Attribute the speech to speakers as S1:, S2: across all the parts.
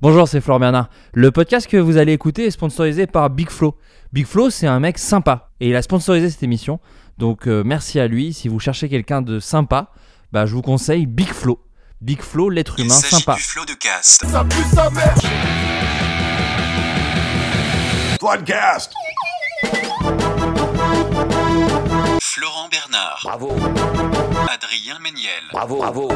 S1: Bonjour, c'est Florent Bernard. Le podcast que vous allez écouter est sponsorisé par Big Flow. Big Flow, c'est un mec sympa et il a sponsorisé cette émission. Donc euh, merci à lui. Si vous cherchez quelqu'un de sympa, bah, je vous conseille Big Flow. Big Flow, l'être
S2: Il
S1: humain
S2: s'agit
S1: sympa.
S2: du flot de cast.
S3: Podcast.
S2: Florent Bernard,
S4: Bravo,
S2: Adrien Méniel.
S4: bravo, bravo.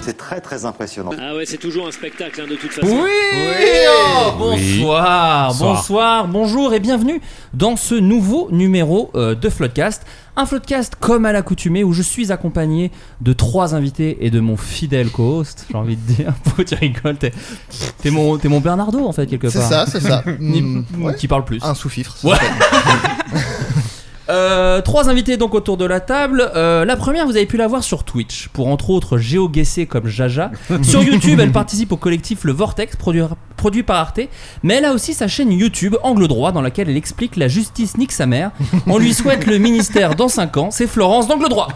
S5: C'est très très impressionnant.
S6: Ah ouais, c'est toujours un spectacle hein, de toute façon.
S1: Oui, oh, bonsoir, bonsoir, bonjour et bienvenue dans ce nouveau numéro euh, de Floodcast. Un Floodcast comme à l'accoutumée où je suis accompagné de trois invités et de mon fidèle co-host, j'ai envie de dire, pourquoi tu rigoles, t'es t'es mon, t'es mon Bernardo en fait quelque part.
S7: C'est ça, c'est ça.
S1: Ni-
S7: Mm, ouais.
S1: Qui parle plus.
S7: Un sous-fifre. ça
S1: Ouais.
S7: s'appelle.
S1: Euh, trois invités donc autour de la table. Euh, la première, vous avez pu la voir sur Twitch, pour entre autres géoguesser comme Jaja. sur YouTube, elle participe au collectif Le Vortex, produit, produit par Arte. Mais elle a aussi sa chaîne YouTube, Angle Droit, dans laquelle elle explique la justice nique sa mère. On lui souhaite le ministère dans 5 ans. C'est Florence d'Angle Droit.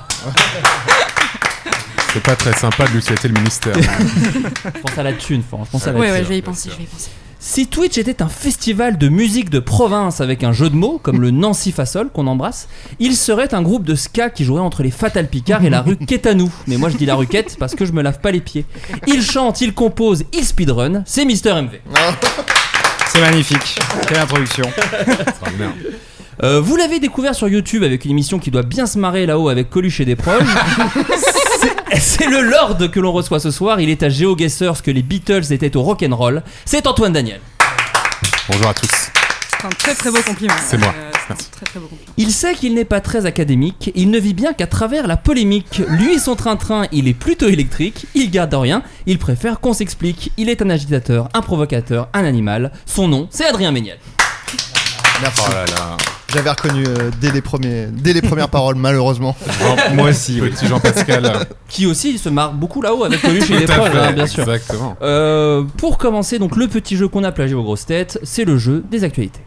S8: C'est pas très sympa de lui souhaiter le ministère.
S1: Je pense à la thune, Florence. Je pense à la
S9: Ouais,
S1: thune.
S9: ouais, je vais y penser, je vais y penser.
S1: Si Twitch était un festival de musique de province avec un jeu de mots, comme le Nancy Fasol qu'on embrasse, il serait un groupe de ska qui jouerait entre les Fatal Picard et la rue Quétanou. Mais moi je dis la rue Quête parce que je me lave pas les pieds. Il chante, il compose, il speedrun, c'est Mister MV.
S10: C'est magnifique. Quelle introduction.
S1: Euh, vous l'avez découvert sur YouTube avec une émission qui doit bien se marrer là-haut avec Coluche et des proches. C'est- C'est le Lord que l'on reçoit ce soir. Il est à GeoGuessers que les Beatles étaient au rock'n'roll. C'est Antoine Daniel.
S8: Bonjour à tous.
S9: C'est un très très beau compliment.
S8: C'est moi.
S9: Euh, c'est un très très beau compliment.
S1: Il sait qu'il n'est pas très académique, il ne vit bien qu'à travers la polémique. Lui et son train-train, il est plutôt électrique, il garde rien, il préfère qu'on s'explique. Il est un agitateur, un provocateur, un animal. Son nom, c'est Adrien Méniel.
S7: Merci.
S8: Oh là là.
S7: J'avais reconnu euh, dès, les premiers, dès les premières paroles, malheureusement.
S8: Jean- moi aussi. Petit Jean-Pascal.
S1: Qui aussi il se marre beaucoup là-haut avec Coluche et
S8: Tout
S1: les
S8: à
S1: proches,
S8: fait,
S1: hein, bien sûr.
S8: Exactement.
S1: Euh, pour commencer, donc le petit jeu qu'on a plagié aux grosses têtes, c'est le jeu des actualités.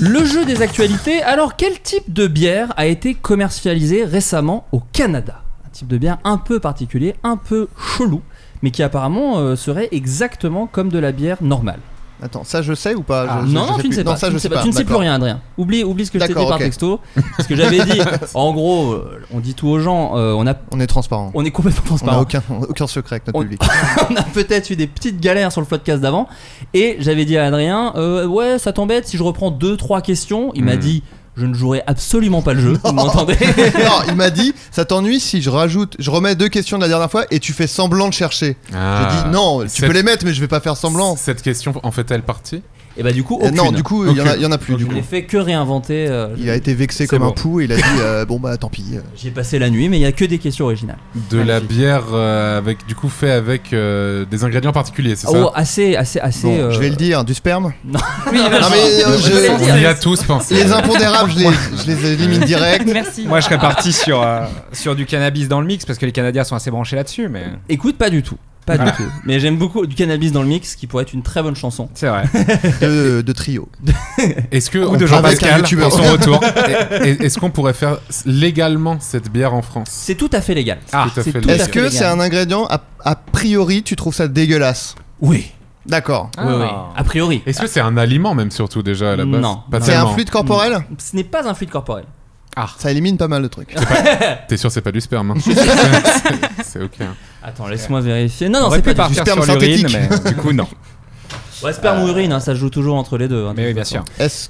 S1: Le jeu des actualités, alors quel type de bière a été commercialisé récemment au Canada Un type de bière un peu particulier, un peu chelou, mais qui apparemment euh, serait exactement comme de la bière normale.
S7: Attends, ça je sais ou pas Ah, Je- je-
S1: Ah. Non,
S7: je
S1: non, tu ne
S7: plus.
S1: sais pas.
S7: Non, ça
S1: tu
S7: je
S1: ne sais
S7: sais
S1: pas.
S7: pas.
S1: Tu ne sais plus
S7: d'accord.
S1: rien, Adrien. Oublie, oublie ce que je t'ai dit
S7: D'accord,
S1: par
S7: ok.
S1: texto. Parce que j'avais dit, en gros, euh, on dit tout aux gens, euh, on, a,
S7: On est transparent.
S1: on est complètement
S7: On n'a
S1: transparent.
S7: aucun, aucun secret avec notre
S1: On-
S7: public.
S1: On a peut-être eu des petites galères sur le podcast d'avant. Et j'avais dit à Adrien, euh, ouais, ça t'embête si je reprends deux, trois questions. Il m'a
S8: Hmm.
S1: dit, je ne jouerai absolument pas le jeu. Vous m'entendez
S7: non, il m'a dit ça t'ennuie si je rajoute, je remets deux questions de la dernière fois et tu fais semblant de chercher.
S8: Ah.
S7: J'ai dit non, tu
S8: Cette-
S7: peux les mettre, mais je vais pas faire semblant.
S8: Ah, Cette question en fait-elle partie
S1: Et bah, du coup,
S7: Euh,
S1: aucune.
S7: non, du coup, il y, en a-
S8: Aucune.
S7: il y en a plus. Du
S1: je
S7: coup.
S1: n'ai fait que réinventer. euh,
S7: Il a été vexé
S8: C'est
S7: comme un
S8: bon.
S7: pou et il a dit euh, bon bah tant pis. euh.
S1: J'ai passé la nuit, mais il n'y a que des questions originales.
S8: De la bière euh, avec du coup fait avec euh, des ingrédients particuliers, c'est
S1: Oh,
S8: ça
S1: assez, assez, assez.
S7: Bon,
S1: euh,
S7: Je vais le dire, du sperme.
S1: Non,
S7: mais, euh,
S1: je vais
S7: je-
S1: le
S8: On y
S1: dire.
S8: a tous pensé.
S7: Les impondérables, je les, je les élimine direct.
S9: Merci.
S10: Moi, je serais parti sur, euh, sur du cannabis dans le mix parce que les Canadiens sont assez branchés là-dessus, mais
S1: Écoute, pas du tout. Pas du tout. Mais j'aime beaucoup du cannabis dans le mix, qui pourrait être une très bonne chanson.
S10: c'est vrai.
S7: de, de trio.
S8: Est-ce que
S10: Ou
S8: on
S10: de
S8: peut- Pascal,
S10: Jean-Pascal
S7: youtubeur.
S8: pour son retour, est- est- est-ce qu'on pourrait faire légalement cette bière en France
S1: C'est tout à fait légal.
S10: Ah,
S8: Tout à
S1: c'est
S8: fait
S1: tout à
S8: légal.
S7: Est-ce que
S1: légal.
S7: c'est un ingrédient a, a priori tu trouves ça dégueulasse
S1: Oui.
S7: D'accord.
S10: Ah.
S1: Oui, oui. A priori.
S8: Est-ce que c'est un aliment même surtout déjà à la base
S1: Non.
S8: Pas
S7: C'est un
S8: tellement.
S7: fluide corporel
S1: Ce n'est pas un fluide corporel.
S7: Ça élimine pas mal de trucs.
S8: T'es sûr c'est pas du sperme hein C'est- C'est ok. hein.
S1: Attends, laisse-moi vérifier. Non, non,
S10: On
S1: c'est
S10: aurait
S1: pas
S10: pu
S1: du
S10: partir
S7: sperme
S10: sur l'urine, mais
S7: synthétique.
S10: du coup, non.
S1: Ouais, sperme ou urine, hein, ça se joue toujours entre les deux. hein, de
S10: Euh. Mais oui,
S1: toute
S10: bien sûr.
S1: façon.
S7: Est-ce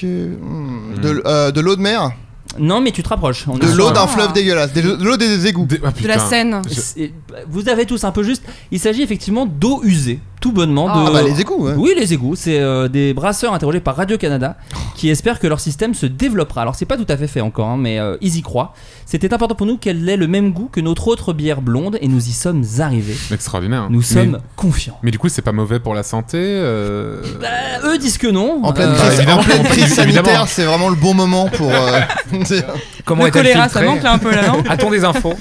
S7: que. hmm, De, l- euh, de l'eau de mer
S1: Non, mais tu te rapproches. On est
S7: De
S1: sur-
S7: l'eau d'un
S9: Ah.
S7: fleuve dégueulasse. des- De l'eau des égouts.
S8: Des- ah,
S9: De la
S8: putain.
S9: scène.
S8: Je-
S1: C'est- Vous avez tous un peu juste. Il s'agit effectivement d'eau usée, tout bonnement.
S9: Ah.
S1: de...
S7: Ah bah les égouts, ouais.
S1: Oui, les égouts, c'est euh, des brasseurs interrogés par Radio-Canada qui espèrent que leur système se développera. Alors, c'est pas tout à fait fait encore, hein, mais euh, ils y croient. C'était important pour nous qu'elle ait le même goût que notre autre bière blonde et nous y sommes arrivés.
S8: Extraordinaire. hein.
S1: Nous
S8: Mais-
S1: sommes confiants.
S8: Mais du coup, c'est pas mauvais pour la santé. euh,
S1: Bah, eux disent que non.
S7: En pleine
S1: Euh,
S7: crise,
S8: évidemment,
S7: en pleine
S8: on-
S7: crise
S8: évidemment.
S7: sanitaire, c'est vraiment le bon moment pour. euh,
S10: Comment
S9: Le
S10: est-elle
S9: choléra, ça
S10: filtrée
S9: manque là un peu là, non
S10: A-t-on des infos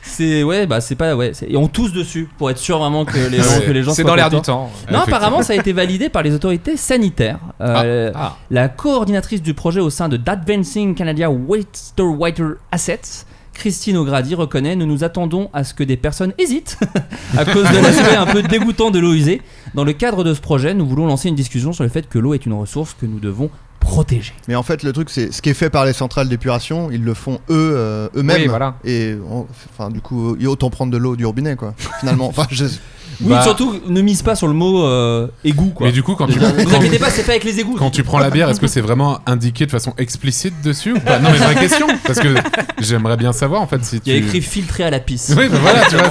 S1: c'est ouais bah c'est pas ouais c'est- et on tousse dessus pour être sûr vraiment que les
S8: Ah
S1: gens
S8: ouais.
S1: que les gens
S10: C'est
S1: soient
S10: dans l'air
S1: contents.
S10: du temps.
S1: Non,
S8: Ah, Effectivement.
S1: apparemment, ça a été validé par les autorités sanitaires. Euh,
S10: Ah.
S1: La coordinatrice du projet au sein de d'Advancing Canada Wastewater Assets, Christine O'Grady, reconnaît Nous nous attendons à ce que des personnes hésitent à cause de l'aspect un peu dégoûtant de l'eau usée. E. Dans le cadre de ce projet, nous voulons lancer une discussion sur le fait que l'eau est une ressource que nous devons protéger.
S7: Mais en fait, le truc, c'est ce qui est fait par les centrales d'épuration, ils le font eux, euh, eux-mêmes.
S10: Oui, voilà.
S7: Et on- enfin, du coup, il- autant prendre de l'eau du robinet, quoi. Finalement, enfin, je-
S1: Oui,
S8: Bah-
S1: surtout, ne mise pas sur le mot euh, égout, quoi.
S8: Mais du coup, quand tu,
S1: Ne vous
S8: quand,
S1: inquiétez pas, c'est fait avec les égouts.
S8: quand tu prends la bière, est-ce que c'est vraiment indiqué de façon explicite dessus ou pas Non, mais vraie question. Parce que j'aimerais bien savoir en fait si tu.
S1: Il y a écrit filtré à la pisse.
S8: Oui, bah voilà, tu vois.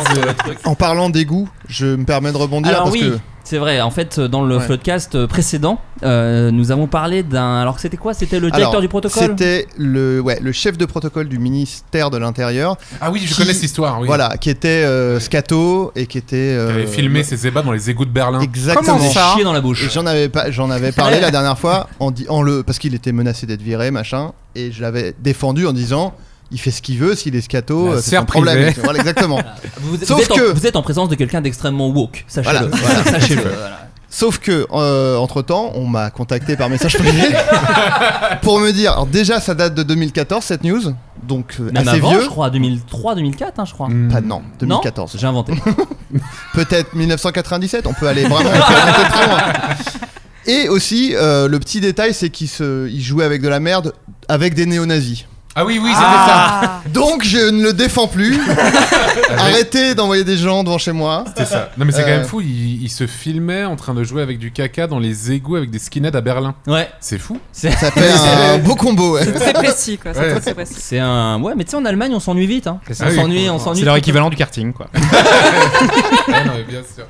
S8: c'est-
S7: en parlant d'égout, je me permets de rebondir
S1: Alors
S7: parce
S1: oui,
S7: que
S1: c'est vrai. En fait, dans le
S7: Ouais.
S1: podcast euh, précédent, euh, nous avons parlé d'un. Alors c'était quoi C'était le directeur
S7: Alors,
S1: du protocole.
S7: c'était le, ouais, le chef de protocole du ministère de l'intérieur,
S8: Ah oui, je
S7: Qui-
S8: connais cette histoire. Oui.
S7: voilà, qui était euh, scato et qui était
S8: Qui
S7: euh,
S8: avait filmé ses débats dans les égouts de Berlin.
S7: exactement.
S1: Comment chier dans la
S7: Et
S1: bouche.
S7: J'en avais pas, j'en avais parlé la dernière fois en di- en le, parce qu'il était menacé d'être viré, machin, et je l'avais défendu en disant, il fait ce qu'il veut, s'il est scato,
S10: La
S7: euh, c'est son
S10: sphère
S7: problème.
S10: privée.
S7: Voilà, exactement.
S1: Vous, vous
S7: Sauf
S1: êtes en,
S7: que-
S1: vous êtes en présence de quelqu'un d'extrêmement woke. Sachez-le.
S7: Voilà, voilà.
S1: Sachez-le.
S7: Sauf que, entre temps, on m'a contacté par message privé pour me dire, alors déjà, ça date de 2014 cette news, donc euh,
S1: Même
S7: assez
S1: avant,
S7: vieux.
S1: je crois, 2003, 2004, hein, je crois.
S8: Hmm.
S7: Pas non, 2014.
S1: Non J'ai inventé.
S7: peut-être 1997, on peut aller vraiment on peut aller un peu plus loin. Et aussi, euh, le petit détail, c'est qu'il se, il jouait avec de la merde, avec des néo-nazis.
S8: Ah oui, oui, c'était
S9: Ah,
S7: Donc je ne le défends plus. Arrêtez d'envoyer des gens devant chez moi.
S8: ça. C'était ça. Non, mais c'est quand
S7: Euh.
S8: même fou. Il, il se filmait en train de jouer avec du caca dans les égouts avec des skinheads à Berlin.
S1: Ouais.
S8: C'est fou.
S7: Ça fait un beau combo. ouais.
S9: c'est précis quoi, c'est
S8: Ouais.
S9: très, très précis.
S1: C'est un. Ouais, mais tu sais, en Allemagne, on s'ennuie vite. Hein.
S10: C'est ça.
S1: On
S8: Ah oui.
S1: s'ennuie, on s'ennuie.
S10: C'est leur équivalent du karting, quoi.
S8: Ah non, mais bien sûr.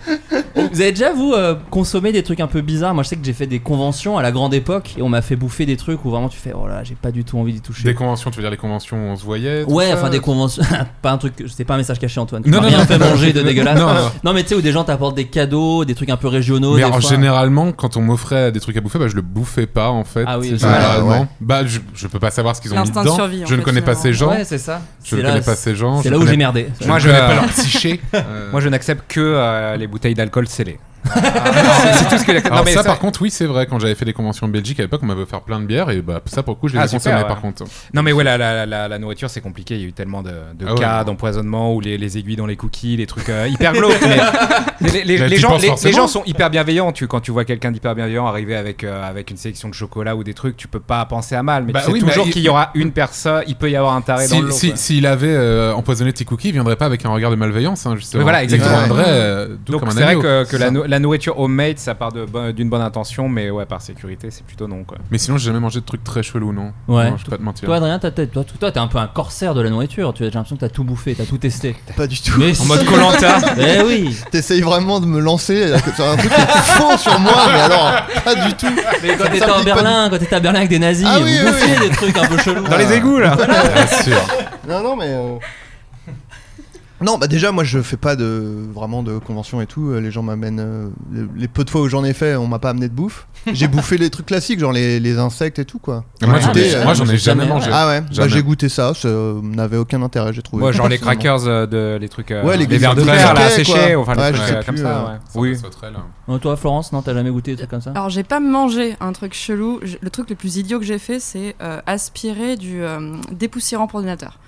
S1: Vous avez déjà, vous, euh, consommé des trucs un peu bizarres Moi, je sais que j'ai fait des conventions à la grande époque et on m'a fait bouffer des trucs où vraiment tu fais, oh là, j'ai pas du tout envie d'y toucher.
S8: Des conventions, tu veux dire les conventions où on se voyait tout
S1: Ouais,
S8: ça euh,
S1: enfin des conventions. pas un truc. C'était pas un message caché, Antoine. Tu
S8: Non,
S1: m'as
S8: non,
S1: rien
S8: non.
S1: fait manger de
S8: Non,
S1: dégueulasse.
S8: non, non.
S1: mais tu sais, où des gens t'apportent des cadeaux, des trucs un peu régionaux.
S8: Mais
S1: des
S8: alors,
S1: fois.
S8: généralement, quand on m'offrait des trucs à bouffer, bah, je le bouffais pas en fait.
S1: Ah oui,
S8: C'est
S1: ouais.
S8: généralement.
S7: Ouais.
S8: Bah, je, je peux pas savoir ce qu'ils ont mis
S9: L'instinct de
S8: dedans.
S9: survie, en
S8: je ne
S9: fait,
S8: connais pas
S9: finalement.
S8: ces gens.
S1: Ouais, c'est ça.
S8: Je
S1: C'est
S8: ne
S1: là-
S8: connais pas ces gens.
S1: C'est
S8: je
S1: là où
S8: connais-
S1: j'ai merdé.
S8: Je
S10: Moi,
S8: ne
S10: je-
S8: connais pas leur psyché. Euh,
S10: Moi, je n'accepte que euh, les bouteilles d'alcool scellées. C'est- c'est tout ce que j'accepte.
S8: Alors
S10: Non, mais
S8: ça, par contre oui c'est vrai quand j'avais fait des conventions en Belgique à l'époque on m'avait offert plein de bières et bah ça pour le coup je les
S10: Ah,
S8: ai
S10: super,
S8: consommées
S10: ouais.
S8: par contre.
S10: Non mais ouais, la, la, la, la nourriture c'est compliqué, il y a eu tellement de, de
S8: Ah ouais.
S10: cas d'empoisonnement ou les, les aiguilles dans les cookies, les trucs euh, hyper glauques. mais- mais les, les-
S8: Mais
S10: les
S8: tu
S10: gens,
S8: penses
S10: les, les
S8: forcément.
S10: gens sont hyper bienveillants, tu, quand tu vois quelqu'un d'hyper bienveillant arriver avec, euh, avec une sélection de chocolat ou des trucs, tu peux pas penser à mal, mais
S8: Bah
S10: tu sais
S8: oui, mais
S10: toujours
S8: il-
S10: qu'il y aura une personne, il peut y avoir un taré dans
S8: S'il
S10: le lot.
S8: si,
S10: quoi.
S8: s'il avait euh, empoisonné tes cookies il viendrait pas avec un regard de malveillance hein, justement.
S10: Mais voilà, exactement.
S8: Il viendrait euh, doux
S10: Donc
S8: comme un
S10: c'est vrai
S8: agneau.
S10: que, que
S8: C'est
S10: la,
S8: ça.
S10: no- la nourriture homemade ça part de bo- d'une bonne intention, mais ouais par sécurité c'est plutôt non quoi.
S8: Mais sinon j'ai jamais mangé de trucs très chelous non.
S1: Ouais.
S8: Non, je peux pas te mentir.
S1: Toi, Adrien, t'as peut-être- toi, toi, t'es un peu un corsaire de la nourriture. Tu as j'ai l'impression que t'as tout bouffé, t'as tout testé.
S7: Pas du tout.
S1: Mais
S10: En mode Colanta.
S1: Eh oui.
S7: T'essayes vraiment de me lancer alors que c'est un truc qui est faux sur moi, mais alors pas du tout.
S1: Mais quand
S7: Ça
S1: t'étais en
S7: s'applique pas
S1: Berlin, quand t'étais à Berlin avec des nazis,
S7: Ah oui,
S1: vous
S7: oui,
S1: bouffiez des trucs un peu chelous.
S10: Dans les égouts là.
S8: Bien sûr.
S7: Non, non, mais. euh, Non, bah déjà, moi je fais pas de vraiment de convention et tout. Euh, Les gens m'amènent. euh, les- Les peu de fois où j'en ai fait, on m'a pas amené de bouffe. J'ai bouffé les trucs classiques, genre les, les insectes et tout quoi.
S8: Moi j'en
S7: Écoutez,
S8: ai,
S7: euh,
S8: moi, j'en ai
S1: j'ai
S8: jamais
S1: jamais-
S8: mangé.
S7: Ah ouais, bah
S8: Jamais.
S7: j'ai goûté ça, ça euh, n'avait aucun intérêt, j'ai trouvé.
S10: Moi genre les
S7: Finalement.
S10: crackers euh, de les trucs euh,
S7: Ouais, les
S10: les verres de
S7: trucs
S10: verre là
S7: sautés, quoi.
S10: séchés, enfin
S7: Ouais,
S10: les
S7: je
S10: trucs
S7: sais
S10: euh, comme
S7: plus,
S10: ça.
S7: euh,
S10: ouais.
S8: Ça,
S10: Oui.
S8: la sauterelle, hein.
S1: Non, toi, Florence, non, t'as jamais goûté des trucs comme ça
S9: Alors j'ai pas mangé un truc chelou. Je- Le truc le plus idiot que j'ai fait, c'est euh, aspirer du euh, dépoussiérant pour ordinateur.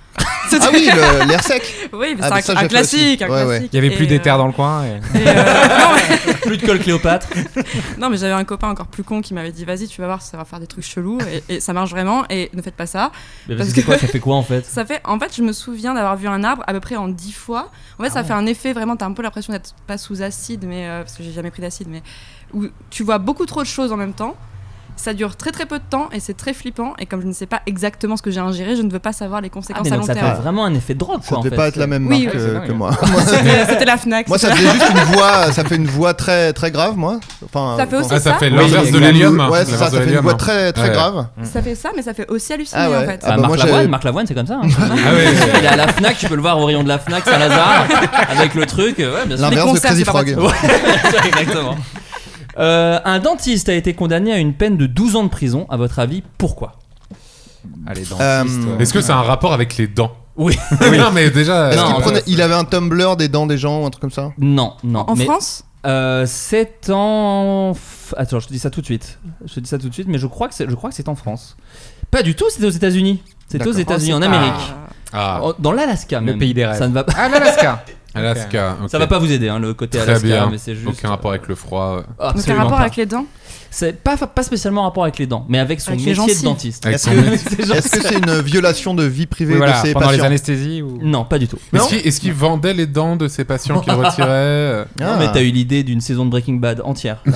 S7: Ah oui, le- l'air sec.
S9: Oui, mais
S7: Ah,
S9: c'est
S7: mais
S9: un,
S7: ça,
S9: un
S7: j'ai fait
S9: classique,
S7: aussi.
S9: un
S7: Ouais, ouais.
S9: classique.
S10: Il y avait
S9: Et,
S10: plus d'éther
S9: euh,
S10: dans le coin. et-
S9: et, euh, non, mais-
S1: Plus de col Cléopâtre.
S9: Non, mais j'avais un copain encore plus con qui m'avait dit Vas-y, tu vas voir, ça va faire des trucs chelous. Et, et ça marche vraiment. Et ne faites pas ça.
S1: Mais
S9: Parce
S1: parce que
S9: que-
S1: quoi, ça fait quoi en fait
S9: Ça fait, en fait, je me souviens d'avoir vu un arbre à peu près en 10 fois. En fait, ça fait un effet vraiment, t'as un peu l'impression d'être pas sous acide, mais euh, parce que j'ai jamais pris d'acide, mais où tu vois beaucoup trop de choses en même temps. Ça dure très très peu de temps et c'est très flippant. Et comme je ne sais pas exactement ce que j'ai ingéré, je ne veux pas savoir les
S1: Ah,
S9: conséquences
S1: mais
S9: à
S1: donc ça
S9: long
S1: fait
S9: terme.
S1: vraiment un effet de drogue
S7: Ça
S1: quoi. en
S7: devait
S1: fait.
S7: pas être la même
S9: Oui,
S7: marque
S10: oui,
S7: euh, que
S10: c'est dingue.
S7: moi.
S9: C'était c'était la Fnac.
S7: moi,
S9: c'était
S7: ça
S9: la-
S7: faisait juste une voix, ça fait une voix très très grave, moi. Enfin,
S9: Ça fait aussi-
S7: quand-
S8: Ah ça
S9: ça
S8: fait
S7: Oui,
S8: l'inverse de
S7: exactement.
S8: l'hélium.
S7: Ouais,
S8: L'inverse
S7: c'est ça,
S8: de
S7: ça fait une
S8: l'hélium,
S7: voix
S8: hein.
S7: très très
S8: Ouais.
S7: grave.
S9: ça fait ça, mais ça fait aussi halluciner
S7: Ah ouais.
S9: en fait.
S1: Bah,
S7: Ah bah, moi,
S1: Marc,
S7: j'avais-
S1: Lavoine, Marc Lavoine, c'est comme ça. hein.
S8: Ah ouais.
S1: Il est à la Fnac, tu peux le voir au rayon de la Fnac Saint-Lazare avec le truc. euh, Ouais, bien sûr.
S7: L'inverse de
S9: concerts,
S7: Crazy
S9: c'est pas
S7: Frog.
S1: Ouais, exactement. Euh, un dentiste a été condamné à une peine de 12 ans de prison. À votre avis, pourquoi
S10: Allez, dentiste.
S7: Euh,
S10: Ah, ouais.
S8: Est-ce que c'est un rapport avec les dents
S1: Oui.
S8: Non, mais déjà.
S7: Est-ce
S1: Non,
S7: qu'il
S1: en
S7: prenait- il avait un tumbler des dents des gens ou un truc comme ça
S1: Non, non.
S9: En
S1: mais,
S9: France
S1: euh, C'est en. f- Attends, je te dis ça tout de suite. Je te dis ça tout de suite, mais je crois que c'est, je crois que c'est en France. Pas du tout, c'était aux États-Unis. C'était aux
S7: D'accord.
S1: États-Unis, en
S9: Ah,
S1: Amérique.
S8: Ah,
S1: En- Dans l'Alaska,
S10: Le
S1: même.
S10: pays des rêves.
S1: Ça ne va pas.
S10: Ah, l'Alaska
S8: Alaska. ok.
S1: Ça va pas vous aider, hein, le côté
S8: Très
S1: Alaska,
S8: bien.
S1: mais c'est juste.
S8: Aucun rapport avec le
S1: Ah,
S8: froid.
S9: Donc un
S1: absolument
S9: rapport
S1: pas.
S9: avec les dents
S1: C'est pas, pas spécialement en rapport avec les dents, mais avec son
S9: Avec les
S1: métier de
S9: gencives.
S1: dentiste.
S8: Avec
S7: Est-ce
S8: son
S7: que-
S8: métier.
S1: C'est genre-
S7: Est-ce que c'est une violation de vie privée
S10: Oui,
S7: de
S10: voilà,
S7: ses
S10: pendant les
S7: patients
S10: anesthésies ou...
S1: Non, pas du tout.
S8: Mais Est-ce qu'il est-ce qu'il vendait les dents de ses patients qu'il retirait euh,
S1: Non,
S7: Ah.
S1: mais t'as eu l'idée d'une saison de Breaking Bad entière. Euh,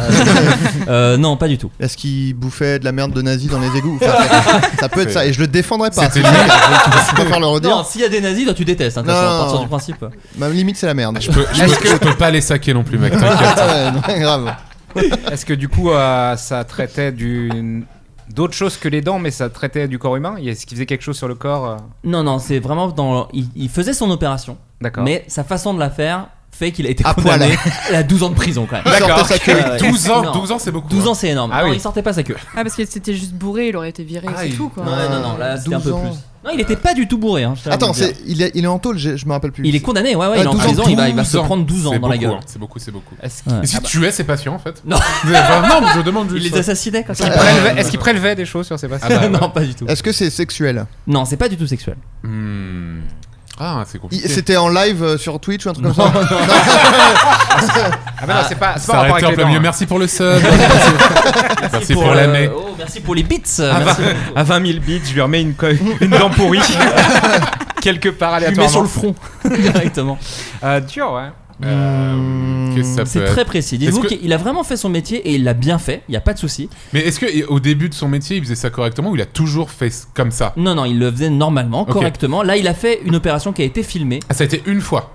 S1: euh, non, pas du tout.
S7: Est-ce qu'il bouffait de la merde de nazis dans les égouts Enfin, ça, ça peut être ça, et je le défendrai pas.
S8: C'était
S7: C'est
S8: lui.
S7: Je préfère le redire.
S1: Non, s'il y a des nazis, toi tu détestes. Hein, de toute
S7: Non,
S1: façon,
S7: non,
S1: à partir
S7: non.
S1: du principe.
S7: Ma limite, c'est la
S1: Ah,
S7: merde.
S8: Je peux, je peux- je peux pas les saquer non plus, mec. t'inquiète.
S7: Ah, ouais, grave.
S10: Est-ce que du coup, euh, ça traitait d'une- d'autres choses que les dents, mais ça traitait du corps humain Est-ce qu'il faisait quelque chose sur le corps euh
S1: Non, non, c'est vraiment dans. Il, il faisait son opération,
S10: D'accord.
S1: mais sa façon de la faire fait qu'il a été
S7: À
S1: condamné à 12 ans de prison quand même.
S7: Il sortait sa queue.
S1: Euh,
S8: 12 ans,
S1: non.
S8: 12 ans, c'est beaucoup.
S1: 12 ans, c'est hein. énorme.
S10: Ah
S1: non,
S10: oui.
S1: il sortait pas sa queue.
S9: Ah, parce qu'il c'était juste bourré, il aurait été viré,
S8: Ah,
S9: c'est
S8: il-
S9: tout quoi.
S1: Ouais, non, non, là c'était un
S7: 12
S1: peu
S7: ans.
S1: plus. Non, il était pas du tout bourré. Hein, je tiens à
S7: Attends,
S1: vous le dire.
S7: c'est- il, est, il est en tôle, je, je me rappelle plus.
S1: Il est condamné, ouais, ouais,
S7: Ah,
S1: il est en
S7: 12 ans,
S1: prison, il, va, il va se
S8: 12 ans.
S1: prendre 12 ans
S8: C'est
S1: dans la
S8: beaucoup,
S1: gueule. Ah bah.
S8: hein, C'est beaucoup, c'est beaucoup.
S10: Est-ce
S1: Ouais.
S10: qu'il
S8: Et si tuait ses patients en fait
S1: Non.
S8: Mais, bah, non, je demande
S1: Il
S8: juste.
S1: les
S8: ça.
S1: assassinait comme ça.
S10: prélevait, est-ce qu'il prélevait des choses sur ses patients
S8: bah, Ah bah, ouais.
S1: non, pas du tout.
S7: Est-ce que c'est sexuel
S1: Non, c'est pas du tout sexuel.
S8: Hmm. Ah, c'est
S7: Il-
S8: compliqué.
S7: C'était en live euh, sur Twitch ou un truc comme ça
S10: Ah bah non, c'est pas, c'est
S8: Ça
S10: pas en
S8: aurait
S10: rapport
S8: été
S10: avec
S8: un
S10: les
S8: peu
S10: dents.
S8: mieux.
S10: hein.
S8: Merci pour le sub. merci pour,
S1: euh,
S8: l'année. Ah, bah.
S1: oh, merci pour les bits. merci beaucoup.
S10: À 20 000 bits, je lui remets une, co- une dent pourrie. Quelque part
S1: Tu mets
S10: aléatoirement.
S1: sur le front directement.
S10: Euh, dur, ouais.
S7: Hmm.
S8: Euh, Qu'est-ce que ça peut
S1: C'est
S8: être
S1: très précis. Dites-vous
S8: Est-ce que-
S1: qu'il a vraiment fait son métier et il l'a bien fait, il n'y a pas de souci.
S8: Mais est-ce que et, au début de son métier, il faisait ça correctement ou il a toujours fait c- comme ça
S1: Non, non, il le faisait normalement,
S8: Ok.
S1: correctement. Là, il a fait une opération qui a été filmée,
S8: Ah, ça a été une fois.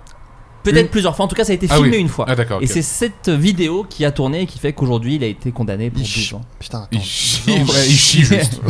S1: peut-être
S8: Une-
S1: plusieurs fois, en tout cas, ça a été
S8: Ah
S1: filmé
S8: oui.
S1: une fois.
S8: Ah d'accord.
S1: Et
S8: ok.
S1: c'est cette vidéo qui a tourné et qui fait qu'aujourd'hui, il a été condamné pour
S7: Il ch-
S1: 12 ans.
S7: Putain, attends.
S8: Il chie, ouais, il chie juste.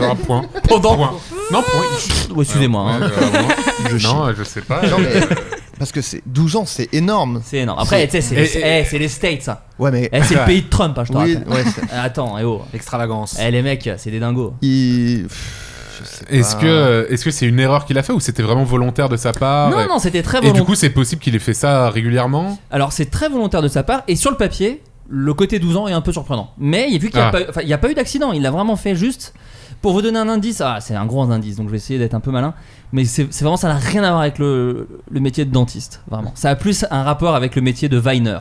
S8: Un point.
S1: Pendant.
S8: Point. Non, point. il chie.
S1: Ouais, Excusez-moi, hein.
S8: Ouais, euh,
S7: Je
S8: non, je sais pas.
S7: Non, mais- Parce que c'est 12 ans, c'est énorme.
S1: c'est énorme. Après, tu sais, c'est
S8: Et-
S1: les...
S8: et-
S1: eh, c'est les States, ça.
S7: Ouais, mais.
S1: Eh, c'est le pays de Trump, hein, je te
S7: Oui,
S1: rappelle.
S7: ouais, c'est-
S1: Ah, Attends, eh oh.
S10: L'extravagance.
S1: Eh, les mecs, c'est des dingos.
S7: il- pff, je sais
S8: Est-ce
S7: pas.
S8: que euh, est-ce que c'est une erreur qu'il a fait ou c'était vraiment volontaire de sa part
S1: non,
S8: et-
S1: non, c'était très
S8: Ah Et du
S1: volontaire.
S8: coup, c'est possible qu'il ait fait ça régulièrement
S1: Alors c'est très volontaire de sa part et sur le papier, le côté 12 ans est un peu surprenant. Mais vu qu'il n'y a,
S8: Ah.
S1: pas eu- enfin, il y a pas eu d'accident, il l'a vraiment fait juste pour vous donner un indice. Ah c'est un gros indice donc je vais essayer d'être un peu malin. Mais c'est c'est vraiment ça n'a rien à voir avec le, le métier de dentiste, vraiment. Ça a plus un rapport avec le métier de viner,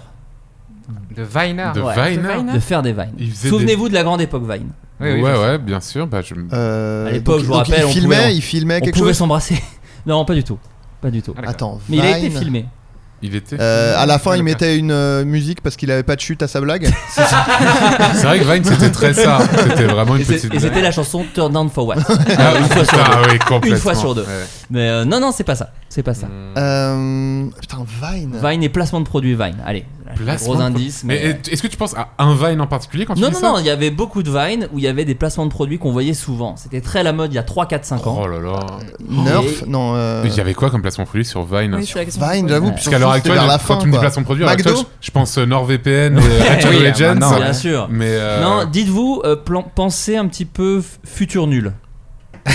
S10: De Viner.
S8: de
S1: ouais.
S8: Viner.
S9: De Viner.
S1: de faire des vines.
S8: Il faisait
S1: Souvenez-vous de la grande époque vine.
S10: Oui, oui,
S8: ouais,
S10: je sais.
S8: ouais, bien sûr. Bah, je...
S7: Euh,
S1: À l'époque,
S7: donc-
S1: je vous
S7: donc
S1: rappelle, on
S7: il filmait,
S1: pouvait-
S7: il filmait
S1: On
S7: quelque
S1: pouvait
S7: chose.
S1: s'embrasser. non, pas du tout. Pas du tout.
S10: Ah, d'accord.
S7: Attends,
S1: Mais il a été
S7: Vine.
S1: filmé.
S8: Il était.
S7: Euh, à la fin,
S10: Ouais,
S7: il
S10: le
S7: mettait une euh, musique parce qu'il avait pas de chute à sa blague.
S8: C'est vrai que Vine, c'était très ça. C'était vraiment
S1: Et
S8: une
S1: c'est-
S8: petite.
S1: et c'était la chanson Turn Down for What.
S8: Ah,
S1: une fois sur
S8: ah, oui, complètement.
S1: Une fois sur deux.
S8: Ouais.
S1: Mais euh, non, non, c'est pas ça. C'est pas ça.
S8: Hmm.
S7: Euh, putain, Vine.
S1: Vine et placement de produits Vine. Allez,
S8: Placement
S1: gros
S8: de-
S1: indice.
S8: Mais
S1: Mais... euh,
S8: est- est-ce que tu penses à un Vine en particulier quand
S1: non,
S8: tu
S1: non,
S8: dis
S1: non,
S8: ça
S1: il y avait beaucoup de Vine où il y avait des placements de produits qu'on voyait souvent. C'était très la mode il y a 3, 4, 5 ans.
S8: Oh là
S1: Euh,
S8: là.
S7: Nerf,
S8: Oh.
S7: non. euh,
S8: Il y avait quoi comme placement produit sur Vine
S9: Oui, c'est la question.
S7: Vine, j'avoue.
S1: Parce
S8: Parce qu'à l'heure actuelle,
S7: vers la
S8: quand
S7: fin,
S8: tu me dis
S7: quoi.
S8: placement produit, à l'heure
S7: McDo
S8: actuelle, je je pense euh, NordVPN, euh, Red Shadow
S10: Oui,
S8: Legends.
S10: maintenant,
S1: Bien
S10: ouais.
S1: sûr.
S8: Mais euh,
S1: Non, dites-vous, euh, plan- pensez un petit peu f- futur nul.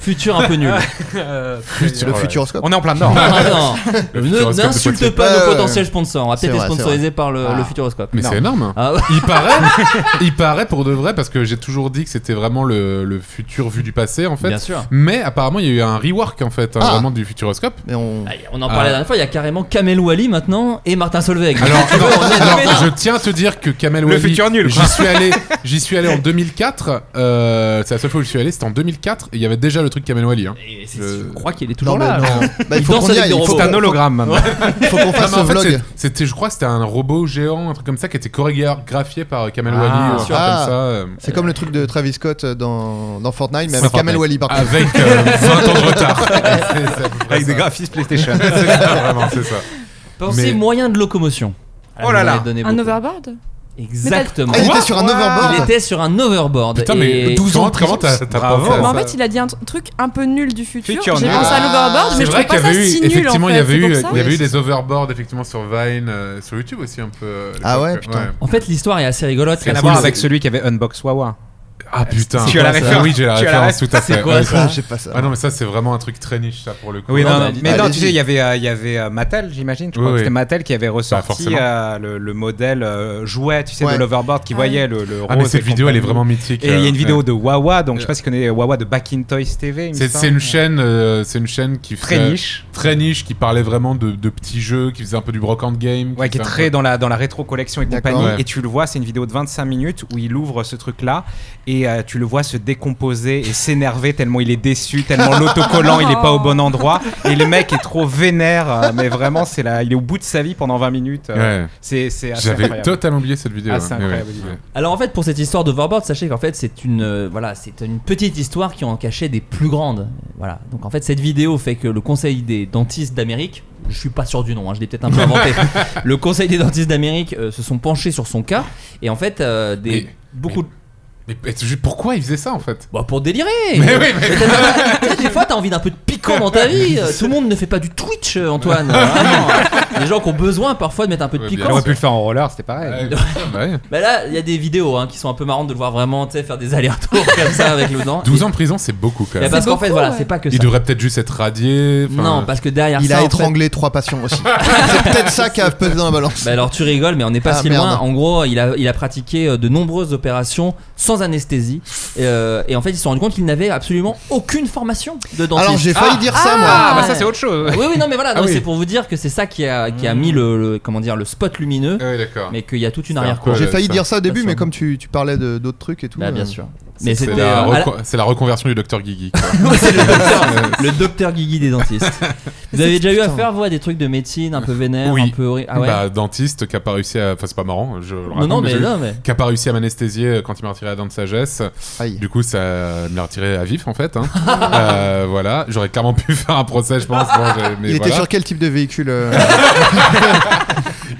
S1: futur un peu nul.
S8: futur-
S7: Le
S8: ouais.
S7: futuroscope.
S10: Euh, On est en plein
S1: Non, non,
S10: dedans.
S8: Le
S1: ne-
S8: futuroscope de
S1: n'insulte
S8: Poitiers.
S1: pas
S7: Ouais,
S1: nos
S7: ouais,
S1: potentiels sponsors. On va
S7: C'est
S1: peut-être être
S7: vrai, c'est
S1: sponsorisé par le,
S10: Ah.
S1: le futuroscope.
S8: Mais c'est énorme. hein.
S1: Ah, ouais.
S8: Il paraît, il paraît pour de vrai, parce que j'ai toujours dit que c'était vraiment le, le futur vu du passé en fait. euh,
S1: bien sûr.
S8: Mais apparemment, il y a eu un rework en fait, hein,
S7: Ah.
S8: vraiment du futuroscope.
S7: Mais on.
S1: Ah, On en parlait
S8: Ah.
S1: la dernière fois, il y a carrément Kamel Wally maintenant et Martin Solveig.
S8: Alors, non,
S1: on est
S8: alors,
S1: tombé là.
S8: je tiens à te dire que Kamel
S10: Le
S8: Wally,
S10: futur nul, quoi.
S8: J'y suis allé, j'y suis allé en 2004. euh, c'est la seule fois où je suis allé, c'était en 2004 et il y avait déjà le truc Kamel Wally. hein.
S1: Et c'est-
S8: Je-
S1: Je crois qu'il est
S7: Non,
S1: toujours
S7: mais
S1: là. alors.
S7: non. Bah, il
S1: Il
S7: faut
S1: danse
S7: qu'on y
S1: avec
S7: aille.
S1: des
S7: Il faut
S1: robots.
S10: C'est un hologramme maintenant.
S7: faut qu'on fasse
S8: Ah, mais
S7: ce
S8: en fait,
S7: vlog.
S8: c'est- c'était, je crois, que c'était un robot géant, un truc comme ça, qui était chorégraphié par Kamel
S10: Ah,
S8: Wally, ou un
S10: bien
S8: truc
S7: sûr.
S8: comme ça, euh,
S7: C'est comme le truc de Travis Scott euh, dans, dans Fortnite, mais
S8: Sans
S7: avec Kamel
S8: Fortnite.
S7: Wally par contre.
S8: avec euh, 20 ans de retard. C'est- c'est à peu près
S10: Avec
S8: ça.
S10: des graphismes PlayStation.
S8: C'est ça, vraiment, c'est ça.
S1: Pensez
S8: Mais-
S1: moyen de locomotion. Ah,
S10: Oh là
S1: vous
S10: là,
S1: m'avez donné
S9: Un
S1: beaucoup.
S9: overboard
S1: Exactement.
S7: Ah, il
S8: Quoi
S7: était sur un
S10: Wow.
S7: overboard.
S1: Il était sur un overboard.
S8: Putain,
S1: et-
S8: mais 12
S1: Comment-
S8: ans, comment t'as, t'as
S10: Bravo.
S8: pas fait
S9: Mais en
S8: ça
S9: fait, il a dit un t- truc un peu nul du futur.
S10: Futur
S9: J'ai
S10: nul.
S9: pensé à l'overboard, mais
S8: C'est
S9: je
S8: vrai
S9: trouve
S8: qu'il y
S9: pas ça
S8: avait eu,
S9: si nul en
S8: effectivement, il y
S9: fait.
S8: avait
S9: c'est
S8: eu,
S9: pour
S8: il
S9: ça.
S8: y avait eu des overboards effectivement sur Vine, euh, sur YouTube aussi un peu. euh,
S7: Ah
S8: donc,
S7: ouais,
S8: euh,
S7: putain.
S1: En fait, l'histoire est assez rigolote.
S8: Rien à
S1: parce
S8: voir
S1: que-
S8: avec
S10: celui qui avait Unbox Wawa.
S8: Ah putain.
S10: Tu as la
S8: Ah,
S10: référence.
S8: Oui, j'ai la
S10: Tu as la
S8: référence, tout
S10: référence.
S8: à
S1: C'est
S8: fait.
S1: quoi,
S8: Ouais,
S1: ça
S7: Ah, j'ai pas ça.
S8: Ah non, mais ça, c'est vraiment un truc très niche, ça, pour le coup. Ah,
S10: Oui, non,
S7: non,
S10: non,
S7: mais
S10: mais non, tu
S7: allez-y.
S10: sais, il y avait, euh, il y avait euh, Mattel, j'imagine. Je
S8: Oui,
S10: crois que
S8: oui. Bah,
S10: c'était Mattel qui avait ressorti
S8: forcément.
S10: euh, le, le modèle euh, jouet, tu sais,
S7: Ouais.
S10: de l'overboard qui
S9: Ah
S10: voyait le, le
S8: Ah,
S10: rose
S8: mais cette
S10: et
S8: vidéo, elle est
S10: compagnie.
S8: vraiment mythique.
S10: Et il y a une
S8: euh,
S10: vidéo
S8: ouais.
S10: de Wawa, donc je sais pas si tu connais Wawa de Back in Toys TV. il me
S8: C'est
S10: semble.
S8: c'est une euh, chaîne, euh, c'est une chaîne qui
S10: très
S8: faisait-
S10: niche,
S8: très niche, qui parlait vraiment de, de petits jeux, qui faisait un peu du brocante game,
S10: ouais, qui est
S8: faisait un
S10: très
S8: peu-
S10: dans la dans la rétro collection et
S7: D'accord.
S10: compagnie.
S8: Ouais.
S10: Et tu le vois, c'est une vidéo de 25 minutes où il ouvre ce truc-là et euh, tu le vois se décomposer et s'énerver tellement il est déçu, tellement l'autocollant il est pas au bon endroit et le mec est trop vénère. euh, mais vraiment, c'est là, il est au bout de sa vie pendant 20 minutes. euh,
S8: Ouais.
S10: C'est c'est assez
S8: J'avais
S10: incroyable.
S8: totalement oublié cette vidéo.
S10: Ah,
S8: ouais.
S10: c'est
S8: Ouais,
S10: incroyable,
S8: ouais.
S10: Olivier.
S1: Alors en fait pour cette histoire d'Overboard, sachez qu'en fait c'est une euh, voilà c'est une petite histoire qui en cachait des plus grandes. Voilà donc en fait cette vidéo fait que le Conseil des dentistes d'Amérique, je suis pas sûr du nom, hein, je l'ai peut-être un peu inventé. le Conseil des dentistes d'Amérique euh, se sont penchés sur son cas et en fait euh, des
S8: Mais-
S1: beaucoup de-
S8: Mais, mais tu- pourquoi il faisait ça en fait
S1: bah, pour délirer.
S8: Mais oui, mais-
S1: Tu sais, des fois, t'as envie d'un peu de piquant dans ta vie. Euh, Tout le monde ne fait pas du Twitch, euh, Antoine. Euh, vraiment. Les gens qui ont besoin parfois de mettre un peu de
S8: Ah, Ouais,
S10: Il
S1: piquant.
S8: bien
S10: aurait pu le faire en roller, c'était pareil.
S8: Ouais, bah ouais.
S1: Mais là, il y a des vidéos hein, qui sont un peu marrantes de le voir vraiment tu sais, faire des allers-retours comme ça avec le dent.
S8: 12 ans de prison, c'est beaucoup quand
S1: Mais
S8: même.
S1: parce qu'en fait,
S9: beaucoup,
S1: voilà,
S9: ouais.
S1: c'est pas que ça.
S8: Il devrait peut-être juste être radié. enfin-
S1: Non, parce que derrière
S7: Il
S1: ça.
S7: a
S1: en fait-
S7: étranglé trois patients aussi. c'est peut-être ça qui a pesé dans la balance.
S1: Bah alors tu rigoles, mais on n'est pas
S7: Ah,
S1: si
S7: merde.
S1: loin. En gros, il a, il a pratiqué euh, de nombreuses opérations sans anesthésie. Euh, et en fait, ils se sont rendus compte qu'il n'avait absolument aucune formation de dentiste.
S7: Alors j'ai failli
S10: Ah.
S7: dire ça moi.
S10: Ah,
S1: ouais.
S10: bah ça c'est autre chose.
S1: Oui, oui, non, mais voilà,
S10: Ah
S1: non,
S10: oui.
S1: c'est pour vous dire que c'est ça qui a, qui a mis le, le- comment dire, le spot lumineux,
S8: Ah ouais, d'accord.
S1: mais qu'il y a toute une
S8: C'est un
S1: arrière-cour.
S8: peu-
S7: J'ai
S8: Ouais,
S7: failli
S8: ça.
S7: dire ça au début,
S1: sûr.
S7: mais comme tu, tu parlais de- d'autres trucs et tout.
S1: Bah,
S7: euh,
S1: bien sûr. Mais
S8: C'est
S1: c'était
S8: la,
S1: euh, à la-
S8: reco- c'est la reconversion du docteur Guigui. quoi.
S1: Ouais, c'est le docteur, le docteur Guigui des dentistes. Vous avez déjà eu
S7: Putain.
S1: affaire, vous, à des trucs de médecine un peu vénères,
S8: Oui.
S1: un peu horri- Ah ouais.
S8: Bah, dentiste qui a pas réussi à. Enfin, c'est pas marrant, je le
S1: non,
S8: raconte,
S1: non, mais
S8: je-
S1: non, mais.
S8: Qui a pas réussi à m'anesthésier euh, quand il m'a retiré la dent de sagesse.
S7: aïe.
S8: Du coup, ça me l'a retiré à vif en fait. hein. Euh, voilà, j'aurais clairement pu faire un procès, je pense. Bon, j'ai- mais
S7: Il était
S8: voilà.
S7: sur quel type de véhicule euh,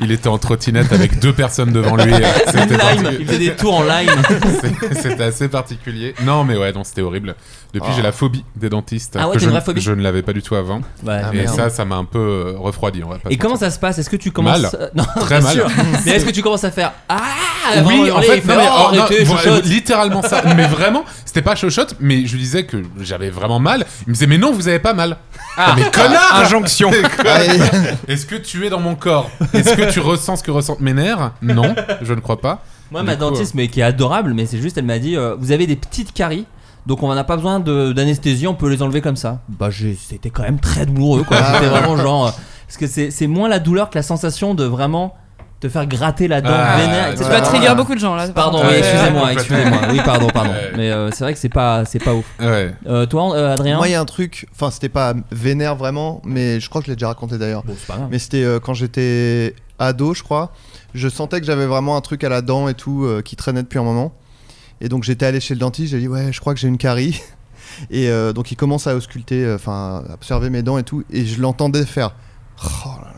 S8: Il était en trottinette avec deux personnes devant lui. euh, C'était
S1: Lime,
S8: parti-
S1: il faisait des tours en lime.
S8: C'est- C'était assez particulier. Non, mais ouais, non, c'était horrible. Depuis,
S7: Ah.
S8: j'ai la phobie des dentistes.
S1: Ah ouais,
S8: que
S1: t'as
S8: je,
S1: une vraie phobie
S8: je ne l'avais pas du tout avant.
S1: Ouais.
S7: Ah,
S8: et
S7: merde.
S8: ça, ça m'a un peu euh, refroidi. On va pas
S1: Et
S8: se
S1: comment
S8: mentir.
S1: ça se passe Est-ce que tu commences
S8: Mal.
S1: euh, Non,
S8: Très
S1: bien
S8: mal.
S1: sûr. Mais est-ce que tu commences à faire ah vraiment
S8: Oui, en
S1: hurler,
S8: fait,
S1: il
S8: non, mais-
S1: oh,
S8: oh, non,
S1: arrêtez,
S8: voilà,
S1: chuchote.
S8: littéralement ça. Mais vraiment, c'était pas chochotte, mais je lui disais que j'avais vraiment mal. Il me disait, mais non, vous avez pas mal. Ah, mais connard
S10: Injonction.
S7: aïe.
S8: Est-ce que tu es dans mon corps Est-ce que tu ressens ce que ressentent mes nerfs Non, je ne crois pas.
S1: Moi,
S8: Du
S1: ma
S8: coup, euh.
S1: dentiste, mais qui est adorable, mais c'est juste, elle m'a dit euh, Vous avez des petites caries, donc on n'a pas besoin de- d'anesthésie, on peut les enlever comme ça. Bah, j'ai- c'était quand même très douloureux, quoi.
S7: Ah.
S1: C'était vraiment genre. euh, parce que c'est c'est moins la douleur que la sensation de vraiment te faire gratter la dent
S8: Ah,
S1: vénère.
S8: tu
S9: Tu
S1: etc.
S9: vas
S7: vas
S9: trigger
S7: trigger
S9: beaucoup de gens là.
S1: Pardon,
S8: Ah,
S1: oui,
S8: ouais,
S1: excusez-moi,
S8: ouais,
S1: excusez-moi. Oui, pardon, pardon.
S8: Ouais.
S1: Mais euh, c'est vrai que c'est pas, c'est pas ouf.
S8: Ah Ouais.
S1: Euh, toi, euh, Adrien
S7: Moi, il y a un truc. Enfin, c'était pas vénère vraiment, mais je crois que je l'ai déjà raconté d'ailleurs.
S1: Bon, c'est pas grave.
S7: Mais c'était euh, quand j'étais ado, je crois. Je sentais que j'avais vraiment un truc à la dent et tout euh, qui traînait depuis un moment. Et donc j'étais allé chez le dentiste, j'ai dit ouais, je crois que j'ai une carie. Et euh, donc il commence à ausculter, euh, enfin à observer mes dents et tout, et je l'entendais faire. Oh là là.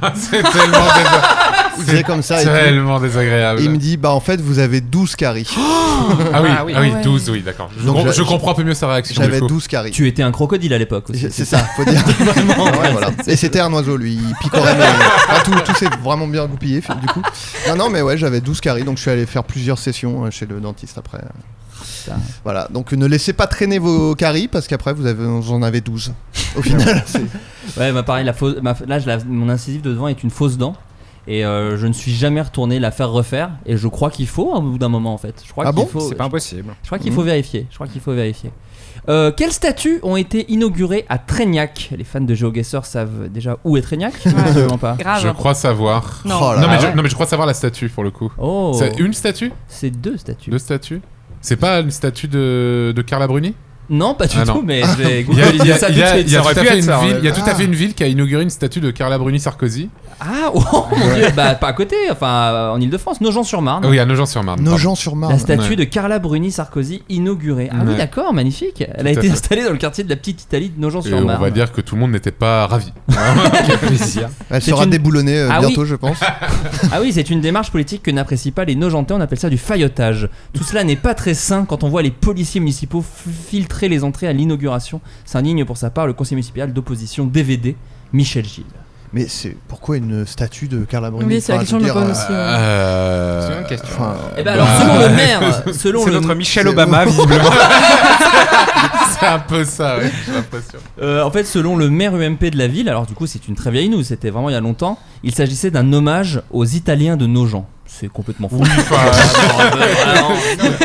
S8: Ah, c'est tellement, désa-
S7: Il faisait comme ça. et tout.
S8: tellement
S7: Et
S8: désagréable.
S7: il me dit bah en fait vous avez 12 caries.
S8: Ah oui,
S10: Ah oui.
S8: ah oui,
S9: Ah ouais.
S8: 12, oui, d'accord. Je,
S7: Donc,
S8: com-
S7: j'a-
S8: je comprends un peu mieux sa réaction.
S7: J'avais
S8: du coup.
S7: 12 caries.
S1: Tu étais un crocodile à l'époque aussi.
S7: C'est ça, faut dire.
S1: Vraiment,
S7: Ouais,
S1: ouais,
S7: voilà. Et c'était un oiseau, lui. Il picorait, mais enfin, tout, tout s'est vraiment bien goupillé, fi- du coup. Non, non, mais ouais, j'avais 12 caries, donc je suis allé faire plusieurs sessions euh, chez le dentiste après. Voilà, donc ne laissez pas traîner vos caries, parce qu'après, vous, avez, vous en avez 12. Au final, c'est-
S1: Ouais, bah pareil, la fausse, ma- là, je la- mon incisive de devant est une fausse dent. Et euh, je ne suis jamais retourné la faire refaire. Et je crois qu'il faut, hein, au bout d'un moment, en fait. Je crois
S7: Ah
S1: qu'il
S7: bon
S1: faut.
S10: C'est pas impossible.
S1: Je crois qu'il faut vérifier. Je crois qu'il faut vérifier. Euh, quelles statues ont été inaugurées à Traignac Les fans de GeoGuessr savent déjà où est Traignac Absolument pas.
S9: Grave.
S8: Je crois savoir.
S9: Non.
S7: Oh là
S8: Ah non, mais
S7: là.
S8: je, non, mais je crois savoir la statue pour le coup.
S1: Oh,
S8: C'est une statue
S1: c'est deux statues.
S8: Deux statues C'est pas une statue de, de Carla Bruni
S1: Non, pas du
S8: Ah,
S1: tout,
S8: non.
S1: mais je vais
S8: Il y a, il y
S1: googliser
S8: a-
S1: ça
S8: il
S1: tout
S8: y
S1: de
S8: a-
S1: suite.
S8: il y a
S10: ça
S8: tout à
S10: aurait pu
S8: fait
S10: être
S8: une
S10: ça,
S8: ville-
S10: ouais.
S8: il y a tout à fait une ville qui a inauguré une statue de Carla Bruni Sarkozy.
S1: Ah, oh mon dieu, bah pas à côté, enfin euh, en Ile-de-France, Nogent-sur-Marne.
S8: Oui, à Nogent-sur-Marne.
S7: nos
S8: pardon.
S7: gens sur
S1: La
S7: Marne.
S1: statue
S8: Ouais.
S1: de Carla Bruni Sarkozy inaugurée. Ah oui,
S8: Ouais.
S1: d'accord, magnifique. Elle a
S8: Tout
S1: été
S8: à fait.
S1: installée dans le quartier de la petite Italie de
S8: Et on va
S1: Nogent-sur-Marne.
S8: dire que tout le monde n'était pas ravi.
S10: Quel plaisir.
S7: Elle
S1: C'est
S7: sera
S1: une-
S7: déboulonnée euh,
S1: Ah oui.
S7: bientôt, je pense.
S1: Ah oui, c'est une démarche politique que n'apprécient pas les Nogentais, on appelle ça du faillotage. Tout cela n'est pas très sain quand on voit les policiers municipaux f- filtrer les entrées à l'inauguration. S'indigne pour sa part le conseiller municipal d'opposition DVD, Michel Gilles.
S7: Mais c'est pourquoi une statue de Carla Bruni
S9: Oui, c'est la
S7: Enfin,
S9: question
S7: je
S9: que
S7: veux
S9: je me
S7: dire,
S9: pose aussi. ouais.
S8: Euh,
S3: C'est une question.
S7: enfin,
S1: Eh ben alors, selon le maire, selon
S10: C'est
S1: le,
S10: notre Michelle
S7: c'est-
S10: Obama, visiblement.
S8: C'est un peu ça, oui, j'ai l'impression.
S1: Euh, en fait, selon le maire UMP de la ville, alors du coup, c'est une très vieille news, c'était vraiment il y a longtemps, il s'agissait d'un hommage aux Italiens de Nogent. C'est complètement fou.
S8: euh,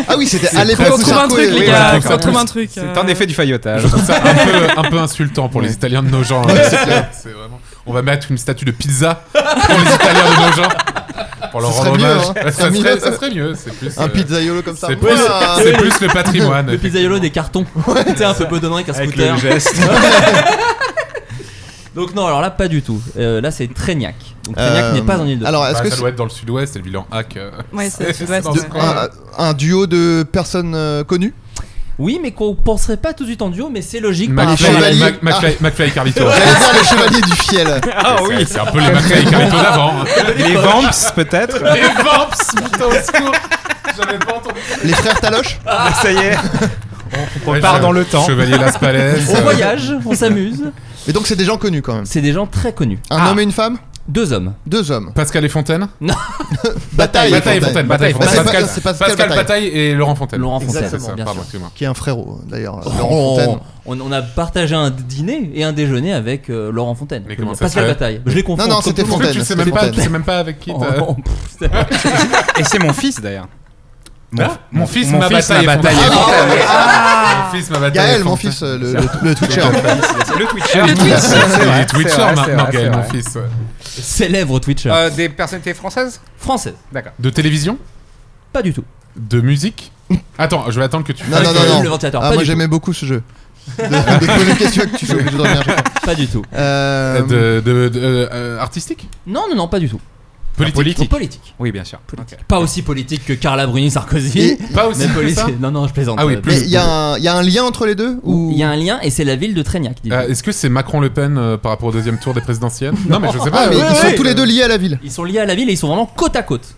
S7: Ah oui, c'était à
S8: très
S7: l'époque
S9: Qu'on
S7: où
S9: trouve un
S7: Sarko
S9: truc,
S7: est-
S9: les
S7: oui,
S9: gars.
S8: voilà,
S9: Qu'on
S8: ça
S9: trouve
S8: pousse.
S9: un truc.
S10: C'est
S9: euh.
S10: en effet du faillotage.
S8: Je trouve ça un peu, un peu insultant pour les Italiens de nos gens. là.
S7: c'est clair.
S8: C'est vraiment. On va mettre une statue de pizza pour les Italiens de nos gens. Pour leur
S7: Ce
S8: rendre
S7: serait mieux,
S8: hommage.
S7: hein.
S8: ça,
S7: Ce serait
S8: serait,
S7: mieux.
S8: ça serait mieux. C'est plus.
S7: Un
S8: euh,
S7: pizzaiolo comme ça.
S8: C'est plus,
S7: Voilà.
S8: c'est plus le patrimoine.
S1: Le pizzaïolo des cartons. Tu sais, un peu bedonnant avec un scooter.
S10: geste. Donc,
S1: Donc, non, alors là, pas du tout. Euh, là, c'est Trégnac. Donc,
S7: Euh,
S1: Trégnac n'est pas en île de
S7: Alors, est-ce
S8: Bah,
S7: que
S8: ça
S7: c'est
S8: doit être dans le sud-ouest, c'est le vilain hack. euh,
S9: Ouais, c'est le sud-ouest,
S8: dans
S9: ouais.
S8: ce coin-là.
S7: un, un duo de personnes euh, connues
S1: Oui, mais qu'on penserait pas tout de suite en duo, mais c'est logique. par
S8: McFly,
S1: rapport à-
S7: chevalier.
S8: Mac- McFly- McFly et Carlito.
S7: J'allais dire les chevaliers du fiel.
S10: Ah
S8: C'est-
S10: oui.
S8: C'est un peu les McFly et Carlito d'avant. hein.
S10: Les vamps, peut-être.
S8: Les Vamps, putain, au secours J'avais pas entendu.
S7: Les frères Taloche
S10: Ah, ça y est.
S8: On
S10: part dans le temps.
S8: Chevalier Las Palais. euh,
S1: On voyage, on s'amuse.
S7: Mais donc c'est des gens connus quand même.
S1: C'est des gens très connus.
S7: Un homme et une femme
S1: Deux hommes.
S7: Deux hommes.
S8: Pascal et Fontaine
S7: Bataille.
S8: Bataille et Fontaine, Bataille et
S7: Bah, c'est
S8: Fontaine.
S7: pas-
S8: Pascal-
S7: c'est Pascal
S8: Pascal
S7: Bataille.
S8: Bataille et Laurent Fontaine.
S1: Laurent Fontaine,
S8: C'est ça,
S1: bien
S8: pardon,
S1: sûr.
S8: excuse-moi.
S7: Qui est un frérot euh, d'ailleurs.
S1: Oh,
S7: Laurent Fontaine.
S1: On, on a partagé un dîner et un déjeuner avec euh, Laurent Fontaine.
S8: Mais comment ça
S1: Pascal
S8: se fait
S1: Bataille. Je les confonds.
S7: Non, non,
S1: comme
S7: c'était
S1: tout le monde.
S7: Fontaine.
S8: Tu sais
S7: c'était
S8: même pas,
S7: Fontaine.
S8: tu sais même pas avec qui. t'as-
S1: Oh, pff, c'est-
S10: Et c'est mon fils, d'ailleurs. Mon,
S8: Hein Mon fils,
S10: Ah, mon
S8: ma
S10: fils,
S8: bataille
S10: ma Ah
S8: est
S10: bataille.
S8: fontaine.
S10: est fontaine.
S8: Mon fils, ma bataille.
S7: Gaël,
S8: est
S7: mon
S8: fontaine.
S7: fils, euh, le, le, le Twitcher.
S10: Ah, Le Twitcher.
S9: Le Twitcher.
S10: C'est vrai,
S8: Il est
S10: c'est vrai,
S8: Twitcher
S10: c'est vrai,
S8: maintenant,
S10: c'est
S8: Gaël, mon
S10: vrai.
S8: fils.
S1: Célèbre Twitcher.
S10: Euh, Des personnalités françaises
S1: Française.
S10: D'accord.
S8: De télévision
S1: Pas du tout.
S8: De musique Attends, je vais attendre que tu.
S7: Non,
S8: fasses-
S7: non,
S1: Avec,
S7: non,
S1: euh,
S7: non.
S1: Le ventilateur. pas,
S7: Ah, moi
S1: du tout.
S7: j'aimais beaucoup ce jeu. De, de poser une question que tu es obligé de revenir. je crois.
S1: pas du tout.
S7: Euh,
S8: De, de- de- euh, artistique
S1: Non, non, non, pas du tout.
S8: Politique.
S1: Politique. politique.
S10: Oui, bien sûr. Ok.
S1: Pas aussi politique que Carla Bruni Sarkozy.
S7: Et-
S8: Pas aussi
S1: mais
S8: que
S1: politique.
S8: ça
S1: Non, non, je plaisante.
S8: Ah oui,
S1: Euh,
S8: plus-
S7: Mais il y, a un- il y a un lien entre les deux ou...
S1: Il y a un lien et c'est la ville de Trégnac. dis-je.
S8: Euh, Est-ce que c'est Macron-Le Pen euh, par rapport au deuxième tour des présidentielles Non, mais je sais
S7: Ah,
S8: pas.
S7: mais
S8: euh,
S7: ils sont
S8: ouais,
S7: tous les deux liés à la ville.
S1: Ils sont liés à la ville et ils sont vraiment côte à côte.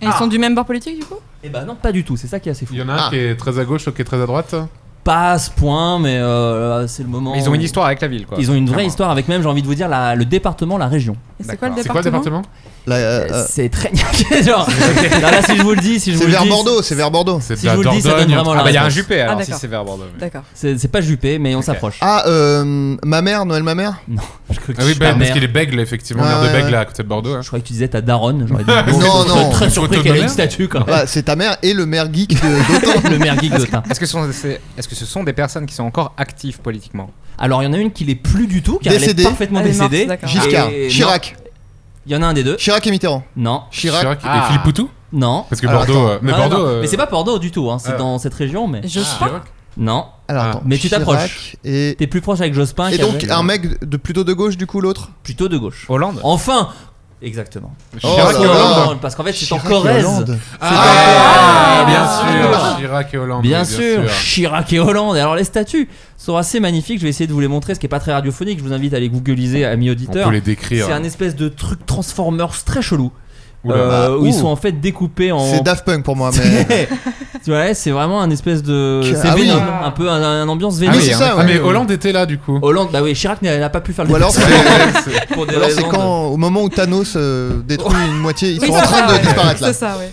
S9: Et ils sont du même bord politique, du coup
S1: Eh ben non, pas du tout. C'est ça qui est assez fou.
S8: Il y en a un
S7: Ah.
S8: qui est très à gauche, l'autre qui est très à droite.
S1: Pas à ce point, mais euh, c'est le moment.
S10: Mais Ils ont une
S1: où-
S10: histoire avec la ville, quoi.
S1: Ils ont une vraie
S10: Clairement.
S1: histoire avec même, j'ai envie de vous dire, la- le département, la région.
S9: Et c'est quoi le
S8: C'est quoi le
S9: département
S8: département
S7: Là, euh, euh,
S1: C'est Trégnac. genre. Non, là, si je vous le dis, si je
S7: c'est
S1: vous le
S7: vers
S1: dis,
S7: Bordeaux, c'est vers Bordeaux.
S8: C'est
S1: Si je vous le dis, ça donne vraiment
S10: Ah, bah, il y a un
S1: réponse.
S10: Juppé alors, si
S9: d'accord.
S10: c'est vers Bordeaux.
S9: D'accord.
S1: C'est c'est pas Juppé, mais on
S10: Ok.
S1: s'approche.
S7: Ah, euh, ma mère, Noël, ma mère
S1: Je crois que
S8: Ah oui,
S1: je-
S8: bah,
S1: ta
S8: parce
S1: mère.
S8: qu'il est bègle, effectivement,
S7: Ouais,
S8: maire de
S7: ouais,
S8: Bègle,
S7: ouais.
S8: là, à côté de Bordeaux. hein.
S1: Je croyais que tu disais ta daronne. j'aurais dit,
S7: Non,
S1: je serais
S7: non.
S1: Très
S8: Une
S1: surpris qu'elle
S8: photo de
S1: ait une
S8: mère.
S1: statue quand même.
S7: Voilà, Bah, C'est ta mère et le maire geek de d'Autun.
S1: Le maire geek d'Autun.
S10: Est-ce que, ce sont- c'est- est-ce que ce sont des personnes qui sont encore actives politiquement
S1: Alors il y en a une qui l'est plus du tout, car elle
S7: Décédée.
S1: est parfaitement
S9: Elle est morte,
S1: décédée.
S9: d'accord.
S7: Giscard,
S1: Et-
S7: Chirac,
S1: non, Il y en a un des deux.
S7: Chirac et Mitterrand.
S1: Non,
S7: Chirac.
S10: Ah.
S8: et Philippe Poutou
S1: non.
S8: Parce que
S7: Alors,
S8: Bordeaux.
S7: attends.
S8: euh, Mais
S1: Non, non,
S8: Bordeaux.
S1: Ah, non.
S8: euh,
S1: Mais c'est pas Bordeaux du tout, hein, c'est
S8: Ah.
S1: dans cette région, mais.
S9: Je crois.
S1: Non,
S7: Alors
S8: Ah.
S7: attends,
S1: Mais tu
S7: Chirac
S1: t'approches.
S7: Et,
S1: t'es plus proche avec Jospin
S7: et
S1: qui
S7: donc
S1: avait-
S7: un mec de plutôt de gauche du coup l'autre.
S1: plutôt de gauche.
S8: Oh.
S10: Hollande
S1: Enfin Exactement.
S7: Chirac et Hollande.
S1: Non, Parce qu'en fait, c'est en
S7: Chirac et
S1: Corrèze.
S7: Hollande.
S8: Ah,
S1: Ah.
S8: bien sûr Chirac et Hollande.
S1: Bien,
S8: oui,
S1: sûr, Chirac et Hollande. Et Alors les statues sont assez magnifiques. Je vais essayer de vous les montrer, ce qui est pas très radiophonique. Je vous invite à les googliser, amis
S8: On
S1: auditeurs.
S8: peut les
S1: C'est
S8: décrire.
S1: un espèce de truc Transformers très chelou.
S8: Oula.
S1: Euh,
S7: Ah,
S1: où ils
S7: ouh.
S1: sont en fait découpés en.
S7: C'est Daft Punk pour moi, mais. Ah
S1: C'est- tu vois, c'est vraiment un espèce de.
S7: Que-
S1: C'est
S7: ah oui.
S1: vénile, un peu un, un ambiance
S7: Ah
S1: vénile.
S7: oui, c'est ça.
S8: Ah,
S7: ouais.
S8: mais Hollande était là, du coup.
S1: Hollande, bah oui, Chirac n'a n'a pas pu faire le
S7: Ou alors
S1: débat.
S7: c'est
S1: pour des
S7: ou alors c'est
S1: raisons de-
S7: quand au moment où Thanos euh, détruit une moitié, ils
S9: Oui,
S7: sont en
S9: c'est ça,
S7: train de
S9: ouais.
S7: disparaître là.
S9: C'est ça, oui.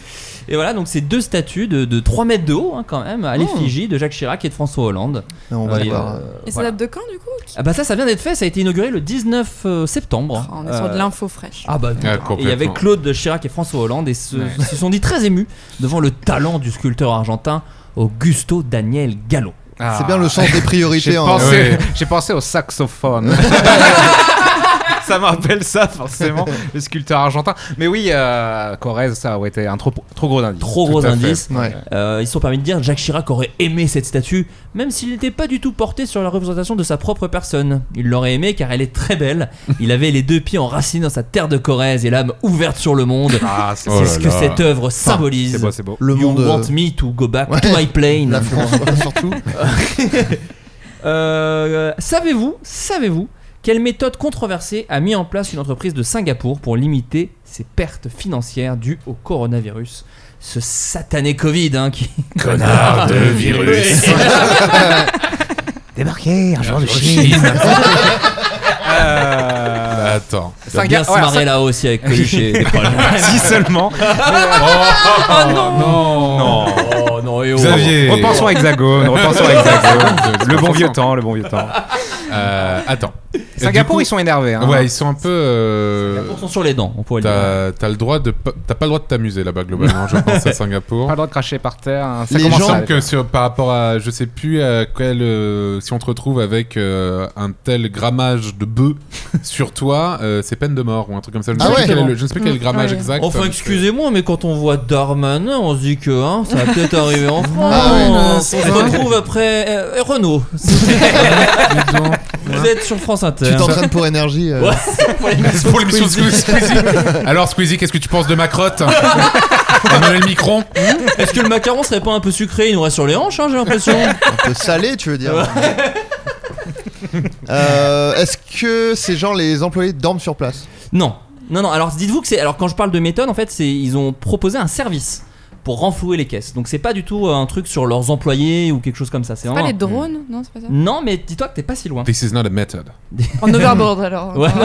S1: Et voilà, donc c'est deux statues de, de 3 mètres de haut, hein, quand même, à l'effigie de Jacques Chirac et de François Hollande.
S7: Non, Oh. on va
S1: Euh,
S7: le
S1: et,
S7: voir.
S1: euh,
S9: Et ça
S1: voilà.
S9: date de quand, du coup
S1: Ah bah ça, ça vient d'être fait, ça a été inauguré le 19 euh, septembre.
S9: Oh, On est sur
S1: Euh,
S9: de l'info fraîche.
S1: Ah bah,
S8: Ah,
S1: et il y avait
S8: complètement.
S1: Claude Chirac et François Hollande et se,
S10: Ouais.
S1: se sont dit très émus devant le talent du sculpteur argentin Augusto Daniel Gallo.
S10: Ah.
S7: C'est bien le sens des priorités.
S10: J'ai
S7: hein.
S10: pensé,
S8: Ouais.
S10: j'ai pensé au saxophone. ça me rappelle ça, forcément, le sculpteur argentin. Mais oui, euh, Corrèze, ça aurait été un trop, trop gros indice.
S1: Trop
S8: Tout
S1: gros
S8: à fait.
S1: indice.
S7: Ouais.
S1: Euh, ils se sont permis de dire Jacques Chirac aurait aimé cette statue, même s'il n'était pas du tout porté sur la représentation de sa propre personne. Il l'aurait aimée car elle est très belle. Il avait les deux pieds enracinés dans sa terre de Corrèze et l'âme ouverte sur le monde.
S10: Ah, c'est
S8: Oh
S1: c'est
S8: là
S1: ce que
S8: là.
S1: cette œuvre symbolise.
S10: c'est beau, c'est beau.
S7: Le
S1: You
S7: monde.
S1: want
S7: euh,
S1: me to go back
S7: Ouais.
S1: to my plane.
S7: La France, voilà, surtout.
S1: Euh, savez-vous, savez-vous quelle méthode controversée a mis en place une entreprise de Singapour pour limiter ses pertes financières dues au coronavirus Ce satané Covid hein, qui
S8: Connard de virus.
S10: Débarquer, un jour de
S8: Chine.
S10: Euh,
S8: Attends.
S1: Il va bien
S10: gars-
S1: se
S10: ouais,
S1: marrer
S10: ça-
S1: là aussi avec Coluche et des problèmes.
S10: si seulement.
S8: Oh non Non
S1: Oh non, et oh.
S8: Xavier
S10: Repensons à Hexagone, repensons à Hexagone. le bon vieux temps, le bon vieux temps.
S8: Euh, Attends.
S10: Singapour,
S8: Du
S10: ils sont énervés. hein.
S8: coup- Ouais, ils sont un peu. euh,
S1: sont sur les dents, on pourrait le dire.
S8: T'as t'as le droit de pas- t'as pas le droit de t'amuser là-bas globalement je pense à Singapour.
S10: Pas le droit de cracher par terre. hein. Ça
S7: Les
S10: commence
S8: Il me
S7: gens-
S10: à-
S8: semble que sur, par rapport à, je sais plus à quel, euh, si on te retrouve avec euh, un tel grammage de bœuf sur toi, euh, c'est peine de mort ou un truc comme ça. Je ne sais,
S7: Ah
S8: plus
S7: ouais.
S8: quel est le, je ne sais plus quel
S9: Mm,
S8: grammage
S9: ouais.
S8: exact.
S1: Enfin, excusez-moi, mais quand on voit Darmanin, on se dit que hein, ça va peut-être arriver en France.
S7: Ah ouais, non,
S1: on se retrouve après euh, euh, Renault. Vous êtes sur France
S7: Tu
S1: Inter.
S7: t'entraînes pour énergie. euh,
S1: Ouais, pour les
S8: C'est
S1: missions
S8: pour l'émission
S1: Squeezie.
S8: Squeezie. Squeezie. Alors Squeezie, qu'est-ce que tu penses de ma crotte Emmanuel Micron
S1: Est-ce que le macaron serait pas un peu sucré Il nous reste sur les hanches, hein, j'ai l'impression.
S7: Un peu salé, tu veux dire. Euh, Est-ce que ces gens, les employés, dorment sur place
S1: Non, non, non. Alors dites-vous que c'est. Alors quand je parle de méthode, en fait, c'est ils ont proposé un service pour renflouer les caisses. Donc c'est pas du tout euh, un truc sur leurs employés ou quelque chose comme ça. C'est
S9: Pas
S1: vraiment.
S9: les drones Non, c'est pas ça.
S1: Non, mais dis-toi que t'es pas si loin.
S8: This is not a method.
S9: En overboard alors.
S1: Ouais.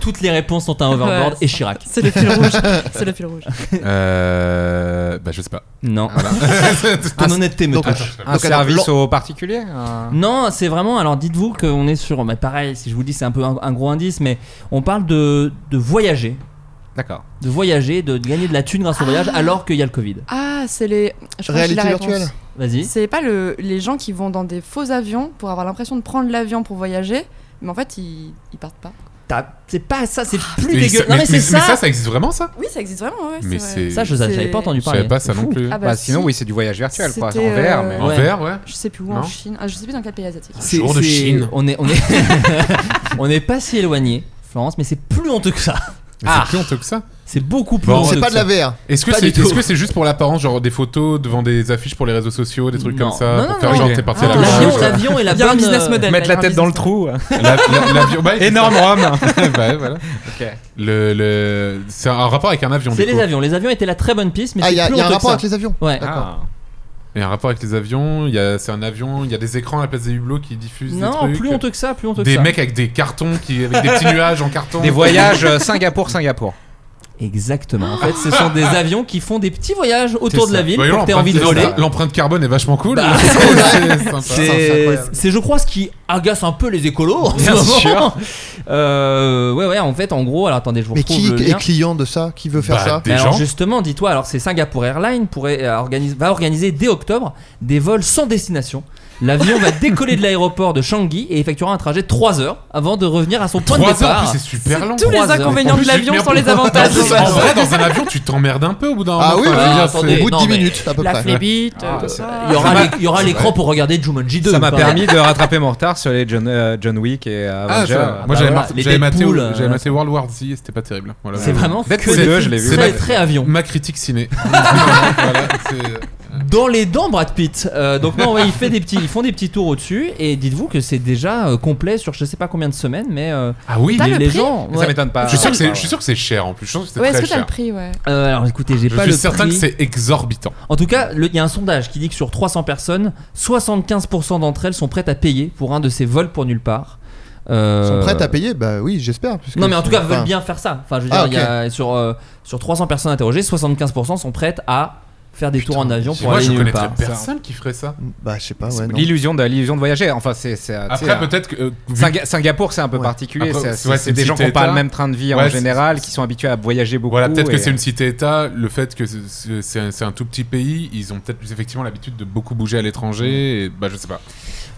S1: Toutes les réponses sont un overboard
S9: Ouais,
S1: et Chirac.
S9: C'est le fil rouge. C'est le fil rouge.
S8: Euh, bah je sais pas.
S1: Non. Ton honnêteté me
S7: Donc,
S1: touche.
S10: Un
S7: Donc, alors,
S10: service
S7: l'en-
S10: aux particuliers hein. un-
S1: Non, c'est vraiment. Alors dites-vous qu'on est sur. Mais pareil, si je vous dis, c'est un peu un, un gros indice, mais on parle de, de voyager.
S10: D'accord.
S1: De voyager, de, de gagner de la thune grâce au voyage, alors qu'il y a le Covid.
S9: Ah, c'est les. Je crois que j'ai
S7: Réalité
S9: la réponse.
S7: virtuelle
S1: Vas-y.
S9: C'est pas le, les gens qui vont dans des faux avions pour avoir l'impression de prendre l'avion pour voyager, mais en fait ils, ils partent pas.
S1: T'as- C'est pas ça, c'est plus
S8: Mais
S1: dégueu.
S8: ça-
S1: Non, mais,
S8: mais-
S1: c'est
S8: mais
S1: ça.
S8: ça, ça existe vraiment ça
S9: Oui, ça existe vraiment, ouais.
S8: Mais
S9: c'est vrai.
S8: c'est.
S1: Ça, je
S9: C'est-
S1: j'avais pas entendu
S8: je savais
S1: parler.
S8: pas ça non plus.
S9: Ah bah,
S10: Bah, sinon,
S9: si.
S10: oui, c'est du voyage virtuel, quoi.
S9: C'était,
S10: En verre,
S9: euh,
S10: mais.
S8: En
S1: Ouais.
S8: verre, ouais.
S9: Je sais plus où
S8: Non.
S9: en Chine. Ah, je sais plus dans quel pays asiatique.
S1: C'est-
S8: jour de
S1: c'est-
S8: Chine.
S1: On est, on est, on est pas si éloigné, Florence, mais c'est plus honteux que ça.
S8: Mais
S1: Ah.
S8: C'est plus honteux que ça.
S1: C'est beaucoup plus
S8: Bon,
S1: honteux
S7: C'est pas
S1: que
S7: de la Ah,
S1: ça.
S7: VR.
S8: Est-ce que
S1: Pas
S8: c'est
S1: du tout.
S8: est-ce que c'est juste pour l'apparence, genre des photos devant des affiches pour les réseaux sociaux, des trucs
S1: Non.
S8: comme ça,
S1: Non,
S8: pour
S1: non,
S8: faire
S1: non.
S8: genre t'es parti à la
S9: Ah,
S8: plage,
S1: L'avion,
S8: ouais.
S1: l'avion et la
S9: Il y a un
S1: bonne,
S9: business
S1: euh,
S9: model.
S10: Mettre
S9: il y a
S10: la
S9: un
S10: tête dans le
S9: business
S10: trou.
S8: La- la- L'avion, bah,
S10: Énorme
S9: Ah.
S10: homme.
S8: bah, ouais, voilà. Le, le- c'est un rapport avec un avion.
S1: C'est
S8: du
S1: les
S8: coup.
S1: avions. Les avions étaient la très bonne piste, mais
S7: Ah,
S1: c'est
S7: il y a,
S1: plus
S7: il y a un
S1: honteux
S7: rapport
S1: que
S7: avec
S1: ça.
S7: les avions.
S1: Ouais.
S10: Ah.
S8: Il y a un rapport avec les avions. Il y a, c'est un avion. Il y a des écrans à la place des hublots qui diffusent des
S1: Non,
S8: trucs.
S1: plus honteux que ça, plus honteux que
S8: Des
S1: ça.
S8: mecs avec des cartons qui, avec des petits nuages en carton.
S10: Des voyages euh, Singapour-Singapour.
S1: Exactement. En fait, ce sont des avions qui font des petits voyages autour
S10: C'est
S1: de la
S10: ça.
S1: ville
S8: Ah. Voyons,
S1: pour que t'aies
S8: Bah, l'empreinte-
S1: envie de voler.
S8: L'empreinte carbone est vachement cool.
S1: Bah,
S8: c'est sympa.
S1: C'est, c'est, je crois, ce qui agace un peu les écolos. en ce
S10: Bien
S1: moment.
S10: sûr.
S1: Euh, ouais, ouais. En fait, en gros, alors attendez, je vous
S7: Mais
S1: retrouve
S7: qui
S1: le
S7: est
S1: lien.
S7: client de ça Qui veut faire
S8: Bah,
S7: ça
S8: des
S1: alors
S8: gens.
S1: justement, dis-toi, alors c'est Singapour Airlines pourrait, euh, organise- va organiser dès octobre des vols sans destination. L'avion va décoller de l'aéroport de Changi et effectuera un trajet de 3 heures avant de revenir à son point de
S8: Trois heures, en
S1: départ.
S8: plus, c'est super long.
S9: Tous les
S1: Trois heures.
S9: inconvénients
S8: En
S9: de
S8: plus,
S9: l'avion
S8: merde,
S9: sont les
S8: pourquoi-
S9: avantages.
S8: En plus, En vrai, dans un avion, tu t'emmerdes un peu au bout d'un
S7: Ah
S8: moment.
S7: oui,
S8: Enfin,
S1: oui,
S8: je veux dire,
S1: attendez.
S8: c'est-
S7: Au bout de
S1: non,
S7: 10
S1: mais
S7: minutes à peu
S9: La
S7: près.
S9: flébite, euh,
S10: Ah,
S9: tout
S10: c'est-
S9: ça.
S1: Il y aura,
S8: Ça
S1: l'éc- il y aura l'écran pour regarder Jumanji 2.
S10: Ça m'a
S1: quand même.
S10: permis de rattraper mon retard sur les John, euh, John Wick et euh,
S8: Ah,
S10: Avenger.
S8: ça va.
S10: Ah,
S8: Moi
S1: bah
S8: j'avais
S1: voilà,
S8: mar-
S1: les
S8: j'avais maté,
S1: Deadpool, euh,
S8: j'avais maté World War Z et c'était pas terrible. Voilà.
S1: C'est vraiment
S8: Deadpool
S1: que des
S10: 2,
S1: films
S10: je l'ai vu.
S1: très,
S8: C'est-
S1: très avion.
S8: ma critique ciné. Voilà, c'est-
S1: Dans les dents, Brad Pitt. Euh, donc non, ouais, il fait des petits, ils font des petits tours au-dessus et dites-vous que c'est déjà euh, complet sur je sais pas combien de semaines, mais euh,
S8: ah oui,
S9: T'as
S1: les,
S9: le
S1: les
S9: prix
S1: gens.
S10: Ça
S1: ouais.
S10: m'étonne pas.
S8: je suis sûr
S1: Ah.
S8: que c'est- je suis sûr que c'est cher en plus. Je pense que c'est
S9: Ouais,
S8: très
S9: est-ce que t'as le
S8: cher.
S9: prix Ouais.
S1: Euh, alors écoutez, j'ai
S8: Je
S1: pas
S8: suis
S1: le
S8: certain
S1: prix.
S8: que c'est exorbitant.
S1: En tout cas, le- il y a un sondage qui dit que sur 300 personnes, 75% d'entre elles sont prêtes à payer pour un de ces vols pour nulle part. Euh,
S7: Ils sont prêts à payer Bah oui, j'espère. puisque-
S1: Non, mais en tout cas,
S7: enfin,
S1: veulent bien faire ça. Enfin, je veux dire,
S7: Ah,
S1: il y a- sur, euh, sur 300 personnes interrogées, 75% sont prêtes à faire des tours en avion
S8: Et
S1: pour
S8: Moi
S1: aller
S8: je
S1: nulle
S8: connaîtrais
S1: part.
S8: personne qui ferait ça.
S7: Bah, je sais pas, ouais. non.
S10: L'illusion de, l'illusion de voyager. Enfin, c'est. c'est,
S1: Bah,
S10: euh, tu sais,
S8: Après
S10: euh,
S8: peut-être que. euh, vu-
S10: Singa- Singapour, c'est un peu
S7: Ouais.
S10: particulier.
S8: Après,
S10: c'est-
S8: c'est-
S10: c'est
S8: ouais, c'est
S10: c'est des
S8: une
S10: gens qui n'ont
S8: cité-État.
S10: pas le même train de vie
S8: Ouais,
S10: en
S8: c'est-
S10: général, qui sont habitués à voyager beaucoup.
S8: Voilà, peut-être que
S10: et- euh,
S8: c'est une cité-état, le fait que c'est- c'est c'est un, c'est un tout petit pays, ils ont peut-être plus effectivement l'habitude de beaucoup bouger à l'étranger, et bah je sais pas.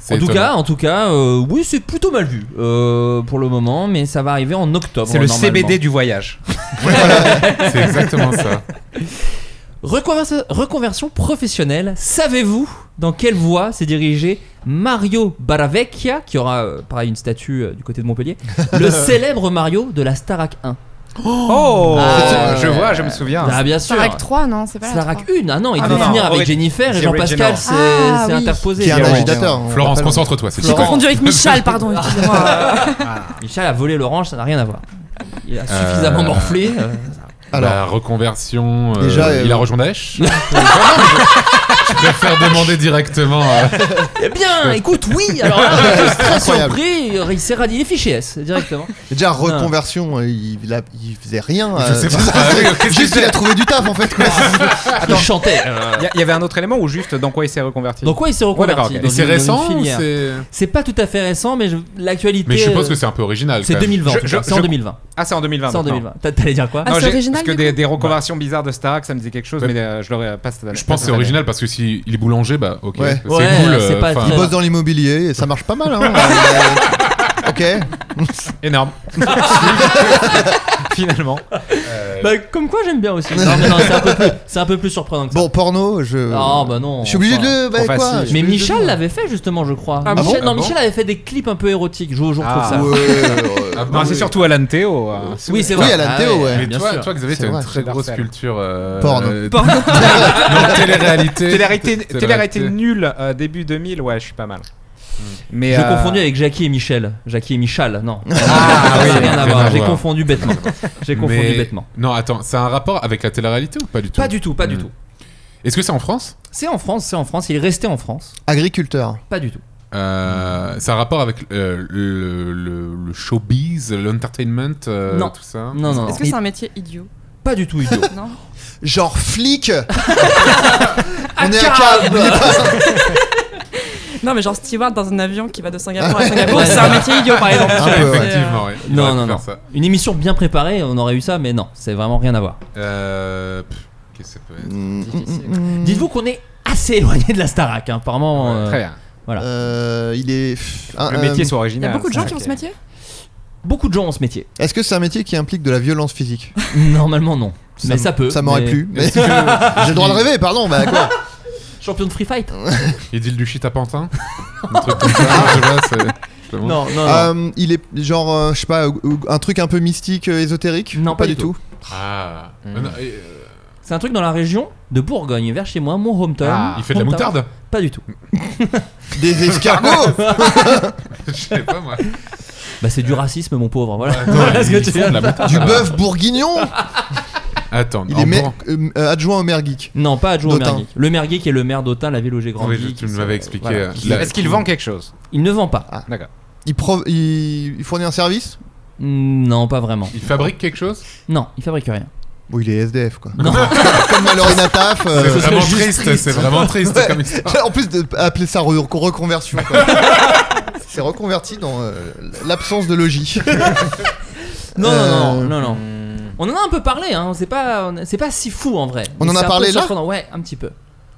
S8: C'est
S1: En tout
S8: étonnant.
S1: cas, en tout cas, euh, oui, c'est plutôt mal vu euh, pour le moment, mais ça va arriver en octobre.
S10: C'est le
S1: normalement.
S10: CBD du voyage.
S8: c'est exactement ça.
S1: Reconversa- reconversion professionnelle, savez-vous dans quelle voie s'est dirigé Mario Baravecchia, qui aura euh, pareil une statue euh, du côté de Montpellier, le célèbre Mario de la Starac 1
S10: Oh,
S1: Ah,
S10: Je vois, je me souviens.
S1: Ah, bien sûr
S9: Starac 3, non C'est pas la
S1: Starac
S9: 3.
S1: 1, ah non, il
S10: Ah,
S1: devait
S10: non, non,
S1: finir avec
S10: ori-
S1: Jennifer et
S10: The
S1: Jean-Pascal
S10: original.
S1: s'est
S9: Ah,
S1: s'est
S9: oui.
S1: interposé.
S7: Qui est un
S10: Florence,
S7: agitateur. on
S8: Florence,
S7: rappelle.
S8: concentre-toi, c'est
S9: J'ai
S8: différent.
S9: confondu avec Michal, pardon, excusez-moi. Ah,
S1: Michel a volé l'orange, ça n'a rien à voir. Il a suffisamment
S8: Euh,
S1: morflé. euh,
S7: Alors,
S8: la reconversion. euh,
S7: Déjà, euh,
S8: il a rejoint Daesh. Je préfère demander directement. euh,
S1: Eh bien, écoute, oui. Alors là, on était très
S7: Incroyable.
S1: surpris. Il s'est radié les fichiers S directement.
S7: Déjà, reconversion, euh, il, il a- il faisait rien.
S8: Je
S7: euh,
S8: sais pas.
S7: c'est ça.
S8: Ah oui, ok,
S7: Juste, il a trouvé du taf en fait. quoi.
S1: Il chantait.
S10: Il y a- il y avait un autre élément ou juste dans quoi il s'est reconverti
S1: Donc ouais, il s'est
S10: d'accord,
S1: reconverti.
S10: ok.
S1: dans
S8: Et c'est
S1: une- dans une
S8: récent ou
S1: filière.
S8: c'est.
S1: C'est pas tout à fait récent, mais je- l'actualité.
S8: Mais je suppose
S1: euh,
S8: que c'est un peu original.
S1: c'est
S8: quand même.
S1: 2020. en
S10: Je-
S1: tout
S10: je-
S1: cas. C'est en
S10: je-
S1: 2020.
S10: Ah, c'est en 2020.
S1: C'est en
S10: maintenant.
S1: 2020. T'a- T'allais dire quoi
S9: Ah,
S10: Non,
S9: c'est
S10: j'ai-
S9: original,
S10: Parce que
S9: du
S10: des,
S9: coup
S10: des reconversions bizarres de Starac, ça me dit quelque chose,
S8: Ouais.
S10: mais euh, je l'aurais pas cette année.
S8: Je pense que c'est
S10: pas cette
S8: original parce que s'il il est boulanger, bah ok.
S7: Ouais.
S8: C'est cool.
S1: Ouais, c'est
S8: euh,
S1: pas
S8: enfin,
S7: Il
S1: très-
S7: bosse dans l'immobilier et ça marche pas mal. Hein. Euh, ok.
S10: année. Énorme. Finalement.
S1: Bah, comme quoi j'aime bien aussi. Non, mais non, c'est un peu plus, c'est un peu plus surprenant que ça.
S7: Bon, porno, je.
S1: Ah, bah non,
S7: Je suis obligé de
S1: enfin,
S7: le. Bah,
S10: trop
S7: quoi
S10: facile.
S7: je suis
S1: mais
S7: obligé de
S1: Michel
S7: le-
S1: l'avait fait justement, je crois.
S9: Ah
S1: Michel,
S7: bon
S1: non,
S8: Ah bon
S1: Michel avait fait des clips un peu érotiques. Je je retrouve
S10: Ah.
S1: ça.
S7: Ouais, ouais, ouais.
S8: ah
S10: Non,
S8: bon,
S10: c'est
S8: oui.
S10: surtout Alan Théo. euh.
S1: Oui, c'est
S7: Oui,
S1: vrai.
S7: Alan Théo, ouais.
S8: Mais
S1: bien
S8: toi,
S1: sûr.
S8: toi, Xavier,
S7: C'est
S8: t'as une
S7: vrai,
S8: très
S10: c'est
S8: grosse
S10: Marcel.
S8: culture. euh,
S7: Porno.
S8: euh,
S10: Porno.
S8: non, télé-réalité.
S10: Télé-réalité
S8: Télé-réalité.
S10: télé-réalité nulle euh, début 2000, ouais, je suis pas mal. Mais
S1: J'ai
S10: euh,
S1: confondu avec Jackie et Michel. Jackie et Michal, non.
S10: Ah,
S1: Ça
S10: oui,
S1: n'a rien à voir. J'ai
S8: voir.
S1: confondu bêtement. J'ai confondu
S8: Mais-
S1: bêtement.
S8: Non, attends, c'est un rapport avec la télé-réalité ou pas du tout
S1: Pas du tout, pas du
S8: Hmm.
S1: tout.
S8: Est-ce que c'est en France
S1: C'est en France, c'est en France. Il est resté en France.
S7: Agriculteur.
S1: Pas du tout.
S8: Euh, C'est un rapport avec euh, le, le- le showbiz, l'entertainment, euh,
S1: Non.
S8: tout ça
S1: Non, non, non.
S9: Est-ce que c'est un métier idiot
S1: Pas du tout idiot.
S9: Non
S7: Genre flic On est à
S1: cab.
S7: Cab on est pas-
S9: Ah, Non, mais genre steward dans un avion qui va de Singapour à Singapour,
S1: Ouais,
S9: c'est un métier idiot par exemple.
S7: Un
S9: tu vois,
S7: peu, ouais.
S9: c'est, euh,
S8: Ah, Effectivement, ouais. Il
S1: Non,
S8: aurait
S1: non,
S8: pu
S1: non.
S8: faire ça.
S1: Une émission bien préparée, on aurait eu ça, mais non, c'est vraiment rien à voir.
S8: Euh, pff, Qu'est-ce que ça peut être
S7: Mm.
S1: Dites-vous qu'on est assez éloigné de la Starac, hein.
S9: Oh,
S1: apparemment. euh,
S10: Très bien.
S7: Euh, Il est. pff, un-
S10: Le métier
S7: euh,
S10: soit
S9: Il y
S10: original.
S9: a beaucoup de gens
S10: ça,
S9: qui font
S10: Ah, ok.
S9: ce métier
S1: Beaucoup de gens ont ce métier.
S7: Est-ce que c'est un métier qui implique de la violence physique
S1: Normalement, non. mais
S7: m-
S1: ça peut.
S7: Ça m'aurait
S1: Euh, mais-
S7: plu. mais- J'ai le droit de rêver, pardon. Bah quoi
S1: Champion de free fight
S8: Il dit le duchit à Pantin Un truc comme ça, je sais pas, c'est- c'est bon.
S1: Non, non, non.
S7: Euh, Il est genre, euh, je sais pas, ou- ou- un truc un peu mystique, euh, ésotérique
S1: Non,
S7: pas, du tout.
S8: Ah.
S7: Mm.
S8: Non, et, euh,
S1: C'est un truc dans la région de Bourgogne, vers chez moi, mon hometown.
S10: Ah.
S8: il fait de la
S1: Hometown.
S8: moutarde
S1: Pas du tout.
S7: Des escargots
S8: Je sais pas moi.
S1: Bah, c'est du racisme, mon pauvre. Voilà.
S8: Attends,
S1: Voilà ce
S8: ils
S1: que tu
S8: font
S1: viens
S8: de la
S1: de-
S8: moutarde.
S7: Du bœuf bourguignon
S8: Attends,
S7: Il
S8: en
S7: est maire-
S8: Bourg-
S7: euh, euh, adjoint au maire geek.
S1: Non, pas adjoint au
S7: D'Autun.
S1: maire geek. Le maire geek est le maire d'Autun, la ville où j'ai grandi.
S8: Oui, tu
S1: qui
S8: me
S1: se-
S8: l'avais expliqué,
S1: voilà,
S8: euh,
S1: qui-
S8: la-
S10: Est-ce qu'il vend quelque chose
S1: Il ne vend pas.
S10: D'accord.
S7: Il, pro- il... il fournit un service
S1: Non, pas vraiment.
S8: Il fabrique quelque chose
S1: Non, il fabrique rien.
S7: Bon, il est SDF quoi.
S1: Non.
S7: Comme Malorina Taf. euh,
S8: C'est vraiment
S1: juste
S8: triste, c'est vraiment triste
S7: Ouais.
S8: comme histoire.
S7: En plus d'appeler ça re- reconversion. quoi. C'est reconverti dans euh, l'absence de logis.
S1: Non, non,
S7: Euh,
S1: non, non, non. hmm. On en a un peu parlé, hein. C'est pas, on- c'est pas si fou en vrai.
S7: On
S1: Mais
S7: en a
S1: c'est un peu
S7: parlé là
S1: surprenant. Ouais, un petit peu.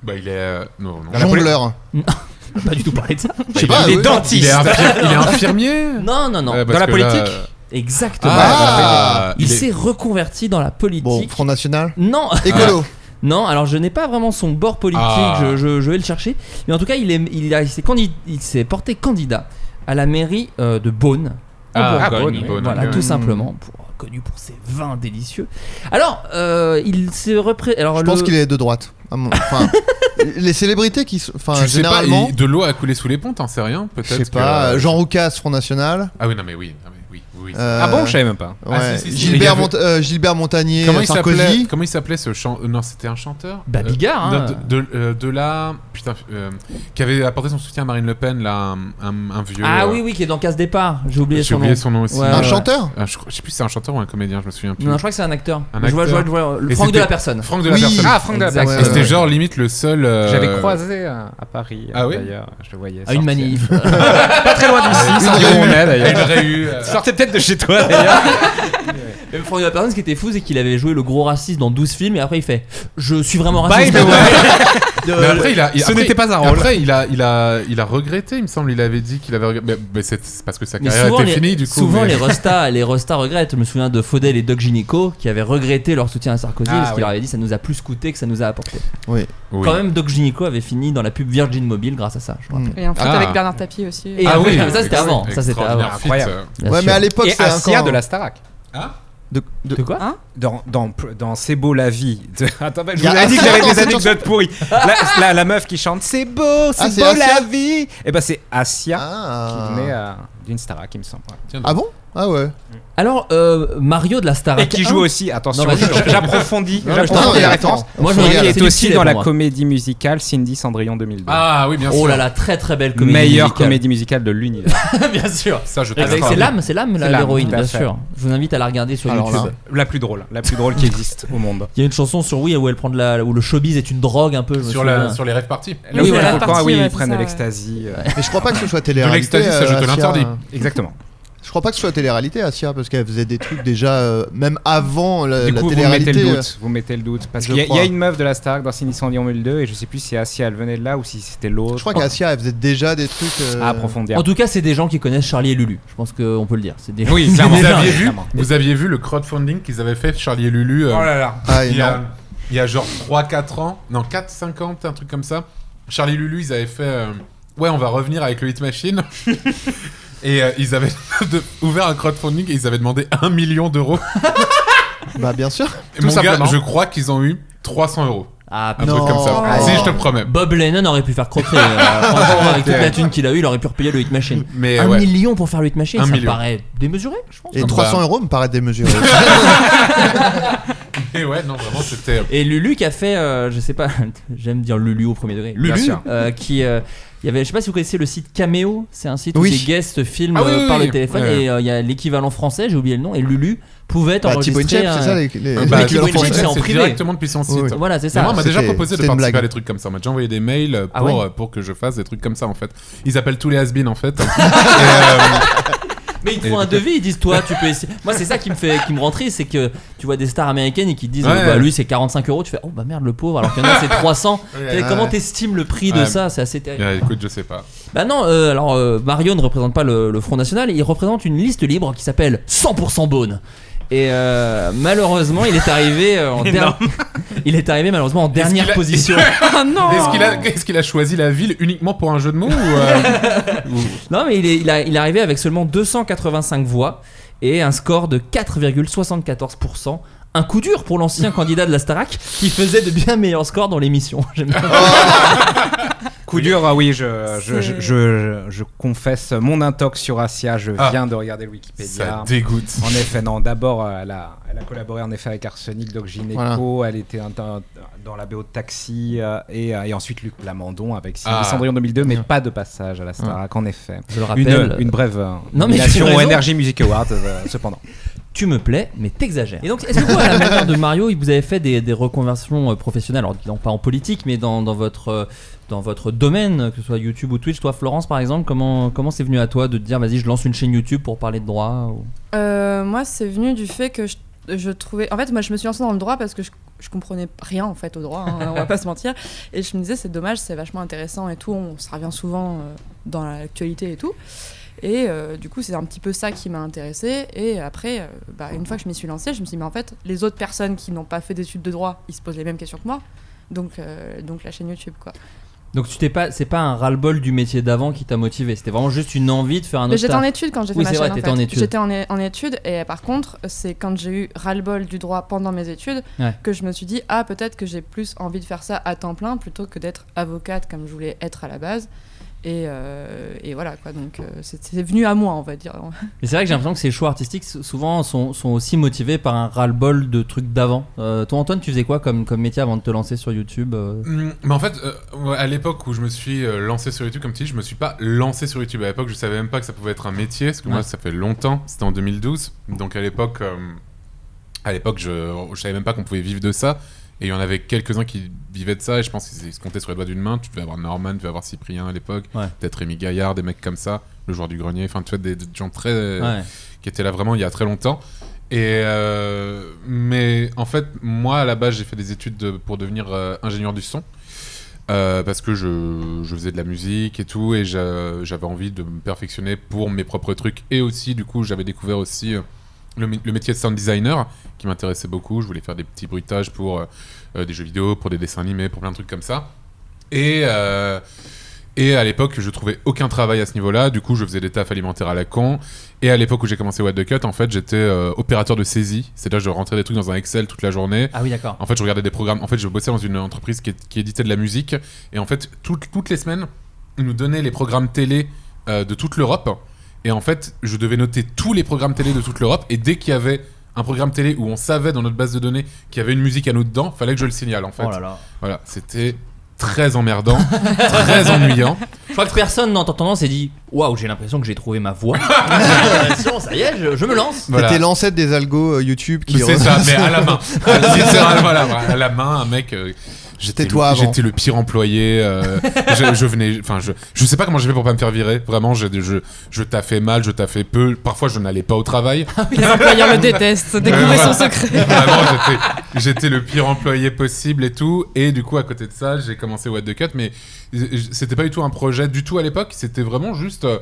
S8: Bah, il est. euh, Non, non.
S7: Jongleur.
S1: On a Pas du tout parlé de ça.
S7: Je sais pas.
S10: Il est
S8: Il
S7: oui.
S10: dentiste.
S8: est, infir- il est infirmier
S1: Non, non, non.
S8: Ouais, parce
S10: Dans la
S8: que là,
S10: politique
S8: euh,
S1: Exactement.
S8: Ah,
S1: il
S8: il est-
S1: s'est reconverti dans la politique.
S7: Bon, Front National.
S1: Non,
S7: Écolo.
S1: non. Alors je n'ai pas vraiment son bord politique.
S8: Ah.
S1: Je, je- je vais le chercher. Mais en tout cas, il est, il a- il s'est candid- il s'est porté candidat à la mairie euh, de Beaune. en
S8: Ah,
S1: Bourgogne.
S8: Bonne, bonne,
S1: voilà,
S8: ouais.
S1: tout simplement. pour- connu pour ses vins délicieux. Alors, euh, il s'est repré... Alors,
S7: Je
S1: le-
S7: pense qu'il est de droite. Ah, mon- Enfin, les célébrités qui sont. Enfin,
S8: Tu sais pas,
S7: généralement.
S8: il- de l'eau a coulé sous les ponts, t'en sais rien,
S7: Je
S8: peut-être.
S7: sais
S8: que- euh,
S7: pas. Jean Roucas, Front National.
S8: Ah oui, non, mais oui. non, mais oui, oui, oui.
S7: Euh,
S10: Ah bon, je savais même pas.
S7: ouais.
S8: Ah, si, si, si. Il y
S7: Gilbert,
S8: avait-
S7: Mont- euh, Gilbert Montagnier,
S8: Comment il s'appelait
S7: Sarkozy.
S8: Comment il s'appelait ce chanteur Non, c'était un chanteur. euh,
S1: Bah, Bigard, hein.
S8: non, de, de, euh, de là, putain, euh, qui avait apporté son soutien à Marine Le Pen, là, un, un- un vieux.
S1: Ah
S8: euh,
S1: oui, oui, qui est dans Casse Départ. J'ai oublié
S8: J'ai
S1: son
S8: oublié
S1: nom.
S8: son nom aussi.
S1: Ouais,
S7: Un
S1: ouais.
S7: chanteur
S8: Ah, je, crois- je sais plus si c'est un chanteur ou un comédien, je me souviens plus.
S1: Non, je crois que c'est un acteur.
S8: Un
S1: Je vois, je vois,
S8: acteur.
S1: je vois le
S8: Et
S1: Franck de
S8: c'était-
S1: la personne.
S8: Franck de la
S7: Oui.
S8: personne.
S10: Ah, Franck de la
S1: Exact.
S10: Personne.
S8: Et c'était
S7: ouais.
S8: genre limite le seul. euh,
S10: J'avais croisé euh, à Paris. euh,
S8: Ah oui
S10: D'ailleurs, je le voyais.
S1: À Ah, une
S10: sortir.
S1: manif.
S10: Pas très loin d'ici,
S7: Une
S10: c'est où on
S7: réunion.
S10: est
S8: Il
S10: d'ailleurs.
S8: aurait eu. euh,
S10: Sortez peut-être de chez toi d'ailleurs.
S1: Même Franck de la personne, ce qui était fou, c'est qu'il avait joué le gros raciste dans 12 films et après il fait Je suis vraiment
S10: By
S1: raciste.
S10: the way,
S8: mais après, il a, il-
S10: Euh, ce
S8: après-
S10: n'était pas un rôle.
S8: Après, il a, il a, il a regretté, il me semble. Il avait dit qu'il avait regretté. Mais, mais c'est c'est parce que sa
S1: Mais
S10: Ah,
S8: carrière
S1: souvent,
S8: était
S1: les,
S8: finie, du coup.
S1: souvent
S8: mais-
S1: les restas, les restas regrettent. Je me souviens de Faudel et Doc Gynéco qui avaient regretté leur soutien à Sarkozy
S10: Ah,
S1: parce qu'il
S10: oui.
S1: leur avait dit ça nous a plus coûté que ça nous a apporté.
S8: Oui.
S1: Quand même, Doc Gynéco avait fini dans la pub Virgin Mobile grâce à ça. Je crois.
S7: Mm.
S9: Et un foot
S8: Ah.
S9: avec Bernard Tapie aussi.
S1: Et-
S8: Ah oui,
S1: Ça, c'était
S8: extra-
S1: avant, ça, c'était avant.
S8: extraordinaire feat,
S10: Incroyable.
S8: euh.
S1: Bien
S7: Ouais,
S1: sûr.
S7: mais à l'époque,
S10: Et
S7: c'est
S10: Assia
S7: encore.
S10: de la Starac.
S7: de- de-
S1: De quoi
S9: Hein
S10: Dans, dans, dans C'est beau la vie. de- Attends,
S7: Y
S10: je vous
S7: a
S10: avais dit que j'avais
S7: Assia dans
S10: des
S7: cette
S10: anecdotes pourries. La, la, la meuf qui chante C'est beau, c'est
S7: Ah, c'est
S10: beau
S7: Assia
S10: la vie. Et ben c'est Assia
S7: Ah.
S10: qui venait euh, d'une Starac, il me semble. ouais.
S8: Tiens,
S7: Ah bon Ah ouais.
S1: Alors, euh, Mario de la Star
S10: Et qui joue aussi, attention,
S1: Ah. Non, vas-y,
S10: je-
S1: attends.
S10: j'approfondis,
S1: Non,
S10: j'approfondis
S1: attends,
S10: les
S1: attends.
S10: références.
S1: Moi, je
S10: Qui
S1: regarde, c'est
S10: est
S1: du
S10: aussi
S1: filet
S10: dans
S1: pour
S10: la
S1: moi.
S10: comédie musicale Cindy Cendrillon 2002.
S8: Ah oui, bien sûr.
S1: Oh là là, très très belle comédie.
S10: Meilleure
S1: musicale.
S10: comédie musicale de l'univers.
S1: bien sûr.
S8: Ça, je
S1: Avec
S8: t'accorde.
S1: c'est l'âme, c'est l'âme
S10: C'est
S1: la-
S10: l'âme,
S1: l'héroïne,
S10: tout à
S1: bien
S10: fait.
S1: sûr. Je vous invite à la regarder sur
S7: Alors
S1: YouTube.
S7: là.
S10: la plus drôle, la plus drôle qui existe au monde.
S1: Il y a une chanson sur oui où elle prend de la où le showbiz est une drogue un peu. je me
S8: Sur, la-
S1: souviens.
S8: sur les rêves parties.
S1: Oui,
S10: Là où il y a
S1: voilà.
S10: le volcan,
S9: Parti,
S10: oui,
S9: ouais,
S10: ils
S9: c'est
S10: prennent de
S9: ça, ouais.
S10: l'extasie. euh,
S7: Mais je crois pas que ce soit
S8: De
S7: télé-réalité.
S8: l'extasie, ça, je
S7: euh,
S8: te
S7: Asia.
S8: l'interdis.
S10: Exactement.
S7: Je crois pas que ce soit télé-réalité, Asia, parce qu'elle faisait des trucs déjà, euh, même avant la, Euh,
S10: Du
S7: la
S10: coup, vous mettez
S7: télé-réalité. euh,
S10: le doute. Vous mettez le doute. Parce
S7: Je
S10: qu'il y, a- il y
S7: crois.
S10: a une meuf de la Stark dans Cindy Cendrillon 2002 et je sais plus si Asia elle venait de là ou si c'était l'autre.
S7: Je crois qu'Asia, elle faisait déjà des trucs. euh,
S10: à approfondir.
S1: En tout cas, c'est des gens qui connaissent Charlie et Lulu. Je pense qu'on peut le dire. C'est des
S10: Oui,
S1: c'est
S10: clairement.
S1: des
S8: Vous
S1: gens.
S8: aviez, vu,
S10: Clairement.
S8: vous aviez vu le crowdfunding qu'ils avaient fait Charlie et Lulu euh,
S10: Oh là.
S7: Ah,
S8: il, y
S7: énorme.
S8: a, il y a genre 3-4 ans, non 4-5 ans, un truc comme ça. Charlie et Lulu, ils avaient fait euh, Ouais, on va revenir avec le Hit Machine. et euh, ils avaient de- ouvert un crowdfunding et ils avaient demandé 1 million d'euros.
S7: Bah, bien sûr.
S8: Et
S7: Tout
S8: Mon gars,
S7: simplement.
S8: je crois qu'ils ont eu 300 euros.
S1: Ah,
S8: Un
S1: putain.
S7: Non.
S8: truc comme ça.
S7: Ah.
S8: Si, je te promets.
S1: Bob Lennon aurait pu faire croquer. euh, franchement, avec toute la thune qu'il a eu, il aurait pu repayer le Hit Machine.
S8: Mais
S1: un
S8: ouais.
S1: million pour faire le Hit Machine,
S8: Un
S1: ça me
S8: million.
S1: paraît démesuré, je pense.
S7: Et
S8: Bah.
S7: 300 euros me paraît démesuré.
S8: Et ouais, non, vraiment, c'était.
S1: Et Lulu qui a fait, euh, je sais pas, j'aime dire Lulu au premier degré.
S10: Bien
S1: Lulu,
S10: sûr.
S1: euh, qui, euh, il y avait, je sais pas si vous connaissez le site Cameo, c'est un site
S7: Oui.
S1: où des guests filment
S8: Ah oui,
S1: euh,
S8: oui,
S1: par
S8: oui.
S1: le téléphone
S8: Ouais.
S1: et euh, il y a l'équivalent français, j'ai oublié le nom, et Lulu pouvait
S7: Bah, Thibaut
S1: enregistrer.
S7: Inchep,
S1: un-
S7: c'est ça les. les-
S8: Bah,
S7: les
S1: euh, Thibaut
S7: clients
S1: Inchep,
S7: français.
S1: c'est en
S8: c'est
S1: privé.
S8: directement depuis son site.
S7: Oui.
S1: Voilà, c'est
S8: Mais
S1: ça.
S8: moi, on m'a déjà
S7: C'était-
S8: proposé de
S7: c'était une
S8: participer à
S7: blague.
S8: des trucs comme ça. On m'a déjà envoyé des mails euh,
S1: Ah
S8: pour,
S1: ouais
S8: euh, pour que je fasse des trucs comme ça, en fait. Ils appellent tous les has-beens, en fait. Et, euh,
S1: Mais ils te
S8: Et
S1: font un
S8: du coup-
S1: devis, ils disent toi, tu peux essayer. Moi, c'est ça qui me fait, qui me rend triste, c'est que tu vois des stars américaines et qui disent,
S8: Ouais.
S1: euh, bah lui c'est 45 euros, tu fais, oh bah merde le pauvre, alors qu'il y en a c'est 300.
S8: Ouais.
S1: T'es- Comment t'estimes le prix de
S8: Ouais.
S1: ça C'est assez terrible.
S8: euh, écoute, je sais pas.
S1: Bah non, euh, alors euh, Mario ne représente pas le, le Front National, il représente une liste libre qui s'appelle 100% Beaune. Et euh, malheureusement, il est arrivé euh, en dernier. il est arrivé malheureusement en dernière
S8: qu'il a-
S1: position.
S9: Ah non
S8: Est-ce qu'il a, est-ce qu'il a choisi la ville uniquement pour un jeu de mots ou, euh, ou-
S1: non mais il est, il, a- il est arrivé avec seulement 285 voix et un score de 4,74%. Un coup dur pour l'ancien candidat de la Starac qui faisait de bien meilleurs scores dans l'émission. J'aime bien.
S10: Coup dur, ah oui, je, je, je,
S9: C'est-
S10: je- je confesse mon intox sur Asia. Je
S8: Ah.
S10: viens de regarder le
S8: Ça
S10: Wikipédia.
S8: dégoûte.
S10: En effet, non. D'abord, euh, elle a, elle a collaboré en effet avec Arsenic, Doc Gineco. Elle était un- un- dans la BO de Taxi euh, et, euh, et ensuite Luc Plamondon avec Cindy
S8: Ah.
S10: Cendrillon 2002, mais pas de passage à la Starac, en effet.
S1: Je le
S10: Une,
S1: rappelle.
S10: une brève euh,
S1: Non, mais
S10: nomination
S1: tu as
S10: au
S1: raison.
S10: Energy Music Awards, euh, cependant.
S1: tu me plais, mais t'exagères. Et donc, est-ce que vous, à la manière de Mario, vous avez fait des, des reconversions euh, professionnelles, alors non, pas en politique, mais dans, dans votre, euh, dans votre domaine, que ce soit YouTube ou Twitch Toi, Florence, par exemple, comment comment c'est venu à toi de te dire, vas-y, je lance une chaîne YouTube pour parler de droit ou-
S9: Euh, moi, c'est venu du fait que je, je trouvais. En fait, moi, je me suis lancée dans le droit parce que je, je comprenais rien en fait au droit. hein, on va pas se mentir. Et je me disais, c'est dommage, c'est vachement intéressant et tout. On se revient souvent euh, dans l'actualité et tout. Et euh, du coup, c'est un petit peu ça qui m'a intéressée. Et après, euh, bah, une fois que je m'y suis lancée, je me suis dit, mais en fait, les autres personnes qui n'ont pas fait d'études de droit, ils se posent les mêmes questions que moi. Donc, euh, donc la chaîne YouTube, quoi.
S1: Donc, tu t'es pas, c'est pas un ras-le-bol du métier d'avant qui t'a motivé, c'était vraiment juste une envie de faire un
S9: Mais
S1: autre.
S9: j'étais en
S1: taf.
S9: études quand j'ai fait
S1: Oui,
S9: ma
S1: c'est
S9: chaîne.
S1: vrai,
S9: en
S1: t'étais
S9: fait.
S1: en études.
S9: J'étais en, é- en études et euh, par contre, c'est quand j'ai eu ras-le-bol du droit pendant mes études
S1: Ouais.
S9: que je me suis dit ah peut-être que j'ai plus envie de faire ça à temps plein plutôt que d'être avocate comme je voulais être à la base. Et, euh, et voilà quoi, donc euh, c'est c'est venu à moi on va dire.
S1: Mais c'est vrai que j'ai l'impression que ces choix artistiques sou- souvent sont, sont aussi motivés par un ras-le-bol de trucs d'avant. Euh, toi, Antoine, tu faisais quoi comme, comme métier avant de te lancer sur YouTube euh
S8: Hum, Mais en fait, euh, à l'époque où je me suis euh, lancé sur YouTube, comme tu dis, je me suis pas lancé sur YouTube. À l'époque, je savais même pas que ça pouvait être un métier, parce que moi,
S1: Ouais.
S8: ça fait longtemps. C'était en 2012, donc à l'époque, euh, à l'époque, je, je savais même pas qu'on pouvait vivre de ça. Et il y en avait quelques-uns qui vivaient de ça, et je pense qu'ils se comptaient sur les doigts d'une main. Tu devais avoir Norman, tu devais avoir Cyprien à l'époque,
S1: Ouais.
S8: peut-être Rémi Gaillard, des mecs comme ça, le joueur du grenier, enfin, tu vois, des, des gens très
S1: Ouais.
S8: qui était là vraiment il y a très longtemps. Et euh, mais en fait, moi à la base, j'ai fait des études de- pour devenir euh, ingénieur du son. euh, parce que je, je faisais de la musique et tout, et j'a- j'avais envie de me perfectionner pour mes propres trucs. Et aussi, du coup, j'avais découvert aussi euh, le, mé- le métier de sound designer qui m'intéressait beaucoup. Je voulais faire des petits bruitages pour euh, euh, des jeux vidéo, pour des dessins animés, pour plein de trucs comme ça. Et, euh, et à l'époque, je trouvais aucun travail à ce niveau-là. Du coup, je faisais des tafs alimentaires à la con. Et à l'époque où j'ai commencé What the Cut, en fait, j'étais euh, opérateur de saisie. C'est-à-dire, je rentrais des trucs dans un Excel toute la journée.
S1: Ah oui, d'accord.
S8: En fait, je regardais des programmes. En fait, je bossais dans une entreprise qui, qui éditait de la musique. Et en fait, toutes- toutes les semaines, ils nous donnaient les programmes télé euh, de toute l'Europe. Et en fait, je devais noter tous les programmes télé de toute l'Europe. Et dès qu'il y avait un programme télé où on savait dans notre base de données qu'il y avait une musique à nous dedans, fallait que je le signale en fait.
S3: Oh là là.
S8: Voilà, c'était très emmerdant, très ennuyant.
S1: Je crois que personne en t'entendant s'est dit Waouh, j'ai l'impression que j'ai trouvé ma voix. ça y est, je, je me lance.
S8: Voilà.
S7: C'était l'ancêtre des algos euh, YouTube qui.
S8: C'est ça, mais à la main. Ah, C'est ça, voilà, voilà, à la main, un mec. euh, J'étais
S7: Tais-toi
S8: le,
S7: avant.
S8: j'étais le pire employé. euh, je, je venais, enfin, je, je sais pas comment j'ai fait pour pas me faire virer. Vraiment, je, je, je taffais mal, je taffais peu. Parfois, je n'allais pas au travail.
S9: Les employeurs le détestent. Découvrez son secret.
S8: Vraiment, j'étais- j'étais le pire employé possible et tout. Et du coup, à côté de ça, j'ai commencé What the Cut, mais euh, c'était pas du tout un projet du tout à l'époque. C'était vraiment juste euh,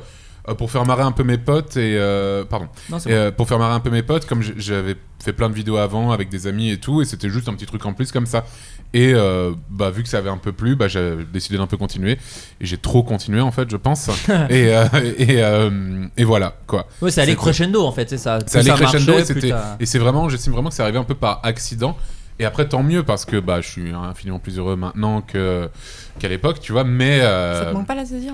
S8: pour faire marrer un peu mes potes et euh, pardon,
S1: Non, c'est
S8: Et, euh, pour faire marrer un peu mes potes, comme j- j'avais fait plein de vidéos avant avec des amis et tout, et c'était juste un petit truc en plus comme ça. Et euh, bah vu que ça avait un peu plu, bah j'ai décidé d'un peu continuer. Et j'ai trop continué en fait, je pense. et euh, et, euh, et voilà quoi.
S1: Ouais, c'est allé
S8: c'est-
S1: crescendo en fait, c'est ça. Plus
S8: Ça allait
S1: marchait,
S8: crescendo et
S1: plus
S8: c'était
S1: t'as-
S8: et c'est vraiment j'estime vraiment que c'est arrivé un peu par accident et après tant mieux parce que bah je suis infiniment plus heureux maintenant que qu'à l'époque tu vois mais euh,
S9: Ça te manque pas la saisir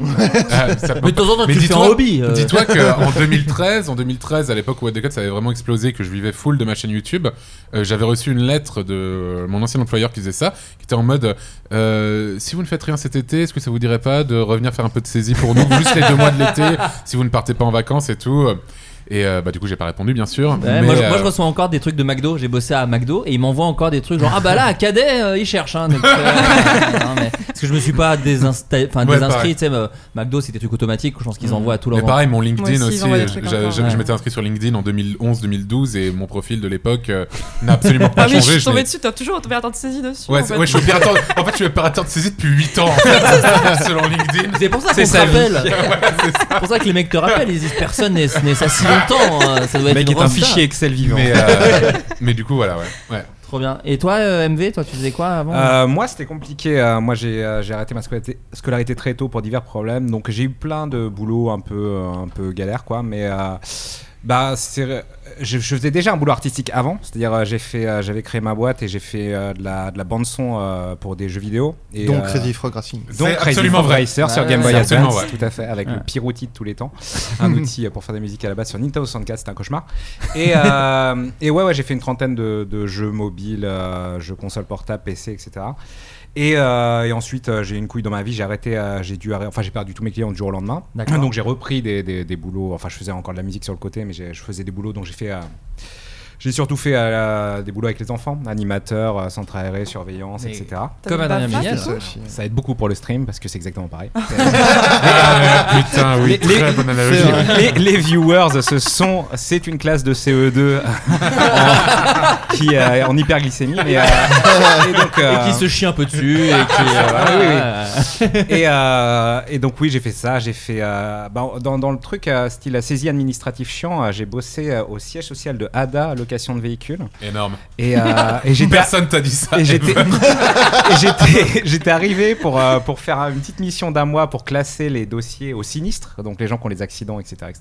S9: Ah
S8: euh, ça te
S1: Mais
S8: manque
S1: de temps en temps, tu
S8: Mais
S1: le fais
S8: dis-toi-
S1: un hobby. euh.
S8: Dis-toi qu'en 2013, en 2013, à l'époque où What the Cut, ça avait vraiment explosé, que je vivais full de ma chaîne YouTube, euh, j'avais reçu une lettre de euh, mon ancien employeur qui faisait ça, qui était en mode euh, si vous ne faites rien cet été, est-ce que ça vous dirait pas de revenir faire un peu de saisie pour nous juste les deux mois de l'été, si vous ne partez pas en vacances et tout. Et euh, bah du coup, j'ai pas répondu, bien sûr.
S1: Ouais,
S8: mais,
S1: moi, je,
S8: euh,
S1: moi, je reçois encore des trucs de McDo, j'ai bossé à McDo et ils m'envoient encore des trucs genre ah bah là à Cadet euh, ils cherchent hein, donc, euh, non, mais- parce que je me suis pas désinsta- enfin,
S8: Ouais,
S1: désinscrit,
S8: pareil. Mmh.
S1: tu sais mais, euh, McDo c'est des trucs automatiques, je pense qu'ils
S3: Mhm.
S1: envoient à tout
S8: Mais
S1: leur
S8: pareil, mon LinkedIn
S9: Moi aussi, ils
S8: aussi.
S9: envoient des
S8: je-
S9: trucs
S8: j'a-
S9: encore.
S8: je
S1: Ouais.
S8: je m'étais inscrit sur LinkedIn en 2011-2012 et mon profil de l'époque euh, n'a absolument pas
S9: Ah oui,
S8: changé.
S9: je suis
S8: je n'ai-
S9: tombée dessus, t'as toujours opérateur de saisie dessus.
S8: Ouais,
S9: en
S8: c'est-
S9: fait.
S8: ouais, je suis opérateur. en fait, je suis opérateur de saisie depuis 8 ans, en fait, selon LinkedIn.
S1: C'est pour ça qu'on
S8: C'est
S1: te
S8: sa vie.
S1: rappelle. c'est pour ça que les mecs te rappellent, ils disent personne n'est n'est ça si longtemps. hein, Ça doit
S10: Le
S1: être
S10: mec
S1: une
S10: est un
S1: rosta.
S10: fichier Excel vivant.
S8: Mais, euh, mais du coup, voilà, ouais. ouais.
S1: Trop bien. Et toi, euh, MV, toi, tu faisais quoi avant
S10: Euh, moi, c'était compliqué. Euh, moi, j'ai euh, j'ai arrêté ma scolarité, scolarité très tôt pour divers problèmes. Donc, j'ai eu plein de boulots un peu, euh, un peu galère, quoi. Mais euh, bah, c'est- je, je faisais déjà un boulot artistique avant. C'est-à-dire, euh, j'ai fait, euh, j'avais créé ma boîte et j'ai fait euh, de la, de la bande son euh, pour des jeux vidéo. Et,
S7: Donc
S10: euh,
S7: Crazy Frog Racing.
S10: donc
S8: C'est
S10: Crazy
S8: absolument
S10: Frog
S8: vrai.
S10: Racer
S1: Ouais,
S10: sur Game
S1: ouais,
S10: Boy
S8: c'est absolument
S10: Advance,
S8: vrai.
S10: tout à fait, avec
S1: Ouais.
S10: le pire outil de tous les temps, un outil euh, pour faire des musiques à la base sur Nintendo 64, c'était un cauchemar. Et, euh, et ouais, ouais, j'ai fait une trentaine de, de jeux mobiles, euh, jeux console portable, PC, etc. Et, euh, et ensuite, euh, j'ai eu une couille dans ma vie, j'ai arrêté, euh, j'ai dû arrêter, enfin j'ai perdu tous mes clients du jour au lendemain.
S1: D'accord.
S10: Donc j'ai repris des, des- des boulots, enfin je faisais encore de la musique sur le côté, mais j'ai- je faisais des boulots, donc j'ai fait euh, j'ai surtout fait euh, des boulots avec les enfants, animateur, euh, centre aéré, surveillance,
S1: Mais-
S10: etc.
S9: T'as
S1: Comme
S9: même
S1: Adrien
S9: pas fait,
S1: Méniel.
S9: du coup
S10: Ça aide beaucoup pour le stream parce que c'est exactement pareil.
S8: Ah, putain, oui,
S10: Les-
S8: très
S10: les-
S8: bonne
S10: les,
S8: analogie. ouais.
S10: les- les viewers, ce sont, c'est une classe de CE2 en- euh, qui est en hyperglycémie. mais, euh, et, donc,
S1: Et
S10: euh,
S1: qui se chie un peu dessus et qui. euh,
S10: Ah, oui, oui.
S1: euh,
S10: et, euh, et donc oui, j'ai fait ça. J'ai fait euh, bah, dans, dans le truc euh, style saisie administrative chiant. euh, j'ai bossé euh, au siège social de ADA, location de véhicules,
S8: Énorme.
S10: et, euh, et j'étais
S8: Personne t'a dit ça.
S10: et
S8: Eve.
S10: j'étais et j'étais j'étais arrivé pour euh, pour faire une petite mission d'un mois pour classer les dossiers aux sinistres donc les gens qui ont les accidents etc etc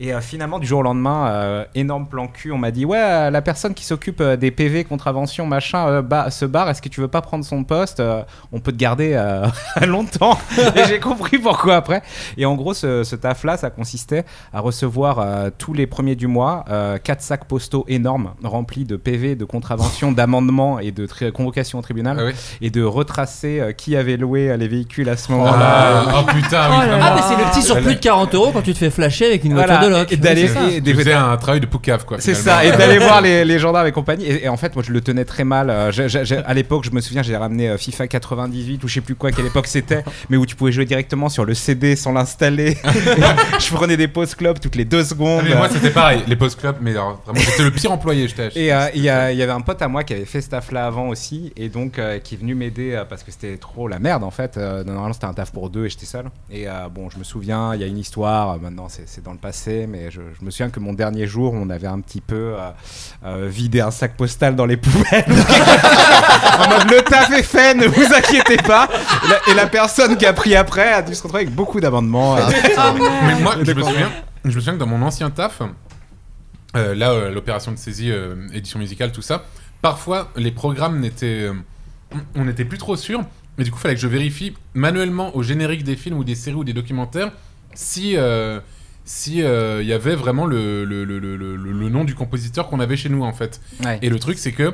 S10: et euh, finalement du jour au lendemain euh, énorme plan cul on m'a dit ouais euh, la personne qui s'occupe euh, des PV contraventions machin euh, bah, se barre est-ce que tu veux pas prendre son poste Euh, on peut te garder euh, longtemps et j'ai compris pourquoi après et en gros ce, ce taf là ça consistait à recevoir euh, tous les premiers du mois euh, quatre sacs postaux énormes remplis de PV, de contraventions, d'amendements et de tri- convocations au tribunal
S8: Ah oui.
S10: et de retracer euh, qui avait loué euh, les véhicules à ce
S8: Oh,
S10: moment-là.
S8: putain, oui,
S9: Oh là
S8: vraiment.
S1: Ah, mais c'est le petit surplus de 40 euros quand tu te fais flasher avec une voiture
S10: Voilà,
S1: de loc.
S10: et d'aller
S1: Oui, c'est ça.
S10: et
S8: Tu
S10: des-
S8: faisais un travail de poucave, quoi.
S10: c'est
S8: finalement.
S10: ça, et d'aller voir les, les gendarmes et compagnie. Et, et en fait, moi, je le tenais très mal. Euh, j'ai- j'ai- j'ai- à l'époque, je me souviens, j'ai ramené euh, FIFA 98 ou je sais plus quoi, quelle époque c'était, mais où tu pouvais jouer directement sur le CD sans l'installer. je prenais des pauses club toutes les deux
S8: Ah,
S10: secondes.
S8: mais moi, c'était pareil. Les post club, mais alors, vraiment, j'étais le pire employé, je t'ai
S10: Et euh, il y, a- il y avait un pote à moi qui avait fait ce taf là avant aussi, et donc euh, qui est venu m'aider euh, parce que c'était trop la merde en fait. Euh, normalement c'était un taf pour deux et j'étais seul. Et euh, bon, je me souviens, il y a une histoire, euh, maintenant c'est c'est dans le passé, mais je, je me souviens que mon dernier jour, on avait un petit peu euh, euh, vidé un sac postal dans les poubelles. en mode le taf est fait, ne vous inquiétez pas. Et la, et la personne qui a pris après a dû se retrouver avec beaucoup d'amendements.
S7: Ah,
S8: Mais moi, je me
S10: D'accord.
S8: souviens, je me souviens que dans mon ancien taf, euh, là, euh, l'opération de saisie, euh, édition musicale, tout ça, parfois les programmes n'étaient, euh, on n'était plus trop sûr. Mais du coup, fallait que je vérifie manuellement au générique des films ou des séries ou des documentaires si euh, si euh, il y avait vraiment le, le, le- le- le- le nom du compositeur qu'on avait chez nous en fait.
S10: Ouais.
S8: Et le truc c'est que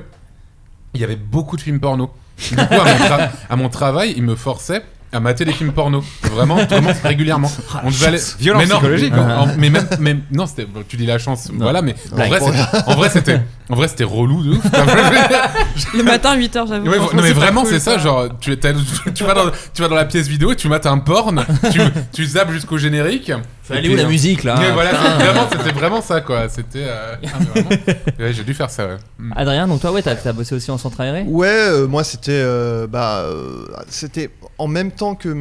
S8: il y avait beaucoup de films porno. Du coup, à mon, tra- à mon travail, ils me forçaient à mater des films porno. Vraiment, vraiment régulièrement. On devait aller...
S10: Ah, Violence
S8: mais non,
S10: psychologique,
S8: mais-
S10: hein.
S8: en- mais même, mais- non, c'était, tu dis la chance.
S1: Non.
S8: Voilà, mais en
S7: Blague.
S8: vrai, c'était- en vrai, c'était, en vrai, c'était relou de ouf.
S9: Le matin, 8h, j'avoue.
S8: Ouais,
S9: franchement,
S8: non mais
S9: pas
S8: vraiment
S9: cool,
S8: c'est ça,
S9: quoi.
S8: genre tu, t'as- tu- tu vas dans, tu vas dans la pièce vidéo, tu mates un porn, tu, tu zappes jusqu'au générique.
S1: Elle est
S8: Et
S1: où
S8: puis,
S1: la
S8: euh,
S1: musique là
S8: mais voilà, c'était vraiment, c'était vraiment ça quoi. C'était. euh, ah, mais vraiment, ouais, j'ai dû faire ça. ouais.
S7: Ah,
S8: Mm.
S1: Adrien, donc toi, ouais, t'as t'as bossé aussi en centre aéré
S7: Ouais, euh, moi c'était euh, bah euh, c'était en même temps que m-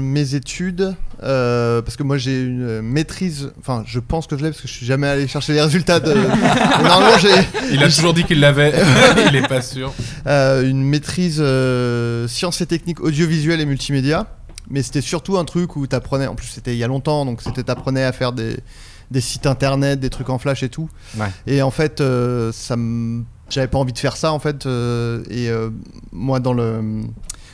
S7: mes études euh, parce que moi j'ai une euh, maîtrise, enfin je pense que je l'ai parce que je suis jamais allé chercher les résultats. De... Normalement j'ai
S8: Il a toujours dit qu'il l'avait, il est pas sûr.
S7: euh, une maîtrise euh, sciences et techniques audiovisuelles et multimédia. Mais c'était surtout un truc où t'apprenais, en plus c'était il y a longtemps, donc c'était t'apprenais à faire des, des sites internet, des trucs en flash et tout.
S10: Ouais.
S7: Et en fait, euh, ça me- j'avais pas envie de faire ça en fait. euh, et euh, moi dans le.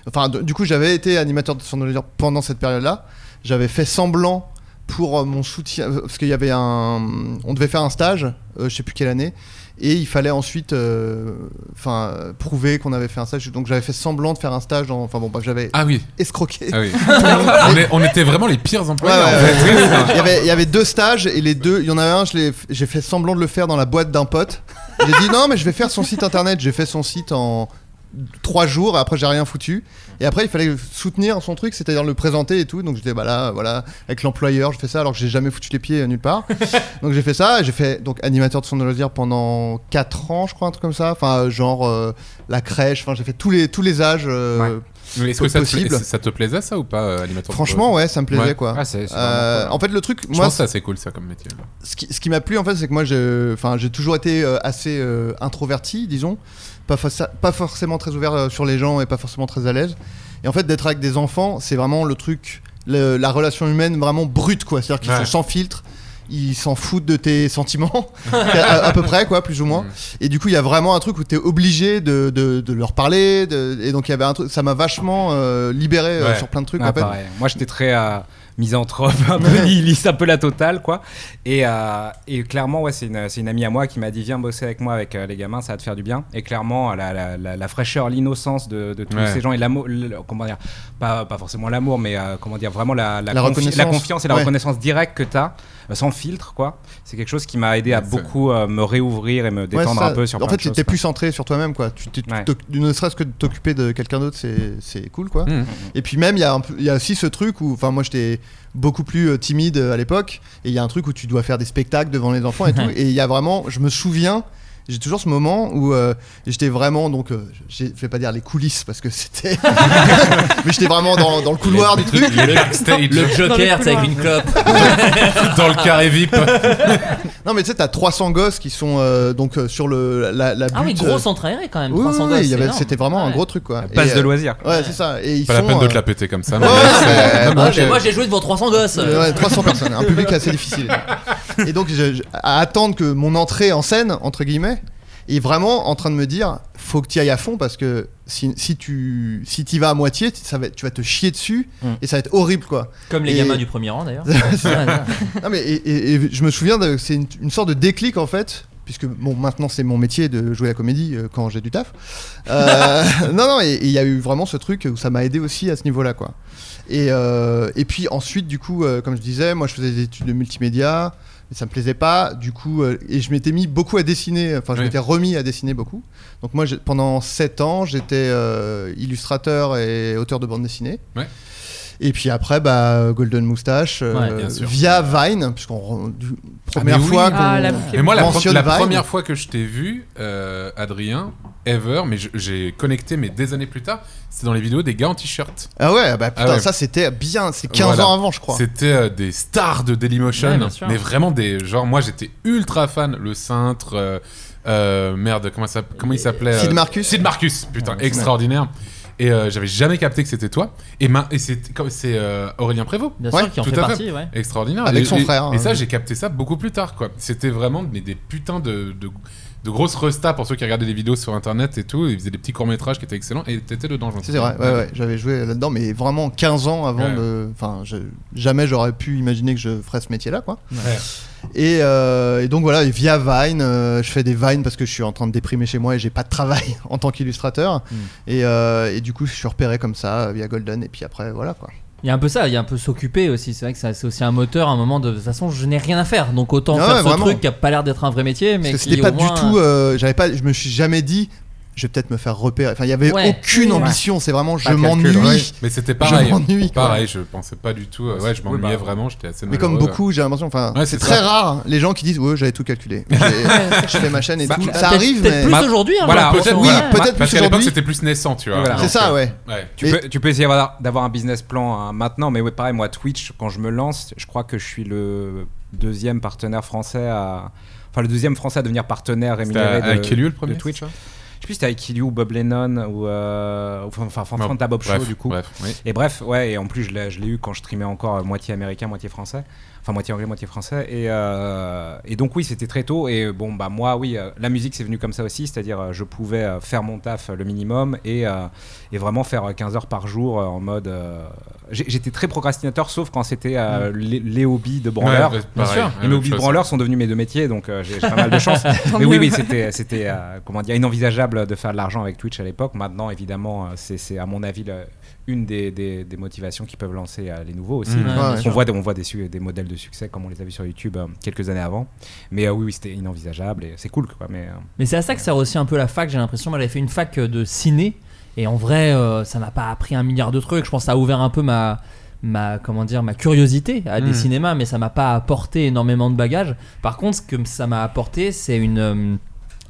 S7: Enfin, de- du coup, j'avais été animateur de sondateur pendant cette période-là. J'avais fait semblant pour euh, mon soutien, parce qu'il y avait un. On devait faire un stage, euh, je sais plus quelle année et il fallait ensuite euh, enfin euh, prouver qu'on avait fait un stage donc j'avais fait semblant de faire un stage dans- enfin bon bah, j'avais
S8: Ah oui,
S7: escroqué
S8: ah oui. on, est- on était vraiment les pires employés.
S7: Ouais,
S8: en
S7: ouais,
S8: fait.
S7: il, y avait, il y avait deux stages et les deux il y en avait un je l'ai- j'ai fait semblant de le faire dans la boîte d'un pote j'ai dit non mais je vais faire son site internet j'ai fait son site en trois jours et après j'ai rien foutu et après il fallait soutenir son truc c'est à dire le présenter et tout donc j'étais bah là voilà avec l'employeur je fais ça alors que j'ai jamais foutu les pieds euh, nulle part donc j'ai fait ça et j'ai fait donc animateur de son loisir pendant 4 ans je crois un truc comme ça enfin euh, genre euh, la crèche enfin j'ai fait tous les tous les âges euh,
S8: Mais Est-ce que ça te, pla-
S7: Possible.
S8: ça te plaisait ça ou pas, euh, animateur
S7: franchement ouais ça me plaisait
S8: Ouais.
S7: quoi
S10: Ah, c'est- c'est
S7: Euh,
S10: vraiment cool.
S7: en fait le truc
S8: Je
S7: moi
S8: pense que ça c'est cool ça comme métier.
S7: ce qui, ce qui m'a plu en fait c'est que moi j'ai enfin j'ai toujours été euh, assez euh, introverti disons pas fa- pas forcément très ouvert euh, sur les gens et pas forcément très à l'aise et en fait d'être avec des enfants c'est vraiment le truc le- la relation humaine vraiment brute quoi c'est à dire qu'ils
S8: Ouais.
S7: sont sans filtre ils s'en foutent de tes sentiments à, à peu près quoi plus ou moins
S8: Mm.
S7: et du coup il y a vraiment un truc où t'es obligé de, de, de leur parler de- et donc il y avait un truc ça m'a vachement euh, libéré euh,
S8: Ouais.
S7: sur plein de trucs
S10: Ah,
S7: en fait
S10: pareil. Moi, j'étais très euh, misanthrope, un peu
S7: Ouais.
S10: nihiliste, un peu la totale, quoi. Et, euh, et clairement, ouais, c'est une, c'est une amie à moi qui m'a dit Viens bosser avec moi, avec euh, les gamins, ça va te faire du bien. Et clairement, euh, la, la- la- la fraîcheur, l'innocence de, de tous
S8: Ouais.
S10: ces gens et l'amour, le- comment dire, pas, pas forcément l'amour, mais euh, comment dire, vraiment la, la,
S7: La
S10: confi-
S7: reconnaissance.
S10: la confiance et la
S7: Ouais.
S10: reconnaissance directe que tu as, sans filtre, quoi. C'est quelque chose qui m'a aidé à
S8: C'est-
S10: beaucoup euh, me réouvrir et me
S7: Ouais,
S10: détendre
S7: ça.
S10: un peu sur
S7: En
S10: plein
S7: fait,
S10: de choses,
S7: t'es plus centré sur toi-même, quoi. Tu, t'es- tu
S10: Ouais.
S7: t'oc- ne serait-ce que de t'occuper de quelqu'un d'autre, c'est, c'est cool, quoi.
S10: Mmh.
S8: Mm.
S7: Et puis même, il y, a un peu- il y a aussi ce truc où, enfin, moi, j'étais beaucoup plus euh, timide euh, à l'époque, et il y a un truc où tu dois faire des spectacles devant les enfants et tout. Et il y a vraiment, je me souviens. J'ai toujours ce moment où euh, j'étais vraiment, donc, euh, j'ai- je vais pas dire les coulisses parce que c'était. Mais j'étais vraiment dans, dans le couloir du truc.
S8: Le backstage,
S1: Le Joker, c'est avec une clope.
S8: dans le carré VIP.
S7: Non, mais tu sais, t'as 300 gosses qui sont euh, donc euh, sur le, la, la
S1: Ah oui,
S7: butte,
S1: gros
S7: euh,
S1: centre aéré quand même.
S7: oui,
S1: 300
S7: oui,
S1: gosses,
S7: il y
S1: c'est
S7: avait-
S1: énorme.
S7: c'était vraiment un
S1: Ouais.
S7: gros truc quoi.
S10: quoi.
S7: Et,
S10: Passe de
S7: euh,
S10: loisirs.
S7: Ouais, c'est ça. Et ils
S8: Pas la
S7: sont,
S8: peine de
S7: euh,
S8: te la péter comme ça. mais
S7: Ouais, ouais,
S8: c'est-
S7: ouais,
S1: Ah,
S7: j'ai-
S1: mais Moi j'ai joué devant 300 gosses.
S7: euh, ouais, 300 personnes, un public assez difficile. Et donc, je- je- à attendre que mon entrée en scène, entre guillemets, est vraiment en train de me dire faut que tu ailles à fond parce que si, si tu si t'y vas à moitié, ça va, être- tu vas te chier dessus
S10: Mm.
S7: et ça va être horrible quoi.
S1: Comme les
S7: Et-
S1: gamins du premier rang d'ailleurs.
S7: Non, mais et, et- et je me souviens, de- c'est une, une sorte de déclic en fait, puisque bon, maintenant c'est mon métier de jouer la comédie euh, quand j'ai du taf. Euh, non, non, et et il y a eu vraiment ce truc où ça m'a aidé aussi à ce niveau-là, quoi. Et, euh, et puis ensuite, du coup, euh, comme je disais, moi je faisais des études de multimédia, mais ça me plaisait pas, du coup, euh, et je m'étais mis beaucoup à dessiner, enfin je
S8: Oui.
S7: m'étais remis à dessiner beaucoup. Donc moi, j'ai- pendant 7 ans, j'étais euh, illustrateur et auteur de bande dessinée.
S8: Ouais.
S7: Et puis après, bah, Golden Moustache, euh,
S1: Ouais,
S8: bien sûr.
S7: via Vine, puisqu'on re- du-
S8: Ah,
S7: première
S8: mais oui.
S7: fois qu'on
S9: Ah, la boucle est
S8: Mais moi, la, pre-
S7: mentionne
S8: la
S7: Vine.
S8: première fois que je t'ai vu, euh, Adrien, ever, mais je- j'ai connecté, mais des années plus tard, c'était dans les vidéos des gars en t-shirt.
S7: Ah ouais, bah putain,
S8: Ah ouais.
S7: ça c'était bien, c'est 15
S8: Voilà.
S7: ans avant, je crois.
S8: C'était euh, des stars de
S1: Ouais,
S8: Dailymotion,
S1: bien sûr.
S8: mais vraiment des. Genre, moi j'étais ultra fan, le cintre, euh, euh, merde, comment, ça, comment il s'appelait
S7: Sid
S8: euh,
S7: Marcus
S8: Sid Marcus, putain, extraordinaire. Et euh, j'avais jamais capté que c'était toi. Et, ma- et c'est comme- c'est euh, Aurélien Prévost.
S1: Bien
S7: Ouais,
S1: sûr, qui en
S8: tout
S1: fait
S8: à fait.
S1: partie, ouais.
S8: Extraordinaire.
S7: Avec
S8: Et-
S7: son
S8: et-
S7: frère,
S8: Et
S7: hein.
S8: ça, j'ai capté ça beaucoup plus tard, quoi. C'était vraiment mais des putains de, de, de grosses restas pour ceux qui regardaient les vidéos sur internet et tout. Ils faisaient des petits courts-métrages qui étaient excellents et t'étais dedans, je me
S7: Si, C'est vrai, ouais, ouais, j'avais joué là-dedans, mais vraiment 15 ans avant
S8: Ouais.
S7: de. Enfin, je- jamais j'aurais pu imaginer que je ferais ce métier-là, quoi.
S8: Ouais.
S7: Et, euh, et donc voilà, et via Vine, euh, je fais des Vines parce que je suis en train de déprimer chez moi et j'ai pas de travail en tant qu'illustrateur. Et, euh, et du coup, je suis repéré comme ça euh, via Golden, et puis après, voilà quoi.
S1: Il y a un peu ça, il y a un peu s'occuper aussi. C'est vrai que ça- c'est aussi un moteur, un moment de. De toute façon, je n'ai rien à faire, donc autant
S7: Ah
S1: faire
S7: ouais,
S1: ce
S7: vraiment.
S1: truc qui a pas l'air d'être un vrai métier, mais
S7: Parce que
S1: qui
S7: c'était
S1: au
S7: pas
S1: moins-
S7: du tout. euh, J'avais pas, je me suis jamais dit, je vais peut-être me faire repérer. Enfin, il y avait
S1: Ouais.
S7: aucune
S1: Oui, ouais.
S7: ambition, c'est vraiment je
S10: de calcul,
S7: m'ennuie.
S10: ouais.
S8: Mais c'était pareil. hein.
S7: Je m'ennuie, quoi.
S8: Pareil, je pensais pas du tout. euh, Ouais, je
S10: Oui,
S8: m'ennuyais
S10: bah.
S8: vraiment, j'étais assez
S7: Mais comme
S8: malheureux.
S7: beaucoup, j'ai l'impression. Enfin,
S8: Ouais, c'est
S7: c'est très
S8: ça.
S7: rare hein, les gens qui disent, ouais, j'avais tout calculé. J'ai- Je fais ma chaîne et
S10: Bah,
S7: tout.
S10: bah,
S7: Ça
S1: Peut-être-
S7: arrive,
S1: peut-être
S7: mais.
S1: plus
S10: Bah,
S1: aujourd'hui. hein,
S10: voilà,
S1: j'ai l'impression,
S8: Peut-être,
S7: Oui,
S1: ouais.
S8: voilà.
S7: peut-être
S8: Parce
S7: plus
S8: qu'à l'époque,
S7: aujourd'hui.
S8: c'était plus naissant, tu vois.
S10: Voilà.
S7: C'est
S8: Donc,
S7: ça,
S8: euh,
S7: ouais.
S8: ouais.
S10: Tu,
S7: Mais-
S10: peux, tu peux essayer d'avoir, d'avoir un business plan hein, maintenant, mais ouais, pareil, moi, Twitch, quand je me lance, je crois que je suis le deuxième partenaire français à. Enfin, le deuxième français à devenir partenaire
S8: C'était
S10: rémunéré de,
S8: avec Eliu, le premier
S10: de Twitch. hein.
S8: c'est ça
S10: Je sais plus si c'était avec Killy ou Bob Lennon ou. euh, enfin, enfin, Fanta Bob Show,
S8: Bref,
S10: du coup.
S8: Bref, oui.
S10: Et bref, ouais, et en plus, je l'ai je l'ai eu quand je streamais encore euh, moitié américain, moitié français. Enfin, moitié anglais, moitié français. Et, euh, et donc, oui, c'était très tôt. Et euh, bon, bah, moi, oui, euh, la musique, c'est venu comme ça aussi. C'est-à-dire, euh, je pouvais euh, faire mon taf euh, le minimum et, euh, et vraiment faire euh, 15 heures par jour euh, en mode. euh, j'ai- J'étais très procrastinateur, sauf quand c'était euh, les, les hobbies de branleur.
S8: Mm. Ouais, pareil,
S1: sûr.
S8: la
S10: Et
S8: même
S10: mes hobbies de
S8: chose.
S10: branleur sont devenus mes deux métiers, donc euh, j'ai j'ai pas mal de chance. Mais oui, oui, c'était, c'était euh, comment dire, inenvisageable de faire de l'argent avec Twitch à l'époque. Maintenant, évidemment, euh, c'est, c'est, à mon avis le- une des, des- des motivations qui peuvent lancer euh, les nouveaux aussi.
S1: Mmh. Ouais,
S7: bien
S10: on,
S7: sûr.
S10: voit, des- on voit des, su- des modèles de succès comme on les a vus sur YouTube euh, quelques années avant. Mais euh, oui, oui, c'était inenvisageable et c'est cool. Quoi, mais, euh,
S1: Mais c'est à ça que sert aussi un peu la fac, j'ai l'impression. Moi, j'avais fait une fac euh, de ciné, et en vrai, euh, ça m'a pas appris un milliard de trucs. Je pense que ça a ouvert un peu ma, ma, comment dire, ma curiosité à des
S8: Mhm.
S1: cinémas, mais ça m'a pas apporté énormément de bagages. Par contre, ce que ça m'a apporté, c'est une. euh,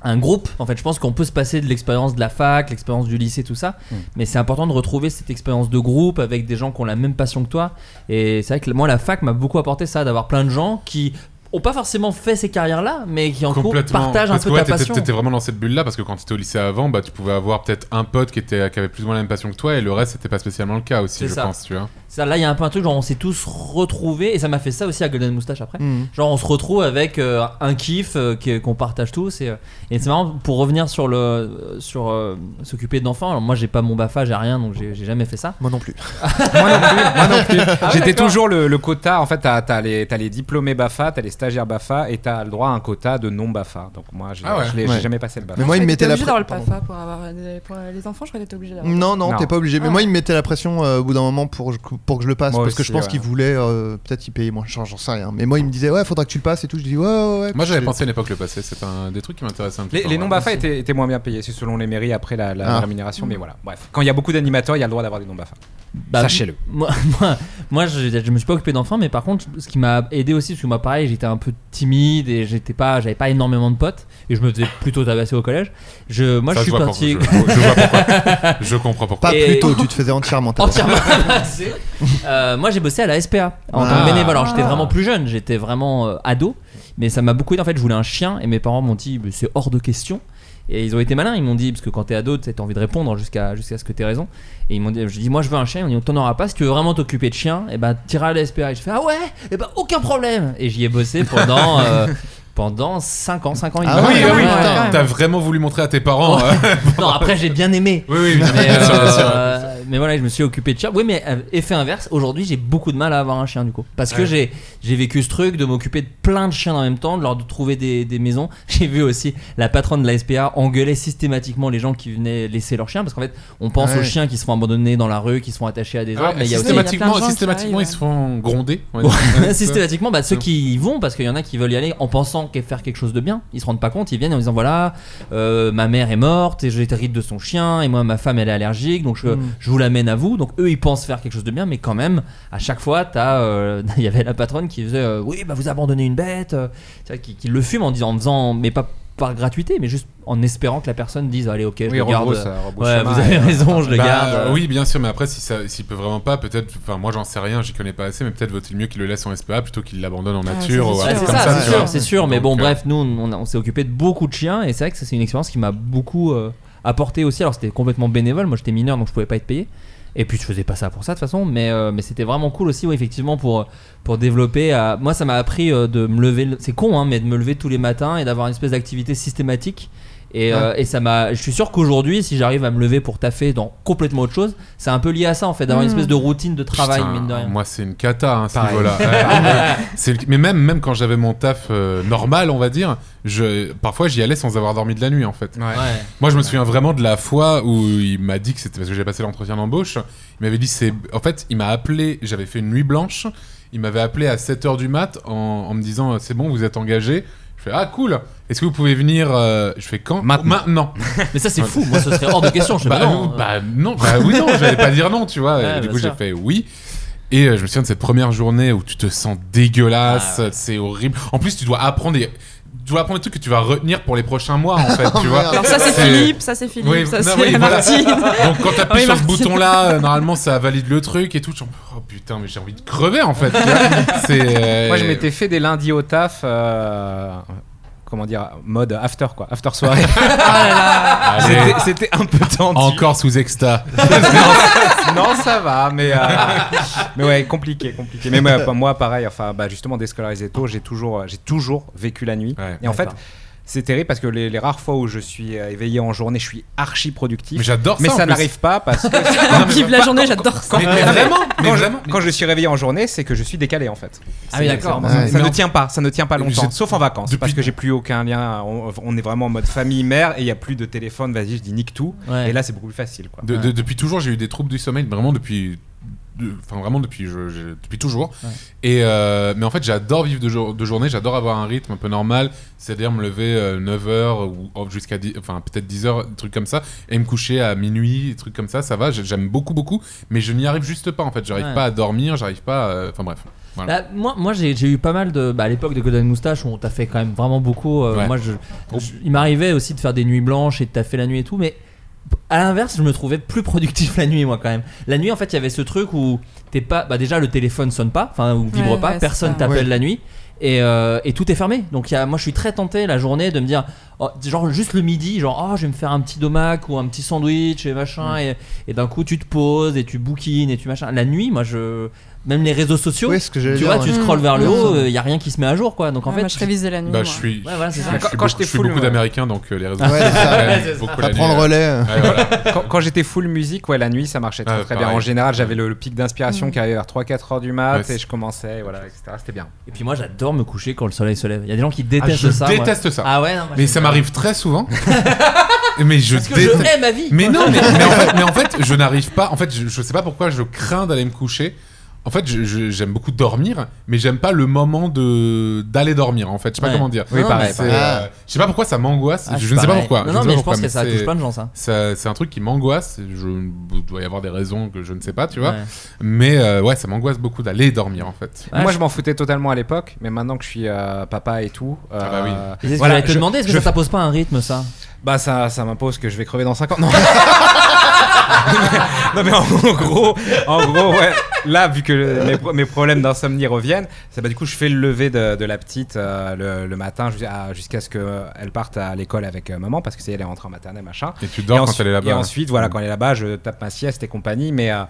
S1: un groupe, en fait, je pense qu'on peut se passer de l'expérience de la fac, l'expérience du lycée, tout ça,
S10: Mhm.
S1: mais c'est important de retrouver cette expérience de groupe avec des gens qui ont la même passion que toi. Et c'est vrai que moi, la fac m'a beaucoup apporté ça, d'avoir plein de gens qui ont pas forcément fait ces carrières-là, mais qui en cours
S8: Complètement.
S1: partagent un
S8: Parce
S1: peu
S8: que ouais,
S1: ta
S8: t'étais-
S1: passion.
S8: T'étais vraiment dans cette bulle-là parce que quand t'étais au lycée avant, bah, tu pouvais avoir peut-être un pote qui, était, qui avait plus ou moins la même passion que toi et le reste, c'était pas spécialement le cas aussi,
S1: C'est
S8: je
S1: ça.
S8: pense, tu vois.
S1: Ça, là, il y a un peu un truc, genre on s'est tous retrouvés, et ça m'a fait ça aussi à Golden Moustache après.
S7: Hmm.
S1: Genre on se retrouve avec euh, un kiff euh, qui- qu'on partage tous, et, euh, et c'est marrant pour revenir sur le sur euh, s'occuper d'enfants. Alors moi, j'ai pas mon bafa, j'ai rien, donc j'ai j'ai jamais fait ça.
S7: Moi non plus.
S10: moi non plus, moi non plus. J'étais
S1: d'accord.
S10: toujours le, le quota. En fait, t'as, t'as les, t'as les diplômés BAFA, t'as les stagiaires BAFA et t'as le droit à un quota de non-BAFA. Donc moi, j'ai-
S8: Ah ouais.
S10: je l'ai j'ai
S7: Ouais.
S10: jamais passé le BAFA.
S7: Mais moi, il me mettait la
S9: obligé d'avoir le
S7: pardon.
S9: PAFA pour, avoir des- pour les enfants, je crois que t'étais obligé d'avoir.
S7: Non, non,
S10: Non.
S7: t'es pas obligé. Mais
S9: Ah.
S7: moi, il me mettait la pression euh, au bout d'un moment pour, pour que je le passe.
S10: Moi
S7: parce que
S10: aussi,
S7: je pense
S10: ouais.
S7: qu'il voulait euh, peut-être y payer moins. J'en j'en sais rien. Mais moi, il me disait, ouais, faudra que tu le passes et tout. Je dis, ouais, ouais, ouais.
S8: Moi, j'avais
S7: Je-
S8: pensé à une époque le passé, c'est un des trucs qui m'intéressait un petit
S10: Les,
S8: peu.
S10: les
S8: ouais.
S10: non-BAFA étaient, étaient moins bien payés, c'est selon les mairies après la, la
S7: Ah.
S10: rémunération, mais voilà. Bref, quand il y a beaucoup d'animateurs, il y a le droit d'avoir des non-BAFA.
S1: Bah,
S10: Sachez-le.
S1: Moi, moi, moi, je, je me suis pas occupé d'enfants, mais par contre, ce qui m'a aidé aussi, parce que moi, pareil, j'étais un peu timide et j'étais pas, j'avais pas énormément de potes, et je me faisais plutôt tabasser au collège. Je, moi,
S8: Ça,
S1: je suis
S8: vois
S1: parti.
S8: pourquoi- Je, je vois pourquoi. je comprends pourquoi.
S7: Pas
S1: Et-
S7: plutôt, tu te faisais entièrement tabasser.
S1: entièrement amassé. Euh, moi j'ai bossé à la SPA en
S7: Ah.
S1: tant que bénévole. Alors j'étais vraiment plus jeune, j'étais vraiment euh, ado, mais ça m'a beaucoup aidé. En fait, je voulais un chien et mes parents m'ont dit Mais c'est hors de question. Et ils ont été malins, ils m'ont dit, parce que quand t'es ado, t'sais, t'as envie de répondre jusqu'à jusqu'à ce que t'aies raison. Et ils m'ont dit, je dis, moi je veux un chien, ils m'ont dit, t'en auras pas, si tu veux vraiment t'occuper de chien, et ben t'iras à la SPA. Et je fais, ah ouais, et ben aucun problème. Et j'y ai bossé pendant, euh, pendant 5 ans, 5 ans et
S7: Ah
S1: demi.
S7: oui, ah oui,
S1: Ouais.
S7: putain.
S8: T'as vraiment voulu montrer à tes parents. euh,
S1: Non, après j'ai bien aimé,
S8: Oui, oui, bien sûr,
S1: mais,
S8: bien sûr, bien sûr.
S1: euh, mais voilà, je me suis occupé de chien. Oui, mais euh, effet inverse, aujourd'hui j'ai beaucoup de mal à avoir un chien du coup. Parce que
S8: Ouais.
S1: j'ai j'ai vécu ce truc de m'occuper de plein de chiens en même temps, de leur trouver des, des maisons. J'ai vu aussi la patronne de la SPA engueuler systématiquement les gens qui venaient laisser leurs chiens. Parce qu'en fait, on pense
S7: Ouais.
S1: aux chiens qui se font abandonner dans la rue, qui se font attacher à des arbres,
S8: Ouais,
S1: mais il y a aussi.
S9: systématiquement,
S8: systématiquement, systématiquement,
S9: plein de gens qui
S8: ils
S9: arrivent,
S8: se font gronder. on va
S1: Ouais,
S8: dire. Ouais, c'est ça.
S1: systématiquement, bah, ceux qui y vont, parce qu'il y en a qui veulent y aller en pensant que- faire quelque chose de bien, ils se rendent pas compte, ils viennent en disant voilà, euh, ma mère est morte et j'hérite de son chien, et moi ma femme elle est allergique, donc je,
S8: Hmm.
S1: je vous l'amène à vous. Donc eux ils pensent faire quelque chose de bien, mais quand même, à chaque fois, t'as, euh, il y avait la patronne qui faisait euh, oui, bah vous abandonnez une bête, euh, tu vois, qui, qui le fume en disant, en faisant, mais pas par gratuité, mais juste en espérant que la personne dise allez, ok, je
S10: Oui,
S1: le garde.
S10: rebrousse, euh, rebrousse
S1: Ouais,
S10: chemin,
S1: vous avez
S10: et-
S1: raison, je le
S8: Bah,
S1: garde.
S8: euh, Oui, bien sûr, mais après, si ça- s'il peut vraiment pas, peut-être. Enfin, moi, j'en sais rien, j'y connais pas assez, mais peut-être vaut-il mieux qu'il le laisse en SPA plutôt qu'il l'abandonne en
S9: Ah,
S8: nature
S9: ça,
S8: ou
S9: c'est
S8: un
S1: Ouais, c'est
S8: truc comme
S1: ça,
S8: ça.
S1: c'est
S8: tu
S1: sûr,
S8: vois.
S1: c'est sûr. Mais
S8: Donc,
S1: bon,
S8: euh,
S1: bref, nous, on, a- on s'est occupé de beaucoup de chiens et c'est vrai que ça, c'est une expérience qui m'a beaucoup euh, apporté aussi. Alors, c'était complètement bénévole. Moi, j'étais mineur, donc je pouvais pas être payé. Et puis je faisais pas ça pour ça de toute façon, mais, euh, mais c'était vraiment cool aussi, ouais, effectivement, pour, pour développer. à- Moi, ça m'a appris euh, de me lever, le- c'est con, hein, mais de me lever tous les matins et d'avoir une espèce d'activité systématique. Et, euh, et ça m'a. Je suis sûr qu'aujourd'hui, si j'arrive à me lever pour taffer dans complètement autre chose, c'est un peu lié à ça en fait, d'avoir une
S9: Mm.
S1: espèce de routine de travail,
S8: Hmm. Putain,
S1: mine de rien.
S8: Moi, c'est une cata, hein, ce
S10: Pareil.
S8: niveau-là. Ouais, ouais. C'est le- mais même, même quand j'avais mon taf euh, normal, on va dire, je, parfois j'y allais sans avoir dormi de la nuit, en fait.
S1: Ouais.
S8: Moi, je me souviens vraiment de la fois où il m'a dit que c'était parce que j'avais passé l'entretien d'embauche. Il m'avait dit, c'est. En fait, il m'a appelé, j'avais fait une nuit blanche. Il m'avait appelé à 7h du mat en, en me disant, c'est bon, vous êtes engagé. Je fais, ah, cool. Est-ce que vous pouvez venir euh, Je fais quand
S10: Maintenant.
S1: Mais ça, c'est fou, moi, ce serait hors de question. Je sais
S8: bah,
S1: pas, non.
S8: non, bah non, bah oui, non, j'allais pas dire non, tu vois.
S1: Ouais,
S8: Et du
S1: bien
S8: coup, j'ai
S1: sûr.
S8: fait oui. Et euh, je me souviens de cette première journée où tu te sens dégueulasse,
S1: Ah ouais.
S8: c'est horrible. En plus, tu dois apprendre des, tu dois apprendre des trucs que tu vas retenir pour les prochains mois, en fait, tu vois.
S9: Alors ça c'est
S8: C'est-
S9: Philippe, ça c'est Philippe,
S8: Oui,
S9: ça
S8: non,
S9: c'est
S8: oui, voilà.
S9: Martine.
S8: Donc quand t'appuies
S9: Oui,
S8: sur ce
S9: Martine.
S8: bouton-là, euh, normalement, ça valide le truc et tout. Genre, oh putain, mais j'ai envie de crever, en fait. tu vois. c'est, euh,
S10: Moi, je m'étais fait des lundis au taf. euh, Comment dire, mode after quoi, after soirée.
S8: allez,
S10: Ah, C'était- C'était un peu tendu.
S8: ah, encore sous exta.
S10: non, ça va, mais, euh, mais ouais, compliqué, compliqué. Mais moi, moi, pareil, enfin, bah, justement, déscolarisé tôt, j'ai toujours, euh, j'ai toujours vécu la nuit.
S8: Ouais.
S10: Et en fait, c'est terrible parce que les, les rares fois où je suis euh, éveillé en journée, je suis archi productif.
S8: Mais j'adore ça.
S10: Mais
S8: en
S10: ça
S8: plus.
S10: n'arrive pas parce que
S9: Vive la journée, j'adore ça.
S8: Mais vraiment, mais
S10: quand, je,
S8: vraiment.
S10: quand je suis réveillé en journée, c'est que je suis décalé en fait.
S1: Ah oui,
S10: C'est-
S1: d'accord.
S10: c'est-
S7: Ouais.
S10: Ça
S8: Mais
S10: ne
S8: en-
S10: tient pas, ça ne tient pas longtemps,
S8: J'ai-
S10: sauf en vacances,
S8: Depuis-
S10: parce que j'ai plus aucun lien. On, on est vraiment en mode famille mère et il y a plus de téléphone. Vas-y, je dis nique tout.
S1: Ouais.
S10: Et là, c'est beaucoup plus facile. Quoi.
S8: De- de- depuis toujours, j'ai eu des troubles du sommeil, vraiment depuis. de- Enfin, vraiment depuis, je- je- depuis toujours.
S1: Ouais.
S8: Et euh, mais en fait, j'adore vivre de, jour- de journée, j'adore avoir un rythme un peu normal, c'est-à-dire me lever 9h ou off jusqu'à dix- enfin peut-être 10h, des trucs comme ça, et me coucher à minuit, des trucs comme ça, ça va, j'ai- j'aime beaucoup, beaucoup, mais je n'y arrive juste pas en fait, j'arrive
S1: Ouais.
S8: pas à dormir, j'arrive pas. à- Enfin bref.
S1: Bah, moi, moi j'ai j'ai eu pas mal de. Bah, à l'époque de Golden Moustache, on t'a fait quand même vraiment beaucoup. euh,
S8: Ouais.
S1: Moi, je, je- il m'arrivait aussi de faire des nuits blanches et de taffer la nuit et tout, mais à l'inverse, je me trouvais plus productif la nuit, moi, quand même. La nuit, en fait, il y avait ce truc où t'es pas. Bah, déjà, le téléphone sonne pas, enfin, ou vibre
S9: Ouais,
S1: pas,
S9: ouais,
S1: personne
S9: c'est ça.
S1: t'appelle
S7: Ouais.
S1: la nuit. Et, euh, et tout est fermé. Donc, il y a, moi, je suis très tenté la journée de me dire, oh, genre, juste le midi, genre, oh, je vais me faire un petit domac ou un petit sandwich et machin. Et, et d'un coup, tu te poses et tu bouquines et tu machin. La nuit, moi, je. Même les réseaux sociaux,
S7: Oui, ce que j'allais
S1: tu
S7: dire.
S1: vois,
S7: ouais.
S1: tu scrolles vers le
S7: Mmh.
S1: haut, il y a rien qui se met à jour, quoi. Donc en
S9: Ouais,
S1: fait,
S9: moi je révisais la nuit.
S8: Bah,
S9: moi.
S8: je suis.
S1: Ouais, voilà, c'est ça.
S8: je suis
S10: Quand- quand
S8: beaucoup-
S10: j'étais
S8: je suis
S10: full,
S8: beaucoup
S10: ouais.
S8: d'Américains, donc euh, les réseaux
S7: Ouais, c'est ça.
S8: j'aime beaucoup
S7: Ça
S8: la
S7: prend le
S8: nuit.
S7: relais. euh.
S8: Ouais, voilà.
S10: quand, quand j'étais full musique, ouais, la nuit, ça marchait très,
S8: Ah,
S10: très bien.
S8: pareil.
S10: En général, j'avais le, le pic d'inspiration
S9: Mm.
S10: qui arrivait vers 3-4 heures du mat
S8: Ouais,
S10: et je commençais, et voilà, etc. C'était bien.
S1: Et puis moi, j'adore me coucher quand le soleil se lève. Il y a des gens qui
S8: Ah,
S1: détestent
S8: je
S1: ça. moi.
S8: déteste ça.
S1: Ah ouais, non, moi,
S8: mais
S1: je-
S8: ça m'arrive très souvent. mais je
S1: Parce que je
S8: déteste.
S1: hais ma vie. Ah,
S8: Mais non, mais, mais en, fait, mais en fait, je n'arrive pas. En fait, je, je sais pas pourquoi je crains d'aller me coucher. En fait, je- je- j'aime beaucoup dormir, mais j'aime pas le moment de d'aller dormir. En fait, je sais pas
S1: Ouais.
S8: comment dire.
S10: Oui,
S1: Non,
S10: pareil,
S8: C'est,
S10: pareil.
S8: euh, je sais pas pourquoi ça m'angoisse.
S1: Ah,
S8: je,
S1: suis
S8: ne sais pas
S1: pareil.
S8: pourquoi.
S1: Non,
S8: ne
S1: non,
S8: sais
S1: mais
S8: pas
S1: je pense
S8: pourquoi,
S1: que ça
S8: mais
S1: touche
S8: c'est-
S1: plein de gens, ça.
S8: ça- c'est un truc qui m'angoisse. Je il doit y avoir des raisons que je ne sais pas, tu vois.
S1: Ouais.
S8: Mais euh, ouais, ça m'angoisse beaucoup d'aller dormir en fait.
S1: Ouais,
S10: Moi,
S1: je-
S10: je m'en foutais totalement à l'époque, mais maintenant que je suis euh, papa et tout. euh,
S8: Ah bah oui.
S1: Et c'est ce que
S10: voilà,
S1: j'allais te
S10: je-
S1: demander, est-ce que
S10: je-
S1: ça t'impose pas un rythme ça
S10: Bah ça, ça m'impose que je vais crever dans 5 ans. Non. non mais en gros, en gros, ouais. Là, vu que le- mes, pro- mes problèmes d'insomnie reviennent, ça, bah, du coup, je fais le lever de, de la petite euh, le, le matin ju- à- jusqu'à ce qu'elle parte à l'école avec euh, maman, parce que c'est elle est rentrée en maternelle, machin.
S8: Et tu dors
S10: et
S8: quand
S10: ensuite,
S8: elle est là-bas. Mm.
S10: et ensuite, voilà, quand elle est là-bas, je tape ma sieste et compagnie. Mais, euh,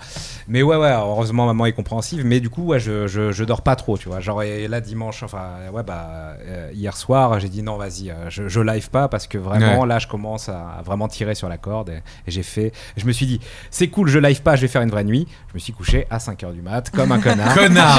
S10: mais ouais, ouais, heureusement, maman est compréhensive. Mais du coup, ouais, je, je, je dors pas trop, tu vois. Genre, et là, dimanche, enfin, ouais, bah, euh, hier soir, j'ai dit non, vas-y, euh, je, je live pas parce que vraiment, là, je commence à, à vraiment tirer sur la corde. Et, et j'ai fait, je me suis dit, c'est cool, je live pas, je vais faire une vraie nuit. Je me suis couché à 5 h du mat, comme un connard.
S8: Connard.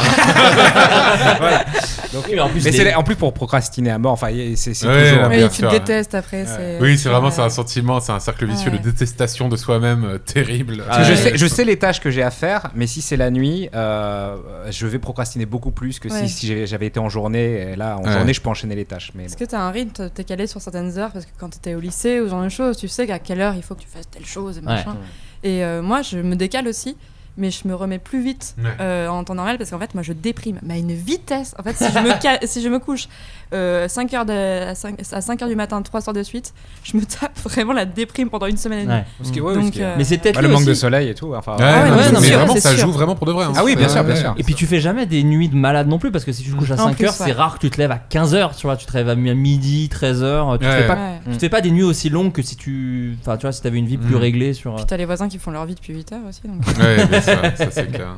S1: Oui, mais en plus,
S10: mais
S1: les-
S10: c'est les- en plus pour procrastiner à mort. Enfin, y- c'est c'est
S8: Ouais,
S10: toujours.
S8: ouais.
S9: Ah Oui,
S8: bien
S9: tu
S8: sûr.
S9: le détestes après. c'est-
S8: Oui, c'est vraiment c'est un
S9: Ouais.
S8: sentiment, c'est un cercle vicieux
S9: Ouais.
S8: de détestation de soi-même euh, terrible.
S1: Ah
S10: Parce que
S1: ouais.
S10: je, sais, je sais les tâches que j'ai à faire, mais si c'est la nuit, euh, je vais procrastiner beaucoup plus que si-
S9: Ouais.
S10: si, j'ai- j'avais été en journée. Et là, en
S8: Ouais.
S10: journée, je peux enchaîner les tâches. Mais
S9: Est-ce que tu as un rythme t- T'es calé sur certaines heures Parce que quand t'étais au lycée ou ce genre de choses, tu sais qu'à quelle heure il faut que tu fasses telle chose et machin. Et euh, moi, je me décale aussi. mais je me remets plus vite
S8: Ouais.
S9: euh, en temps normal parce qu'en fait, moi, je déprime, mais à une vitesse. En fait, si je me, ca- si je me couche euh, 5 heures de- à, 5, heures du matin, 3 heures de suite, je me tape vraiment la déprime pendant une semaine et demie.
S1: Ouais.
S10: Parce
S8: Mm.
S10: que, ouais,
S9: Donc,
S10: parce que-
S9: euh,
S1: Mais c'est peut-être
S10: bah, le
S1: lui
S10: manque de
S1: aussi.
S10: soleil et tout. Enfin,
S8: Ouais,
S9: ouais,
S8: non,
S9: non,
S8: mais,
S9: c'est
S8: mais
S9: sûr,
S8: vraiment,
S9: c'est
S8: ça
S9: sûr.
S8: joue vraiment pour de vrai. hein.
S10: Ah oui, bien sûr, bien
S8: Ouais,
S10: sûr.
S8: ouais.
S1: Et puis tu fais jamais des nuits de malade non plus parce que si tu te couches à
S9: En
S1: 5
S9: plus,
S1: heures,
S9: ouais.
S1: c'est rare que tu te lèves à 15 heures, tu vois, tu te lèves à mi- midi, 13 heures, tu te
S8: Ouais.
S1: fais pas
S9: Ouais.
S1: tu te fais pas des nuits aussi longues que si tu enfin tu vois si t'avais une vie plus
S8: Mm.
S1: réglée sur euh,
S9: Puis t'as les voisins qui font leur vie depuis 8 heures aussi. Donc.
S8: Ouais, bien sûr, ça c'est clair.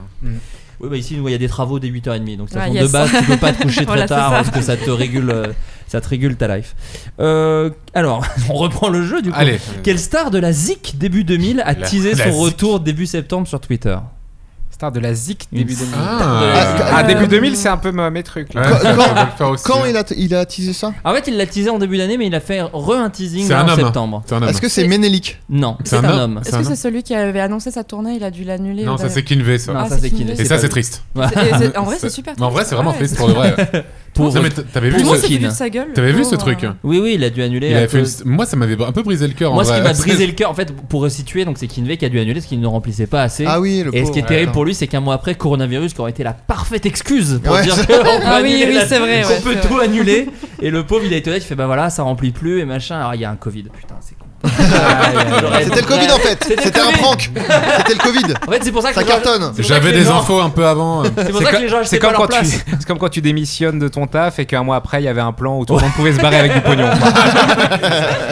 S1: Oui, bah ici, nous, il y a des travaaux dès 8h30. Donc, ça
S9: Ouais,
S1: façon,
S9: Ah, yes.
S1: de base, tu peux pas te coucher trop
S9: Voilà, c'est
S1: tard
S9: ça.
S1: parce que ça te régule, euh, ça te régule ta life. Euh, alors, on reprend le jeu du coup.
S8: Allez.
S1: Quelle star de la ZIC début 2000 a
S8: Ah. La-
S1: teasé
S8: la
S1: son
S8: Zik.
S1: retour début septembre sur Twitter
S10: Star de la ZIC
S1: Une
S10: début
S1: star
S10: 2000.
S8: Ah,
S10: Ah, début
S9: Euh,
S10: 2000, c'est un peu ma- mes trucs là.
S8: Ouais,
S7: Quand-
S8: ça,
S7: quand-
S8: je vais le faire aussi. hein.
S7: Quand il a, il a teasé ça
S1: En fait, il l'a teasé en début d'année, mais il a fait re-un teasing
S8: C'est un
S1: en
S8: homme.
S1: septembre.
S8: C'est un homme.
S7: Est-ce que c'est
S9: C'est-
S7: Ménélique
S1: Non, c'est un, homme.
S9: Est-ce
S8: un
S9: que
S8: homme.
S9: c'est celui qui avait annoncé sa tournée Il a dû l'annuler
S8: Non,
S9: ou
S8: ça
S9: pas
S8: c'est Kinvey ça.
S1: Non,
S9: Ah,
S1: ça
S9: c'est
S1: c'est
S9: Kinvey.
S1: Kinvey.
S8: Et
S9: c'est
S8: ça
S1: pas
S8: c'est
S1: lui.
S8: triste.
S9: Et- et c'est- En vrai, c'est super.
S8: Mais en vrai, c'est vraiment
S9: triste.
S8: triste pour de vrai.
S1: Pauvre-
S8: Non, mais t- T'avais vu
S1: Pauvre
S8: ce-
S1: Kin.
S9: Ouais. Sa gueule.
S8: t'avais vu
S9: Oh,
S8: ce truc
S9: euh,
S1: Oui, oui, il a dû annuler.
S8: Il
S1: à
S8: avait fait une-
S1: cause-
S8: Moi, ça m'avait un peu brisé le cœur. en
S1: Moi, ce qui
S8: vrai.
S1: m'a brisé le cœur, en fait, pour resituer, donc c'est Kinvey qui a dû annuler parce qu'il ne remplissait pas assez.
S7: Ah oui, le
S1: Et ce qui est
S7: pauvre.
S1: terrible
S7: Ouais.
S1: pour lui, c'est qu'un mois après, coronavirus, qui aurait été la parfaite excuse pour
S7: Ouais.
S1: dire qu'on peut,
S9: Ah oui,
S1: annuler
S9: oui,
S1: la-
S9: c'est vrai,
S1: qu'on
S9: ouais,
S1: peut
S9: c'est
S1: tout annuler. Et le pauvre, il a été honnête, il fait bah voilà, ça remplit plus et machin. Alors il y a un Covid, putain, c'est con.
S7: Ah,
S1: J'aurais-
S7: C'était le Covid en fait
S1: C'était le
S7: C'était un
S1: Covid.
S7: prank C'était le Covid
S1: En fait, c'est pour ça que
S7: Ça
S1: les gens-
S7: cartonne
S1: c'est pour ça
S8: J'avais
S1: que les
S8: des
S1: gens-
S8: infos un peu avant. euh,
S1: C'est pour
S10: C'est
S1: ça que
S10: co-
S1: les gens
S10: c'est
S1: achetaient pas
S10: comme,
S1: leur
S10: quand tu-
S1: place.
S10: c'est comme quand tu démissionnes de ton taf et qu'un mois après il y avait un plan où tout le monde pouvait se barrer avec du pognon.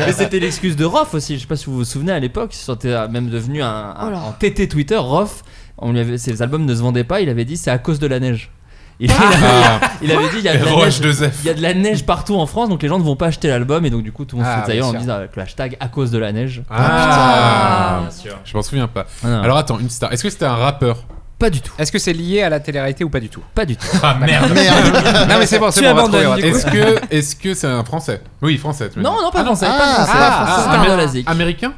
S1: Mais c'était l'excuse de Rof aussi. Je sais pas si vous vous souvenez à l'époque, il sortait euh, même devenu un, un-
S9: Oh là.
S1: en TT Twitter. Rof, on lui avait, ses albums ne se vendaient pas. Il avait dit c'est à cause de la neige. Il, il avait-
S8: Ah,
S1: il avait dit il y a de la neige
S8: ROH2F.
S1: Il y a de la neige partout en France, donc les gens ne vont pas acheter l'album, et donc du coup tout le monde
S10: Ah,
S1: se fout d'ailleurs en
S10: bien sûr.
S1: disant avec le hashtag à cause de la neige.
S8: Ah,
S9: Bien
S8: Je m'en souviens pas.
S1: Ah, non,
S8: Alors attends, une star. Est-ce que c'était un rappeur
S1: pas du tout,
S10: Est-ce que c'est lié à la télé-réalité ou pas du tout
S1: pas du tout.
S8: Ah merde
S7: Merde
S10: Non mais c'est bon, c'est
S9: Tu
S10: bon, on va
S9: abandonnes,
S10: trouver, on va
S9: du
S10: trouver.
S8: Est-ce que est-ce que c'est un français Oui, français. tu m'as
S1: Non,
S8: dit.
S1: non, pas français, pas
S7: ah,
S1: français.
S10: ah,
S1: pas français,
S10: ah,
S1: c'est un
S9: ah,
S1: Eurasique.
S8: Américain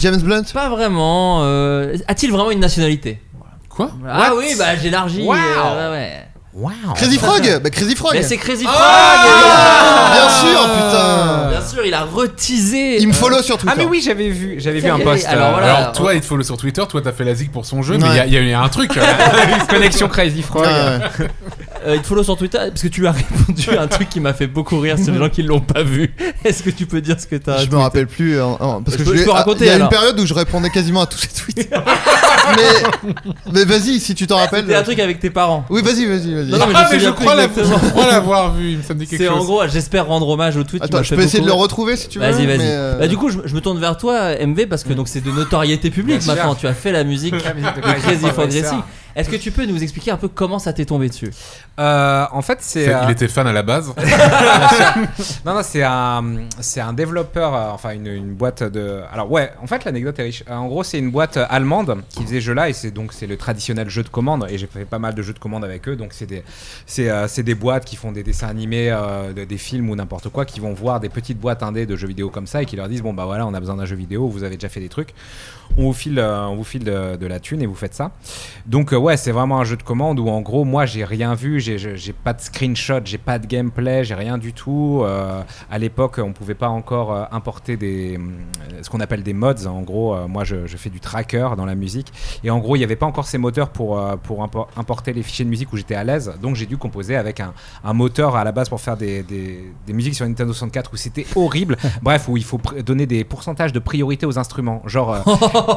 S7: James Blunt
S1: Pas vraiment. euh, A-t-il vraiment une nationalité
S8: Quoi
S1: Ah oui, bah j'élargis.
S10: Wow.
S1: euh, ouais.
S10: Wow.
S7: Crazy Frog Bah Crazy Frog Oh
S1: Mais c'est Crazy Frog
S7: Ah, Bien
S1: évidemment.
S7: sûr, putain
S1: Bien sûr, il a retisé.
S7: Il me
S1: euh,
S7: follow sur Twitter
S10: Ah mais oui, j'avais vu, j'avais vu un
S1: Quel-
S10: post.
S1: alors
S10: euh,
S1: voilà.
S8: Alors toi, il te follow sur Twitter. Toi, t'as fait la zig pour son jeu, mais il y a-
S7: Ouais.
S8: il y, a eu un truc. Ah,
S10: Connexion Crazy Frog.
S7: Ah, ouais.
S1: euh, il te follow sur Twitter parce que tu lui as répondu à un truc qui m'a fait beaucoup rire sur les gens qui l'ont pas vu. Est-ce que tu peux dire ce que t'as
S7: Je me rappelle plus. euh, euh, parce
S1: Je
S7: que
S1: peux-
S7: l'ai-
S1: je peux
S7: ah,
S1: raconter,
S7: Il y a
S1: alors.
S7: une période où je répondais quasiment à tous ces tweets. mais mais vas-y, si tu t'en rappelles.
S1: C'était un truc avec tes parents.
S7: Oui, vas-y, vas-y, vas-y.
S1: Non, non, mais
S8: ah
S1: je
S8: mais
S1: sais
S8: je
S1: bien plus
S8: crois la-
S1: exactement.
S8: je crois l'avoir vu. Il me- Ça me dit quelque
S1: C'est en
S8: chose.
S1: gros, j'espère rendre hommage au tweet. qui
S7: Attends,
S1: m'a
S7: je
S1: fait
S7: peux essayer de le
S1: beaucoup-
S7: retrouver si tu veux.
S1: Vas-y, vas-y.
S7: mais, euh,
S1: Bah, du coup, je, je me tourne vers toi, MV, parce que donc c'est de notoriété publique
S10: Bien sûr.
S1: maintenant. Tu as fait la musique.
S10: La musique de
S1: Crazy
S10: Frog,
S1: Frog
S10: ouais, ça.
S1: Racing. Est-ce que tu peux nous expliquer un peu comment ça t'est tombé dessus
S10: Euh, en fait, c'est.
S8: C'est-
S10: euh,
S8: Il était fan à la base.
S10: Non, non, c'est un, c'est un développeur, euh, enfin une, une boîte de. Alors ouais, en fait l'anecdote est riche. Euh, En gros, c'est une boîte euh, allemande qui faisait ce jeu-là et c'est donc c'est le traditionnel jeu de commande et j'ai fait pas mal de jeux de commande avec eux. Donc c'est des, c'est, euh, c'est des boîtes qui font des dessins animés, euh, de- des films ou n'importe quoi, qui vont voir des petites boîtes indées de jeux vidéo comme ça et qui leur disent bon bah voilà, on a besoin d'un jeu vidéo, vous avez déjà fait des trucs, on vous file, euh, on vous file de, de la thune et vous faites ça. Donc euh, ouais, c'est vraiment un jeu de commande où en gros moi j'ai rien vu, j'ai j'ai- j'ai pas de screenshot, j'ai pas de gameplay, j'ai rien du tout. Euh, à l'époque, on pouvait pas encore euh, importer des hum, ce qu'on appelle des mods. En gros, euh, moi je, je fais du tracker dans la musique et en gros il y avait pas encore ces moteurs pour euh, pour impor- importer les fichiers de musique où j'étais à l'aise. Donc j'ai dû composer avec un, un moteur à la base pour faire des, des- des musiques sur Nintendo 64 où c'était horrible. Bref, où il faut pr- donner des pourcentages de priorité aux instruments, genre euh,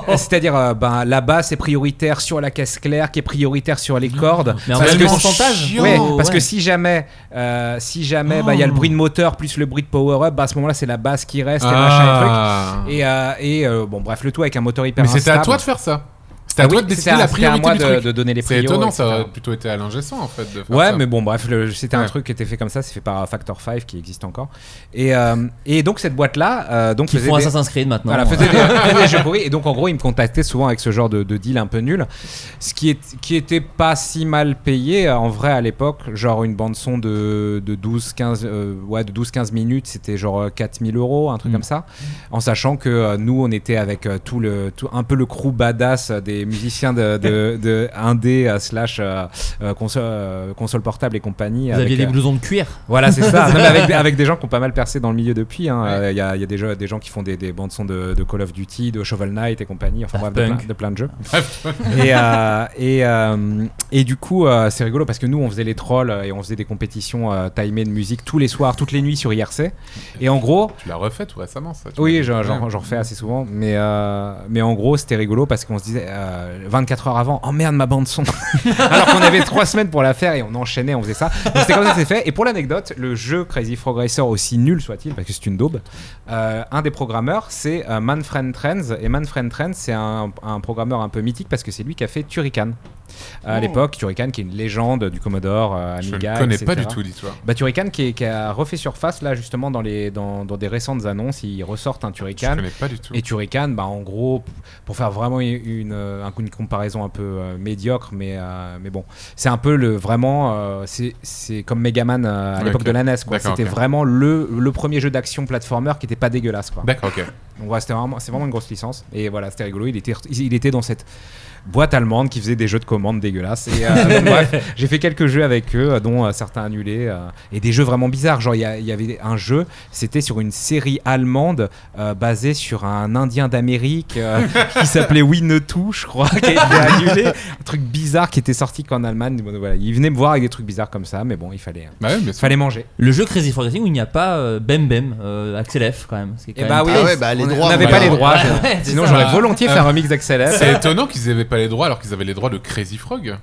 S10: euh, C'est-à-dire, euh, ben, la basse est prioritaire sur la caisse claire, qui est prioritaire sur les cordes.
S1: Mmh. Mais en
S10: Parce
S1: même
S10: que-
S1: temps, pourcentage
S10: Ouais,
S1: Oh,
S10: parce
S1: ouais.
S10: que si jamais, euh, si jamais, bah, il
S8: Oh.
S10: y a le bruit de moteur plus le bruit de power up, bah, à ce moment-là, c'est la basse qui reste et machin
S8: Ah.
S10: et truc. Et, euh, et, euh, bon, bref, le tout avec un moteur hyper
S8: Mais c'était à
S10: instable. Ah
S8: toi de faire ça. C'était à
S10: Oui,
S8: toi de
S10: c'était
S8: décider
S10: à-
S8: la
S10: c'était à
S8: priorité
S10: moi
S8: du
S10: de,
S8: truc.
S10: de donner les
S8: C'est
S10: priorité.
S8: étonnant, ça aurait plutôt été à l'ingécent en fait. de faire
S10: Ouais,
S8: ça.
S10: mais bon, bref, le- c'était un
S8: Ouais.
S10: truc qui était fait comme ça, c'est fait par Factor 5 qui existe encore. Et, euh, et donc, cette boîte-là, euh, donc
S1: Qui
S10: faisait
S1: font
S10: des-
S1: Assassin's Creed maintenant euh,
S10: Voilà, faisait des, faisait des jeux pourris. Et donc, en gros, ils me contactaient souvent avec ce genre de, de deal un peu nul. Ce qui, est, qui était pas si mal payé, euh, en vrai, à l'époque. Genre, une bande-son de, de 12-15 euh, ouais, de 12, 15 minutes, c'était genre 4000 euros, un truc
S1: Mm.
S10: comme ça. En sachant que euh, nous, on était avec euh, tout le, tout, un peu le crew badass des les musiciens de, de, de indé euh, slash euh, euh, console, euh, console portable et compagnie.
S1: Vous
S10: avec,
S1: aviez des
S10: euh,
S1: blousons de cuir
S10: Voilà, c'est ça. Non, mais avec, des- avec des gens qui ont pas mal percé dans le milieu depuis. hein. Euh, Il y a, il y a des, jeux- des gens qui font des, des bandes son de, de Call of Duty, de Shovel Knight et compagnie. Enfin
S1: Daft
S10: bref, de plein,
S1: Punk.
S10: de plein de jeux. et, euh, et, euh, et du coup, euh, c'est rigolo parce que nous, on faisait les trolls euh, et on faisait des compétitions euh, timées de musique tous les soirs, toutes les nuits sur IRC. Et en gros,
S8: Tu l'as refait tout récemment, ça tu m'as
S10: oui,
S8: dit.
S10: j'en j'en-
S8: Ouais.
S10: j'en refais assez souvent, mais, euh, mais en gros, c'était rigolo parce qu'on se disait euh, 24 heures avant, oh merde, ma bande son. Alors qu'on avait 3 semaines pour la faire et on enchaînait, on faisait ça. Donc c'était comme ça que c'est fait. Et pour l'anecdote, le jeu Crazy Frog Racer, aussi nul soit-il, parce que c'est une daube, euh, un des programmeurs, c'est euh, Manfred Trends. Et Manfred Trends, c'est un, un programmeur un peu mythique parce que c'est lui qui a fait Turrican. À
S9: Oh.
S10: l'époque, Turrican qui est une légende du Commodore, euh,
S8: Je
S10: Amiga.
S8: ne connais pas du
S10: etc.
S8: tout, dis-toi.
S10: Bah, Turrican qui, est- qui a refait surface là justement dans, les, dans, dans des récentes annonces, ils ressortent un
S8: Je
S10: Turrican.
S8: connais pas du tout.
S10: Et Turrican, bah, en gros, p- pour faire vraiment une, une, euh, une comparaison un peu euh, médiocre, mais, euh, mais bon, c'est un peu le vraiment, euh, c'est- c'est comme Megaman euh, à
S8: Ouais,
S10: l'époque
S8: ok.
S10: de la NES, quoi.
S8: D'accord,
S10: C'était
S8: ok.
S10: vraiment le, le premier jeu d'action platformer qui était pas dégueulasse, quoi.
S8: D'accord, ok.
S10: Donc voilà, c'était vraiment, c'est vraiment une grosse licence. Et voilà, c'était rigolo. Il était, il était dans cette boîte allemande qui faisait des jeux de commandes dégueulasses. Et euh, donc, bref, j'ai fait quelques jeux avec eux, euh, dont euh, certains annulés. euh, et des jeux vraiment bizarres. Genre, il y, a- il y avait un jeu, c'était sur une série allemande euh, basée sur un Indien d'Amérique euh, qui s'appelait Winnetou, je crois, qui a été annulé. Un truc bizarre qui était sorti qu'en Allemagne. Bon, voilà, ils venaient me voir avec des trucs bizarres comme ça, mais bon, il fallait,
S8: Bah ouais, mais c'est-
S10: fallait manger.
S1: Le jeu Crazy Frog Racing où il n'y a pas euh, Bem Bem, euh, Axel F quand même.
S10: Et bah oui,
S7: Ah ouais, bah, les
S10: on
S7: droits,
S10: n'avait
S8: on
S10: pas
S8: les
S10: les
S8: a.
S10: droits.
S1: Ouais, ouais, c'est
S10: Sinon,
S1: ça.
S10: j'aurais volontiers fait
S8: Euh,
S10: un remix d'Axel F.
S8: c'est étonnant qu'ils avaient pas les droits alors qu'ils avaient les droits de Crazy Frog.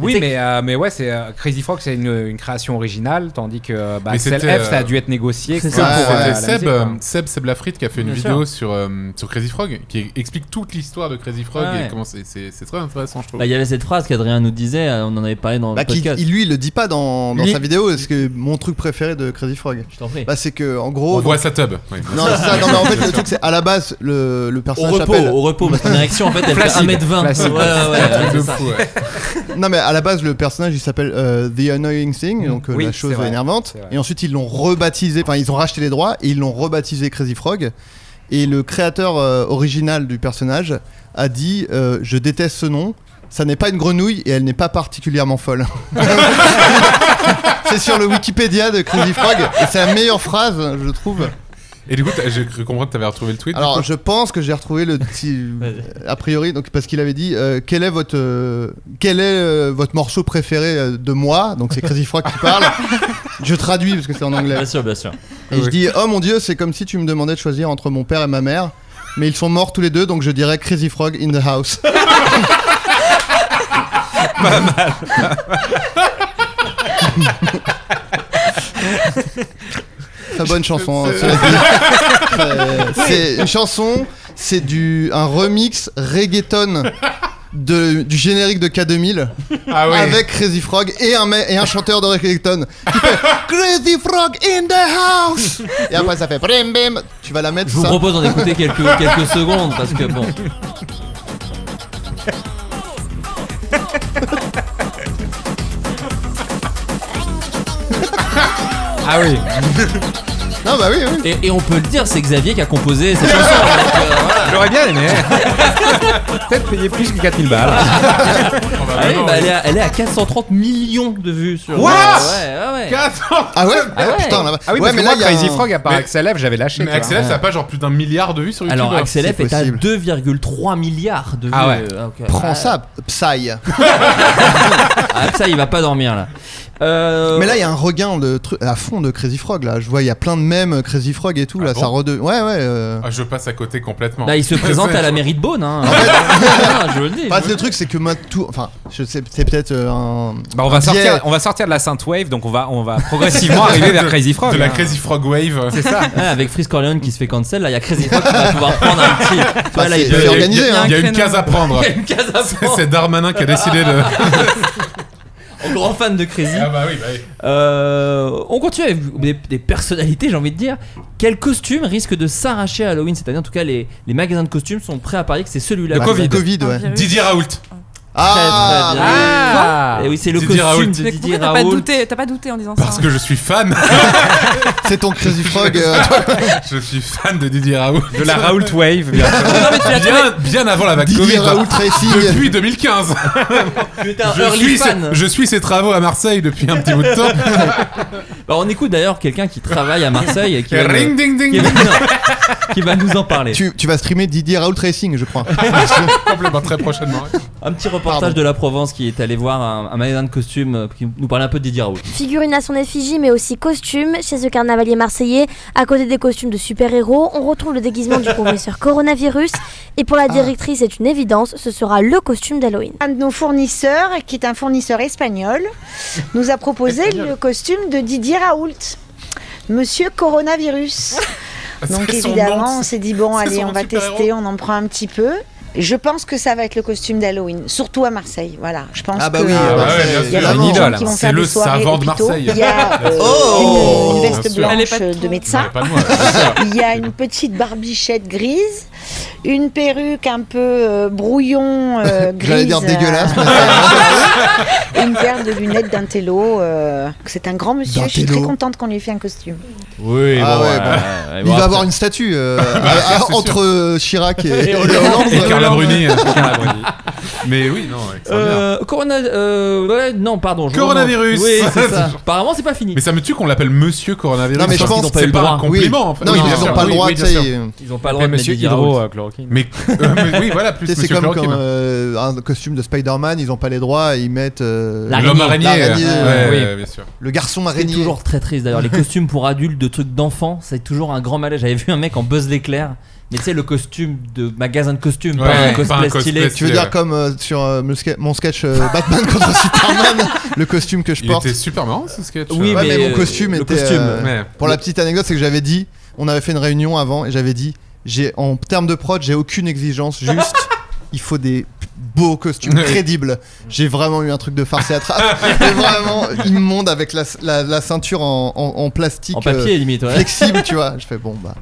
S10: Oui,
S1: C'était-
S10: mais, euh, mais ouais, c'est euh, Crazy Frog, c'est une, une création originale, tandis que euh, bah,
S8: Mais
S10: Axel
S8: c'était,
S10: F, ça a
S8: euh,
S10: dû être négocié.
S1: c'est
S10: quoi,
S7: ça,
S10: pour,
S7: ouais,
S10: euh,
S8: C'était
S10: la
S8: Seb,
S10: musique, quoi.
S8: euh, Seb, Seb Lafrite qui a fait une
S1: Bien
S8: vidéo sur, euh, sur Crazy Frog qui explique toute l'histoire de Crazy Frog
S1: Ouais.
S8: et comment c'est- c'est c'est très intéressant, je trouve.
S1: Bah, il y avait cette phrase qu'Adrien nous disait, euh, on en avait parlé dans
S7: Bah,
S1: le
S7: qui,
S1: podcast.
S7: il, lui, il le dit pas dans, dans
S1: Lui-
S7: sa vidéo, parce que mon truc préféré de Crazy Frog.
S1: Je t'en prie.
S7: Bah, c'est que, en
S8: On
S7: gros.
S8: voit sa tub. Oui, bien
S7: non,
S8: sûr.
S7: c'est ça, non, mais en fait, le
S8: Bien
S7: truc, c'est à la base, le, le
S1: au
S7: personnage
S1: repos,
S7: s'appelle.
S1: au repôt, parce qu'une érection en fait elle fait
S10: Flaccide,
S1: 1m20.
S10: flaccide.
S1: Ouais, ouais, ouais,
S8: sûr.
S1: ouais,
S8: De
S1: c'est ça.
S8: fou, ouais.
S7: Non, mais à la base, le personnage, il s'appelle euh, The Annoying Thing,
S1: Mm.
S7: donc euh,
S10: Oui,
S7: la
S10: c'est
S7: chose
S10: vrai,
S7: énervante.
S10: c'est vrai.
S7: Et ensuite, ils l'ont rebaptisé, enfin, ils ont racheté les droits et ils l'ont rebaptisé Crazy Frog. Et le créateur euh, original du personnage a dit euh, Je déteste ce nom, ça n'est pas une grenouille et elle n'est pas particulièrement folle. c'est sur le Wikipédia de Crazy Frog et c'est la meilleure phrase, je trouve.
S8: Et du coup, t'as- j'ai cru comprendre que t'avais retrouvé le tweet. du
S7: Alors,
S8: coup.
S7: je pense que j'ai retrouvé le petit.
S1: Vas-y.
S7: a priori, donc, parce qu'il avait dit euh, quel est, votre, euh, quel est euh, votre morceau préféré euh, de moi Donc, c'est Crazy Frog qui parle. je traduis parce que c'est en anglais.
S1: Bien sûr, bien sûr.
S7: Et je dis Oh mon dieu, c'est comme si tu me demandais de choisir entre mon père et ma mère. Mais ils sont morts tous les deux, donc je dirais Crazy Frog in the house. Très bonne chanson. hein, cela dit. C'est- c'est une chanson, c'est du un remix reggaeton de, du générique de K2000
S8: Ah ouais.
S7: avec Crazy Frog et un, me- et un chanteur de reggaeton qui fait Crazy Frog in the house et après ça fait bim bim tu vas la mettre
S1: Je vous
S7: ça
S1: propose d'en écouter quelques, quelques secondes parce que bon.
S10: Ah oui,
S7: non bah oui, oui.
S1: Et, et on peut le dire, c'est Xavier qui a composé cette chanson. donc, euh, voilà.
S8: Ah.
S10: j'aurais bien aimé. Peut-être payer plus que 4000 balles.
S8: Ah bah
S1: Ah oui,
S8: non,
S1: bah, elle,
S8: ouais.
S1: est à, elle est à 430 millions de vues sur.
S10: What
S1: ouais, ouais, ouais.
S8: Attends.
S7: ah ouais,
S1: ouais.
S7: putain là-bas
S10: Ah oui,
S7: ouais
S10: mais, moi,
S7: il y a
S10: Crazy
S7: un-
S10: Frog, à part
S8: Mais-
S10: Axel F, j'avais lâché.
S8: Mais
S10: tu vois.
S8: Axel F, ça a pas genre plus d'un milliard de vues sur YouTube
S1: Alors,
S8: hein.
S1: Axel F
S7: c'est
S1: est à
S7: possible.
S1: 2,3 milliards de vues.
S10: Ah ouais.
S1: Euh, ok.
S7: prends
S1: Ah,
S7: ça Psy
S1: Ah, ça, il va pas dormir là. Euh,
S7: mais là il y a un regain de tru- à fond de Crazy Frog là je vois il y a plein de mèmes Crazy Frog et tout
S8: Ah
S7: là
S8: bon
S7: ça rede... ouais ouais euh.
S8: Ah, je passe à côté complètement.
S1: Là, bah, il se
S8: Ouais,
S1: présente
S8: c'est-
S1: à la mairie de Beaune. Hein. Ah, je le dis.
S7: Enfin, Bah, le truc c'est que maintenant tout enfin je sais c'est peut-être euh, un
S10: Bah, on, va
S7: un biais.
S10: sortir, on va sortir de la Synthwave, donc on va, on va progressivement arriver vers Crazy Frog.
S8: De la
S10: hein.
S8: Crazy Frog Wave.
S10: C'est ça.
S1: Ouais, avec Frisk Corleone qui se fait cancel, là, il y a Crazy Frog qui va pouvoir prendre un petit. Tu vois, là,
S7: c'est-
S1: il peut-
S7: c'est organisé,
S8: Il y a-
S7: hein.
S8: Il y a une
S9: Créneau.
S8: case à prendre.
S1: il y a une case à
S8: C'est-
S1: prendre.
S8: C'est Darmanin qui a décidé de.
S1: Un Grand fan de Crazy.
S8: Ah bah oui, bah oui.
S1: Euh, on continue avec des, des personnalités, j'ai envie de dire. Quel costume risque de s'arracher à Halloween cette année En tout cas, les, les magasins de costumes sont prêts à parier que c'est celui-là.
S7: Bah,
S1: Covid.
S7: Covid
S9: Un
S7: ouais
S9: virus.
S8: Didier Raoult.
S7: Ah,
S1: très, très bien.
S10: Ah.
S1: Et Ah. Eh oui, c'est le
S8: Didier
S1: costume
S8: Raoult.
S1: de
S9: Mais
S1: Didier
S9: pourquoi t'as pas
S1: Raoult.
S9: douté T'as pas douté en disant
S8: Parce
S9: ça hein
S8: que je suis fan
S7: ah, C'est ton Crazy Frog. euh,
S8: Je suis fan de Didier Raoult.
S10: De la Raoult Wave, bien sûr.
S8: Bien, bien avant la vague Covid. hein.
S7: Didier Raoult Racing.
S8: Depuis 2015.
S1: T'es un
S8: Je
S1: early
S8: suis,
S1: fan.
S8: ses, je suis ses travaux à Marseille depuis un petit bout de temps.
S1: Bah, on écoute d'ailleurs quelqu'un qui travaille à Marseille et qui va,
S8: Ring
S1: nous,
S8: ding ding.
S1: qui va- non, qui va nous en parler.
S7: Tu, tu vas streamer Didier Raoult Racing, je crois.
S8: Complètement très prochainement.
S1: Un petit reportage
S7: Pardon.
S1: de la Provence qui est allé voir un, un magasin de costumes euh, qui nous parlait un peu de Didier Raoult.
S3: Figurines à son effigie, mais aussi costumes. Chez ce carnavalier marseillais, à côté des costumes de super-héros, on retrouve le déguisement du professeur coronavirus. Et pour la directrice, c'est une évidence, ce sera le costume d'Halloween.
S4: Un de nos fournisseurs, qui est un fournisseur espagnol, nous a proposé le costume de Didier Raoult, Monsieur Coronavirus. Donc
S8: C'est son
S4: évidemment,
S8: nom.
S4: on s'est dit bon,
S8: C'est
S4: allez,
S8: son
S4: on va
S8: super-héros.
S4: tester, on en prend un petit peu. Je pense que ça va être le costume d'Halloween, surtout à Marseille. Voilà, je pense
S7: Ah bah
S4: que
S7: oui,
S8: Ah
S4: euh,
S8: bah
S7: Marseille.
S8: ouais, bien
S4: il y a
S8: sûr.
S4: vraiment
S10: une
S4: des
S10: idole,
S4: gens qui vont
S8: hein.
S4: faire
S8: C'est
S4: des
S8: le
S4: soirées
S8: savant de
S4: hôpitaux.
S8: Marseille.
S4: Il y a euh,
S7: Oh
S4: une, une
S8: Bien
S4: veste
S8: sûr.
S9: Elle est
S4: blanche
S9: pas de
S4: de
S9: trop.
S4: médecin.
S8: Pas de moi. c'est
S4: Il y a une petite barbichette grise, une perruque un peu euh, brouillon euh, grise.
S7: J'allais dire
S4: euh,
S7: dégueulasse, mais-
S4: et une paire de lunettes d'un télo. euh, C'est un grand monsieur. Je suis
S7: D'un télo.
S4: très contente qu'on lui ait fait un costume.
S1: Oui,
S7: Ah
S8: euh,
S7: bon, ouais, ouais, bah,
S1: Euh, il
S7: Il va avoir une statue euh, à- à-
S8: c'est sûr.
S7: entre euh, Chirac et,
S1: Et
S7: et
S1: Hollande.
S7: Hollande.
S8: Et Carla Bruni. euh, Carla Bruni. Mais oui, non. extraordinaire.
S1: Euh, corona, euh, ouais, non, pardon. je
S8: Coronavirus.
S1: remonte. Oui, c'est ça. Apparemment, c'est pas fini.
S8: Mais ça me tue qu'on l'appelle Monsieur Coronavirus.
S7: Non, mais je
S8: Parce
S7: pense
S8: qu'ils ont
S1: qu'ils
S8: pas
S1: ont pas
S8: eu pas
S1: le
S8: un
S1: droit.
S7: Oui.
S8: compliment en fait.
S7: Non,
S8: Oui,
S7: ils
S8: bien
S7: n'ont
S8: sûr.
S7: pas le
S8: Oui,
S7: droit,
S8: oui,
S7: tu
S8: bien
S7: sais,
S8: sûr.
S7: euh,
S1: Ils ont pas le droit de mettre
S11: Monsieur
S1: Didier Raoult.
S11: hydrochloroquine.
S8: Mais, euh, mais oui, voilà, plus
S7: tu sais, c'est
S8: Monsieur
S7: comme
S8: Chloroquine.
S7: quand euh, un costume de Spider-Man, ils ont pas les droits, ils mettent euh,
S1: La-
S8: L'homme araignée.
S7: L'araignée,
S8: ouais,
S1: euh,
S8: ouais, bien sûr.
S7: le garçon
S1: C'est
S7: araignée.
S1: toujours très triste d'ailleurs. Les costumes pour adultes de trucs d'enfants, c'est toujours un grand malaise. J'avais vu un mec en buzz l'éclair, mais tu sais, le costume de magasin de costumes,
S8: Ouais,
S1: pas un
S8: pas
S1: cosplay,
S8: un cosplay
S1: stylé.
S7: Tu veux dire comme euh, sur euh, mon ske- mon sketch euh, Batman contre Superman, le costume que je
S8: Il
S7: porte.
S8: était super marrant ce sketch.
S1: Oui,
S8: Ouais.
S7: Ouais, mais,
S1: mais,
S7: mon
S1: euh,
S7: costume
S1: le
S7: était.
S1: costume,
S7: euh,
S8: Ouais.
S7: Pour la petite anecdote, c'est que j'avais dit, on avait fait une réunion avant et j'avais dit, j'ai en termes de prod, j'ai aucune exigence, juste il faut des beaux costumes crédibles. J'ai vraiment eu un truc de farce et attrape, mais vraiment immonde avec la, la- la ceinture en, en- en plastique.
S1: En
S7: euh,
S1: papier, limite, ouais.
S7: Flexible, tu vois. Je fais bon, bah.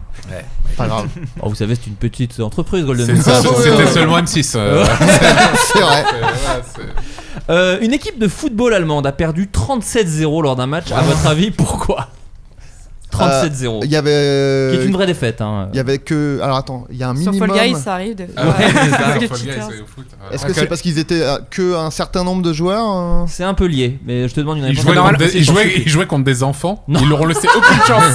S7: Pas grave.
S1: Oh, vous savez, c'est une petite entreprise, Golden
S8: C'est-
S1: Moon.
S7: ça,
S8: c'est-
S7: ouais,
S8: C'était
S7: ouais.
S8: seulement M6. euh,
S7: C'est vrai.
S8: euh, ouais, c'est-
S1: Euh, une équipe de football allemande a perdu 37-0 lors d'un match. À votre avis, pourquoi 37-0.
S7: Il Ah. Euh, y avait. euh,
S1: qui est une vraie défaite. Hein.
S7: Il y avait que. Alors attends, il y a un
S9: Sur
S7: minimum.
S9: Fall Guys, ça arrive des fois.
S8: Ah, ouais, c'est ça,
S9: Parce que
S8: Fall Guys,
S9: cheaters.
S8: c'est au foot. Ouais.
S7: Est-ce que c'est parce qu'ils étaient euh, que un certain nombre de joueurs euh
S10: Ah,
S1: C'est un peu lié, mais je te demande une
S8: Il
S1: réponse.
S8: jouait, contre
S1: normale.
S8: des, il, jouait, il jouait contre des enfants. Ils leur ont laissé aucune chance.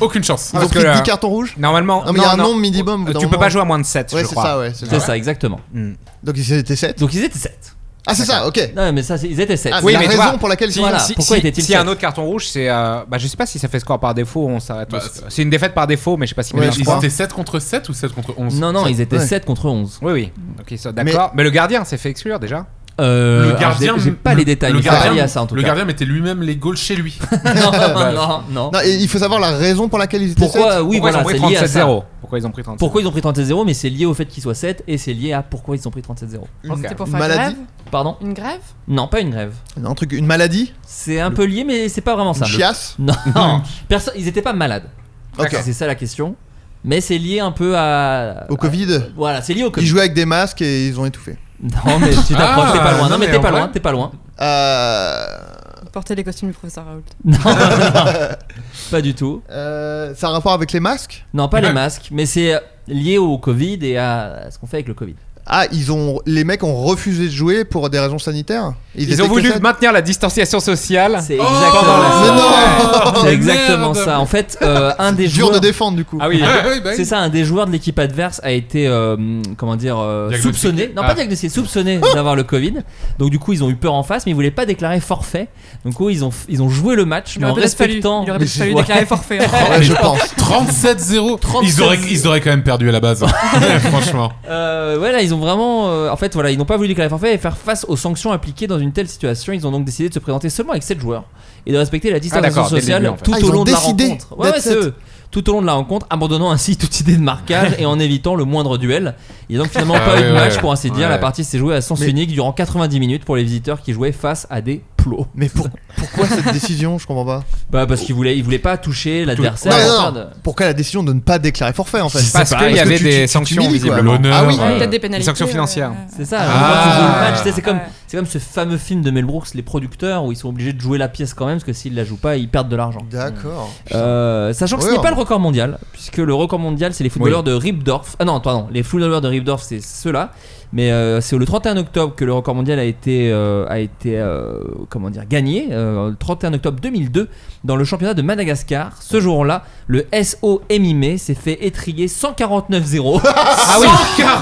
S8: Aucune chance.
S7: Ils
S10: parce
S7: ont
S10: que
S7: pris
S10: là-
S7: 10 cartons rouges
S10: Normalement,
S7: Non, mais il y a un nombre minimum, au bout
S10: Euh,
S7: d'un
S10: Tu peux
S7: moment.
S10: pas jouer à moins de 7,
S7: Ouais,
S10: je
S7: c'est
S10: crois.
S7: ça, ouais. c'est
S1: C'est
S7: ça.
S1: ça, exactement.
S10: Hmm.
S7: Donc ils étaient 7.
S1: Donc ils étaient 7.
S7: Ah, c'est ça, ok.
S1: Non, mais ça, c'est- ils étaient 7.
S7: Ah,
S10: Oui,
S7: c'est
S10: mais
S7: la
S10: tu
S7: raison
S10: vois,
S7: pour laquelle
S10: Si-
S7: ils sont
S1: Voilà,
S7: là.
S10: si-
S1: pourquoi
S10: si-
S1: était-il
S10: S'il y a un
S1: sept
S10: autre carton rouge, c'est. euh, bah, je sais pas si ça fait score par défaut, on s'arrête.
S8: Bah,
S10: au- c'est une défaite par défaut, mais je sais pas si
S7: Ouais,
S8: Mais
S7: je
S8: ils
S7: crois.
S8: étaient 7 contre 7 ou 7 contre 11
S1: Non, non, ils étaient
S7: Ouais.
S1: 7 contre 11.
S10: Oui, oui. Ok, ça, d'accord. Mais... le gardien s'est fait exclure déjà.
S1: Euh,
S8: Le
S1: alors,
S8: gardien.
S1: j'ai- J'ai pas
S8: le-
S1: les détails,
S8: ah, le
S1: mais c'est
S8: gardien-
S1: pas lié à ça en tout
S8: Le
S1: cas.
S8: gardien mettait lui-même les goals chez lui.
S1: Non, non, non.
S7: Non, et il faut savoir la raison pour laquelle ils étaient
S1: Pourquoi,
S7: sept.
S1: oui,
S10: Pourquoi
S1: voilà,
S10: ils
S1: c'est
S10: ont pris
S1: lié à ça.
S10: 37-0 Pourquoi ils ont pris 37
S1: Pourquoi ils ont pris 37-0, mais c'est lié au fait qu'ils soient 7 et c'est lié à pourquoi ils ont pris 37-0.
S10: Ok.
S9: C'était pour
S7: Une
S9: faire
S7: maladie
S9: grève
S1: Pardon
S9: Une grève
S1: Non, pas une grève.
S7: Un truc, une maladie
S1: C'est un peu lié, mais Oh, c'est pas vraiment
S7: Une
S1: ça.
S7: chiasse
S1: Non, non. Perso- ils étaient pas malades.
S7: Ok.
S1: C'est ça la question. Mais c'est lié un peu à.
S7: Au Covid
S1: Voilà, c'est lié au
S7: Ils
S1: Ah, euh, Covid.
S7: jouaient avec des masques et ils ont étouffé.
S1: Non, mais tu t'approches,
S8: Ah,
S1: t'es pas loin. Non,
S8: non,
S1: mais
S8: mais
S1: t'es
S8: en
S1: pas loin,
S8: vrai.
S1: t'es pas loin.
S7: Euh,
S9: Porter les costumes du professeur Raoult.
S1: Non, non, pas du tout.
S7: euh, ça a un rapport avec les masques
S1: Non, pas les masques, mais c'est euh, lié au Covid et à ce qu'on fait avec le Covid.
S7: Ah, ils ont, les mecs ont refusé de jouer pour des raisons sanitaires
S10: Ils,
S7: étaient
S10: ont
S7: que
S10: voulu
S7: sept
S10: maintenir la distanciation sociale.
S1: C'est
S7: Oh, Mais
S1: exactement,
S7: non
S1: c'est exactement
S8: merde.
S1: ça. En fait, euh, un des
S7: Dur
S1: joueurs.
S7: de défendre du coup.
S1: Ah oui.
S8: Ah, oui, bah oui.
S1: C'est ça, un des joueurs de l'équipe adverse a été, euh, comment dire, euh,
S8: Diagnostiqué.
S1: soupçonné, non
S8: Ah.
S1: pas diagnostiqué, soupçonné d'avoir le Covid. Donc du coup, ils ont eu peur en face, mais ils voulaient pas déclarer forfait. Donc oui, ils ont, ils ont joué le match,
S9: Il
S1: mais en
S9: aurait peut-être fallu, il
S1: respectant.
S9: aurait
S7: Mais
S9: peut-être fallu
S1: ouais.
S9: déclarer forfait. hein.
S8: Ah
S7: Ouais, je pense.
S8: 37-0. Ils auraient, ils auraient quand même perdu à la base. hein. Franchement.
S1: Euh, voilà, ils ont vraiment, euh, en fait, voilà, ils n'ont pas voulu déclarer forfait et faire face aux sanctions appliquées dans une telle situation. Ils ont donc décidé de se présenter seulement avec 7 joueurs et de respecter la distanciation
S10: d'accord, dès le
S1: sociale
S10: début, en fait.
S1: tout
S7: Ah,
S1: au
S7: ils ont
S1: long de la
S7: décidé
S1: rencontre. Ouais,
S7: d'être
S1: ouais, c'est
S7: sept.
S1: eux. Tout au long de la rencontre, abandonnant ainsi toute idée de marquage et en évitant le moindre duel. Il n'y a donc finalement
S8: Ah
S1: pas eu
S8: ouais,
S1: de match
S8: ouais.
S1: pour ainsi dire.
S8: Ouais.
S1: La partie s'est jouée à sens
S7: Mais-
S1: unique durant 90 minutes pour les visiteurs qui jouaient face à des plots.
S7: Mais pour- pourquoi cette décision Je comprends pas.
S1: Bah parce qu'il voulait, il voulait pas toucher l'adversaire.
S7: Non, non,
S1: Enfin,
S7: non. Pourquoi la décision de ne pas déclarer forfait en fait
S1: C'est Parce pas- qu'il y
S7: que
S1: avait
S7: tu-
S1: des
S7: tu- tu
S1: sanctions,
S7: t'humilies, quoi.
S1: visiblement.
S10: L'honneur,
S7: Ah oui.
S10: euh,
S9: Peut-être des
S10: une
S9: pénalités,
S10: sanction
S9: euh,
S10: financière.
S9: ouais.
S1: C'est ça,
S10: Ah.
S1: quand tu joues le match, tu sais, c'est comme, c'est comme ce fameux film de Mel Brooks, les producteurs, où ils sont obligés de jouer la pièce quand même, parce que s'ils la jouent pas, ils perdent de l'argent.
S7: D'accord.
S1: Euh, sachant que ce
S7: Ouais,
S1: n'est pas
S7: ouais.
S1: le record mondial, puisque le record mondial, c'est les footballeurs de Ripdorf. Ah non, pardon, les footballeurs de Ripdorf, c'est ceux-là. Mais euh, c'est le 31 octobre que le record mondial a été, euh, a été euh, comment dire, gagné, euh, le 31 octobre 2002, dans le championnat de Madagascar. Ce jour-là, le SO Mimé E s'est fait étrier 149-0.
S10: Ah oui,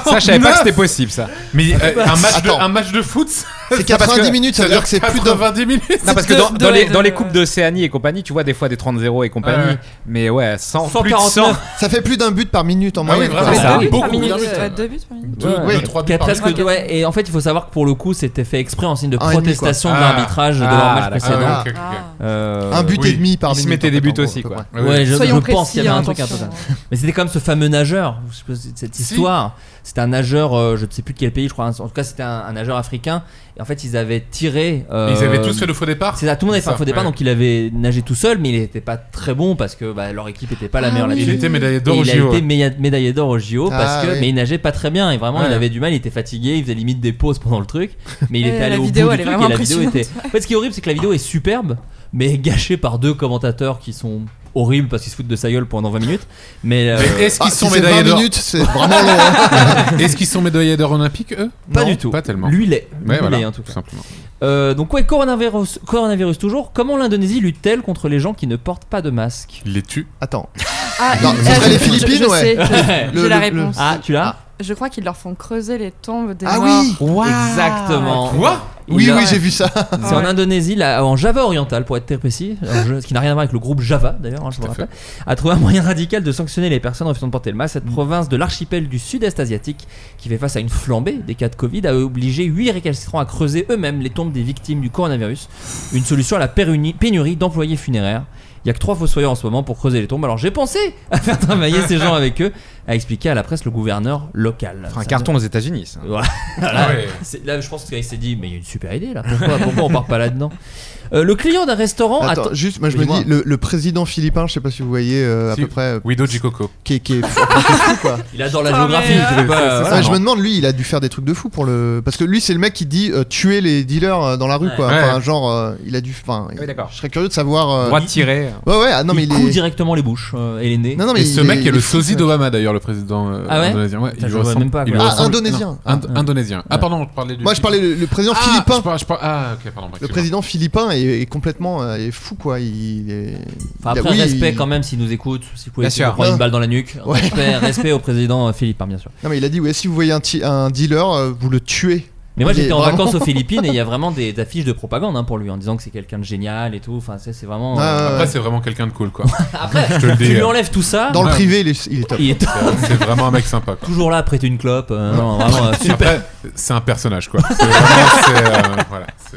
S10: ça je savais pas que c'était possible ça.
S8: Mais euh,
S1: bah,
S8: un, match de,
S7: attends.
S8: un match de foot, ça
S7: C'est 90 minutes, ça veut dire que c'est plus de
S8: 90 minutes.
S10: Non, parce que
S1: de-
S10: dans,
S1: de-
S10: dans les,
S1: de-
S10: dans les coupes d'Océanie et compagnie, tu vois des fois des 30-0 et compagnie.
S8: Ouais.
S10: Mais ouais, 100, plus de 100.
S1: 149.
S7: Ça fait plus d'un but par minute en
S8: Ah oui,
S7: moyenne. quoi.
S8: vraiment.
S10: C'est ça.
S1: Deux buts par
S8: Beaucoup.
S1: minute.
S8: Deux buts.
S9: Ouais, deux buts, oui.
S8: Deux,
S1: Ouais.
S8: deux, trois buts
S1: Quatre-
S8: par
S1: presque
S8: match.
S1: deux, ouais. Et en fait, il faut savoir que pour le coup, c'était fait exprès en signe de
S7: Un et demi,
S1: protestation
S8: quoi.
S1: de l'arbitrage de leur
S10: Ah,
S1: match
S10: d'accord.
S8: Ah,
S1: précédent.
S8: ouais,
S7: Ah.
S8: ok, ok, ok.
S9: Ah.
S1: Euh,
S7: Un but
S8: oui.
S7: et demi par
S10: Ils se
S7: minute.
S10: mettaient
S7: en
S10: des
S7: fait,
S10: buts
S7: en gros,
S10: aussi,
S7: à peu
S10: quoi.
S8: Ouais,
S7: près.
S8: ouais.
S1: Ouais, je,
S9: Soyons
S1: je pense qu'il y avait
S9: précis, hein,
S1: un truc un peu
S9: attention.
S1: ça. Mais c'était comme ce fameux nageur. je sais pas si Cette histoire, c'était un nageur, euh, je ne sais plus de quel pays, je crois. En tout cas, c'était un, un nageur africain. Et en fait, ils avaient tiré. euh,
S8: Ils avaient tous fait le faux départ.
S1: C'est ça, tout le monde avait fait un
S8: Ça,
S1: faux départ,
S8: ouais.
S1: donc il avait nagé tout seul, mais il n'était pas très bon parce que bah, leur équipe n'était pas la
S9: Ah
S1: meilleure
S9: oui.
S1: là-dessus.
S8: Il était médaillé
S1: Et
S8: d'or au
S1: il a
S8: JO.
S1: été méda- médaillé d'or au JO parce
S7: Ah,
S1: que
S7: oui.
S1: mais il nageait pas très bien et vraiment il
S8: Ouais.
S1: avait du mal, il était fatigué, il faisait limite des pauses pendant le truc, mais il
S9: Et
S1: était
S9: la
S1: allé au
S9: vidéo,
S1: bout
S9: elle
S1: du
S9: est
S1: truc et
S9: vraiment
S1: la vidéo était.
S9: impressionnante.
S1: En fait, ce qui est horrible, c'est que la vidéo est superbe, mais gâchée par deux commentateurs qui sont horribles parce qu'ils se foutent de sa gueule pendant 20 minutes. Mais, euh,
S8: Mais est-ce
S7: Ah,
S8: qu'ils
S7: si
S8: sont
S7: c'est 20
S8: médaillés d'or
S7: minutes, c'est vraiment long. hein.
S8: Est-ce qu'ils sont médaillés d'or olympique eux
S1: pas
S8: Non,
S1: du tout.
S8: Pas tellement.
S1: Lui, il est. Lui,
S8: Ouais,
S1: il
S8: voilà.
S1: est, en tout
S8: tout
S1: cas.
S8: simplement.
S1: Euh, donc ouais, coronavirus, coronavirus toujours. Comment l'Indonésie lutte-t-elle contre les gens qui ne portent pas de masque
S8: Il les tue.
S7: Attends.
S9: Ah,
S7: Non,
S9: il-
S7: ce
S9: euh,
S7: serait
S9: je-
S7: les
S9: je-
S7: Philippines,
S9: je
S7: ouais.
S9: sais, je-
S7: Le-
S9: J'ai la
S7: le- le-
S9: réponse.
S1: Ah, tu l'as
S9: Je crois qu'ils leur font creuser les tombes des
S7: Ah
S9: morts.
S7: oui
S1: Exactement.
S8: Quoi
S1: Il
S7: Oui,
S1: a-
S7: oui, j'ai vu ça.
S1: C'est en Indonésie, là, en Java oriental, pour être très précis, un jeu- ce qui n'a rien à voir avec le groupe Java d'ailleurs, hein, je vous
S8: Tout à
S1: rappelle, a trouvé un moyen radical de sanctionner les personnes refusant de porter le masque.
S10: Mm.
S1: Cette province de l'archipel du sud-est asiatique, qui fait face à une flambée des cas de Covid, a obligé 8 récalcitrants à creuser eux-mêmes les tombes des victimes du coronavirus. Une solution à la péruni- pénurie d'employés funéraires. Il y a que trois fossoyeurs en ce moment pour creuser les tombes, alors j'ai pensé à faire travailler ces gens avec eux, a expliqué à la presse le gouverneur local.
S10: Enfin, un
S1: Ça-
S10: carton aux États-Unis. ça.
S1: Ouais.
S8: Ah ouais.
S1: C'est- Là, je pense qu'il s'est dit, mais il y a une super idée là. Pourquoi, pourquoi on part pas là-dedans Euh, Le client d'un restaurant.
S7: Attends,
S1: atten-
S7: juste, moi je me
S1: Dis-moi.
S7: dis, le, le président philippin, je sais pas si vous voyez euh, à
S8: Si.
S7: peu près, euh,
S8: Widow Jikoko.
S7: qui est, qui est- qui est fou, quoi.
S1: il adore la
S9: Ah,
S1: géographie.
S9: mais,
S1: je sais pas, euh,
S7: Ah,
S1: voilà.
S7: je me demande, lui, il a dû faire des trucs de fou pour le. Parce que lui, c'est le mec qui dit euh, tuer les dealers euh, dans la rue,
S1: Ouais.
S7: quoi. Enfin,
S8: Ouais.
S7: genre, euh, il a dû. Enfin,
S10: oui, d'accord.
S7: je serais curieux de savoir. euh,
S10: Droit hein. de tirer.
S7: Ouais, ouais, ah, non, mais
S1: il
S7: il,
S1: coud
S7: est.
S1: directement les bouches euh, et les nez.
S7: Non, non, mais
S8: Et
S7: il
S8: ce mec
S7: il
S8: est le
S7: fou, ce
S8: sosie
S7: mec.
S8: d'Obama d'ailleurs, le président euh,
S1: Ah ouais
S8: indonésien. Ouais,
S1: je
S8: lui
S1: vois
S8: ressemble-
S1: même pas,
S8: il
S1: quoi.
S8: lui
S7: Ah,
S8: ressemble-
S7: indonésien.
S8: Non, ind- Indonésien. Ah pardon, je parlais du.
S7: Moi, je parlais le, le président
S8: Ah,
S7: philippin.
S8: je par- je par- Ah ok, pardon.
S7: Le
S8: excuse-moi.
S7: président philippin est, est complètement euh, est fou, quoi. Il est.
S1: Enfin,
S7: il a-
S1: après,
S7: oui,
S1: respect
S7: il-
S1: quand même s'il nous écoute. Si vous pouvez
S10: Bien
S1: essayer de
S10: sûr.
S1: prendre une
S7: Ouais.
S1: balle dans la nuque.
S7: Ouais.
S1: Respect, respect au président euh, Philippin, bien sûr.
S7: Non, mais il a dit, ouais, si vous voyez un, ti- un dealer, euh, vous le tuez.
S1: Mais moi
S7: Il est
S1: j'étais en
S7: vraiment-
S1: vacances aux Philippines et il y a vraiment des, des affiches de propagande hein, pour lui en disant que c'est quelqu'un de génial et tout. Enfin, c'est c'est vraiment. euh,
S7: Ah,
S8: Après,
S7: ouais.
S8: c'est vraiment quelqu'un de cool quoi.
S1: Après,
S8: Je te le
S1: tu
S8: dis.
S1: lui enlèves tout ça.
S7: Dans le
S8: Ouais.
S7: privé, il est, il est top.
S1: Il est
S8: C'est c'est vraiment un mec sympa quoi.
S1: toujours là à prêter une clope. euh, non, vraiment, euh, super.
S8: Après, c'est un personnage quoi. C'est vraiment- c'est, euh, voilà, c'est-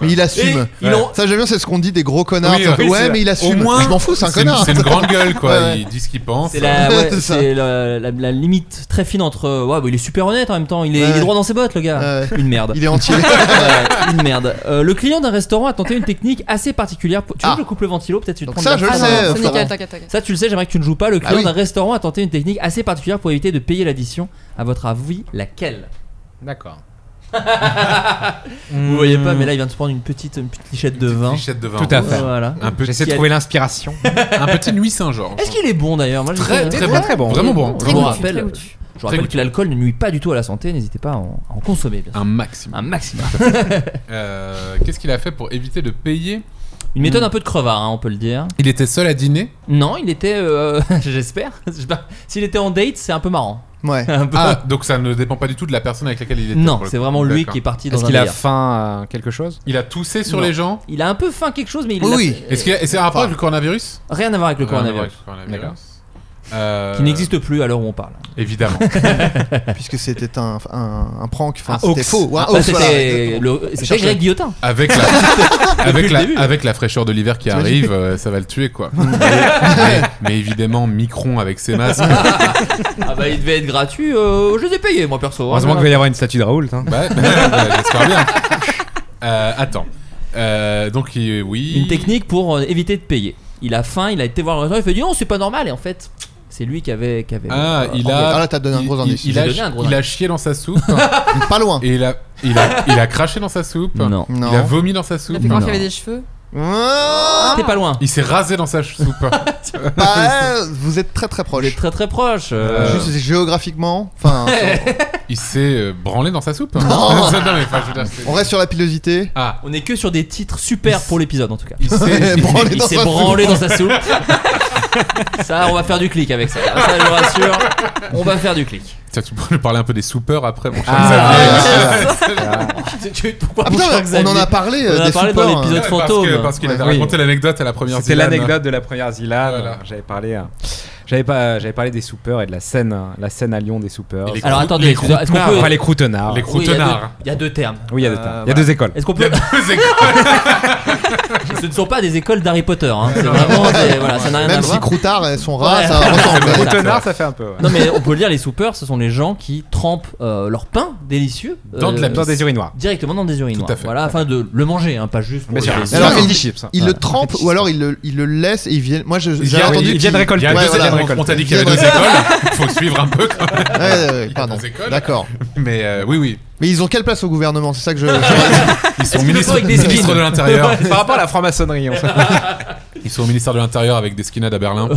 S7: Mais il assume.
S1: Et ils l'ont-
S7: Ça, j'aime bien, c'est ce qu'on dit des gros connards.
S8: Oui,
S7: Ça,
S8: oui,
S7: ouais,
S8: c'est-
S7: mais il assume.
S8: au moins,
S7: je m'en fous, c'est un
S8: C'est une,
S7: connard.
S8: c'est une grande gueule quoi.
S7: Ouais, ouais.
S8: Il dit ce qu'il pense.
S1: C'est la, ouais,
S7: C'est ça.
S1: c'est la, la- la limite très fine entre. euh, Ouais, bah, il est super honnête en même temps. Il est, il est
S7: Ouais.
S1: droit dans ses bottes, le gars.
S7: Ouais.
S1: Une merde.
S7: Il est entier.
S1: Ouais, une merde. Euh, le client d'un restaurant a tenté une technique assez particulière. pour- Tu veux
S7: Ah.
S1: que je coupe le ventilo Peut-être tu te
S7: Donc
S1: prends
S7: ça,
S1: de
S7: je
S1: la-
S7: le
S9: Ah non,
S7: sais,
S9: non, c'est
S7: Florent.
S9: nickel, t'inquiète, t'inquiète.
S1: Ça, tu le sais, j'aimerais que tu ne joues pas. Le client
S7: oui.
S1: d'un restaurant a tenté une technique assez particulière pour éviter de payer l'addition. À votre avis, laquelle
S10: D'accord.
S1: Vous voyez pas, mais là, il vient de se prendre une petite, une petite lichette de vin.
S8: Fichette de vin.
S10: Tout à fait.
S1: Voilà.
S8: Un petit,
S10: J'essaie de trouver l'inspiration.
S8: un petit nuit Saint-Georges.
S1: Est-ce qu'il est bon d'ailleurs Moi, je-
S8: Très, très
S10: Ouais,
S8: bon.
S10: très bon.
S8: Vraiment bon.
S1: Je
S9: Très
S1: vous
S9: goûtu,
S1: rappelle,
S9: très goûtu.
S1: je vous rappelle
S8: goûtu. Ah.
S1: que l'alcool ne nuit pas du tout à la santé. N'hésitez pas à en, à en consommer, bien sûr.
S8: Un maximum.
S1: Un maximum.
S8: Euh, Qu'est-ce qu'il a fait pour éviter de payer
S1: Une méthode un peu de crevard, hein, on peut le dire.
S8: Il était seul à dîner.
S1: Mm. Non, il était. euh, J'espère. Je sais pas. S'il était en date, c'est un peu marrant.
S7: Ouais.
S1: Un peu-
S8: Ah, donc ça ne dépend pas du tout de la personne avec laquelle il était.
S1: non,
S8: pour le
S1: c'est
S8: coup.
S1: vraiment lui
S8: D'accord.
S1: qui est parti dans
S10: Est-ce
S1: un
S10: qu'il a
S1: délire.
S10: faim à quelque chose
S8: Il a toussé sur
S1: Non.
S8: les gens.
S1: Il a un peu faim quelque chose, mais il
S7: Oui,
S1: l'a-
S7: oui.
S8: Est-ce qu'il a- et c'est un rapport avec le coronavirus
S1: rien à voir avec le coronavirus,
S8: Rien à voir avec le coronavirus. Euh,
S1: qui n'existe plus à l'heure où on parle.
S8: Évidemment.
S7: Puisque c'était un, un, un prank. Enfin,
S1: Un
S7: c'était
S1: hoax.
S7: faux. Ouais,
S1: Ah,
S7: hoax,
S1: c'était
S7: voilà, exactement.
S1: le- c'était
S7: cherchais.
S1: Greg Guillotin.
S8: Avec la, avec,
S1: le
S8: la,
S1: début.
S8: avec la fraîcheur de l'hiver qui
S7: T'imagines
S8: arrive, euh, ça va le tuer quoi. mais, mais évidemment, Micron avec ses masques.
S1: Ah bah il devait être gratuit. euh, je les ai payés moi perso. hein.
S10: Heureusement qu'il va y avoir une statue de Raoult. hein.
S8: Bah, ouais, ouais, j'espère bien. bah, Euh, attends. Euh, donc il- oui.
S1: Une technique pour euh, éviter de payer. Il a faim, il a été voir le restaurant, il fait non, c'est pas normal. Et en fait, c'est lui qui avait. Qui avait
S8: Ah,
S1: euh,
S8: il
S1: envoyé.
S8: a.
S7: donné un gros
S8: il-
S7: indice.
S8: Il,
S1: J'ai
S8: a,
S1: donné un gros
S8: il a
S1: indice.
S8: chié dans sa soupe.
S7: Pas loin.
S8: et il a, il a, il a craché dans sa soupe.
S1: Non.
S7: Non.
S8: Il a vomi dans sa soupe.
S9: Il a fait croire qu'il y avait
S1: Non.
S9: des cheveux.
S7: Ah,
S1: T'es pas loin.
S8: Il s'est rasé dans sa soupe.
S7: bah, vous êtes très très
S1: Il est
S7: proche.
S1: très très proche. euh,
S8: Euh,
S7: Juste géographiquement. Enfin,
S8: il s'est euh, branlé dans sa soupe. Non, mais enfin, je veux dire, c'est-
S7: on reste sur la pilosité.
S8: Ah,
S1: On est que sur des titres super pour l'épisode en tout cas.
S8: il s'est.
S7: Branlé
S1: Il
S7: dans
S1: s'est
S7: sa
S1: branlé dans sa soupe. ça, on va faire du clic avec ça. Ça, je vous rassure, on va faire du clic.
S8: Tiens, tu pourrais nous parler un peu des soupeurs après, mon cher
S7: Ah,
S8: Xavier.
S1: Pourquoi
S7: Ah, putain,
S1: mon cher
S7: on en
S1: Xavier
S7: a parlé.
S1: On en
S7: euh,
S1: a
S7: des
S1: parlé dans
S7: supports, hein.
S1: l'épisode.
S8: Parce
S1: fantôme.
S8: que- Parce qu'il avait
S10: Oui.
S8: raconté l'anecdote à la première
S10: C'était
S8: Zilane.
S10: l'anecdote de la première Zilane.
S8: Voilà.
S10: J'avais parlé, euh, j'avais pas, euh, j'avais parlé des soupeurs et de la scène, euh, la scène à Lyon des soupeurs.
S8: Et les
S1: Alors
S8: crou-
S1: attendez,
S8: les
S1: est-ce qu'on peut-
S10: Ah, enfin, les croutenards.
S8: Les
S1: Oui, il y a deux-
S8: croutenards.
S1: Il y a deux termes.
S10: Oui, il y a deux
S1: Euh,
S10: termes. Il y a
S1: voilà.
S10: deux écoles.
S1: Est-ce qu'on
S8: Il y a
S1: peut
S8: deux écoles.
S1: Ce ne sont pas des écoles d'Harry Potter. hein. C'est
S8: Non.
S1: vraiment. des- Voilà, ça n'a rien à
S7: Même si
S1: voir.
S7: Croutard et son rat,
S1: Ouais.
S7: ça ressemble.
S1: Voilà.
S10: Croutenards, ça fait un peu. ouais.
S1: Non mais on peut le dire, les soupeurs, ce sont les gens qui trempent euh, leur pain délicieux euh,
S8: Dans de la
S10: Dans des urinoirs.
S1: directement dans des urines.
S8: Tout à fait.
S1: Voilà, afin de le manger, hein, pas juste. pour
S10: Bien sûr.
S1: le-
S7: Alors,
S10: il
S7: il-
S10: chips. hein.
S7: Il
S10: Ouais.
S7: le trempe ou alors il le, il le laisse et il vient. Moi, je- j'ai
S8: viennent-
S7: entendu.
S10: ils
S7: qu'il-
S10: viennent
S8: Il
S10: récolter.
S8: y a
S7: Ouais,
S8: deux
S7: voilà.
S8: écoles. On t'a dit qu'il y avait
S7: Viennent
S8: deux écoles. Faut suivre un peu quand même.
S7: Ouais, ouais, ouais,
S8: Il y a
S7: pardon.
S8: deux écoles.
S7: D'accord.
S8: Mais euh, oui, oui.
S7: Mais ils ont quelle place au gouvernement C'est ça que je. Ah,
S8: Ils sont
S1: Est-ce qu'ils le font
S8: ministres
S1: avec des
S8: ministres
S1: skins
S8: de l'intérieur.
S10: Par rapport à la franc-maçonnerie, on sait.
S8: Ils sont au ministère de l'intérieur avec des skinheads à Berlin.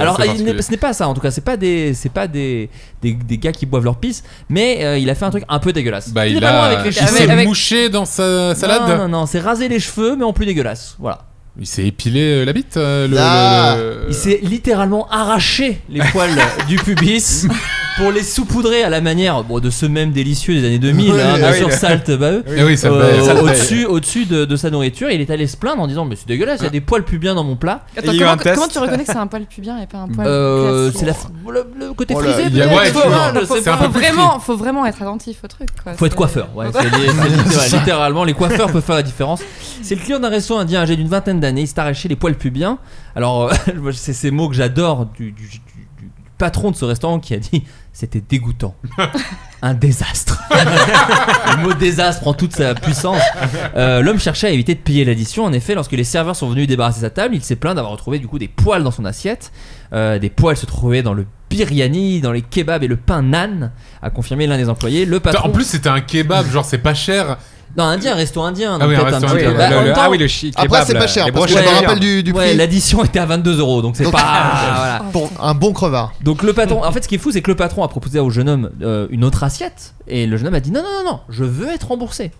S1: Alors,
S8: assez
S1: il n'est-
S8: particulier.
S1: ce n'est pas ça en tout cas, c'est pas des, c'est pas des, des, des gars qui boivent leur pisse, mais euh, il a fait un truc un peu dégueulasse.
S8: Bah,
S1: Il
S8: il
S1: est pas loin avec
S8: a.
S1: les
S8: Il
S1: cheveux.
S8: s'est
S1: Avec- avec-
S8: mouché dans sa salade.
S1: Non, non, non, c'est raser les cheveux, mais en plus dégueulasse. Voilà.
S8: Il s'est épilé euh, la bite. euh, le,
S7: Ah.
S8: le- le-
S1: Il s'est littéralement arraché les poils du pubis pour les saupoudrer à la manière bon, de ce même délicieux des années 2000,
S7: Ouais,
S1: hein, bien
S10: ouais,
S1: sûr,
S10: ouais.
S1: Salt, bah eux.
S8: Eh oui, ça
S1: Euh,
S8: fait- ça fait-
S1: au-dessus, au-dessus de, de sa nourriture, il est allé se plaindre en disant mais c'est dégueulasse, il
S8: Ah.
S1: y a des poils pubiens dans mon plat.
S9: Attends,
S10: Il y a eu un
S9: comment,
S10: test.
S9: comment tu reconnais que c'est un poil pubien et pas un poil
S1: Euh, c'est la,
S9: classique
S1: le, le côté
S7: Oh là,
S1: frisé.
S8: il y a-
S1: peut-être,
S8: ouais,
S1: faut-
S8: tu vois.
S1: je sais
S8: C'est un
S1: pas.
S9: faut
S8: peu plus
S9: vraiment, faut vraiment être attentif au truc. Quoi.
S1: Faut être
S9: C'est-
S1: coiffeur, ouais, c'est lié- c'est lié- c'est vrai, littéralement, les coiffeurs peuvent faire la différence. C'est le client d'un restaurant indien âgé d'une vingtaine d'années, il s'est arraché les poils pubiens. Alors, euh, moi, c'est ces mots que j'adore du, du- du- du patron de ce restaurant qui a dit c'était dégoûtant. Un désastre. le mot désastre prend toute sa puissance. Euh, L'homme cherchait à éviter de payer l'addition. En effet, lorsque les serveurs sont venus débarrasser sa table, il s'est plaint d'avoir retrouvé du coup des poils dans son assiette. Euh, des poils se trouvaient dans le biryani, dans les kebabs et le pain nan, a confirmé l'un des employés. Le
S8: Putain,
S1: patron.
S8: En plus, c'était un kebab, genre c'est pas cher.
S1: Non, indien, resto indien.
S8: Ah
S1: donc
S8: oui, un
S1: peut-être
S8: resto
S1: petit
S8: indien.
S1: peu.
S8: Bah,
S10: Le-
S1: en
S10: le-
S1: même temps,
S10: ah oui, le chi-
S7: Après,
S10: kebab,
S7: c'est pas
S10: là,
S7: cher.
S10: les
S7: Parce que
S10: brochettes
S7: je me
S1: ouais.
S10: de viande.
S7: rappelle du, du
S1: ouais,
S7: prix
S1: l'addition était à 22 euros, donc c'est
S7: Donc-
S1: pas.
S9: Ah,
S1: voilà.
S7: pour un bon crevard.
S1: Donc le patron, en fait, ce qui est fou, c'est que le patron a proposé au jeune homme euh, une autre assiette, et le jeune homme a dit non, non, non, non, je veux être remboursé.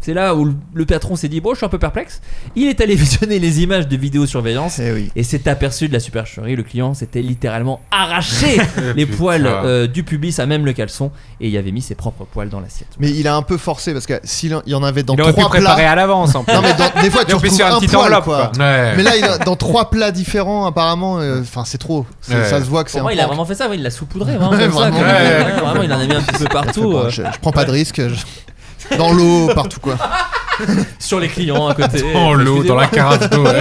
S1: C'est là où le- le patron s'est dit bon, je suis un peu perplexe. Il est allé visionner les images de vidéosurveillance
S7: Eh oui.
S1: et s'est aperçu de la supercherie. Le client s'était littéralement arraché les
S8: Putain.
S1: poils euh, du pubis à même le caleçon et il avait mis ses propres poils dans l'assiette.
S7: Mais il a un peu forcé parce que s'il en- il y en avait dans
S10: Il aurait pu
S7: trois
S10: préparer
S7: plats.
S10: à l'avance en plus.
S7: Non mais dans- des fois
S10: Il
S7: tu
S10: aurait pu
S7: retrouves
S10: faire
S7: un
S10: une petite
S7: poil
S10: enveloppe,
S7: quoi.
S10: quoi.
S8: Ouais.
S7: Mais là il a- dans trois plats différents apparemment. euh, Enfin c'est trop. C'est-
S8: Ouais.
S7: Ça se voit que c'est.
S1: Pour
S7: un
S1: moi, il a
S7: prank.
S1: vraiment fait ça, ouais, il l'a saupoudré. Vraiment,
S7: Ouais,
S1: comme ça,
S7: vraiment.
S1: comme-
S8: Ouais,
S1: vraiment, il en a mis un petit peu
S7: Fait,
S1: partout.
S7: bon,
S1: euh.
S7: je, je prends pas de risque. je- Dans l'eau partout quoi.
S1: sur les clients à côté.
S8: En Oh, l'eau,
S1: Excusez-moi.
S8: dans la carafe d'eau. ouais.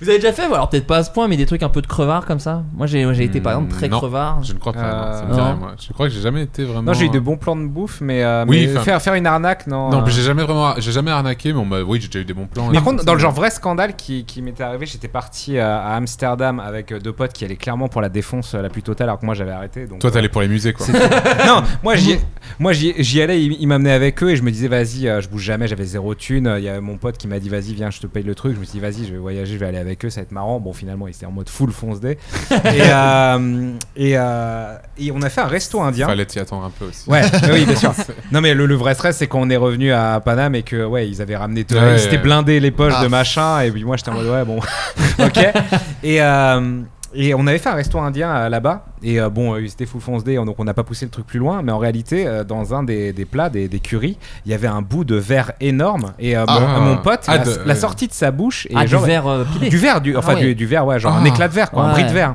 S1: Vous avez déjà fait, alors peut-être pas à ce point, mais des trucs un peu de crevard comme ça Moi j'ai moi, j'ai été par
S8: Hmm,
S1: exemple très
S8: non.
S1: crevard.
S8: Je ne crois pas. non, ça me
S1: Euh,
S8: dit
S1: non.
S8: rien, moi. Je crois que j'ai jamais été vraiment.
S10: Non, j'ai eu de bons plans de bouffe, mais, euh,
S8: Oui,
S10: mais
S8: enfin-
S10: faire, faire une arnaque, non.
S8: Non,
S10: euh.
S8: mais j'ai jamais vraiment, j'ai jamais arnaqué, mais on m'a- oui, j'ai déjà eu des bons plans.
S10: Par contre, dans le genre vrai scandale qui, qui m'était arrivé, j'étais parti euh, à Amsterdam avec euh, deux potes qui allaient clairement pour la défonce euh, la plus totale, alors que moi j'avais arrêté. Donc,
S8: Toi, t'allais pour les musées, quoi.
S10: non, moi j'y moi j'y j'y allais, ils, ils m'amenaient avec eux et je me disais vas-y, euh, je bouge jamais, j'avais zéro thune. Il y avait mon pote qui m'a dit vas-y, viens, je te paye le truc. Je me suis dit vas-y, je vais voyager, je vais aller avec eux, ça va être marrant. Bon, finalement, ils étaient en mode full fonce day. et, euh, et, euh, et on a fait un resto indien.
S8: Fallait t'y attendre un peu aussi.
S10: Ouais, bah oui, bien sûr. Non, mais le, le vrai stress, c'est quand on est revenu à Paname et que, ouais, ils avaient ramené tout.
S8: Ouais.
S10: ils s'étaient blindés les poches
S7: Ah.
S10: de machin. Et puis moi, j'étais en mode, ouais, bon. ok. Et. euh, et on avait fait un resto indien euh, là-bas, et euh, bon, euh, c'était full fonce day, donc on n'a pas poussé le truc plus loin, mais en réalité, euh, dans un des, des plats, des, des currys, il y avait un bout de verre énorme, et euh,
S8: Ah.
S10: mon, mon pote,
S8: Ah,
S10: la,
S8: de-
S10: la sortie de sa bouche, et
S1: Ah, du
S10: genre,
S1: verre euh, pilé.
S10: du verre, du, enfin
S1: Ah ouais.
S10: du, du verre, ouais, genre un
S8: Ah.
S10: éclat de verre, quoi, un
S1: Ouais.
S10: bris de verre.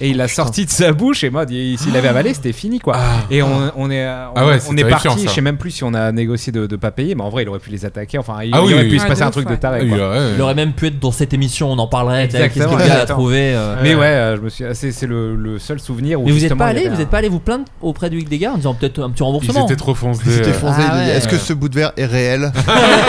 S10: Et il l'a sorti de sa bouche et moi, il- s'il l'avait avalé, c'était fini, quoi. Et on, on est, euh, on,
S8: Ah ouais, c'est
S10: on est
S8: terrifiant,
S10: parti,
S8: ça.
S10: je sais même plus si on a négocié de, de pas payer, mais en vrai, il aurait pu les attaquer, enfin, il,
S8: Ah oui,
S10: il aurait
S8: oui,
S10: pu
S8: oui.
S10: se passer
S9: Ouais,
S10: un
S9: de
S10: truc
S9: ouf,
S10: de
S9: ouais.
S10: taré,
S8: Ah,
S10: quoi.
S8: oui, ouais.
S1: Il aurait même pu être dans cette émission, on en parlerait. tu sais, Qu'est-ce que
S10: Exactement. Ah,
S1: le gars a trouvé euh.
S10: Mais ouais, euh, je me suis, c'est, c'est le, le seul souvenir où
S1: Mais vous
S10: n'êtes
S1: êtes pas allé, vous êtes pas allé vous plaindre auprès du Dégâts en disant peut-être un petit remboursement.
S8: Ils étaient trop foncés. euh,
S7: Ils étaient foncés,
S1: Ah
S7: ils ont dit,
S1: ouais.
S7: Est-ce que ce bout de verre est réel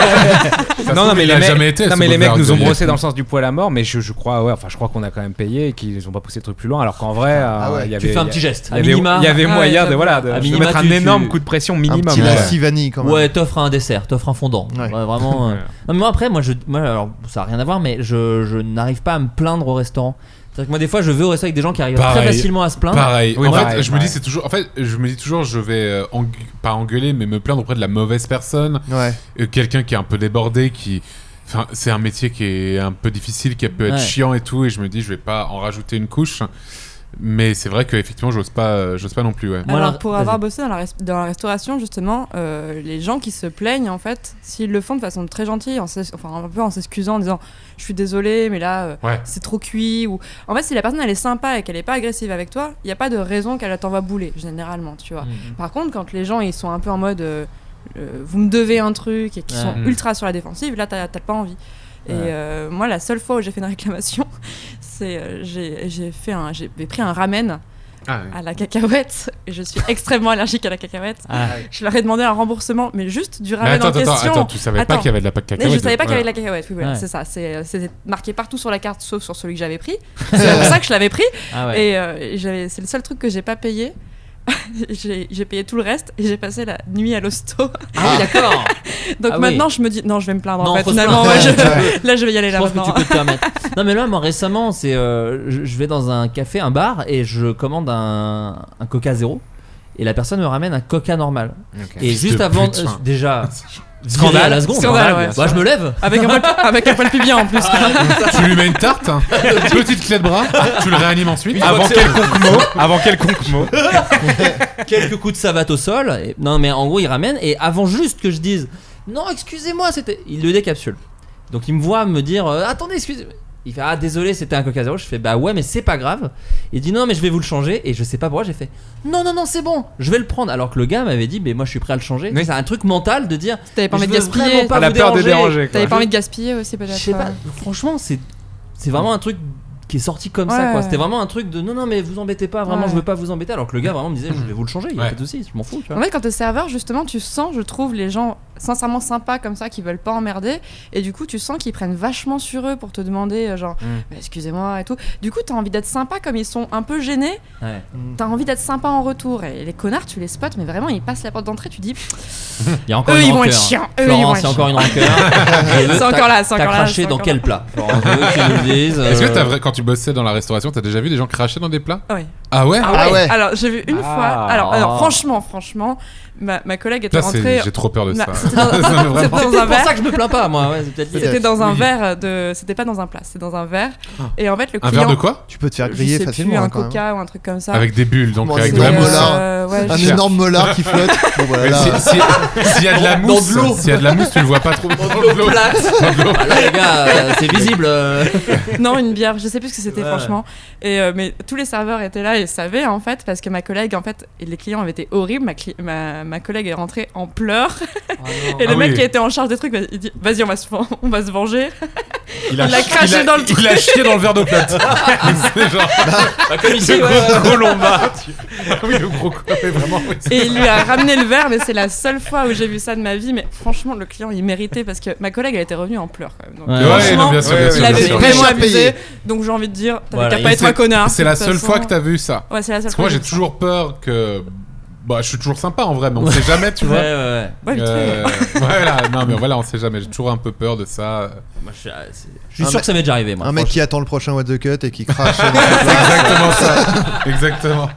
S8: Ça
S10: non, non,
S8: trouve,
S10: mais
S8: il
S10: les
S8: a
S10: mecs,
S8: jamais été,
S10: non,
S8: ce
S10: mais les
S8: boulevard
S10: mecs nous ont
S8: de
S10: brossé
S8: Vietnam.
S10: dans le sens du poil à mort, mais je, je crois, ouais, enfin, je crois qu'on a quand même payé et qu'ils ont pas poussé le truc plus loin, alors qu'en vrai, euh,
S7: Ah ouais.
S10: il y
S7: Tu
S10: avait.
S1: fais un
S10: il y a-
S1: petit geste,
S10: Il
S1: à
S10: y avait,
S1: minima.
S10: il y avait
S9: Ah
S10: moyen
S9: ouais,
S10: de, voilà, de,
S1: à
S10: de
S1: minima,
S10: mettre
S1: tu-
S10: un énorme
S1: tu-
S10: coup de pression
S7: Un
S10: minimum.
S7: petit
S8: Ah
S10: ouais.
S7: lassi vanille quand même.
S1: Ouais, t'offres un dessert, t'offres un fondant.
S7: Ouais.
S1: Ouais, vraiment. euh.
S10: Ouais.
S1: Non, mais moi après, moi, je, moi, alors, ça n'a rien à voir, mais je, je n'arrive pas à me plaindre au restaurant. C'est-à-dire que moi, des fois, je vais au restaurant avec des gens qui arrivent très
S8: Pareil.
S1: facilement à se plaindre.
S8: Pareil.
S10: Oui,
S8: en
S10: pareil,
S8: fait, je me
S10: pareil.
S8: dis c'est toujours. En fait, je me dis toujours, je vais euh, engue- pas engueuler, mais me plaindre auprès de la mauvaise personne,
S7: Ouais.
S8: Euh, quelqu'un qui est un peu débordé, qui. Enfin, c'est un métier qui est un peu difficile, qui peut être
S1: Ouais.
S8: chiant et tout, et je me dis, je vais pas en rajouter une couche. Mais c'est vrai que effectivement, j'ose pas, euh, j'ose pas non plus. Ouais.
S1: Moi, la-
S9: Alors, pour avoir
S1: vas-y.
S9: bossé dans la, res- dans la restauration, justement, euh, les gens qui se plaignent, en fait, s'ils le font de façon très gentille, en s'es- enfin, un peu en s'excusant, en disant Je suis désolé, mais là, euh,
S8: Ouais.
S9: c'est trop cuit. Ou... En fait, si la personne, elle est sympa et qu'elle n'est pas agressive avec toi, il n'y a pas de raison qu'elle t'envoie bouler, généralement, tu vois.
S1: Mhm.
S9: Par contre, quand les gens, ils sont un peu en mode euh, euh, Vous me devez un truc et qui sont
S8: Mhm.
S9: ultra sur la défensive, là, t'as t'as pas envie. Et
S1: Ouais.
S9: euh, moi, la seule fois où j'ai fait une réclamation, c'est euh, j'ai j'ai fait un j'ai pris un ramen
S8: Ah, ouais.
S9: à la cacahuète. Et Je suis extrêmement allergique à la cacahuète.
S1: Ah.
S9: Je leur ai demandé un remboursement, mais juste du
S8: Mais
S9: ramen
S8: attends,
S9: en
S8: attends,
S9: question.
S8: attends, tu savais pas
S9: Attends.
S8: qu'il y avait de la pâte cacahuète.
S9: Mais je savais pas qu'il y avait de
S8: dedans.
S9: la cacahuète, oui, voilà,
S1: Ouais.
S9: c'est ça. c'est- C'était marqué partout sur la carte, sauf sur celui que j'avais pris. C'est pour ça que je l'avais pris.
S1: Ah ouais.
S9: Et euh, et j'avais- c'est le seul truc que j'ai pas payé. j'ai j'ai payé tout le reste et j'ai passé la nuit à l'hosto.
S1: Ah oui, d'accord.
S9: Donc
S1: Ah oui.
S9: maintenant, je me dis, non, je vais me plaindre
S1: Non,
S9: en fait.
S1: faut se
S9: Finalement,
S1: plaindre.
S9: ouais, je-
S7: Ouais.
S9: là, je vais y aller
S1: Je
S9: là
S1: pense que
S9: maintenant.
S1: tu peux te permettre. Non, mais là, moi, récemment, c'est, euh, je, je vais dans un café, un bar, et je commande un, un Coca zéro, et la personne me ramène un Coca normal. Et
S8: Fils
S1: juste
S8: de
S1: avant,
S8: pute,
S1: euh,
S8: hein.
S1: déjà,
S10: Scandale.
S1: viré à la seconde.
S9: Scandale, ouais.
S1: Bah, je me lève.
S9: Avec un, poil, avec un poil pubien en plus.
S1: Ah.
S8: tu lui mets une tarte, hein, une petite clé de bras, tu le réanimes ensuite.
S10: Avant quelconque mot, avant quelconque mot.
S1: quelques coups de savate au sol. et- Non, mais en gros, il ramène. Et avant juste que je dise Non, excusez-moi, c'était. Il le décapsule. Donc il me voit me dire euh, Attendez, excusez-moi. Il fait Ah, désolé, c'était un coca zéro. Je fais Bah ouais, mais c'est pas grave. Il dit Non, mais je vais vous le changer. Et je sais pas pourquoi, j'ai fait Non, non, non, c'est bon, je vais le prendre. Alors que le gars m'avait dit Mais moi, je suis prêt à le changer.
S10: Oui.
S1: C'est un truc mental de dire
S9: T'avais pas
S1: Je
S9: envie de
S1: veux
S9: gaspiller.
S1: vraiment pas
S10: À la
S1: vous
S10: peur de déranger. quoi.
S9: T'avais pas envie de gaspiller aussi
S1: Je
S9: peut-être. euh.
S1: sais pas. Franchement, c'est c'est vraiment un truc qui est sorti comme ça
S9: Ouais.
S1: quoi c'était vraiment un truc de non non mais vous embêtez pas vraiment
S9: Ouais.
S1: je veux pas vous embêter alors que le gars vraiment me disait je vais vous le changer il y a
S8: Ouais.
S1: pas de soucis je m'en fous tu vois
S9: En fait, quand t'es serveur, justement, tu sens, je trouve, les gens sincèrement sympas comme ça, qui veulent pas emmerder, et du coup, tu sens qu'ils prennent vachement sur eux pour te demander, euh, genre,
S1: Mm.
S9: Bah, excusez-moi et tout. Du coup, t'as envie d'être sympa, comme ils sont un peu gênés,
S1: Ouais.
S9: t'as envie d'être sympa en retour. Et les connards, tu les spots, mais vraiment, ils passent la porte d'entrée, tu dis,
S1: Il y a encore
S9: eux,
S1: une
S9: ils vont
S1: rancœur. hein.
S9: être chiants, eux, ils vont
S1: Florence, c'est
S9: être chiants.
S1: encore une rancœur. Je veux-
S9: C'est encore là, c'est
S1: T'as
S9: encore là.
S1: craché
S9: c'est
S1: dans
S9: encore
S1: quel
S9: là.
S1: plat Florence, je veux que tu nous dises,
S8: Ah, Est-ce que
S1: euh,
S8: t'as vrai, quand tu bossais dans la restauration, t'as déjà vu des gens cracher dans des plats
S9: Ah ouais.
S8: Ah ouais
S9: Ah ouais.
S7: Ah ouais.
S9: Alors, j'ai vu une
S10: Ah.
S9: fois. Alors, alors, franchement, franchement, ma, ma collègue était
S8: Putain, c'est-
S9: rentrée.
S8: j'ai trop peur de
S9: Là,
S8: ça.
S9: c'était dans-
S8: Non, mais vraiment.
S9: c'était
S1: C'est peut-être
S9: dans un
S1: pour
S9: verre.
S1: ça que je me plains pas, moi. ouais, c'est peut-être lié.
S9: C'était dans un
S8: Oui. Ah.
S9: verre de. C'était pas dans un plat, c'était dans un verre. Et en fait, le
S8: Un
S9: client.
S8: verre de quoi
S7: Tu peux te faire
S9: je
S7: griller
S9: sais plus,
S7: facilement hein,
S9: un
S7: quand même.
S9: coca ou un truc comme ça.
S8: hein, Avec des bulles, donc
S7: Bon,
S8: avec
S7: c'est
S8: de la Ah,
S7: bon,
S8: mousse.
S7: là.
S9: euh, ouais,
S7: Un
S9: je-
S7: énorme molar qui flotte. Bon, voilà,
S8: Mais
S7: là,
S8: si- si- S'il y a de la
S1: Dans
S8: mousse,
S1: de l'eau.
S8: s'il y a de la mousse, tu le vois pas trop. Dans de l'eau.
S1: Ah, là, les gars, euh, c'est visible. euh.
S9: Non, une bière, je sais plus ce que c'était
S1: Ouais.
S9: franchement. Et euh, mais tous les serveurs étaient là et savaient en fait parce que ma collègue en fait et les clients avaient été horribles. Ma, cli- ma, ma collègue est rentrée en pleurs et
S8: Ah
S9: le mec
S8: oui.
S9: qui était en charge des trucs il dit vas-y on va se ven- on va se venger.
S8: Il
S9: a
S8: chi-
S9: craché
S8: il a-
S9: dans le truc.
S8: Il a chié dans le verre d'eau plate. C'est genre.
S1: Comme ici, ouais, ouais.
S8: gros colombard. tu- Ah oui, le gros colombard, mais vraiment. oui, c'est-
S9: Et il lui a ramené le verre mais c'est la seule fois où j'ai vu ça de ma vie. Mais franchement le client il méritait parce que ma collègue elle était revenue en pleurs quand même. Donc,
S1: Ouais.
S8: Ouais, non, bien sûr,
S10: Ouais,
S8: bien
S10: ouais,
S8: sûr.
S9: Il
S8: bien
S9: avait
S8: sûr.
S9: vraiment
S7: Cher payé.
S9: abusé, donc j'ai envie de dire, t'avais
S1: Voilà,
S9: qu'à pas
S1: et
S9: être un
S8: c'est-
S9: connard.
S8: C'est
S9: de
S8: la
S9: toute
S8: seule
S9: façon.
S8: fois que t'as vu ça.
S9: Ouais, c'est la seule
S8: Parce que moi,
S9: fois.
S8: j'ai
S9: que
S8: toujours peur que. Bah, je suis toujours sympa en vrai, mais on sait jamais, tu
S1: Ouais,
S8: vois.
S1: ouais, ouais.
S9: Ouais, mais tu
S8: Euh, voilà, non, mais voilà, on sait jamais. J'ai toujours un peu peur de ça.
S1: Moi, je suis-
S9: euh,
S1: ah, c'est- je suis
S7: Un
S1: sûr
S7: mec-
S1: que ça m'est déjà arrivé, moi.
S7: Un mec
S1: franchement.
S7: qui attend le prochain What the Cut et qui crache.
S8: Exactement ça. Exactement.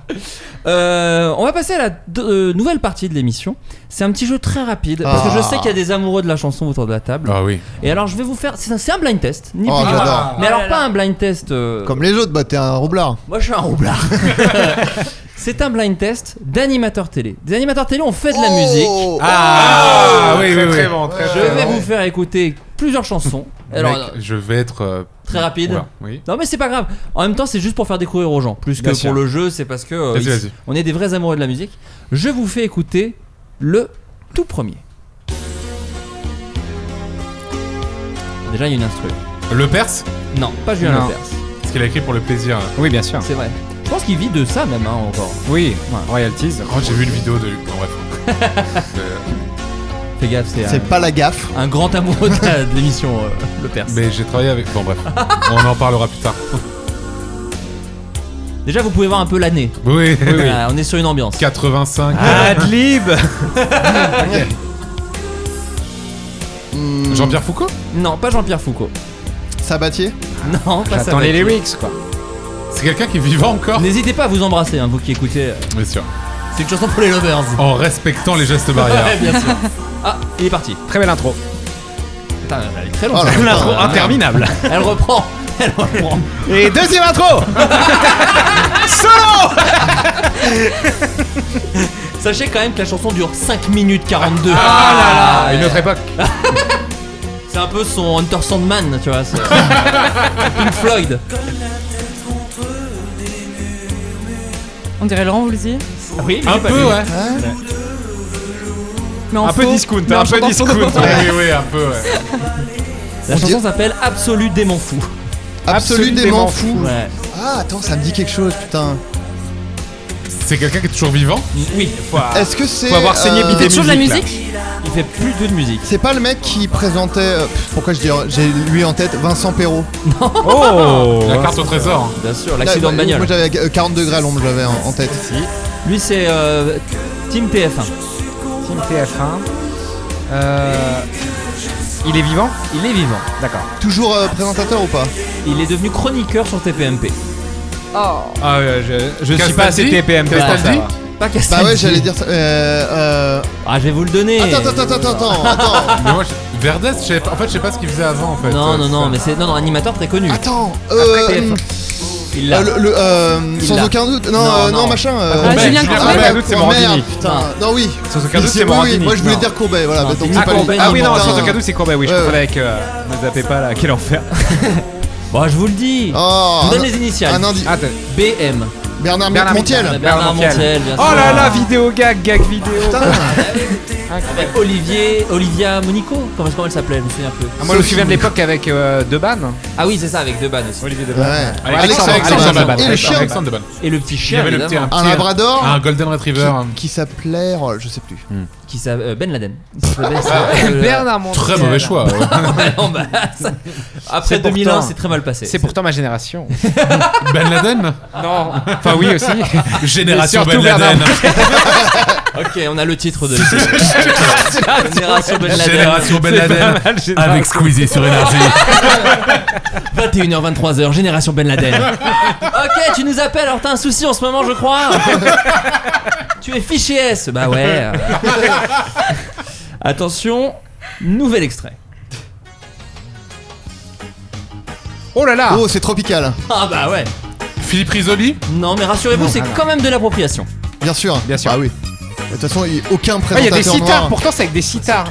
S1: Euh, on va passer à la de- euh, nouvelle partie de l'émission. C'est un petit jeu très rapide parce
S9: Ah.
S1: que je sais qu'il y a des amoureux de la chanson autour de la table.
S8: Ah oui.
S1: Et alors, je vais vous faire. C'est un, c'est un blind test. ni
S7: Oh,
S1: plus ni moins.
S7: j'adore.
S1: Mais
S9: Oh
S1: alors,
S9: là
S1: pas
S9: là.
S1: un blind test. euh,
S7: Comme les autres, bah t'es un roublard.
S1: Moi je suis un roublard. c'est un blind test d'animateurs télé. Des animateurs télé ont fait de
S7: Oh,
S1: la musique.
S8: Ah, oui, oui, oui.
S1: Je vais vous faire écouter plusieurs chansons. Alors,
S8: Mec, je vais être. euh,
S1: Très rapide.
S8: oula, Oui.
S1: non mais c'est pas grave. En même temps, c'est juste pour faire découvrir aux gens, plus que
S10: Bien
S1: pour
S10: sûr.
S1: le jeu. C'est parce que euh,
S8: Vas-y,
S1: ils-
S8: vas-y.
S1: on est des vrais amoureux de la musique. Je vous fais écouter le tout premier. Déjà, il y a une instru.
S8: Le Perse
S1: Non, pas Julien
S10: Non.
S1: Lepers.
S8: Ce qu'il a écrit pour le plaisir. là.
S10: Oui, bien sûr.
S1: C'est vrai. Je pense qu'il vit de ça même hein, encore.
S10: Oui, royalties.
S8: Oh, j'ai vu une vidéo de lui. Bon, bref. Euh,
S1: Fais gaffe, c'est
S8: C'est
S1: un-
S8: pas la
S7: gaffe.
S1: Un grand amoureux de la- de l'émission, euh, le Perse.
S8: mais j'ai travaillé avec. Bon, bref. On en parlera plus tard.
S1: Déjà, vous pouvez voir un peu l'année.
S8: Oui, oui, oui.
S1: Ah, on est sur une ambiance.
S8: 85.
S10: Adlib
S8: Jean-Pierre Foucault
S1: Non, pas Jean-Pierre Foucault.
S7: Sabatier
S1: Non, pas
S10: J'attends les
S1: Sabatier.
S10: lyrics, quoi.
S8: C'est quelqu'un qui est vivant encore
S1: N'hésitez pas à vous embrasser, hein, vous qui écoutez. euh,
S8: Bien sûr.
S1: C'est une chanson pour les lovers.
S8: En respectant les gestes
S10: Oh,
S1: Ouais,
S8: barrières.
S1: bien sûr. Ah, il est parti.
S10: Très belle intro.
S1: Putain, elle est très longue.
S7: Oh là
S1: cette
S7: là.
S1: intro.
S10: L'intro interminable.
S1: Elle reprend. Elle reprend.
S10: Et deuxième intro Solo
S1: Sachez quand même que la chanson dure 5 minutes 42.
S10: Ah, Une autre époque.
S1: C'est un peu son Hunter Sandman, tu vois. c'est- Pink Floyd.
S9: On dirait Laurent Voulzy.
S1: Oui,
S8: Un peu, ouais.
S10: hein.
S9: Mais en
S10: Un peu
S9: faux.
S10: discount,
S9: Mais en
S10: un peu
S9: chantant
S10: discount.
S8: Oui, oui, oui, un peu, ouais.
S1: La
S7: On
S1: chanson
S7: dirait-
S1: s'appelle Absolu démon fou.
S7: Absolument
S10: Absolument
S7: fou.
S1: Ouais.
S7: Ah, attends, ça me dit quelque chose, putain.
S8: C'est quelqu'un qui est toujours vivant
S1: Oui.
S9: Ah.
S7: Est-ce que c'est.
S10: Faut avoir saigné
S7: euh,
S10: Bidet
S1: toujours de la
S10: là.
S1: Il fait plus de musique.
S7: C'est pas le mec qui présentait. euh, pff, Pourquoi je dis. J'ai lui en tête Vincent Perrault.
S10: Oh
S8: La carte au trésor.
S1: Bien sûr, l'accident de
S7: Là,
S1: bagnole.
S7: Ah, Moi j'avais euh, 40 degrés à l'ombre, j'avais en, en tête.
S1: Lui, c'est euh, Team TF1.
S10: Team TF1. Euh, Il est vivant
S1: Il est vivant.
S10: D'accord.
S7: Toujours euh, présentateur ou pas
S1: Il est devenu chroniqueur sur TPMP.
S10: Ah, euh, je, je suis
S8: Castaldi
S10: pas assez TPMP.
S1: Castaldi
S10: pour savoir.
S1: Pas
S7: Bah
S1: Castaldi.
S7: ouais, j'allais dire ça. Euh, euh,
S1: Ah, je vais vous le donner.
S7: Attends, attends, attends, attends, attends, attends.
S8: Mais moi, je- Verdes, je sais pas- en fait, je sais pas ce qu'il faisait avant, en fait.
S1: Non,
S8: Euh,
S1: non,
S8: c'est
S1: non,
S8: ça.
S1: mais c'est non, non, animateur très connu.
S7: Attends, euh,
S1: TF1. Il l'a.
S7: euh, le, le, euh,
S1: Il
S7: sans
S1: l'a.
S7: aucun doute. Non,
S1: Non,
S7: euh,
S1: non.
S7: non, machin. euh,
S9: Ah,
S8: Courbet.
S9: Julien
S8: Julien
S7: Ah,
S9: Courbet.
S7: merde,
S10: Courbet. c'est
S7: oh,
S10: Morandini.
S7: merde, putain. Non, oui.
S10: Sans aucun doute,
S7: Oui,
S10: c'est
S7: oui, oui,
S10: Morandini.
S7: Moi, je voulais
S1: Non.
S7: dire Courbet, voilà.
S1: Non,
S7: bah, donc
S1: Philippe
S7: c'est
S10: Ah,
S7: pas
S10: Courbet.
S7: lui.
S10: Ah oui, non,
S7: putain.
S10: sans aucun doute, c'est Courbet, oui, je
S7: Ouais,
S10: confonds avec. euh, Ne zappez pas là, quel enfer.
S1: Bon, je vous le dis.
S7: Oh,
S1: je vous donne
S7: un-
S1: les initiales.
S7: Un indice.
S10: Attends.
S1: BM.
S7: Bernard,
S10: Bernard
S1: Ah,
S7: Montiel.
S1: Bernard
S10: Ah, Bernard Montiel.
S1: Montiel, bien sûr.
S10: Oh là là, vidéo gag, gag vidéo.
S1: Ah, bah Avec Olivier, Olivia Monico. Comment est-ce qu'elle s'appelait Je me souviens plus.
S10: Ah, moi, je me souviens de l'époque avec euh, Deban.
S1: Ah oui, c'est ça, avec Deban aussi.
S10: Olivier
S7: Ouais.
S10: Deban.
S7: Alexandre,
S10: Alexandre
S7: Alexandre
S10: Alexandre
S7: Et le chien.
S8: Alexandre Deban.
S1: Et le petit
S8: Il y
S1: chien,
S8: avait le petit,
S1: évidemment,
S8: un,
S7: Un
S8: petit-
S7: Labrador.
S8: un Golden Retriever.
S7: qui- Qui s'appelait. oh, Je sais plus.
S1: qui s'appelle euh, Ben Laden. Il s'appelait ça, euh,
S10: Bernard Montiel.
S8: Très mauvais choix. ouais.
S1: ouais, non, bah, ça- Après
S10: C'est
S1: 2001,
S10: pourtant-
S1: c'est très mal passé.
S10: C'est pourtant ma génération.
S8: ben Laden
S10: Non. Enfin, oui aussi.
S8: Génération
S10: surtout
S8: Ben Laden.
S1: Ok, on a le titre de Génération Ben Laden.
S8: Génération Ben Laden. Avec Squeezie sur Énergie.
S1: 21h23h, Génération Ben Laden. ok, tu nous appelles, alors t'as un souci en ce moment, je crois. tu es fiché S. Bah ouais. Attention, nouvel extrait.
S10: Oh là là.
S7: Oh, c'est tropical.
S1: Ah bah ouais.
S8: Philippe Risoli
S1: Non, mais rassurez-vous, c'est quand même de l'appropriation.
S7: Bien sûr.
S10: Bien sûr.
S7: Ah oui. De toute façon, il- aucun
S10: Ah, il y a
S7: présentateur
S10: des
S7: noir.
S10: sitards, pourtant c'est avec des sitards.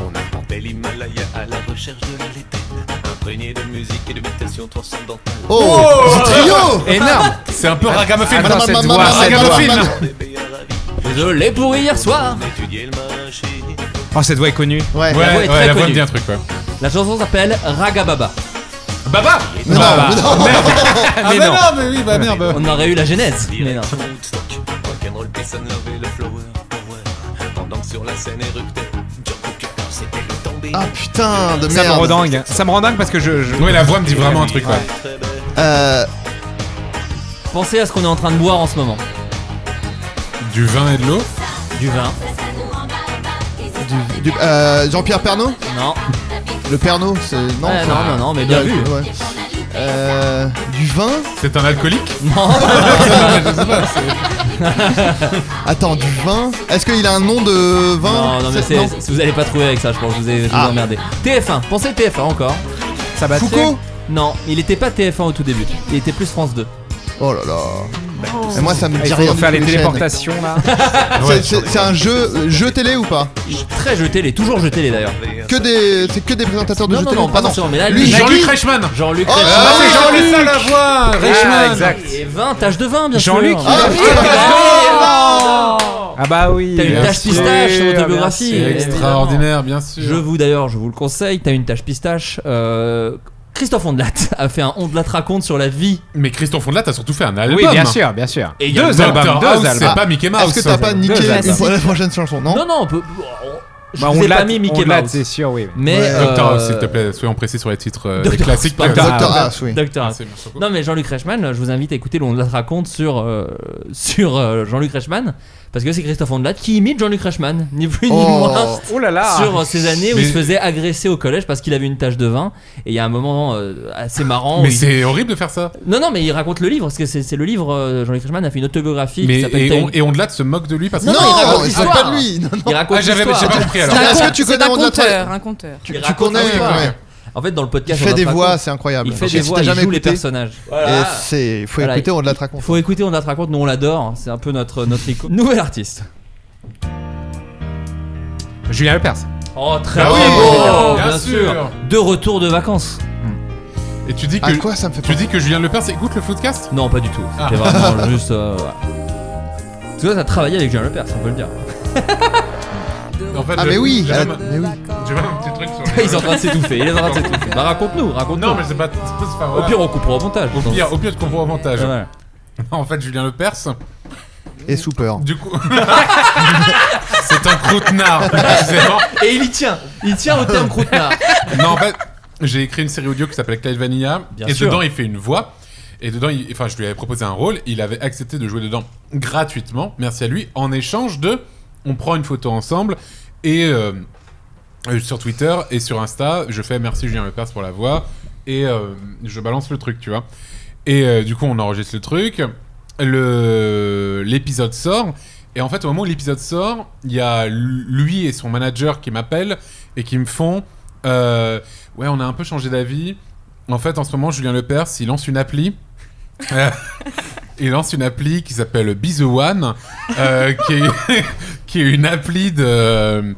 S11: On inventait l'Himalaya à la recherche de la l'éthène, imprégné de musique et de méditation transcendantale.
S7: Oh, du trio.
S10: Énorme.
S8: C'est un peu
S10: Ah,
S8: ragamuffin.
S10: Attends, cette voix,
S7: Ah,
S10: cette
S7: regarde
S10: voix.
S7: le film.
S11: Bébé à la vie,
S1: Désolé pour hier soir.
S11: on étudiait le machin.
S10: Oh, cette voix est connue.
S7: Ouais.
S8: Ouais,
S1: voix est
S8: ouais,
S1: très
S8: la voix me
S1: connue.
S8: dit un truc, ouais.
S1: La chanson s'appelle Ragababa.
S8: Baba
S7: Mais non,
S10: Bah,
S7: mais
S10: bah.
S7: non.
S8: Ah, bah non, mais oui, bah merde.
S1: On aurait eu la genèse. Mais non.
S11: Direction Woodstock, rock'n'roll, peace and love et le flower power. Pendant sur la scène éruptait, John Cooker, c'était le tombé.
S7: Ah putain de
S10: Ça me rend
S7: merde.
S10: dingue. Ça me rend dingue parce que je. Ah, je-
S8: Ouais, la voix me dit vraiment un truc, ouais.
S11: Très belle.
S7: Euh,
S1: Pensez à ce qu'on est en train de boire en ce moment.
S8: Du vin et de l'eau
S1: Du vin.
S7: du- euh, Jean-Pierre Pernaud
S1: Non.
S7: Le Pernaud, c'est. Non,
S1: Ouais,
S7: ça-
S1: non, non, non, mais bien
S7: Ouais,
S1: vu.
S7: ouais. Euh, du vin
S8: C'est un alcoolique
S1: Non.
S7: Attends, du vin Est-ce qu'il a un nom de vin
S1: Non, non, mais
S7: non.
S1: c'est- vous allez pas trouver avec ça, je pense, vous allez vous
S7: Ah.
S1: emmerder. TF1, pensez TF1 encore.
S10: Ça bat
S7: Foucault
S1: Non, il était pas TF1 au tout début, il était plus France 2.
S7: Oh là là. Et moi, ça me
S10: Ah,
S7: dit
S10: Il
S7: rien.
S10: faut
S7: du
S10: faire
S7: tout,
S10: les
S7: chaînes.
S10: téléportations là.
S8: Ah,
S7: Ah, C'est- C'est c'est un jeu, euh, jeu télé ou pas
S1: Très jeté les, toujours jeté les d'ailleurs.
S7: Que des, c'est que des présentateurs de
S1: Non,
S7: jeux
S1: non,
S7: télé.
S1: non,
S7: Ah
S1: pas forcément, mais là,
S7: Lui,
S1: lui,
S7: Jean-Luc
S8: Jean-Luc Reichmann
S1: Jean-Luc
S7: Oh,
S1: Reichmann.
S8: Ah, c'est
S7: Ah,
S8: Jean-Luc ça, la voix
S10: Ah,
S8: Reichmann
S10: exact.
S1: Et 20 taches de vin, bien sûr.
S10: Jean-Luc.
S7: Ah, putain,
S10: Ah bah oui.
S1: T'as une
S10: bien
S1: tache
S10: sûr, Ah,
S1: pistache sur
S10: bien
S1: l'autobiographie.
S10: sûr.
S8: C'est
S1: évidemment.
S8: extraordinaire, bien sûr.
S1: Je vous d'ailleurs, je vous le conseille, t'as une tache pistache. euh, Christophe Ondelat a fait un Ondelat raconte sur la vie.
S8: Mais Christophe Ondelat a surtout fait un album.
S10: Ah Oui, bien sûr, bien sûr.
S8: Et il y a Dr. House, C'est
S10: Bah,
S8: pas Mickey Mouse.
S7: Ah, Est-ce que t'as pas niqué la prochaine chanson Non,
S1: non, on peut. Je
S10: Bah,
S1: vous ai
S10: Ondelat-
S1: pas mis Mickey
S10: Ondelat,
S1: Mouse.
S10: c'est sûr, oui.
S1: Mais
S10: Ouais.
S1: euh,
S8: Dr. House, s'il te plaît, soyons précis sur les titres euh, les
S1: Dr.
S8: classiques.
S1: House, pardon.
S8: Dr.
S1: Dr. House. Non mais Jean-Luc Reichmann, je vous invite à écouter l'Ondelat raconte sur, euh, sur euh, Jean-Luc Reichmann. Parce que c'est Christophe Ondelat qui imite Jean-Luc Reichmann, ni plus ni
S10: Oh.
S1: moins.
S10: Oh là là.
S1: Sur euh, ces années où
S10: Mais-
S1: il se faisait agresser au collège parce qu'il avait une tache de vin. Et il y a un moment euh, assez marrant.
S8: Mais
S1: où il-
S8: c'est horrible de faire ça.
S1: Non, non, mais il raconte le livre, parce que c'est c'est le livre. euh, Jean-Luc Reichmann a fait une autobiographie
S8: Mais
S1: qui s'appelle
S8: et,
S1: T'as
S8: on,
S1: une-
S8: et Ondelat se moque de lui parce que
S1: Non, non, il raconte
S8: il
S1: l'histoire.
S8: pas de lui.
S1: Il raconte
S8: Ah, j'avais-
S1: l'histoire.
S8: j'ai pas compris alors.
S1: C'est un
S8: Est-ce que
S1: conte-
S8: tu
S1: c'est
S8: connais
S1: un
S8: Ondelat
S9: conteur, un conteur.
S1: Tu,
S7: racontes connais, l'histoire. ouais.
S1: En fait, dans le podcast,
S7: Il fait
S1: on
S7: des
S1: raconte.
S7: voix, c'est incroyable.
S1: Il fait
S7: Si
S1: des
S7: t'as
S1: voix, il
S7: jamais
S1: joue les
S7: écouté,
S1: personnages.
S7: et c'est- faut écouter, on te la raconte.
S1: Faut écouter, on te la raconte. Nous, on l'adore. C'est un peu notre notre écho. Nouvel artiste.
S10: Julien Lepers.
S1: Oh, très
S10: Ah
S1: beau.
S10: oui,
S1: Oh,
S8: bien
S1: bien
S8: sûr.
S1: sûr. De retour de vacances.
S8: Et tu dis que
S1: Ah,
S7: quoi, ça me fait
S8: Tu dis que Julien Lepers écoute le podcast
S1: Non, pas du tout.
S8: Ah.
S1: C'était vraiment juste. euh, voilà. Parce que toi, t'as travaillé avec Julien Lepers, on peut le dire.
S8: En fait,
S7: Ah,
S8: je-
S7: mais oui,
S8: j'ai
S7: ah,
S8: même-
S7: mais oui.
S8: J'ai même un petit truc sur
S1: Ils sont en train de s'étouffer, il est en train de s'étouffer. Bah, raconte-nous, raconte-nous.
S8: Non, mais c'est pas. c'est pas-
S1: Au
S8: voilà.
S1: pire, on coupera au montage.
S8: Au
S1: je pense.
S8: pire, au pire, je comprends au montage.
S1: Ouais.
S8: En fait, Julien Lepers,
S7: Et Super.
S8: du coup. c'est un croûtenard, précisément.
S1: Et il y tient. Il tient au terme croûtenard.
S8: Non, en fait, j'ai écrit une série audio qui s'appelle Clyde Vanilla.
S1: Bien
S8: et
S1: sûr.
S8: dedans, il fait une voix. Et dedans, il- enfin, je lui avais proposé un rôle. Il avait accepté de jouer dedans gratuitement. Merci à lui. En échange de, on prend une photo ensemble et euh, euh, sur Twitter et sur Insta, je fais merci Julien Lepers pour la voix et euh, je balance le truc, tu vois. Et euh, du coup, on enregistre le truc. Le l'épisode sort. Et en fait, au moment où l'épisode sort, il y a lui et son manager qui m'appellent et qui me font euh, Ouais, on a un peu changé d'avis. En fait, en ce moment, Julien Lepers, il lance une appli. Euh, il lance une appli qui s'appelle Be The One, euh, qui, est, qui est une appli de,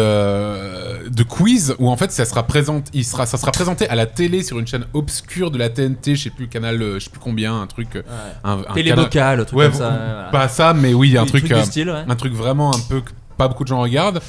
S8: de, de quiz où en fait ça sera, présente, il sera, ça sera présenté à la télé sur une chaîne obscure de la TNT, je sais plus, canal, euh, je sais plus combien, un truc. Un, un
S1: Télébocal,
S8: canal-
S1: un truc
S8: Ah, Ouais, bah,
S1: comme ça,
S8: bon,
S1: voilà.
S8: Pas ça, mais oui, un
S1: Oui,
S8: truc.
S1: truc du
S8: euh,
S1: style, ouais.
S8: Un truc vraiment un peu que pas beaucoup de gens regardent.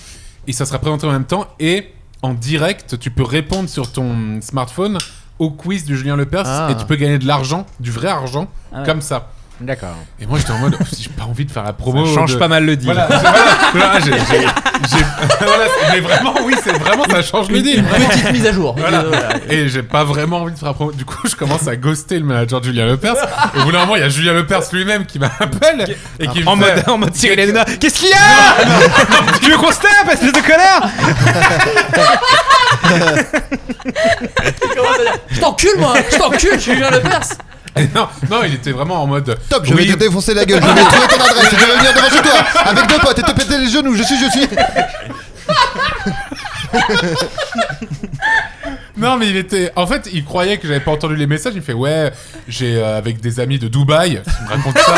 S8: Et ça sera présenté en même temps. Et en direct, tu peux répondre sur ton smartphone au quiz du Julien Lepers
S10: Ah.
S8: et tu peux gagner de l'argent, du vrai argent,
S10: Ah ouais.
S8: comme ça.
S10: D'accord.
S8: Et moi j'étais en mode, j'ai pas envie de faire la promo.
S10: Ça change
S8: Oh, de-
S10: pas mal le deal.
S8: Voilà, c'est- voilà, voilà, j'ai- j'ai- j'ai- voilà, c'est- mais vraiment, oui, c'est vraiment, ça change le
S1: Une-
S8: deal.
S1: une petite mise à jour.
S8: Voilà.
S1: Voilà.
S8: Et j'ai pas vraiment envie de faire la promo. Du coup, je commence à ghoster le manager de Julien Lepers. Au bout d'un moment, il y a Julien Lepers lui-même qui m'appelle et qui me
S10: En
S8: fait-
S10: mode, en mode Cyril Hanouna, qu'est-ce qu'il y a Tu veux qu'on se tape, espèce de connard
S1: Je t'encule, moi Je t'encule, je suis Julien Lepers
S8: non, non, il était vraiment en mode.
S7: Top, je vais te défoncer la gueule, je vais trouver ton adresse, je vais venir devant chez toi avec deux potes et te péter les genoux, je suis, je suis.
S8: Non, mais il était. En fait, il croyait que j'avais pas entendu les messages. Il me fait ouais, j'ai euh, avec des amis de Dubaï. Tu me racontes ça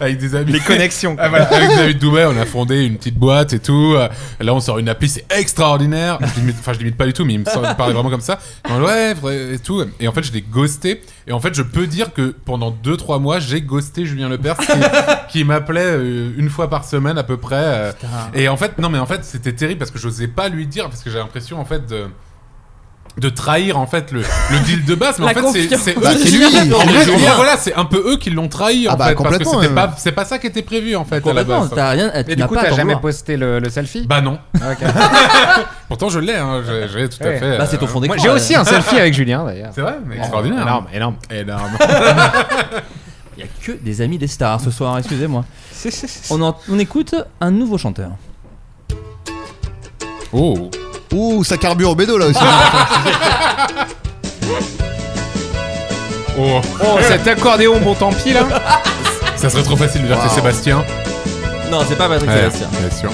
S8: Avec des amis.
S10: Les connexions.
S8: Ah, voilà, avec des amis de Dubaï, on a fondé une petite boîte et tout. Euh, Là, on sort une appli, c'est extraordinaire. Je l'imite- Enfin, je l'imite pas du tout, mais il me, sort- il me parlait vraiment comme ça. Il me dit, ouais, faudrait- et tout. Et en fait, je l'ai ghosté. Et en fait, je peux dire que pendant 2-3 mois, j'ai ghosté Julien Lepers qui, qui m'appelait euh, une fois par semaine à peu près. euh, et en fait, non, mais en fait, c'était terrible parce que j'osais pas lui dire parce que j'ai l'impression en fait de de trahir en fait le, le deal de base mais
S10: La
S8: en fait c'est
S10: confiance.
S8: c'est eux
S10: Bah, c'est
S8: qui-
S10: lui,
S8: c'est
S10: en
S8: eux
S10: vrai,
S8: qui-
S10: c'est ça.
S8: voilà c'est un peu eux qui l'ont trahi en
S10: Ah bah,
S8: fait parce que
S10: complètement,
S8: c'était
S10: euh.
S8: pas c'est pas ça qui était prévu en fait à la
S10: Complètement,
S8: base
S10: t'as
S1: eh,
S10: rien- Mais tu du coup, n'as pas à t'as t'en jamais vouloir. posté le, selfie Ah,
S8: bah non
S10: Ok.
S8: pourtant je l'ai hein, je, je l'ai tout à
S10: Ouais.
S8: fait
S10: Bah, c'est ton fond d'écran,
S8: euh, Moi,
S10: J'ai
S1: euh,
S10: ouais. aussi un selfie avec Julien, d'ailleurs. Oh,
S8: c'est vrai mais extraordinaire
S10: Énorme, énorme.
S8: énorme
S1: Il y a que des amis des stars ce soir, excusez-moi. On, en- on écoute un nouveau chanteur.
S8: Oh
S7: Ouh, ça carbure au bédo là aussi.
S8: oh.
S10: Oh, cet accordéon bon tant pis là
S8: ça serait trop facile de verser
S7: Wow.
S8: Sébastien
S1: non c'est pas Patrick
S8: Ouais,
S1: Sébastien
S8: bien sûr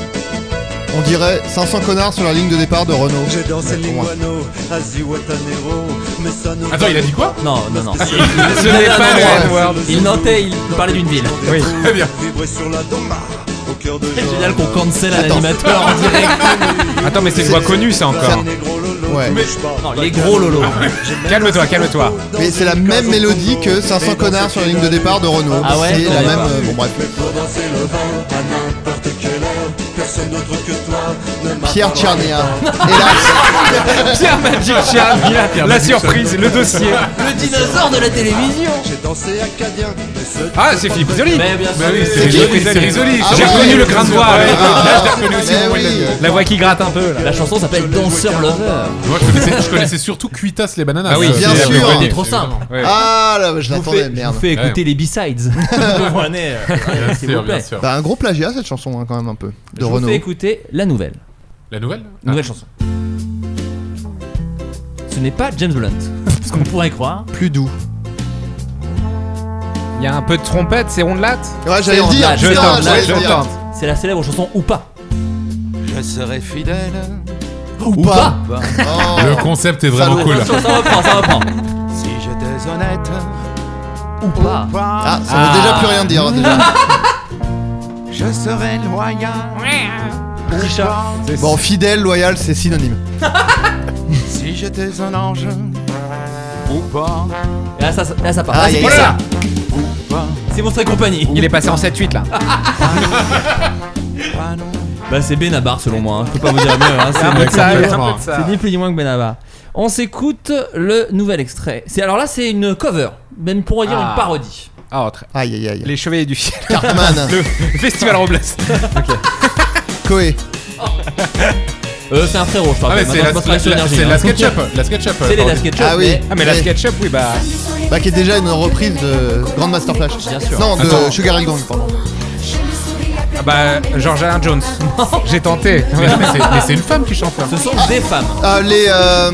S7: On dirait 500 connards sur la ligne de départ de Renault.
S12: J'ai dansé
S7: Ouais, pour moi.
S12: l'iguano à Zihuatanejo, mais ça nous.
S8: Attends, il a dit quoi
S1: Non, non, non.
S12: Ce
S1: n'est pas le N-word. Il nantais, il parlait d'une ville.
S12: Oui,
S8: très bien.
S12: Vibrer sur la domba, au cœur de
S1: C'est génial qu'on cancelle un animateur en direct.
S10: Attends, mais c'est une voix connue ça encore.
S7: Ouais.
S1: Non, les gros Lolo.
S10: Calme-toi, calme-toi.
S7: Mais c'est la même mélodie que 500 connards sur la ligne de départ de Renault.
S1: Ah ouais,
S7: C'est
S1: on
S7: la
S1: est
S7: même.
S1: pas.
S7: euh, Bon, bref.
S12: Danser le vent à n'importe quelle heure, Personne d'autre que toi ne m'a
S7: Pierre
S12: parlé.
S7: Tchernia.
S10: Pierre Madjichania,
S7: Pierre
S10: la
S7: Madjichania.
S10: surprise, le dossier.
S1: Le dinosaure de la télévision.
S12: J'ai dansé acadien.
S10: Ah, c'est Philippe Risoli
S1: Mais bien
S10: Bah oui,
S1: sûr.
S10: c'est
S1: C'est
S10: Philippe
S1: qui
S10: Risoli.
S1: C'est Risoli.
S10: J'ai
S1: Ah oui.
S10: reconnu le grain de voix.
S1: Ah oui.
S10: Là, je l'ai reconnu aussi.
S1: Mais
S10: au moment
S1: oui.
S10: de- La voix qui gratte un peu. là.
S1: La chanson s'appelle Danseur Lover.
S8: Moi, je connaissais, je connaissais surtout Cuitas les bananas.
S10: Ah oui,
S8: Euh,
S10: bien
S8: c'est-
S10: sûr.
S8: c'est-
S10: Il est
S1: trop simple.
S8: évidemment. Ouais.
S7: Ah là, je
S1: vous
S7: l'attendais,
S1: fais-
S7: merde.
S1: Je vous fais écouter les B-sides. Devant un nez, euh,
S8: Bien
S1: S'il
S8: sûr,
S1: vous plaît.
S8: bien sûr.
S7: Bah, un gros plagiat cette chanson, hein, quand même, un peu. De
S1: Je vous
S7: Renaud.
S1: fais écouter la nouvelle.
S8: Ah. La nouvelle Ah.
S1: Nouvelle chanson. Ce n'est pas James Blunt. Parce qu'on pourrait croire.
S7: Plus doux.
S10: Il y a un peu de trompette, c'est rondelatte
S7: Ouais, j'allais le
S1: C'est
S7: dire,
S1: Rondelatte.
S7: putain,
S1: Je tente,
S7: j'allais
S10: je
S7: le dire.
S10: tente.
S1: C'est la célèbre chanson ou pas.
S11: Je serai fidèle.
S1: Ou
S7: pas.
S11: Bah,
S7: Oh.
S8: Le concept est vraiment
S7: Ça,
S8: cool.
S1: Attention, ça reprend, ça reprend.
S11: si j'étais honnête,
S1: Ou pas.
S11: pas,
S7: Ah, ça veut déjà plus rien dire, déjà.
S11: je serai loyal.
S1: Richard.
S7: Bon, fidèle, loyal, c'est synonyme.
S11: Si j'étais un ange, ou pas,
S1: Et là, ça, ça- là, ça part.
S7: Ah,
S1: Là,
S7: il y
S1: c'est
S7: a
S1: pas
S7: ça.
S1: ça.
S11: ou pas,
S1: C'est Monstre et compagnie.
S10: Il est passé en 7-8 là.
S11: pas non.
S1: Bah, c'est Benabar selon moi. hein. Je peux pas vous dire mieux. hein. C'est
S10: Un peu de ça,
S1: complètement-
S10: un peu de ça.
S1: C'est ni plus ni moins que Benabar. On s'écoute le nouvel extrait. C'est alors là, c'est une cover, même pour dire
S10: Ah.
S1: une parodie.
S10: Ah, entre
S7: Aïe, aïe, aïe.
S10: les chevaliers du ciel.
S7: Cartman,
S10: Le festival Robles.
S7: Koé.
S1: Euh, c'est un frérot, je crois.
S8: Ah, mais c'est la, la, la- c'est la SketchUp. La SketchUp.
S1: hein. C'est les
S8: pardon.
S1: la SketchUp.
S7: Ah oui.
S10: Ah, mais la SketchUp, oui, bah.
S7: Bah, qui est déjà une reprise de Grand Master Flash.
S1: Bien sûr.
S7: Non, de
S8: Attends.
S7: Sugar and Gang, pardon.
S10: Ah bah, George Alain Jones. J'ai tenté.
S8: Mais non, mais c'est- mais c'est une femme qui chante hein. là.
S1: Ce sont des femmes.
S7: Euh, les, euh,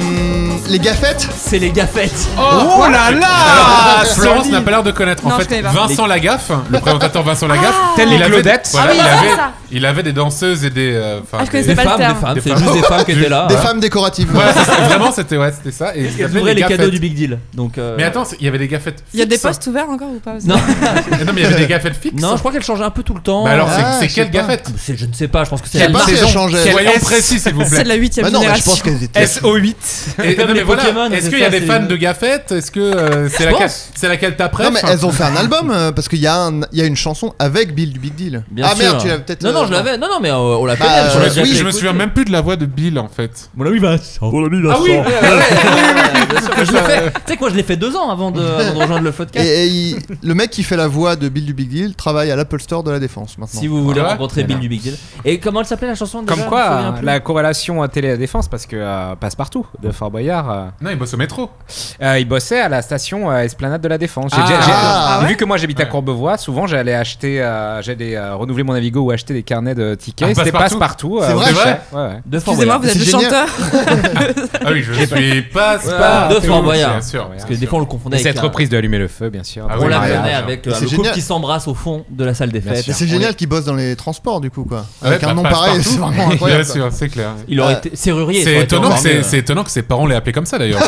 S7: les gaffettes
S1: C'est les gaffettes.
S10: Oh, là là
S8: Florence n'a pas l'air de connaître en
S9: Non, je
S8: fait
S9: connais pas.
S8: Vincent Lagaffe, le présentateur Vincent Lagaffe,
S10: Telle les
S8: il avait-
S10: Claudettes.
S8: voilà,
S9: Ah oui,
S8: il,
S9: c'est
S8: avait,
S9: ça.
S8: il avait des danseuses et des euh, enfin,
S9: Ah, je
S8: des-
S1: Des
S9: connaissais C'est pas le
S1: femmes, des
S9: terme.
S1: femmes.
S8: Des
S1: C'est
S8: femmes.
S1: juste des femmes qui étaient là. hein.
S7: Des femmes décoratives.
S8: Voilà, c'est- vraiment c'était ouais, c'était ça et ils
S1: Elles
S8: appelaient
S1: ouvraient les cadeaux
S8: gaffettes.
S1: du Big Deal. Donc, euh,
S8: Mais attends, c'est- il y avait des gaffettes.
S9: Il y a des
S8: fixes.
S9: postes ouverts encore ou pas aussi
S1: Non.
S8: Eh Non mais il y avait des gaffettes fixes.
S1: Non, je crois qu'elle changeait un peu tout le temps.
S8: Bah alors c'est-
S7: Ah,
S8: c'est
S7: je
S8: quelle
S7: sais pas.
S8: gaffette
S1: C'est- je ne sais pas, je pense que c'est
S7: Je sais
S1: la
S7: pas si elles changeaient.
S10: quelle-
S8: Soyons
S10: S-
S8: précis s'il vous
S9: C'est
S8: plaît.
S9: de la 8
S7: Bah non, mais je pense
S9: génération.
S7: qu'elles étaient.
S10: SO8.
S8: Et-
S1: Comme
S8: non,
S1: les
S8: mais voilà.
S1: Pokémon,
S8: Est-ce
S1: c'est
S8: qu'il y a
S1: ça,
S8: des
S1: c'est-
S8: fans de gaffettes Est-ce que euh,
S1: Je
S8: c'est laquelle
S1: pense.
S8: c'est laquelle t'as
S7: Non, mais elles ont fait un album euh, parce qu'il y a, un- il y a une chanson avec Bill du Big Deal.
S1: Bien
S7: ah
S1: sûr.
S7: merde, tu l'avais peut-être.
S1: Non, non,
S7: euh,
S1: je l'avais. Non, non, mais euh, on l'a
S7: Bah,
S1: connaît.
S7: euh,
S1: on l'a déjà
S8: Oui,
S1: fait
S8: je me souviens
S1: écouter.
S8: même plus de la voix de Bill en fait.
S1: Mon ami Vincent. Mon ami Vincent. Ah oui, ouais, ouais, ouais, bien sûr que je l'ai fait. Tu sais que moi, je l'ai fait deux ans avant de, avant de rejoindre le
S7: Et,
S1: podcast.
S7: et il- le mec qui fait la voix de Bill du Big Deal travaille à l'Apple Store de la Défense maintenant.
S1: Si vous voulez
S8: Voilà.
S1: rencontrer Bill
S10: Voilà.
S1: du Big Deal. Et comment elle s'appelait la chanson déjà
S10: Comme
S1: Je me
S10: quoi,
S1: souviens
S10: euh,
S1: plus.
S10: la corrélation à télé à défense, parce que euh, Passepartout de Fort Boyard, euh,
S8: Non, il bosse au métro.
S10: euh, il bossait à la station euh, Esplanade de la Défense. J'ai
S8: Ah.
S10: déjà- j'ai-
S7: Ah
S10: Vu que moi j'habite à
S8: Ouais.
S10: Courbevoie, souvent j'allais acheter, euh, j'allais euh, renouveler mon Navigo ou acheter des carnets de tickets.
S8: Ah,
S10: C'était
S8: Passepartout.
S10: Passepartout.
S7: C'est
S10: au
S7: vrai
S10: guichet. Ouais, ouais.
S1: De Fort
S9: Excusez-moi,
S1: Boyard.
S9: vous êtes
S7: C'est
S9: le
S7: génial.
S9: chanteur
S8: Ah oui, je suis pas
S1: Ah, de Fort Boyard.
S8: Bien sûr.
S1: Parce que des fois, on le confondait
S10: Et
S1: avec.
S10: cette
S1: un-
S10: reprise de Allumer le feu, bien sûr.
S8: Ah
S10: dans
S1: On
S8: oui,
S10: le
S1: la
S8: mariage.
S1: connaît
S10: mariage.
S1: avec
S7: Et
S1: euh,
S7: c'est
S1: le couple
S7: génial.
S1: qui s'embrasse au fond de la salle des
S10: Bien
S1: fêtes.
S10: sûr.
S7: Mais c'est génial qu'il bosse dans les transports du coup quoi. Avec
S8: Ouais,
S7: un nom
S8: bah,
S7: pareil,
S8: Passepartout.
S7: c'est vraiment incroyable.
S8: Bien sûr, c'est clair.
S1: Il aurait
S7: Euh,
S1: été serrurier. ça
S8: C'est
S1: aurait été
S8: étonnant, que
S1: encore
S8: c'est-
S1: mieux.
S8: c'est étonnant que ses parents l'aient appelé comme ça d'ailleurs.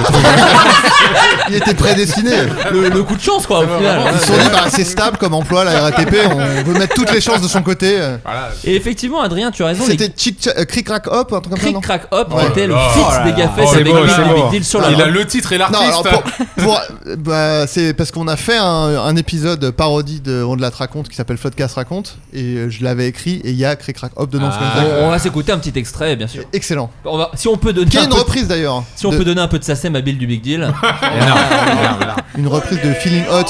S7: Il était prédestiné.
S1: le, le coup de chance quoi au final.
S7: Ils se sont dit bah c'est stable comme emploi la RATP, on veut mettre toutes les chances de son côté. euh.
S8: Voilà.
S1: Et effectivement, Adrien, tu as raison.
S7: C'était Chic Cha- euh, Cric Crac Hop, un truc comme ça
S1: Crick
S7: non
S1: Crack Hop
S7: Oh
S1: qui était
S8: là
S1: le
S8: là.
S1: fils
S10: Oh là
S1: des
S10: là.
S1: gaffes
S10: Oh,
S1: avec
S10: c'est beau,
S1: Bill
S10: c'est
S1: du
S10: beau.
S1: Big Deal sur la
S8: Il
S1: main.
S8: a le titre et
S7: Non, alors
S8: l'artiste.
S7: pour, pour- euh, bah, c'est parce qu'on a fait un, un épisode parodie de On de la raconte qui s'appelle Floodcast raconte et euh, je l'avais écrit et il y a Cric Crac Hop dedans. c'est
S8: Ah.
S7: comme ça.
S1: On, on va s'écouter un petit extrait, bien sûr.
S7: Excellent.
S1: On va- si on peut donner
S7: Qui est
S1: un
S7: une
S1: peu-
S7: reprise d'ailleurs.
S1: si on
S7: de-
S1: peut donner un peu de sasem à Bill du Big Deal.
S10: Énorme, énorme, énorme.
S7: Une reprise de Feeling Hot.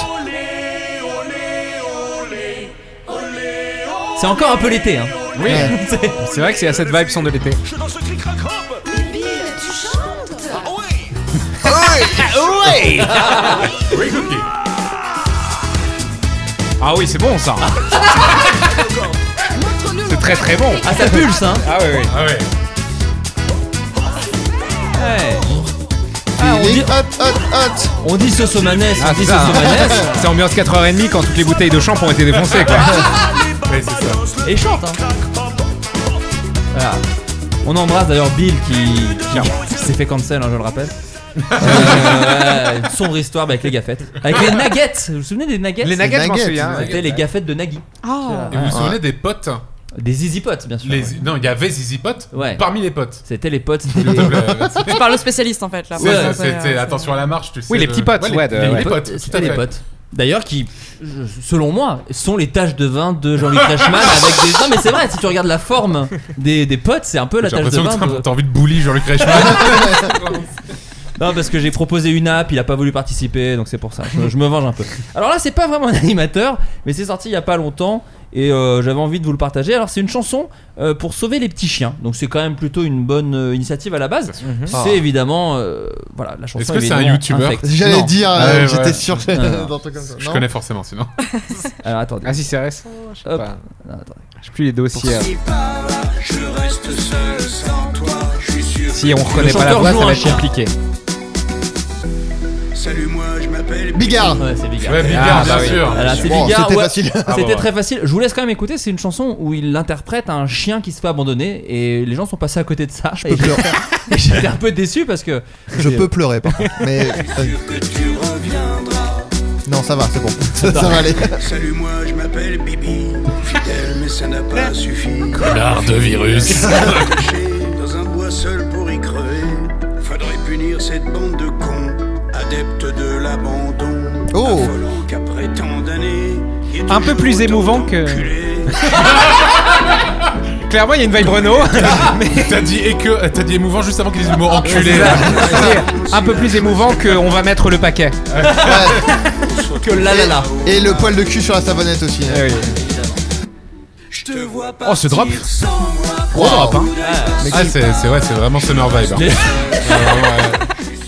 S1: C'est encore un peu l'été. Hein.
S10: Oui,
S7: Ouais.
S1: C'est-
S10: c'est vrai que c'est à cette vibe son de l'été. Ah oui, c'est bon ça. c'est très très bon.
S1: Ah, ça pulse, hein.
S10: Ah oui, oui.
S8: Ah ouais.
S1: Ouais. Ah, on,
S7: Feeling
S1: dit,
S7: Hot Hot Hot.
S1: on dit Sosomanès,
S10: Ah,
S1: on dit
S10: c'est ça, hein.
S1: Sosomanès.
S10: C'est ambiance 4h30 quand toutes les bouteilles de champ ont été défoncées quoi.
S1: Ah,
S8: Ouais, c'est ça.
S1: Et il chante, hein. Voilà. On embrasse d'ailleurs Bill qui, qui- qui s'est fait cancel, hein, je le rappelle. Euh, ouais, une sombre histoire mais avec les gaffettes. Avec les nuggets. Vous vous souvenez des nuggets
S10: Les hein. nuggets, je m'en
S7: nuggets,
S10: souviens.
S7: les
S1: C'était les gaffettes de Nagui.
S9: Ah.
S8: Et vous vous
S7: Ouais.
S8: souvenez des potes
S1: Des Zizi Potes, bien sûr.
S8: Les- Non, il y avait Zizi Potes
S1: Ouais.
S8: parmi les potes.
S1: C'était les potes. c'était les-
S8: C'était
S9: Tu parles au spécialiste en fait là.
S1: Ouais,
S9: Ouais,
S8: c'était
S9: ouais, ouais.
S8: attention à la marche, tu sais.
S10: Oui, les
S8: le-
S10: petits potes, ouais,
S8: les,
S10: de-
S8: les
S10: ouais.
S8: potes, tout à
S1: C'était les
S8: fait.
S1: potes. D'ailleurs, qui, je- selon moi, sont les taches de vin de Jean-Luc Reichmann avec des. Non, mais c'est vrai, si tu regardes la forme des, des potes, c'est un peu la
S8: J'ai
S1: tache de
S8: l'impression
S1: vin.
S8: que t'as-
S1: de-
S8: t'as envie de bully Jean-Luc Reichmann.
S1: Non, parce que j'ai proposé une app, il a pas voulu participer, donc c'est pour ça. Je, je me venge un peu. Alors là, c'est pas vraiment un animateur, mais c'est sorti il y a pas longtemps et euh, j'avais envie de vous le partager. Alors, c'est une chanson euh, pour sauver les petits chiens, donc c'est quand même plutôt une bonne euh, initiative à la base.
S7: Mhm.
S1: C'est
S10: Ah.
S1: évidemment. euh, voilà, la chanson.
S8: Ah. Est-ce que c'est un
S1: évidemment,
S8: youtubeur
S1: Infect.
S7: J'allais
S1: Non.
S7: dire, euh,
S8: Ah ouais,
S7: j'étais
S8: ouais.
S7: sûr que-
S1: Non, non.
S7: d'un truc comme ça.
S8: Je
S7: Non
S8: connais forcément sinon.
S1: Alors attendez.
S10: Ah si c'est reste.
S1: Hop.
S10: Non, attendez. Je sais plus les dossiers.
S12: Je reste seul sans toi, je suis sûr.
S10: Si on
S12: que-
S10: reconnaît pas la voix, ça va être compliqué.
S12: Salut, moi je m'appelle
S7: Bigard.
S1: Ouais, c'est Bigard.
S7: Ouais, Bigard, bien
S1: oui.
S7: sûr.
S1: Voilà, Ah, c'est
S7: Bon,
S1: Bigard,
S7: c'était
S1: ouais.
S7: facile.
S1: C'était
S7: Ah, bah, ouais.
S1: très facile. Je vous laisse quand même écouter. C'est une chanson où il interprète un chien qui se fait abandonner et les gens sont passés à côté de ça. Et
S7: peux pleurer.
S1: j'étais- J'étais un peu déçu parce que.
S7: Je peux pleurer par contre, mais euh, non, ça va, c'est bon, ça, ça va aller.
S12: Salut, moi je m'appelle Bibi. Fidèle, mais ça n'a pas suffi.
S8: Connard de virus.
S12: Caché dans un bois seul pour y crever. Faudrait punir cette bande de cons, adeptes de l'abandon.
S10: Oh.
S12: Affolant qu'après tant d'années. il est
S10: Un peu
S12: toujours
S10: plus émouvant que. Clairement, il y a une veille Bruno.
S8: T'as dit et que t'as dit émouvant juste avant qu'il dise le mot enculé.
S10: Un peu plus émouvant que on va mettre le paquet.
S7: Que
S8: Ah
S10: la la la.
S7: Et le poil de cul sur la savonnette aussi. hein.
S8: Eh
S12: Je te vois
S8: Oh ce drop. Gros
S7: Wow.
S8: drop hein.
S7: Mais
S8: Ah
S7: qui-
S8: c'est c'est ouais c'est vraiment summer vibe. hein.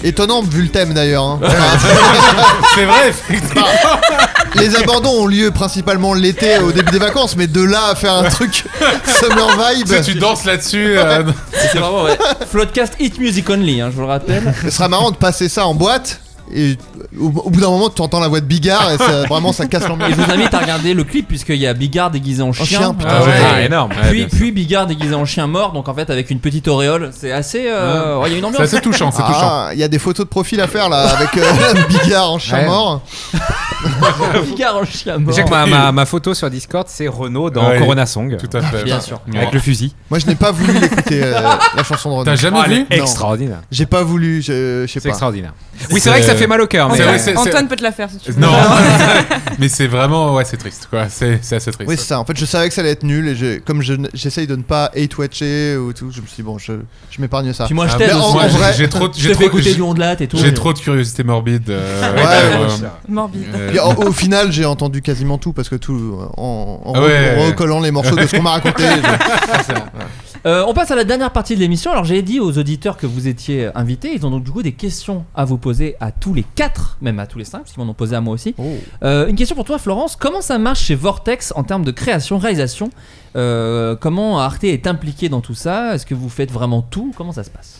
S7: Étonnant vu le thème d'ailleurs. hein.
S8: C'est vrai effectivement.
S7: Les abandons ont lieu principalement l'été au début des vacances, mais de là à faire un truc summer vibe.
S8: Tu sais, tu danses là-dessus. euh,
S1: C'était vraiment. Ouais. Floodcast Hit Music Only, hein, je vous le rappelle.
S7: Ce sera marrant de passer ça en boîte. Et au, au bout d'un moment, tu entends la voix de Bigard et ça, vraiment ça casse l'ambiance.
S1: Et je vous invite à regarder le clip puisqu'il y a Bigard déguisé en chien.
S7: chien, putain.
S10: Ah ouais. Ah, énorme. Ouais,
S1: Puis,
S10: bien sûr.
S1: puis Bigard déguisé en chien mort, donc en fait avec une petite auréole. C'est assez. euh, ouais, Il y a une ambiance.
S7: Ah, Il y a des photos de profil à faire là avec euh, Bigard en chien
S10: Ouais.
S7: mort.
S1: Bigard en chien mort.
S10: Déjà que ma, ma- ma photo sur Discord, c'est Renaud dans
S8: Ouais,
S10: Corona Song.
S8: tout à fait.
S10: Bien
S8: Bien
S10: sûr.
S8: sûr.
S10: Avec le fusil.
S7: Moi, je n'ai pas voulu l'écouter euh, la chanson de Renaud.
S8: T'as jamais
S10: Oh, elle
S8: vu
S10: est extraordinaire.
S7: J'ai pas voulu, je, je sais pas.
S10: C'est extraordinaire. Oui, c'est vrai que ça fait mal au cœur.
S9: Ah,
S10: mais-
S8: C'est vrai, c'est-
S9: Antoine
S8: c'est-
S9: peut te la faire si tu veux.
S8: Non. mais c'est vraiment ouais c'est triste quoi. C'est c'est assez triste.
S7: Oui, c'est ça. En fait, je savais que ça allait être nul et je- comme je n- j'essaye de ne pas hate-watcher ou tout, je me suis dit, bon, je, je m'épargne ça.
S1: Puis moi je
S8: Ah,
S1: t'aide.
S7: mais en-
S1: aussi.
S7: en vrai-
S8: J'ai trop
S1: Je
S8: j'ai
S1: te fais
S8: trop
S1: écouter
S8: j'ai-
S1: du ondelat et tout.
S8: J'ai trop de curiosité morbide. euh,
S7: Ouais,
S8: euh,
S7: moi aussi.
S9: Morbide.
S8: euh,
S7: Puis en- au final, j'ai entendu quasiment tout parce que tout en, en
S8: Ah ouais.
S7: re- recollant les morceaux de ce qu'on m'a raconté. je-
S1: Euh, on passe à la dernière partie de l'émission. Alors j'ai dit aux auditeurs que vous étiez invités. Ils ont donc du coup des questions à vous poser à tous les quatre, même à tous les cinq, parce qu'ils m'en ont posé à moi aussi.
S9: Oh.
S1: Euh, une question pour toi, Florence. Comment ça marche chez Vortex en termes de création, réalisation Euh, Comment Arte est impliqué dans tout ça Est-ce que vous faites vraiment tout Comment ça se passe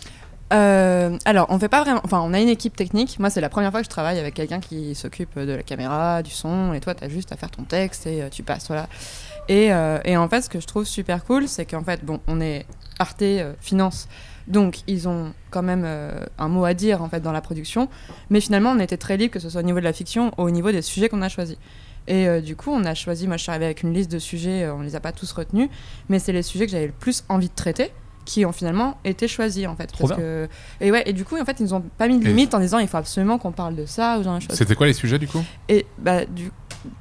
S9: Euh, alors, on fait pas vraiment. Enfin, on a une équipe technique. Moi, c'est la première fois que je travaille avec quelqu'un qui s'occupe de la caméra, du son, et toi, t'as juste à faire ton texte et euh, tu passes, voilà. Et, euh, et en fait, ce que je trouve super cool, c'est qu'en fait, bon, on est Arte euh, Finance, donc ils ont quand même euh, un mot à dire en fait dans la production. Mais finalement, on était très libre, que ce soit au niveau de la fiction ou au niveau des sujets qu'on a choisis. Et euh, du coup, on a choisi. Moi, je suis arrivée avec une liste de sujets. euh, on les a pas tous retenus, mais c'est les sujets que j'avais le plus envie de traiter qui ont finalement été choisis en fait.
S1: Trop
S9: parce
S1: bien.
S9: que- et ouais. Et du coup, en fait, ils nous ont pas mis de
S8: Et-
S9: limite en disant il faut absolument qu'on parle de ça ou genre de choses.
S8: C'était quoi les sujets du coup
S9: Et bah du.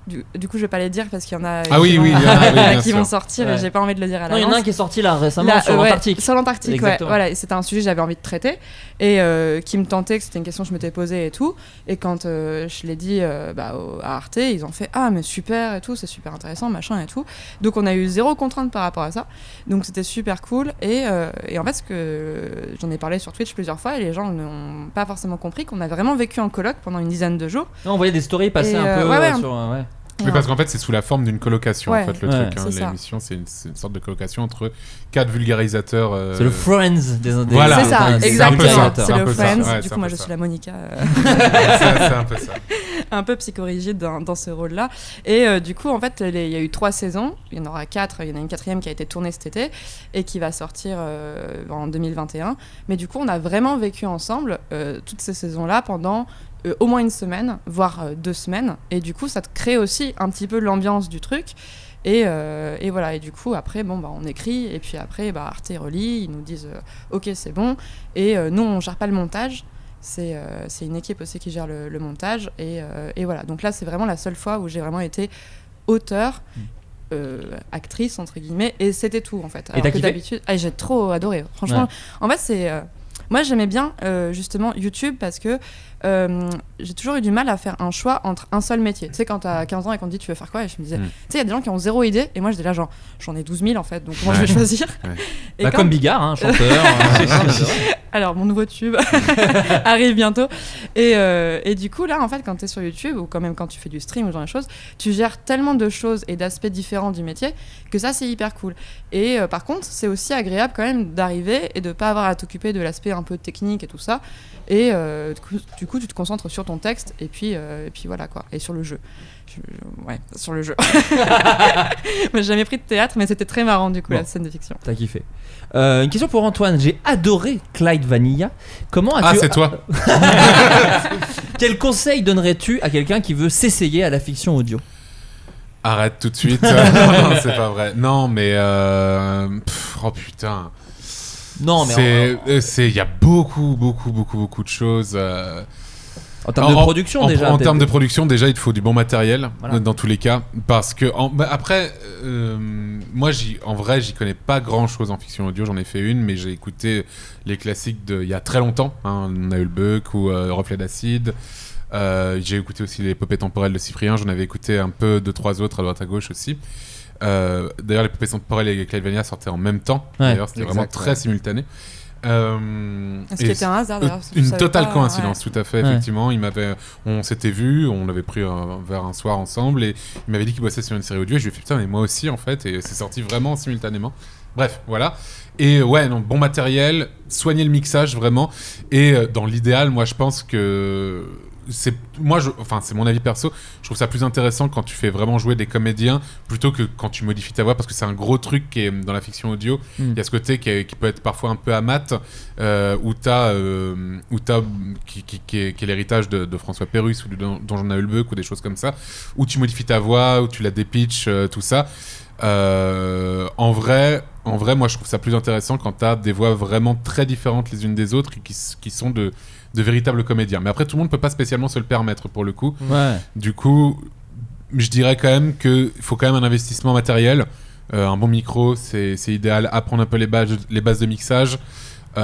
S9: Du, du coup, je vais pas les dire parce qu'il y en a
S8: Ah oui,
S9: qui,
S8: oui,
S9: vont,
S8: il y en a, oui, bien
S9: qui vont
S8: sûr.
S9: sortir et
S1: Ouais.
S9: j'ai pas envie de le dire à
S1: Non,
S9: l'avance.
S1: il y en a un qui est sorti là récemment
S9: Là,
S1: sur
S9: euh, ouais,
S1: l'Antarctique.
S9: sur l'Antarctique, ouais.
S1: Exactement.
S9: Voilà, et c'était un sujet que j'avais envie de traiter et euh, qui me tentait, que c'était une question que je m'étais posée et tout. Et quand euh, je l'ai dit euh, bah, au- à Arte, ils ont fait Ah, mais super et tout, c'est super intéressant, machin et tout. Donc on a eu zéro contrainte par rapport à ça. Donc c'était super cool. Et, euh, et en fait, ce que j'en ai parlé sur Twitch plusieurs fois et les gens n'ont pas forcément compris qu'on a vraiment vécu en coloc pendant une dizaine de jours.
S1: Non, on voyait des stories passer
S9: Et,
S1: un
S9: euh,
S1: peu
S9: ouais,
S1: euh,
S9: ouais.
S1: sur. euh, ouais.
S8: Oui, parce qu'en fait, c'est sous la forme d'une colocation,
S9: Ouais.
S8: en fait, le
S1: Ouais.
S8: truc. hein.
S9: C'est ça.
S8: L'émission, c'est une, c'est une sorte de colocation entre quatre vulgarisateurs. euh,
S1: C'est le Friends des des-
S8: Voilà,
S9: c'est ça,
S8: des- c'est un peu
S9: exactement.
S8: ça,
S9: C'est
S8: c'est un
S9: le
S8: peu ça,
S9: Friends.
S8: ouais,
S9: du
S8: c'est
S9: coup,
S8: un
S9: moi,
S8: peu
S9: je
S8: ça.
S9: suis la Monica. euh,
S8: c'est c'est un peu ça.
S9: un peu psychorigide dans, dans ce rôle-là. Et euh, du coup, en fait, les- il y a eu trois saisons. Il y en aura quatre. Il y en a une quatrième qui a été tournée cet été et qui va sortir euh, en 2021. Mais du coup, on a vraiment vécu ensemble euh, toutes ces saisons-là pendant euh, au moins une semaine, voire euh, deux semaines. Et du coup, ça te crée aussi un petit peu l'ambiance du truc. Et, euh, et voilà, et du coup, après, bon, bah, on écrit, et puis après, bah, Arte relie, ils nous disent euh, Ok, c'est bon. Et euh, nous, on gère pas le montage, c'est euh, c'est une équipe aussi qui gère le, le montage. Et, euh, et voilà, donc là, c'est vraiment la seule fois où j'ai vraiment été auteur.
S1: Mm.
S9: euh, actrice entre guillemets et c'était tout en fait
S1: Et
S9: Alors
S1: t'as
S9: que
S1: kiffé
S9: d'habitude ah, j'ai trop adoré franchement en fait c'est euh, moi j'aimais bien euh, justement YouTube parce que euh, j'ai toujours eu du mal à faire un choix entre un seul métier tu sais quand t'as 15 ans et qu'on te dit tu veux faire quoi et je me disais
S1: Mm.
S9: tu sais il y a des gens qui ont zéro idée et moi j'étais là genre j'en ai 12 000 en fait donc comment
S1: Ouais.
S9: je vais choisir
S1: Ouais.
S9: Et
S1: Bah,
S9: quand-
S1: comme Bigard, hein, chanteur, hein, j'adore.
S9: alors, mon nouveau tube arrive bientôt. Et, euh, et du coup, là, en fait, quand tu es sur YouTube, ou quand même quand tu fais du stream ou ce genre de choses, tu gères tellement de choses et d'aspects différents du métier que ça, c'est hyper cool. Et euh, par contre, c'est aussi agréable quand même d'arriver et de pas avoir à t'occuper de l'aspect un peu technique et tout ça. Et euh, du, coup, du coup, tu te concentres sur ton texte et puis, euh, et puis voilà quoi. Et sur le jeu. Je- je- ouais, sur le jeu. Moi, j'ai jamais pris de théâtre, mais c'était très marrant du coup,
S1: Bon.
S9: la scène de fiction.
S1: T'as kiffé. Euh, une question pour Antoine. J'ai adoré Clyde Vanilla. Comment as-tu.
S8: Ah, c'est toi.
S1: Quel conseil donnerais-tu à quelqu'un qui veut s'essayer à la fiction audio
S8: Arrête tout de suite. Non, c'est pas vrai. Non, mais. euh, pff, oh putain.
S1: Non, mais
S8: C'est- euh, C'est. Il y a beaucoup, beaucoup, beaucoup, beaucoup de choses. euh,
S1: En termes de production,
S8: en-
S1: déjà,
S8: En
S1: peut-être.
S8: termes de production, déjà, il te faut du bon matériel
S1: Voilà.
S8: euh, dans tous les cas. Parce que. en- bah, après, euh, moi, j'y- en vrai, j'y connais pas grand chose en fiction audio. J'en ai fait une, mais j'ai écouté les classiques de- il y a très longtemps. hein. On a eu le Buck ou euh, Reflet d'acide. Euh, j'ai écouté aussi l'épopée temporelle de Cyprien. J'en avais écouté un peu deux, trois autres à droite à gauche aussi. Euh, D'ailleurs, l'épopée temporelle et Clyde Vania sortaient en même temps.
S1: Ouais.
S8: D'ailleurs, c'était vraiment
S1: Exact,
S8: très
S1: ouais.
S8: simultané. Euh,
S9: Ce qui
S8: et
S9: était un hasard, d'ailleurs, parce que je
S8: Une
S9: savais
S8: totale
S9: pas,
S8: coïncidence,
S9: ouais.
S8: tout à fait,
S1: Ouais.
S8: effectivement. Il m'avait, on s'était vu, on l'avait pris un verre un soir ensemble, et il m'avait dit qu'il bossait sur une série audio, et je lui ai fait putain, mais moi aussi, en fait, et c'est sorti vraiment simultanément. Bref, voilà. Et ouais, non, bon matériel, soigner le mixage vraiment. Et euh, dans l'idéal, moi, je pense que c'est moi, je, enfin, c'est mon avis perso. Je trouve ça plus intéressant quand tu fais vraiment jouer des comédiens plutôt que quand tu modifies ta voix, parce que c'est un gros truc qui est euh, dans la fiction audio. Il
S1: Mm.
S8: y a ce côté qui, est- qui peut être parfois un peu amat, euh, où t'as, euh, où t'as qui, qui- qui est, qui est l'héritage de, de François Pérus ou de Don- Donjon à Hulbeuk ou des choses comme ça, où tu modifies ta voix, où tu la dépitches, euh, tout ça. Euh, en vrai, en vrai, moi je trouve ça plus intéressant quand t'as des voix vraiment très différentes les unes des autres et qui, s- qui sont de, de véritables comédiens. Mais après, tout le monde peut pas spécialement se le permettre pour le coup.
S1: Ouais.
S8: Du coup, je dirais quand même qu'il faut quand même un investissement matériel. Euh, un bon micro, c'est c'est idéal. Apprendre un peu les bases, les bases de mixage.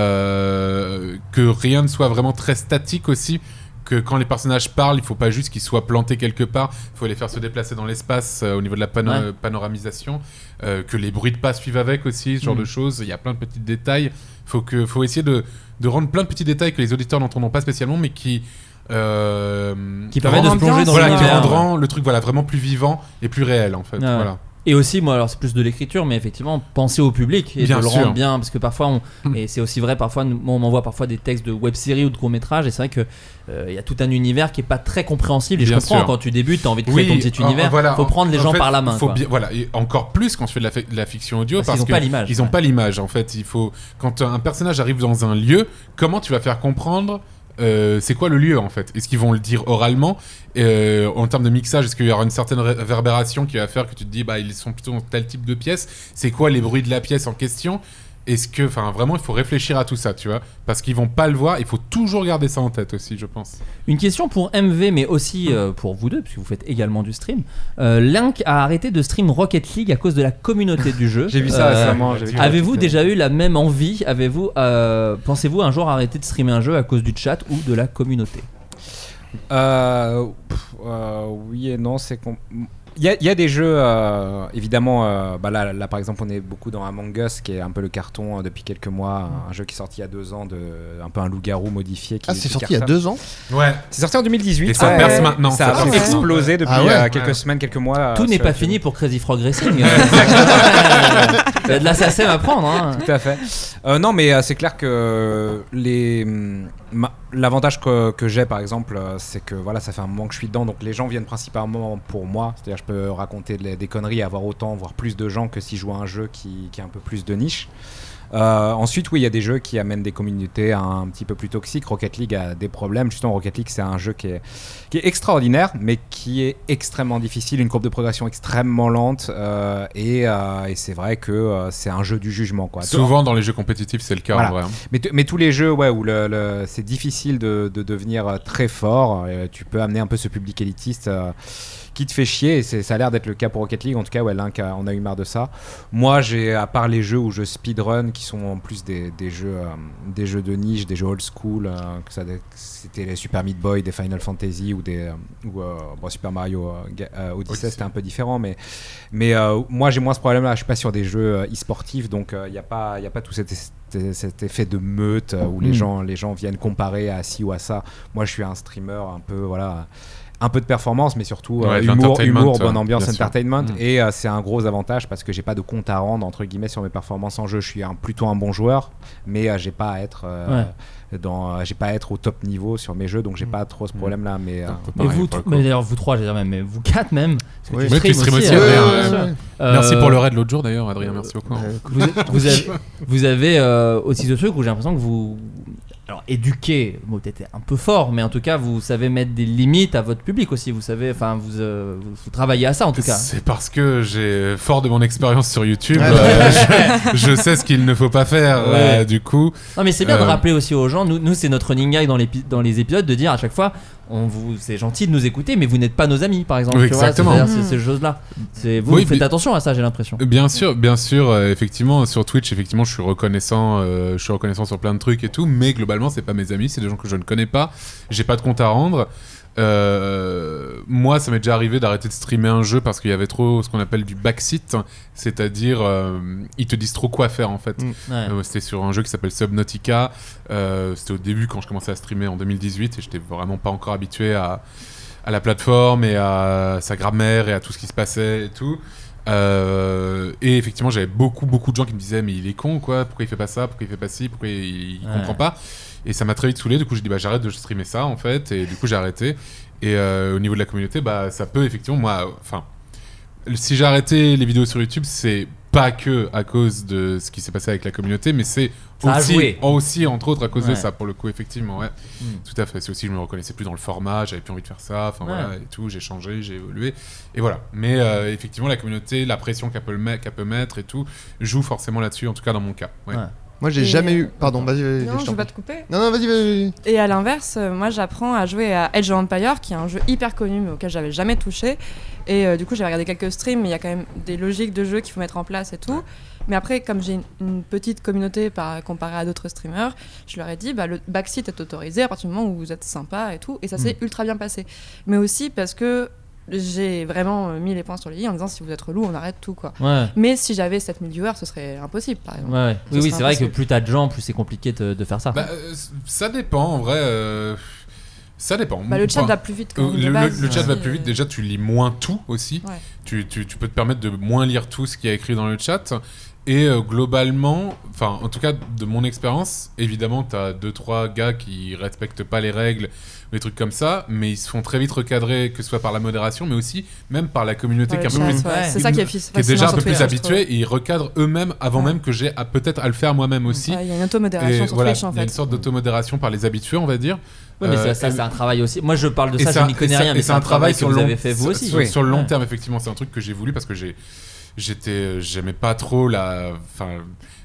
S8: Euh, que rien ne soit vraiment très statique aussi. Que quand les personnages parlent, il faut pas juste qu'ils soient plantés quelque part. Il faut les faire se déplacer dans l'espace euh, au niveau de la pano-
S1: Ouais.
S8: panoramisation. Euh, que les bruits de pas suivent avec aussi, ce genre
S1: Mm.
S8: de choses. Il y a plein de petits détails. Faut que, faut essayer de, de rendre plein de petits détails que les auditeurs n'entendront pas spécialement, mais qui euh,
S1: Qui permettent de
S8: rendent-
S1: se plonger dans
S8: voilà, qui
S1: l'univers,
S8: rendront le truc voilà vraiment plus vivant et plus réel en fait.
S1: Ah ouais.
S8: Voilà.
S1: Et aussi, moi, alors c'est plus de l'écriture, mais effectivement, penser au public et
S8: Bien
S1: de le
S8: sûr. Hmm.
S1: rendre bien, parce que parfois, on, et c'est aussi vrai, parfois, nous- moi, on m'envoie parfois des textes de web-séries ou de courts-métrages, et c'est vrai que euh, il y a tout un univers qui est pas très compréhensible, et
S8: Bien
S1: je comprends,
S8: sûr.
S1: quand tu débutes, t'as envie de créer
S8: Oui,
S1: ton petit
S8: en-
S1: univers,
S8: voilà,
S1: faut
S8: en-
S1: prendre les
S8: en
S1: gens
S8: fait,
S1: par la main.
S8: Faut
S1: quoi.
S8: bien- voilà, et encore plus quand tu fais de la, fi- de la fiction audio
S1: Parce
S8: parce,
S1: qu'ils ont
S8: que
S1: pas l'image,
S8: Ils ont
S1: ouais.
S8: pas l'image en fait. Il faut quand un personnage arrive dans un lieu, comment tu vas faire comprendre euh, c'est quoi le lieu en fait Est-ce qu'ils vont le dire oralement Euh, En termes de mixage, est-ce qu'il y aura une certaine ré- réverbération qui va faire que tu te dis bah ils sont plutôt dans tel type de pièce C'est quoi les bruits de la pièce en question Est-ce que, enfin vraiment, il faut réfléchir à tout ça, tu vois Parce qu'ils vont pas le voir. Il faut toujours garder ça en tête aussi, je pense.
S1: Une question pour MV, mais aussi euh, pour vous deux, puisque vous faites également du stream. Euh, Link a arrêté de stream Rocket League à cause de la communauté du jeu. Euh,
S10: J'ai vu ça récemment, j'ai vu ça.
S1: Avez-vous déjà eu la même envie Avez-vous, euh, pensez-vous un jour arrêter de streamer un jeu à cause du chat ou de la communauté
S10: Euh, pff, euh, oui et non, c'est qu'on. Il y, a- il y a des jeux, euh, évidemment, euh, bah là, là par exemple on est beaucoup dans Among Us qui est un peu le carton euh, depuis quelques mois, un jeu qui est sorti il y a deux ans, de, un peu un loup-garou modifié. Qui,
S7: Ah, c'est
S10: qui
S7: sorti il y a
S10: cartonne.
S7: deux ans
S8: Ouais.
S10: C'est sorti en 2018.
S8: Et ça
S10: Ah, ouais.
S8: perce maintenant,
S10: Ça
S8: ça
S10: a vraiment
S8: perce.
S10: explosé depuis
S1: Ah ouais.
S10: euh, quelques
S1: Ouais.
S10: semaines, quelques mois.
S1: Tout
S10: euh,
S1: n'est
S10: sur
S1: pas
S10: YouTube.
S1: fini pour Crazy Frog Racing. Il y a de la SACEM à prendre. hein.
S10: Tout à fait. Euh, non, mais euh, c'est clair que les hum, ma- l'avantage que, que j'ai par exemple, euh, c'est que voilà, ça fait un moment que je suis dedans, donc les gens viennent principalement pour moi. C'est-à-dire, je peux raconter de- des conneries, avoir autant, voire plus de gens que si je joue à un jeu qui, qui a un peu plus de niche. Euh, ensuite, oui, il y a des jeux qui amènent des communautés un petit peu plus toxiques. Rocket League a des problèmes. Justement, Rocket League, c'est un jeu qui est, qui est extraordinaire, mais qui est extrêmement difficile, une courbe de progression extrêmement lente. euh, et euh, et c'est vrai que euh, c'est un jeu du jugement. Quoi.
S8: Souvent dans les jeux compétitifs, c'est le cas
S10: Voilà.
S8: en vrai. hein.
S10: Mais, t- mais tous les jeux ouais, où le, le- c'est difficile de, de devenir euh, très fort, euh, tu peux amener un peu ce public élitiste euh, qui te fait chier. Et c'est- ça a l'air d'être le cas pour Rocket League. En tout cas, ouais, Link a- on a eu marre de ça. Moi, j'ai, à part les jeux où je speedrun, qui sont en plus des, des jeux, euh, des jeux de niche, des jeux old school, euh, que ça, que c'était les Super Meat Boy, des Final Fantasy ou des euh, ou, euh, bon, Super Mario euh, Ga- euh, Odyssey,
S8: Odyssey.
S10: c'était un peu différent. Mais, mais euh, moi, j'ai moins ce problème-là. Je suis pas sur des jeux euh, e-sportifs, donc il n'y a, pas- y a pas tout cet cet- cet effet de meute euh, où les
S7: Mm.
S10: gens les gens viennent comparer à ci ou à ça. Moi, je suis un streamer un peu voilà un peu de performance, mais surtout euh,
S8: Ouais, de
S10: humour,
S8: l'entertainment,
S10: humour,
S8: euh,
S10: bonne ambiance,
S8: bien sûr.
S10: entertainment.
S8: Mm.
S10: Et euh, c'est un gros avantage parce que j'ai pas de compte à rendre entre guillemets sur mes performances en jeu. Je suis un, plutôt un bon joueur, mais euh, j'ai pas à être euh, dans, euh, j'ai pas à être au top niveau sur mes jeux, donc
S8: Mm.
S10: j'ai pas trop ce problème là. Mais euh,
S8: Bah,
S1: Mais vous, tro- mais d'ailleurs, vous trois, j'ai même, mais vous quatre même. parce que
S10: Oui.
S1: tu streams
S10: Oui, tu streams
S8: aussi,
S1: euh,
S8: Adrien,
S1: bien
S8: ouais.
S1: sûr.
S8: Merci
S1: Euh,
S8: pour le raid l'autre jour, d'ailleurs, Adrien, merci beaucoup.
S1: euh, Vous, vous avez, vous avez, euh, aussi ce truc où j'ai l'impression que vous. Alors, éduquer, le mot peut-être est un peu fort, mais en tout cas, vous savez mettre des limites à votre public aussi. Vous savez, enfin, vous, euh, vous, vous travaillez à ça en tout cas.
S8: C'est parce que j'ai fort de mon expérience sur YouTube,
S1: Ouais,
S8: euh,
S1: bah.
S8: je, je sais ce qu'il ne faut pas faire.
S1: Ouais.
S8: euh, du coup,
S1: Non, mais c'est bien de
S8: Euh,
S1: rappeler aussi aux gens. Nous, nous c'est notre running gag dans, l'épi- dans les épisodes de dire à chaque fois on vous, c'est gentil de nous écouter, mais vous n'êtes pas nos amis, par exemple.
S8: Oui,
S1: tu vois,
S8: exactement.
S1: c'est-à-dire ces- ces choses-là. C'est- Vous,
S8: Oui,
S1: vous faites
S8: mais-
S1: attention à ça, j'ai l'impression.
S8: Euh, Bien sûr, bien sûr, euh, effectivement, sur Twitch, effectivement, je suis reconnaissant, euh, je suis reconnaissant sur plein de trucs et tout, mais globalement, c'est pas mes amis, c'est des gens que je ne connais pas, j'ai pas de compte à rendre. Euh, moi, ça m'est déjà arrivé d'arrêter de streamer un jeu parce qu'il y avait trop ce qu'on appelle du backseat, c'est-à-dire euh, ils te disent trop quoi faire en fait.
S1: ouais.
S8: Euh, c'était sur un jeu qui s'appelle Subnautica. Euh, c'était au début quand je commençais à streamer en 2018 et j'étais vraiment pas encore habitué à, à la plateforme et à sa grammaire et à tout ce qui se passait et tout. Euh, et effectivement, j'avais beaucoup, beaucoup de gens qui me disaient Mais il est con, quoi, pourquoi il fait pas ça, pourquoi il fait pas ci, pourquoi il, il
S1: Ouais.
S8: comprend pas. Et ça m'a très vite saoulé. Du coup, j'ai dit Bah, j'arrête de streamer ça, en fait. Et du coup, j'ai arrêté. Et euh, au niveau de la communauté, bah, ça peut effectivement, moi, enfin, si j'ai arrêté les vidéos sur YouTube, c'est pas que à cause de ce qui s'est passé avec la communauté, mais c'est
S1: Ça a
S8: aussi,
S1: joué.
S8: aussi, entre autres, à cause de
S1: Ouais.
S8: ça, pour le coup, effectivement, ouais.
S1: Mm.
S8: Tout à fait. C'est aussi, je me reconnaissais plus dans le format, j'avais plus envie de faire ça, enfin
S1: Ouais.
S8: voilà, et tout, j'ai changé, j'ai évolué, et voilà. Mais euh, effectivement, la communauté, la pression qu'elle peut, le mettre- qu'elle peut mettre et tout, joue forcément là-dessus, en tout cas dans mon cas. ouais.
S7: Moi, j'ai
S9: Et,
S7: jamais
S9: euh,
S7: eu. Pardon, vas-y, vas-y.
S9: Non, je
S7: t'en
S9: vais pas
S7: prie.
S9: te couper.
S7: Non, non, vas-y, vas-y.
S9: Et à l'inverse, euh, moi j'apprends à jouer à Edge of Empire, qui est un jeu hyper connu mais auquel j'avais jamais touché. Et euh, du coup, j'avais regardé quelques streams, mais il y a quand même des logiques de jeu qu'il faut mettre en place et tout. Mais après, comme j'ai une, une petite communauté par, comparée à d'autres streamers, je leur ai dit bah, le backseat est autorisé à partir du moment où vous êtes sympa et tout. Et ça
S8: Mm.
S9: s'est ultra bien passé. Mais aussi parce que j'ai vraiment euh, mis les points sur les i en disant si vous êtes relou, on arrête tout quoi.
S1: Ouais.
S9: Mais si j'avais 7000 viewers, ce serait impossible par exemple.
S1: Ouais, ouais.
S9: Ce
S1: Oui, oui,
S9: serait
S1: c'est vrai que
S9: impossible.
S1: plus t'as de gens, plus c'est compliqué de, de faire ça.
S8: Bah, euh, s- ça dépend, en vrai. euh, ça dépend.
S9: Bah, le chat
S8: Enfin,
S9: va plus vite, quand
S8: euh,
S9: même, de
S8: Le, le-
S9: base,
S8: le chat
S9: aussi,
S8: va plus
S9: euh.
S8: vite. Déjà, tu lis moins tout aussi.
S9: Ouais.
S8: Tu, tu- tu peux te permettre de moins lire tout ce qui est écrit dans le chat. Et euh, globalement, enfin, en tout cas, de mon expérience, évidemment, t'as deux, trois gars qui respectent pas les règles, des trucs comme ça, mais ils se font très vite recadrer, que ce soit par la modération, mais aussi même par la communauté
S9: Par
S8: qui est
S9: le
S8: un peu
S9: chat,
S8: plus-
S9: ouais. C'est ça qui est fis- fascinant
S8: déjà un
S9: sur
S8: peu plus
S9: Twitter, hein, je trouve.
S8: habitué, et ils recadrent eux-mêmes avant même que j'ai à- peut-être à le faire moi-même aussi.
S9: Ouais, il y a une automodération
S8: Et
S9: sur
S8: voilà,
S9: Twitch, en
S8: Il y a une
S9: fait.
S8: sorte d'automodération par les habitués, on va dire.
S1: Ouais, mais ça-
S8: Euh,
S1: ça,
S8: et-
S1: c'est un travail aussi. Moi, je parle de
S8: et
S1: ça,
S8: c'est
S1: je
S8: un-
S1: n'y
S8: et
S1: connais
S8: c'est un-
S1: rien,
S8: et
S1: mais c'est un travail que
S8: sur
S1: vous
S8: long-
S1: avez fait vous
S8: sur-
S1: aussi.
S8: Sur, sur le long
S1: Ouais.
S8: terme, effectivement, c'est un truc que j'ai voulu parce que j'ai, j'étais, euh, j'aimais pas trop la, enfin,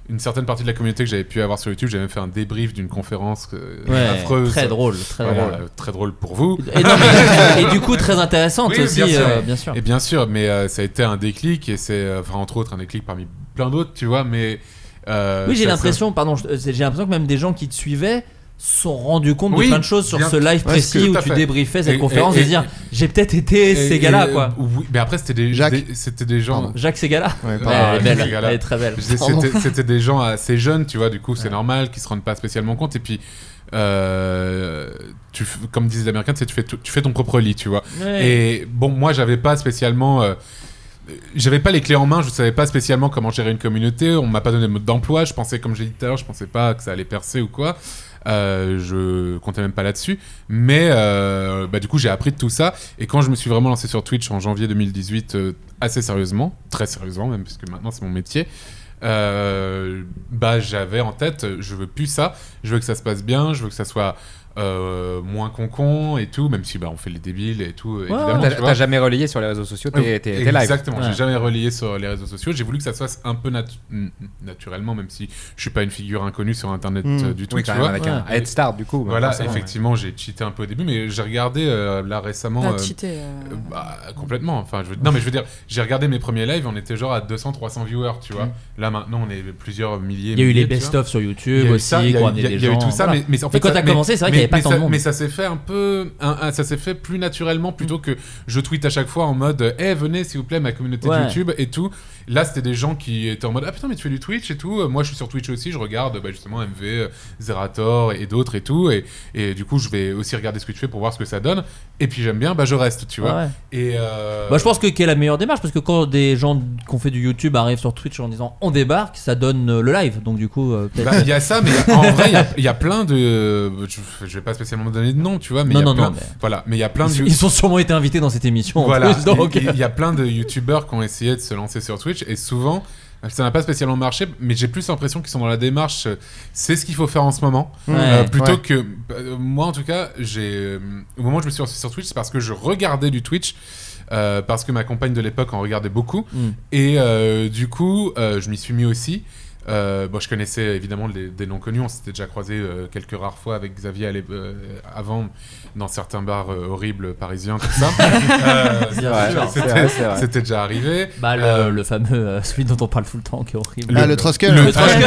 S8: une certaine partie de la communauté que j'avais pu avoir sur YouTube. J'avais même fait un débrief d'une conférence euh,
S1: Ouais,
S8: affreuse.
S1: très drôle, très
S8: Voilà,
S1: drôle.
S8: très drôle pour vous.
S1: Et non, mais- et du coup, très intéressante
S8: Oui, oui,
S1: aussi, euh, bien sûr.
S8: Et bien sûr, mais euh, ça a été un déclic et c'est, euh, enfin, entre autres, un déclic parmi plein d'autres, tu vois, mais. euh,
S1: oui, j'ai
S8: c'est assez-
S1: l'impression, pardon, je- euh, j'ai l'impression que même des gens qui te suivaient se sont rendus compte
S8: Oui,
S1: de plein de choses sur
S8: bien-
S1: ce live
S8: parce que-
S1: précis
S8: tout
S1: où
S8: à
S1: tu
S8: fait.
S1: débriefais cette
S8: Et-
S1: conférence
S8: et-
S1: et, dire
S8: et-
S1: j'ai peut-être été
S8: et-
S1: ces gars-là
S8: et-
S1: quoi.
S8: Oui, mais après c'était des,
S1: Jacques.
S8: des- c'était des gens.
S1: Pardon. Jacques Ségala Ouais, pardon.
S8: Ah,
S1: Elle est belle,
S8: Jacques Ségala.
S1: elle est très belle.
S8: Je disais,
S1: Pardon.
S8: C'était c'était des gens assez jeunes, tu vois, du coup c'est normal qu'ils se rendent pas spécialement compte. Et puis, euh, tu, f- comme disent les Américains, tu, sais, tu fais, tout- tu fais ton propre lit, tu vois.
S1: Ouais.
S8: Et bon, moi j'avais pas spécialement. euh, j'avais pas les clés en main, je savais pas spécialement comment gérer une communauté, on m'a pas donné de mode d'emploi, je pensais, comme j'ai dit tout à l'heure, je pensais pas que ça allait percer ou quoi. Euh, je comptais même pas là-dessus, mais euh, bah, du coup j'ai appris de tout ça. Et quand je me suis vraiment lancé sur Twitch en janvier 2018, euh, assez sérieusement, très sérieusement même, parce que maintenant c'est mon métier, euh, bah j'avais en tête, je veux plus ça, je veux que ça se passe bien, je veux que ça soit euh, moins concon et tout, même si bah, on fait les débiles et tout. évidemment, Ah,
S10: T'as-
S8: tu
S10: t'as
S8: vois.
S10: jamais relayé sur les réseaux sociaux, t'es-
S8: Euh,
S10: t'es- t'es live.
S8: Exactement,
S10: Ouais.
S8: j'ai jamais relayé sur les réseaux sociaux. J'ai voulu que ça se fasse un peu natu- n- naturellement, même si je suis pas une figure inconnue sur internet
S10: Mm.
S8: euh, du tout.
S10: Oui,
S8: tu
S10: quand même,
S8: vois.
S10: avec un head start, du coup,
S8: Voilà,
S10: forcément, ouais.
S8: effectivement, j'ai cheaté un peu au début, mais j'ai regardé euh, là récemment.
S9: T'as
S8: euh,
S9: cheaté, euh,
S8: euh, bah, complètement. Enfin, je veux- Non, mais je veux dire, j'ai regardé mes premiers lives, on était genre à 200, 300 viewers, tu vois.
S1: Mm.
S8: Là maintenant, on est plusieurs milliers.
S1: Il y a eu
S8: milliers,
S1: les
S8: tu
S1: best
S8: vois.
S1: of sur YouTube
S8: Il y a eu
S1: aussi,
S8: ça, il y a
S1: qui ont
S8: eu-
S1: amené
S8: il y a-
S1: des
S8: il y a eu
S1: gens,
S8: tout ça,
S1: voilà.
S8: mais, mais en
S1: Et
S8: fait.
S1: quand
S8: ça-
S1: t'as
S8: mais-
S1: commencé, c'est vrai qu'il y
S8: mais-
S1: avait pas
S8: mais
S1: tant
S8: ça-
S1: de monde.
S8: Mais ça s'est fait un peu. un- un- ça s'est fait plus naturellement plutôt
S1: Mm.
S8: que je tweet à chaque fois en mode Eh, venez s'il vous plaît, ma communauté
S1: Ouais.
S8: YouTube et tout. Là, c'était des gens qui étaient en mode Ah putain, mais tu fais du Twitch et tout. Moi, je suis sur Twitch aussi, je regarde bah, justement MV, euh, Zerator et d'autres et tout. Et, et du coup, je vais aussi regarder ce que tu fais pour voir ce que ça donne. Et puis, j'aime bien, bah, je reste, tu vois.
S1: Ouais.
S8: Et. euh,
S1: Bah, je pense que quelle est la meilleure démarche parce que quand des gens qu'on fait du YouTube arrivent sur Twitch en disant on débarque, ça donne euh, le live. Donc du coup, euh, peut-être-
S8: Bah, Il y a ça, mais il y a- en vrai, il y a- il y, a plein de. Je, je vais pas spécialement donner de nom, tu vois, mais
S1: Non,
S8: il y a
S1: non,
S8: plein.
S1: non, mais-
S8: Voilà, mais il y a plein
S1: ils,
S8: de.
S1: ils ont sûrement été invités dans cette émission. en
S8: Voilà,
S1: plus, donc. euh,
S8: il, il y a plein de youtubeurs qui ont essayé de se lancer sur Twitch et souvent ça n'a pas spécialement marché, mais j'ai plus l'impression qu'ils sont dans la démarche. euh, C'est ce qu'il faut faire en ce moment,
S1: Ouais.
S8: Euh, plutôt
S1: Ouais.
S8: que euh, moi en tout cas. J'ai euh, au moment où je me suis lancé sur Twitch, c'est parce que je regardais du Twitch. euh, parce que ma compagne de l'époque en regardait beaucoup
S1: Mm.
S8: et euh, du coup euh, je m'y suis mis aussi Euh, bon je connaissais évidemment les- des noms connus on s'était déjà croisé quelques rares fois avec Xavier à l'é- euh, avant dans certains bars euh, horribles parisiens tout ça Euh,
S1: C'est vrai,
S8: c'était-
S1: c'est vrai, c'est vrai.
S8: c'était déjà arrivé.
S1: Bah, le,
S8: Euh,
S1: le fameux, euh, celui dont on parle tout le temps, qui est horrible.
S9: Bah,
S7: Ah, le Troskel.
S1: Le
S7: Ouais.
S1: Troskel.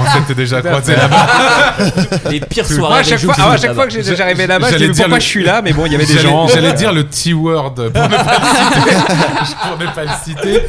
S8: On s'était déjà croisés là-bas.
S1: Les pires
S8: Plus-
S1: soirées.
S10: Moi, à
S1: avec
S10: chaque
S1: Jou
S10: fois-
S1: qui
S10: ah, à
S1: jouent
S10: chaque fois que j'ai-
S1: là-bas.
S10: j'ai- j'arrivais là-bas, je dis, mais pourquoi je suis là Mais bon, il y avait des
S8: J'allais-
S10: gens.
S8: J'allais dire le T-word pour ne pas le citer. pour ne pas le citer.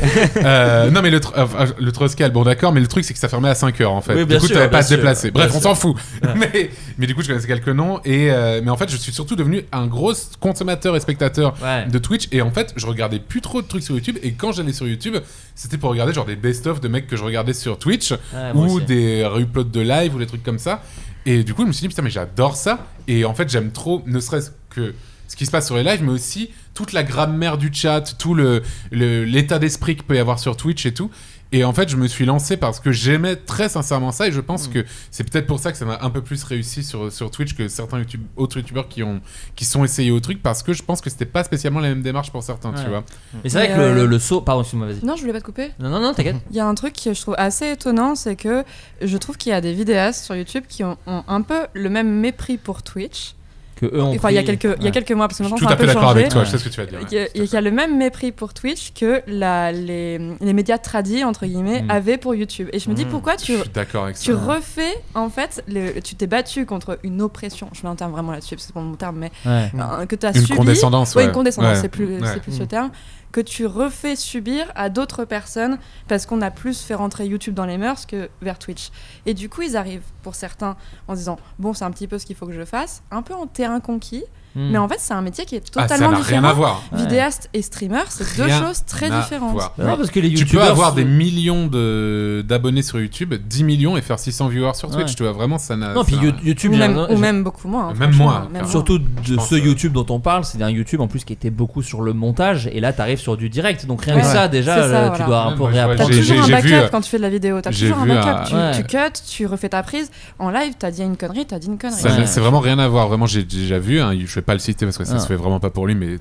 S8: Euh, non, mais le, tr- enfin, le Troscal, bon d'accord, mais le truc c'est que ça fermait à 5h en fait.
S1: Oui,
S8: du
S1: bien
S8: coup,
S1: sûr,
S8: t'avais
S1: bien
S8: pas à te
S1: sûr,
S8: déplacer.
S1: bien
S8: Bref, on
S1: sûr.
S8: s'en fout.
S1: Ouais.
S8: Mais, mais du coup, je connaissais quelques noms. Et, euh, mais en fait, je suis surtout devenu un gros consommateur et spectateur de Twitch. Et en fait, je regardais plus trop de trucs sur YouTube. Et quand j'allais sur YouTube, c'était pour regarder genre des best-of de mecs que je regardais sur Twitch
S9: Ah,
S1: moi
S8: ou
S1: aussi.
S8: des reuploads de live ou des trucs comme ça. Et du coup, je me suis dit, putain, mais j'adore ça. Et en fait, j'aime trop, ne serait-ce que ce qui se passe sur les lives, mais aussi toute la grammaire du chat, tout le- le- l'état d'esprit qu'il peut y avoir sur Twitch et tout. Et en fait, je me suis lancé parce que j'aimais très sincèrement ça. Et je
S9: Mm.
S8: pense que c'est peut-être pour ça que ça m'a un peu plus réussi sur, sur Twitch que certains YouTube- autres youtubeurs qui, ont, qui sont essayés au truc parce que je pense que c'était pas spécialement la même démarche pour certains, tu
S1: Ouais.
S8: vois.
S1: Mais c'est vrai que
S9: Mais,
S1: le,
S9: euh,
S1: le- le saut. Pardon, excuse-moi, vas-y.
S9: Non, je voulais pas te couper.
S1: Non, non, non, t'inquiète.
S9: Il y a un truc que je trouve assez étonnant, c'est que je trouve qu'il y a des vidéastes sur YouTube qui ont, ont un peu le même mépris pour Twitch.
S1: Que eux ont
S9: Enfin, il y a
S1: pris-
S9: quelques, il y a
S1: Ouais.
S9: quelques mois, parce que
S1: Je suis
S9: maintenant
S1: tout
S9: ça a
S1: à
S9: un peu
S1: fait d'accord
S9: changé.
S1: avec toi, je sais ce que tu vas dire,
S9: Il y a-
S1: ouais,
S9: il y, a le même mépris pour Twitch que la, les, les médias tradis, entre guillemets,
S8: Mm.
S9: avaient pour YouTube. Et je me dis,
S8: Mm.
S9: pourquoi tu,
S8: Je suis d'accord avec
S9: tu
S8: ça.
S9: refais, en fait, le- tu t'es battu contre une oppression. Je mets un terme vraiment là-dessus, parce que c'est pas mon terme, mais
S8: Ouais.
S1: Mmh.
S9: euh, que tu as
S8: Une
S9: subi.
S8: condescendance,
S9: Ouais,
S8: ouais.
S9: une condescendance,
S8: Ouais.
S9: c'est plus,
S8: Ouais.
S9: c'est plus
S8: Mm.
S9: le terme. Que tu refais subir à d'autres personnes parce qu'on a plus fait rentrer YouTube dans les mœurs que vers Twitch. Et du coup, ils arrivent pour certains en se disant Bon, c'est un petit peu ce qu'il faut que je fasse, un peu en terrain
S1: Hmm.
S9: conquis.
S8: Mm.
S9: Mais en fait, c'est un métier qui est
S8: Ah, ça
S9: totalement
S8: n'a rien
S9: différent.
S8: à voir. Ouais.
S9: Vidéaste et streamer, c'est deux
S8: Rien
S9: choses très
S8: à
S9: différentes.
S8: voir.
S1: Bah non, parce que les
S8: tu peux
S1: youtubeurs
S8: avoir
S1: sont-
S8: des millions de- d'abonnés sur YouTube, 10 millions et faire 600 viewers sur Twitch.
S1: Ouais.
S8: Tu vois, vraiment, ça n'a.
S1: Non, puis
S8: ça-
S1: You- YouTube,
S9: Ou
S1: j'ai-
S9: même-
S1: j'ai-
S9: ou même beaucoup moins, hein,
S8: Même
S9: franchement,
S8: moins.
S9: même moins.
S1: Surtout
S8: Je
S1: de
S8: pense,
S1: ce YouTube dont on parle, c'est un YouTube en plus qui était beaucoup sur le montage et là t'arrives sur du direct donc rien
S8: Ouais.
S1: que ça
S8: Ouais.
S1: déjà
S8: C'est ça,
S1: euh, tu
S8: voilà.
S1: dois un
S8: Ouais,
S1: peu
S8: moi, je vois,
S9: T'as
S1: réapprendre.
S9: toujours un backup
S8: euh,
S9: quand tu fais de la vidéo, t'as
S8: j'ai
S9: toujours un
S8: vu
S9: backup.
S8: un-
S9: Tu,
S8: Ouais.
S9: tu cuts, tu refais ta prise. En live, t'as dit une connerie, t'as dit une connerie.
S8: ça n'a- C'est vraiment rien à voir. Vraiment, j'ai déjà vu. hein, je vais pas le citer parce que ça
S1: Ah.
S8: se fait vraiment pas pour lui, mais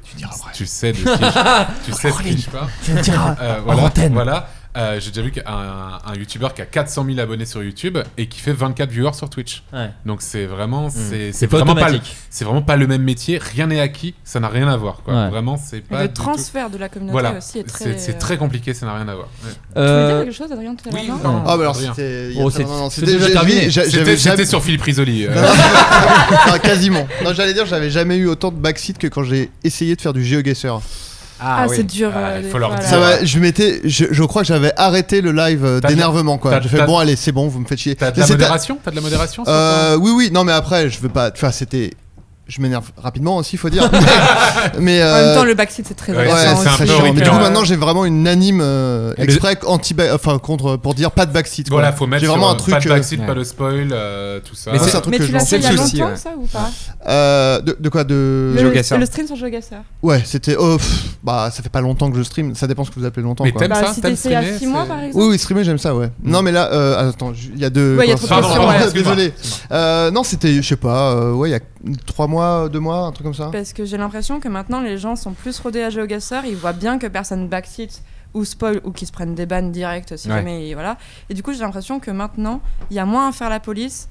S8: tu, sais de qui je- tu sais de qui je parle.
S1: Tu me diras
S8: Euh,
S1: en
S8: voilà.
S1: antenne.
S8: voilà. Euh, j'ai déjà vu qu'un- un, un youtubeur qui a 400 000 abonnés sur YouTube et qui fait 24 viewers sur Twitch.
S1: Ouais. Hmm.
S8: Donc c'est vraiment, c'est,
S1: C'est pas
S8: vraiment pas, le-
S1: automatique.
S8: c'est vraiment pas le même métier. Rien n'est acquis, ça n'a rien à voir. Quoi.
S1: Ouais.
S8: Vraiment, c'est pas
S9: le
S8: du tout-
S9: transfert de la communauté
S8: Voilà.
S9: aussi est très-
S8: C'est, c'est très compliqué, ça n'a rien à voir. Ouais.
S1: Euh,
S9: Tu voulais dire quelque chose, Adrien, tout à l'heure, non
S7: Ah bah alors
S8: Rien.
S7: c'était. il y a
S8: Oh,
S7: très-
S8: c'est-
S7: non, non,
S8: c'est déjà
S7: j'ai-
S8: terminé.
S7: j'a-
S8: C'était-
S7: j'avais
S8: c'était
S7: jamais-
S8: sur Philippe Risoli, euh.
S7: Non, non, non, non, quasiment. Non, j'allais dire, j'avais jamais eu autant de backseat que quand j'ai essayé de faire du GeoGuessr.
S9: Ah, Ah, oui. c'est dur, Ah, euh, il des faut leur fois, dire.
S7: Ça va, je m'étais, je, je crois que j'avais arrêté le live euh,
S8: T'as de-
S7: d'énervement quoi.
S8: t'as-
S7: J'ai fait
S8: t'as-
S7: bon allez, c'est bon, vous me faites chier.
S8: T'as de la
S7: Mais c'était-
S8: modération T'as de la modération sur
S7: Euh, Oui, oui. Non, mais après, je veux pas. Enfin, c'était. Je m'énerve rapidement aussi, faut dire. mais euh,
S9: En même temps, le backseat, c'est très
S7: ouais,
S9: agaçant
S7: c'est
S9: aussi.
S7: très
S9: C'est
S7: chiant.
S9: horrible. hein.
S7: Mais du coup,
S9: Ouais.
S7: maintenant, j'ai vraiment une anime euh, exprès anti, enfin contre pour dire pas de backseat. quoi.
S8: Voilà, faut mettre
S7: J'ai vraiment
S8: sur,
S7: un
S8: euh,
S7: truc.
S8: pas de
S7: euh,
S8: backseat, pas de spoil, euh, tout ça.
S7: Mais c'est un truc
S9: Mais
S7: que
S9: tu
S7: je
S9: l'as
S7: lance
S9: fait il y a
S7: tout de suite.
S9: longtemps, ça, ou pas
S7: Euh, de, de quoi de
S9: Le- le stream sur GeoGuessr.
S7: Ouais, c'était. oh, pff, Bah, ça fait pas longtemps que je stream, ça dépend ce que vous appelez longtemps.
S8: Mais
S7: quoi.
S8: t'aimes Bah, ça si T'aimes t'essayes à streamer, six mois, c'est- par exemple
S7: Oui, oui, streamer, j'aime ça, ouais. Non, mais là, euh, attends, j- il y a deux.
S8: Ouais, il y a trop de
S7: Pardon,
S8: questions,
S7: pardon,
S8: ouais.
S7: Désolé. Euh, non, c'était, je sais pas, euh, ouais, il y a trois mois, deux mois, un truc comme ça.
S9: Parce que j'ai l'impression que maintenant les gens sont plus rodés à GeoGuessr, ils voient bien que personne backseat ou spoil ou qu'ils se prennent des bannes directes si
S13: Ouais.
S9: jamais. ils- Voilà. Et du coup, j'ai l'impression que maintenant il y a moins à faire la police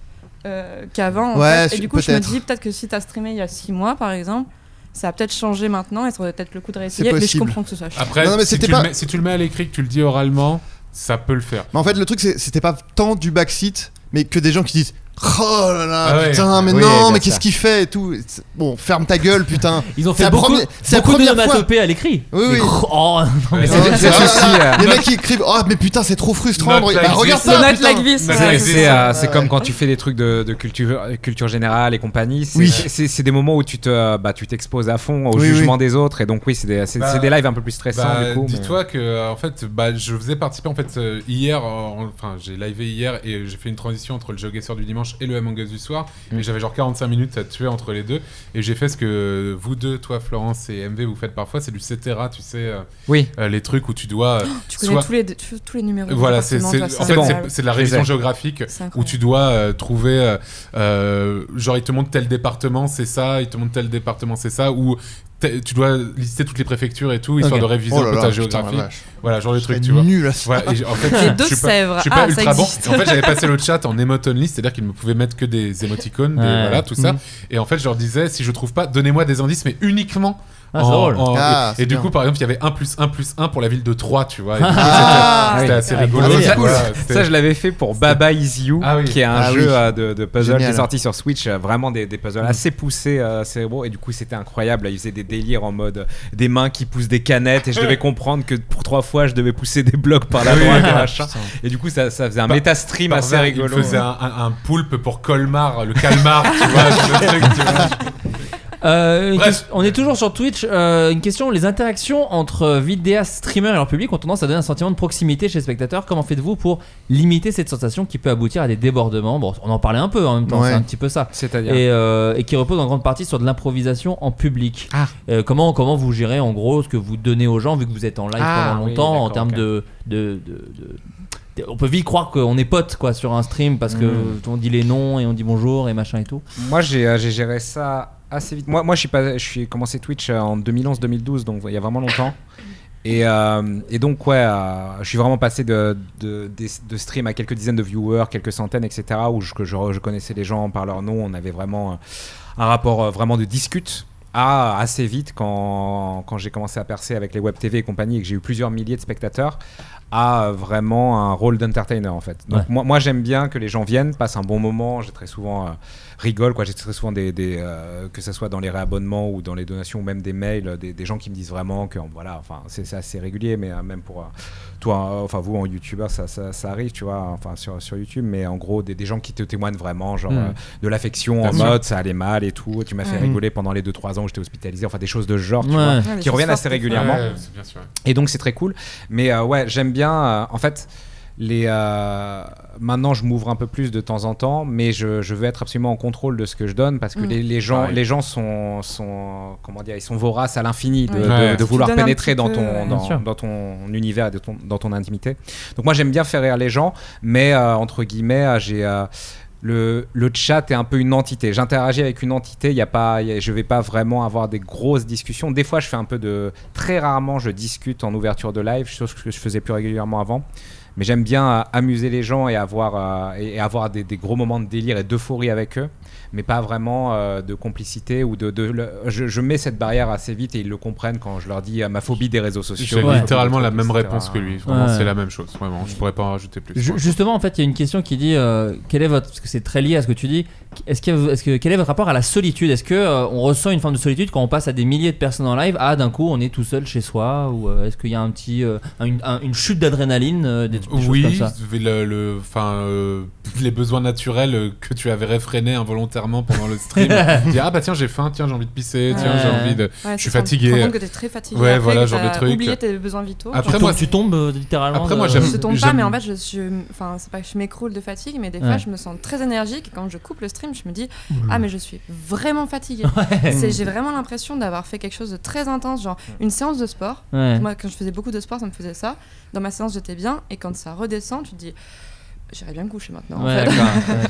S9: euh, qu'avant. en
S7: Ouais,
S9: fait. Et
S7: su-
S9: du coup, je me
S7: peut-être.
S9: dis peut-être que si t'as streamé il y a 6 mois par exemple, ça a peut-être changé maintenant et ça aurait peut-être le coup de réessayer. Mais je comprends que ce soit chiant.
S8: Après, si, tu
S7: pas-
S8: le mets, si tu le mets à l'écrit, que tu le dis oralement, ça peut le faire.
S7: Mais en fait, le truc, c'est- c'était pas tant du backseat, mais que des gens qui disent Oh là là,
S8: Ah ouais.
S7: putain, mais
S8: Oui,
S7: non,
S8: bien
S7: mais
S8: sûr.
S7: qu'est-ce qu'il fait et tout. C'est- Bon, ferme ta gueule, putain.
S1: Ils ont
S7: C'est
S1: fait
S7: la
S1: beaucoup,
S7: première- c'est la
S1: beaucoup
S7: première
S1: d'onomatopées
S7: fois.
S1: à l'écrit.
S7: Oui,
S1: Mais
S7: oui.
S1: cro- oh, non, mais
S7: Ouais,
S1: c'est-
S7: c'est-
S1: c'est-
S7: c'est-
S1: c'est-
S8: euh.
S7: c'est- Hein, Les
S1: Not-
S7: mecs qui écrivent Oh, mais putain, c'est trop frustrant.
S1: Not
S7: Bah,
S1: like
S7: regarde
S1: this.
S7: ça.
S1: Not
S7: putain.
S1: like this,
S7: Ouais,
S1: ouais.
S7: ouais.
S10: C'est euh, c'est
S7: Ouais,
S10: comme
S7: ouais.
S10: quand tu fais des trucs de, de culture, euh, culture générale et compagnie. C'est
S7: Oui.
S10: c'est- c'est des moments où tu te, euh, bah, tu t'exposes à fond au
S8: Oui,
S10: jugement des autres. Et donc oui, c'est des, c'est-
S8: Bah,
S10: c'est des lives un peu plus stressants
S8: bah,
S10: du coup. mais-
S8: Dis-toi que euh, en fait, bah, je faisais participer en fait euh, hier, en- enfin j'ai livé hier et euh, j'ai fait une transition entre le GeoGuessr du dimanche et le Among Us du soir.
S7: Mm.
S8: Et j'avais genre 45 minutes à tuer entre les deux. Et j'ai fait ce que vous deux, toi Florence et MV, vous faites parfois, c'est du cetera, tu sais. euh,
S10: Oui.
S8: euh, les trucs où tu dois. euh,
S9: Tu connais
S8: soit-
S9: tous les tous tous les numéros.
S8: Voilà, c'est c'est- en
S9: Appartement,
S8: fait,
S9: toi, ça
S8: c'est
S9: va.
S8: c'est de la
S10: Je les
S8: région
S10: ai.
S8: géographique
S9: C'est
S8: où
S9: incroyable.
S8: tu dois euh, trouver euh, euh, genre il te montre tel département, c'est ça, il te montre tel département, c'est ça ou te- tu dois lister toutes les préfectures et tout, histoire
S7: Ok.
S8: de réviser
S7: Oh
S8: un
S7: là
S8: peu
S7: là,
S8: ta
S7: putain, la
S8: géographie.
S7: vache.
S8: Voilà, genre le truc,
S7: serais
S8: tu vois.
S7: nul à ça.
S8: Ouais, et j- en fait,
S7: Les
S8: je- je
S7: deux
S8: suis pas-
S7: Sèvres.
S8: Je suis pas
S7: Ah, ça
S8: ultra bon.
S7: existe.
S8: En fait, j'avais passé le chat en emoticon list, c'est-à-dire qu'ils me pouvaient mettre que des émoticônes, des-
S1: Ouais.
S8: voilà, tout ça.
S7: Mm.
S1: Mhm.
S8: Et en fait, je leur disais si je trouve pas, donnez-moi des indices, mais uniquement.
S1: Ah, c'est
S8: en-
S1: drôle.
S8: en-
S1: Ah,
S8: et
S1: c'est
S8: et du
S1: bien.
S8: coup, par exemple, il y avait 1 plus 1 plus 1 pour la ville de Troyes, tu vois. Et du coup,
S10: Ah,
S8: c'était- C'était
S10: oui.
S8: assez
S10: Ah,
S8: rigolo.
S10: cool. Ça,
S8: Voilà,
S10: ça,
S8: c'était-
S10: je l'avais fait pour Baba Is You,
S8: Ah oui.
S10: qui est un
S8: Ah
S10: jeu
S8: oui.
S10: euh, de, de puzzle qui
S8: Génial.
S10: est sorti sur Switch. euh, Vraiment des, des puzzles
S8: Mm.
S10: assez poussés, euh, cérébraux. Et du coup, c'était incroyable. Ils faisaient des délires en mode euh, des mains qui poussent des canettes. Et je devais comprendre que pour trois fois, je devais pousser des blocs par la
S8: Ah oui.
S10: droite et machin.
S8: Putain.
S10: Et du coup, ça, ça faisait un
S8: Par-
S10: méta-stream
S8: par
S10: assez
S8: hasard,
S10: rigolo.
S8: Il faisait un, un- un poulpe pour Colmar, le calmar, tu vois. genre le truc, tu vois.
S1: Euh, une question- on est toujours sur Twitch. euh, une question les interactions entre vidéastes, streamers et leur public ont tendance à donner un sentiment de proximité chez les spectateurs. Comment faites-vous pour limiter cette sensation qui peut aboutir à des débordements Bon, on en parlait un peu en même temps,
S10: Ouais.
S1: c'est un petit peu ça.
S10: C'est-à-dire
S1: et, euh, et qui repose en grande partie sur de l'improvisation en public. Euh, comment comment vous gérez en gros ce que vous donnez aux gens vu que vous êtes en live
S10: Ah,
S1: pendant
S10: oui,
S1: longtemps en
S10: d'accord,
S1: termes
S10: ok.
S1: de, de- de- de- de- on peut vite croire qu'on est potes quoi sur un stream parce que
S10: Mm.
S1: on dit les noms et on dit bonjour et machin et tout.
S10: Moi, j'ai euh, j'ai géré ça assez vite. Moi, moi je suis pas, je suis commencé Twitch euh, en 2011-2012, donc il y a vraiment longtemps. Et, euh, et donc, ouais, euh, je suis vraiment passé de, de, des- de stream à quelques dizaines de viewers, quelques centaines, etc., où je, que je, je connaissais les gens par leur nom. On avait vraiment euh, un rapport euh, vraiment de discute à assez vite quand, quand j'ai commencé à percer avec les web TV et compagnie et que j'ai eu plusieurs milliers de spectateurs à euh, vraiment un rôle d'entertainer en fait. Donc
S1: Ouais.
S10: moi, moi j'aime bien que les gens viennent, passent un bon moment, j'ai très souvent euh, rigole quoi, j'ai très souvent des, des, euh, que ce soit dans les réabonnements ou dans les donations ou même des mails euh, des, des gens qui me disent vraiment que voilà, enfin c'est c'est assez régulier mais euh, même pour euh, toi euh, enfin vous en youtubeur ça, ça, ça arrive tu vois enfin sur, sur YouTube mais en gros des, des gens qui te témoignent vraiment genre
S1: Mm.
S10: euh, de l'affection
S1: Bien
S10: en
S1: sûr.
S10: mode ça allait mal et tout, tu m'as fait
S1: Ouais.
S10: rigoler pendant les 2-3 ans où j'étais hospitalisé, enfin des choses de ce genre tu
S1: Ouais.
S10: vois,
S1: Ouais, des
S10: qui
S1: choses
S10: reviennent assez
S1: fortes,
S10: régulièrement.
S8: ouais, c'est bien sûr, ouais.
S10: Et donc c'est très cool. Mais euh, ouais, j'aime bien. euh, en fait, les, euh, maintenant je m'ouvre un peu plus de temps en temps, mais je, je veux être absolument en contrôle de ce que je donne parce que
S1: Mm.
S10: les, les gens,
S1: Pareil.
S10: les gens sont, sont comment dire, ils sont voraces à l'infini de,
S1: Ouais.
S10: de-
S1: Ouais.
S10: de
S1: Tu
S10: vouloir
S1: donnes un
S10: pénétrer
S1: petit
S10: dans
S1: peu, ouais.
S10: ton,
S1: Bien sûr.
S10: dans, dans ton univers, et de ton- dans ton intimité. Donc moi j'aime bien faire rire les gens, mais euh, entre guillemets euh, j'ai euh, le, le chat est un peu une entité. J'interagis avec une entité. Il y a pas, y a- je vais pas vraiment avoir des grosses discussions. Des fois, je fais un peu de. Très rarement, je discute en ouverture de live, chose que je faisais plus régulièrement avant. Mais j'aime bien euh, amuser les gens et avoir, euh, et, et avoir des, des gros moments de délire et d'euphorie avec eux, mais pas vraiment euh, de complicité ou de. de le- je, je mets cette barrière assez vite et ils le comprennent quand je leur dis euh, ma phobie des réseaux sociaux.
S8: J'ai
S10: ma phobie
S8: littéralement
S10: de
S8: la
S10: trucs,
S8: même
S10: etc.
S8: réponse que lui. Vraiment,
S1: Ouais.
S8: c'est la même chose. Vraiment, je pourrais pas en rajouter plus.
S1: Ju- Justement, en fait, il y a une question qui dit euh, quel est votre parce que c'est très lié à ce que tu dis. Est-ce que, est-ce que quel est votre rapport à la solitude Est-ce que euh, on ressent une forme de solitude quand on passe à des milliers de personnes en live Ah, d'un coup, on est tout seul chez soi Ou euh, est-ce qu'il y a un petit euh, un- un- une chute d'adrénaline euh, Des des choses
S8: oui,
S1: comme ça.
S8: le- le- enfin, euh, les besoins naturels euh, que tu avais réfrénés involontairement pendant le stream. Tu dis, ah bah tiens, j'ai faim, tiens, j'ai envie de pisser, tiens,
S1: Ouais.
S8: j'ai envie de.
S1: Ouais,
S8: je suis
S1: tu te rends-
S8: fatigué.
S1: tu te rends
S9: compte que t'es très fatigué
S8: Ouais,
S9: après,
S8: voilà,
S9: que
S8: genre
S9: t'as
S8: de truc.
S9: oublié tes besoins vitaux,
S8: Après,
S1: tu,
S8: moi,
S1: tombes, tu tombes, euh, littéralement.
S8: Après, moi,
S1: de-
S8: j'aime-
S9: Je tombe pas, mais en fait, je suis. Enfin, c'est pas que je m'écroule de fatigue, mais des fois,
S1: Ouais.
S9: je me sens très énergique. Et quand je coupe le stream, je me dis
S1: Ouh.
S9: Ah, mais je suis vraiment fatiguée.
S1: Ouais.
S9: C'est- J'ai vraiment l'impression d'avoir fait quelque chose de très intense, genre une séance de sport.
S1: Ouais.
S9: Moi, quand je faisais beaucoup de sport, ça me faisait ça. Dans ma séance, j'étais bien. Et quand ça redescend, tu te dis J'irais bien me coucher maintenant. en fait.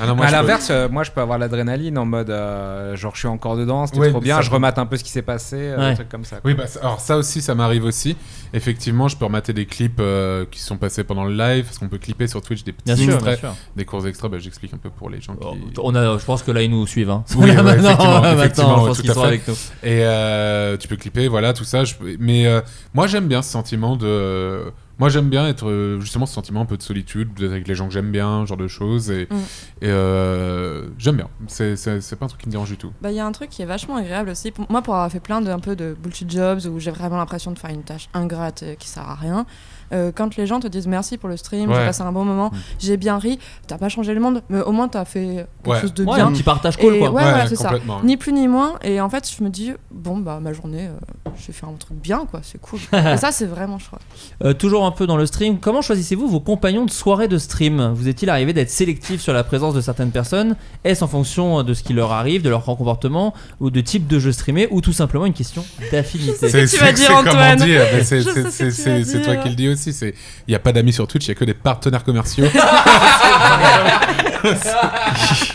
S8: Ah non, moi,
S10: à
S8: je peux-
S10: l'inverse, euh, moi je peux avoir l'adrénaline en mode euh, genre je suis encore dedans, c'était
S8: Ouais,
S10: trop bien,
S8: ça-
S10: je remate un peu ce qui s'est passé, euh,
S8: Ouais.
S10: un truc comme ça. quoi.
S8: Oui, bah, ça- alors ça aussi, ça m'arrive aussi. Effectivement, je peux remater des clips euh, qui sont passés pendant le live, parce qu'on peut clipper sur Twitch des petits
S1: Bien sûr,
S8: extraits,
S1: bien sûr.
S8: des courts extraits. Bah, J'explique un peu pour les gens qui.
S1: On a, je pense que là, ils nous suivent. Hein.
S8: Oh, Oui,
S1: Là,
S8: ouais,
S1: maintenant,
S8: effectivement,
S1: maintenant,
S8: effectivement,
S1: je pense
S8: tout
S1: qu'ils
S8: à
S1: sont
S8: fait.
S1: avec nous.
S8: Et euh, tu peux clipper, voilà, tout ça. je peux- Mais euh, moi, j'aime bien ce sentiment de. euh, moi, j'aime bien être euh, justement ce sentiment un peu de solitude d'être avec les gens que j'aime bien, ce genre de choses. Et,
S9: Mm.
S8: et, euh, j'aime bien. C'est- C'est c'est pas un truc qui me dérange du tout.
S9: Bah, il y a un truc qui est vachement agréable aussi. Pour- moi, pour avoir fait plein de, un peu de bullshit jobs où j'ai vraiment l'impression de faire une tâche ingrate euh, qui sert à rien, euh, quand les gens te disent merci pour le stream,
S1: Ouais.
S9: j'ai passé un bon moment,
S1: Mm.
S9: j'ai bien ri, t'as pas changé le monde, mais au moins t'as fait quelque
S1: Ouais.
S9: chose de
S1: Ouais,
S9: bien.
S1: un
S8: Mm.
S1: petit partage cool,
S9: Et
S1: quoi.
S9: Ouais,
S1: Ouais,
S9: voilà, c'est ça.
S1: complètement, ouais.
S9: Ni plus ni moins. Et en fait, je me dis, bon, bah, ma journée, euh, j'ai fait un truc bien, quoi, c'est cool. et ça, c'est vraiment chouette.
S1: Euh, toujours un peu dans le stream, comment choisissez-vous vos compagnons de soirée de stream Vous est-il arrivé d'être sélectif sur la présence de certaines personnes Est-ce en fonction de ce qui leur arrive, de leur comportement ou de type de jeu streamé ou tout simplement une question d'affinité
S8: C'est- c'est- c'est comme on dit, euh, mais c'est- c'est- c'est- C'est c'est toi qui le dis aussi. c'est- Il n'y a pas d'amis sur Twitch, il n'y a que des partenaires commerciaux.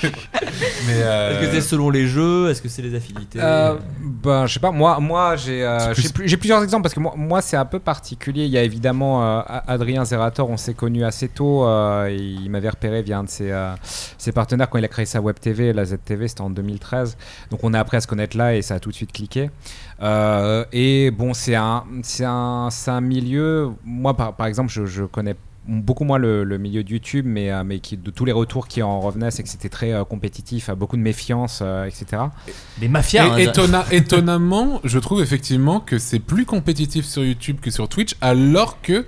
S8: Mais, euh,
S1: Est-ce que c'est selon les jeux Est-ce que c'est les affinités
S10: Euh, ben, je sais pas, moi, moi j'ai euh, j'ai plus- j'ai plusieurs exemples parce que moi, moi c'est un peu particulier. Il y a évidemment euh, A- Adrien Zerator, on s'est connu assez tôt. euh, il m'avait repéré via un de ses, euh, ses partenaires quand il a créé sa web TV, la ZTV, c'était en 2013. Donc on a appris à se connaître là et ça a tout de suite cliqué. Euh, et bon, c'est un, c'est un, c'est un milieu. Moi, par, par exemple, je, je connais beaucoup moins le, le milieu de YouTube, mais, euh, mais qui, de tous les retours qui en revenaient, c'est que c'était très euh, compétitif, euh, beaucoup de méfiance, euh, etc.
S1: Des mafias, hein,
S8: Et étonna- étonnamment, je trouve effectivement que c'est plus compétitif sur YouTube que sur Twitch, alors que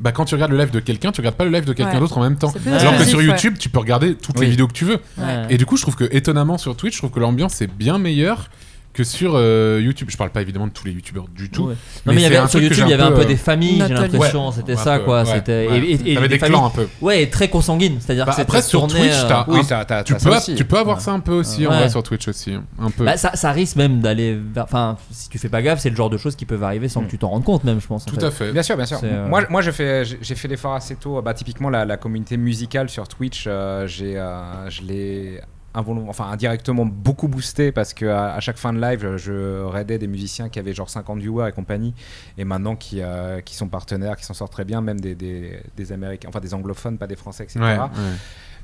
S8: bah, quand tu regardes le live de quelqu'un, tu regardes pas le live de quelqu'un
S1: Ouais.
S8: d'autre en même temps.
S1: C'est plus
S8: Alors que
S1: exclusif,
S8: sur YouTube,
S1: ouais.
S8: tu peux regarder toutes
S1: Oui.
S8: les vidéos que tu veux.
S1: Ouais.
S8: Et du coup, je trouve que étonnamment sur Twitch, je trouve que l'ambiance est bien meilleure que sur euh, YouTube. Je parle pas évidemment de tous les YouTubeurs du tout.
S1: Ouais. Non, mais il y
S8: c'est
S1: avait-
S8: un
S1: sur
S8: truc que
S1: YouTube,
S8: j'ai
S1: il y avait un peu
S8: euh,
S1: des familles, j'ai
S8: Nathalie.
S1: l'impression,
S8: Ouais,
S1: c'était
S8: un
S1: ça,
S8: peu,
S1: quoi,
S8: ouais,
S1: c'était-
S8: ouais.
S1: et- et- et
S8: T'avais
S1: des
S8: des
S1: familles-
S8: clans un peu.
S1: Ouais, et très consanguines, c'est-à-dire
S8: Bah,
S1: que c'est
S8: après
S1: très
S8: sur
S1: tourné,
S8: Twitch,
S1: euh,
S8: t'as
S1: oui.
S8: un- Ah, hein. tu, peux, tu peux avoir ça un peu aussi en
S1: Ouais.
S8: vrai sur Twitch aussi, un peu.
S1: Bah, ça, ça risque même d'aller. vers- Enfin, si tu fais pas gaffe, c'est le genre de choses qui peuvent arriver
S10: Mm.
S1: sans que tu t'en rendes compte, même, je pense. en
S10: Bien sûr, bien sûr.
S1: C'est, euh,
S10: Moi, moi j'ai fait, j'ai- j'ai fait l'effort assez tôt. Bah, typiquement, la, la communauté musicale sur Twitch, euh, j'ai, euh, je l'ai involu- enfin, indirectement beaucoup boosté parce que à, à chaque fin de live, je raidais des musiciens qui avaient genre 50 viewers et compagnie, et maintenant qui, euh, qui sont partenaires, qui s'en sortent très bien, même des, des, des américains, enfin des anglophones, pas des français, etc.
S8: Ouais, ouais.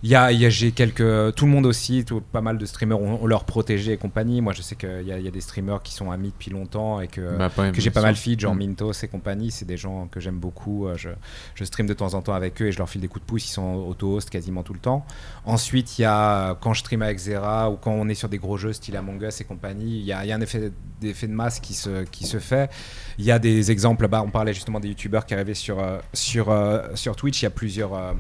S10: Il y a, il y a- j'ai quelques, tout le monde aussi, tout- pas mal de streamers ont, ont leur protégé et compagnie. Moi, je sais qu'il y, a- il y a des streamers qui sont amis depuis longtemps et que
S8: Bah, pas
S10: Euh, que j'ai
S8: émotion.
S10: pas mal feed, genre
S8: Mm.
S10: Mintos et compagnie, c'est des gens que j'aime beaucoup. euh, Je, je stream de temps en temps avec eux et je leur file des coups de pouce. Ils sont auto-host quasiment tout le temps. Ensuite, il y a euh, quand je stream avec Zera ou quand on est sur des gros jeux style Among Us et compagnie, il y a, il y a un effet, d'effet de masse qui se, qui se fait. Il y a des exemples, bah, on parlait justement des youtubeurs qui arrivaient sur, euh, sur, euh, sur Twitch, il y a plusieurs. euh,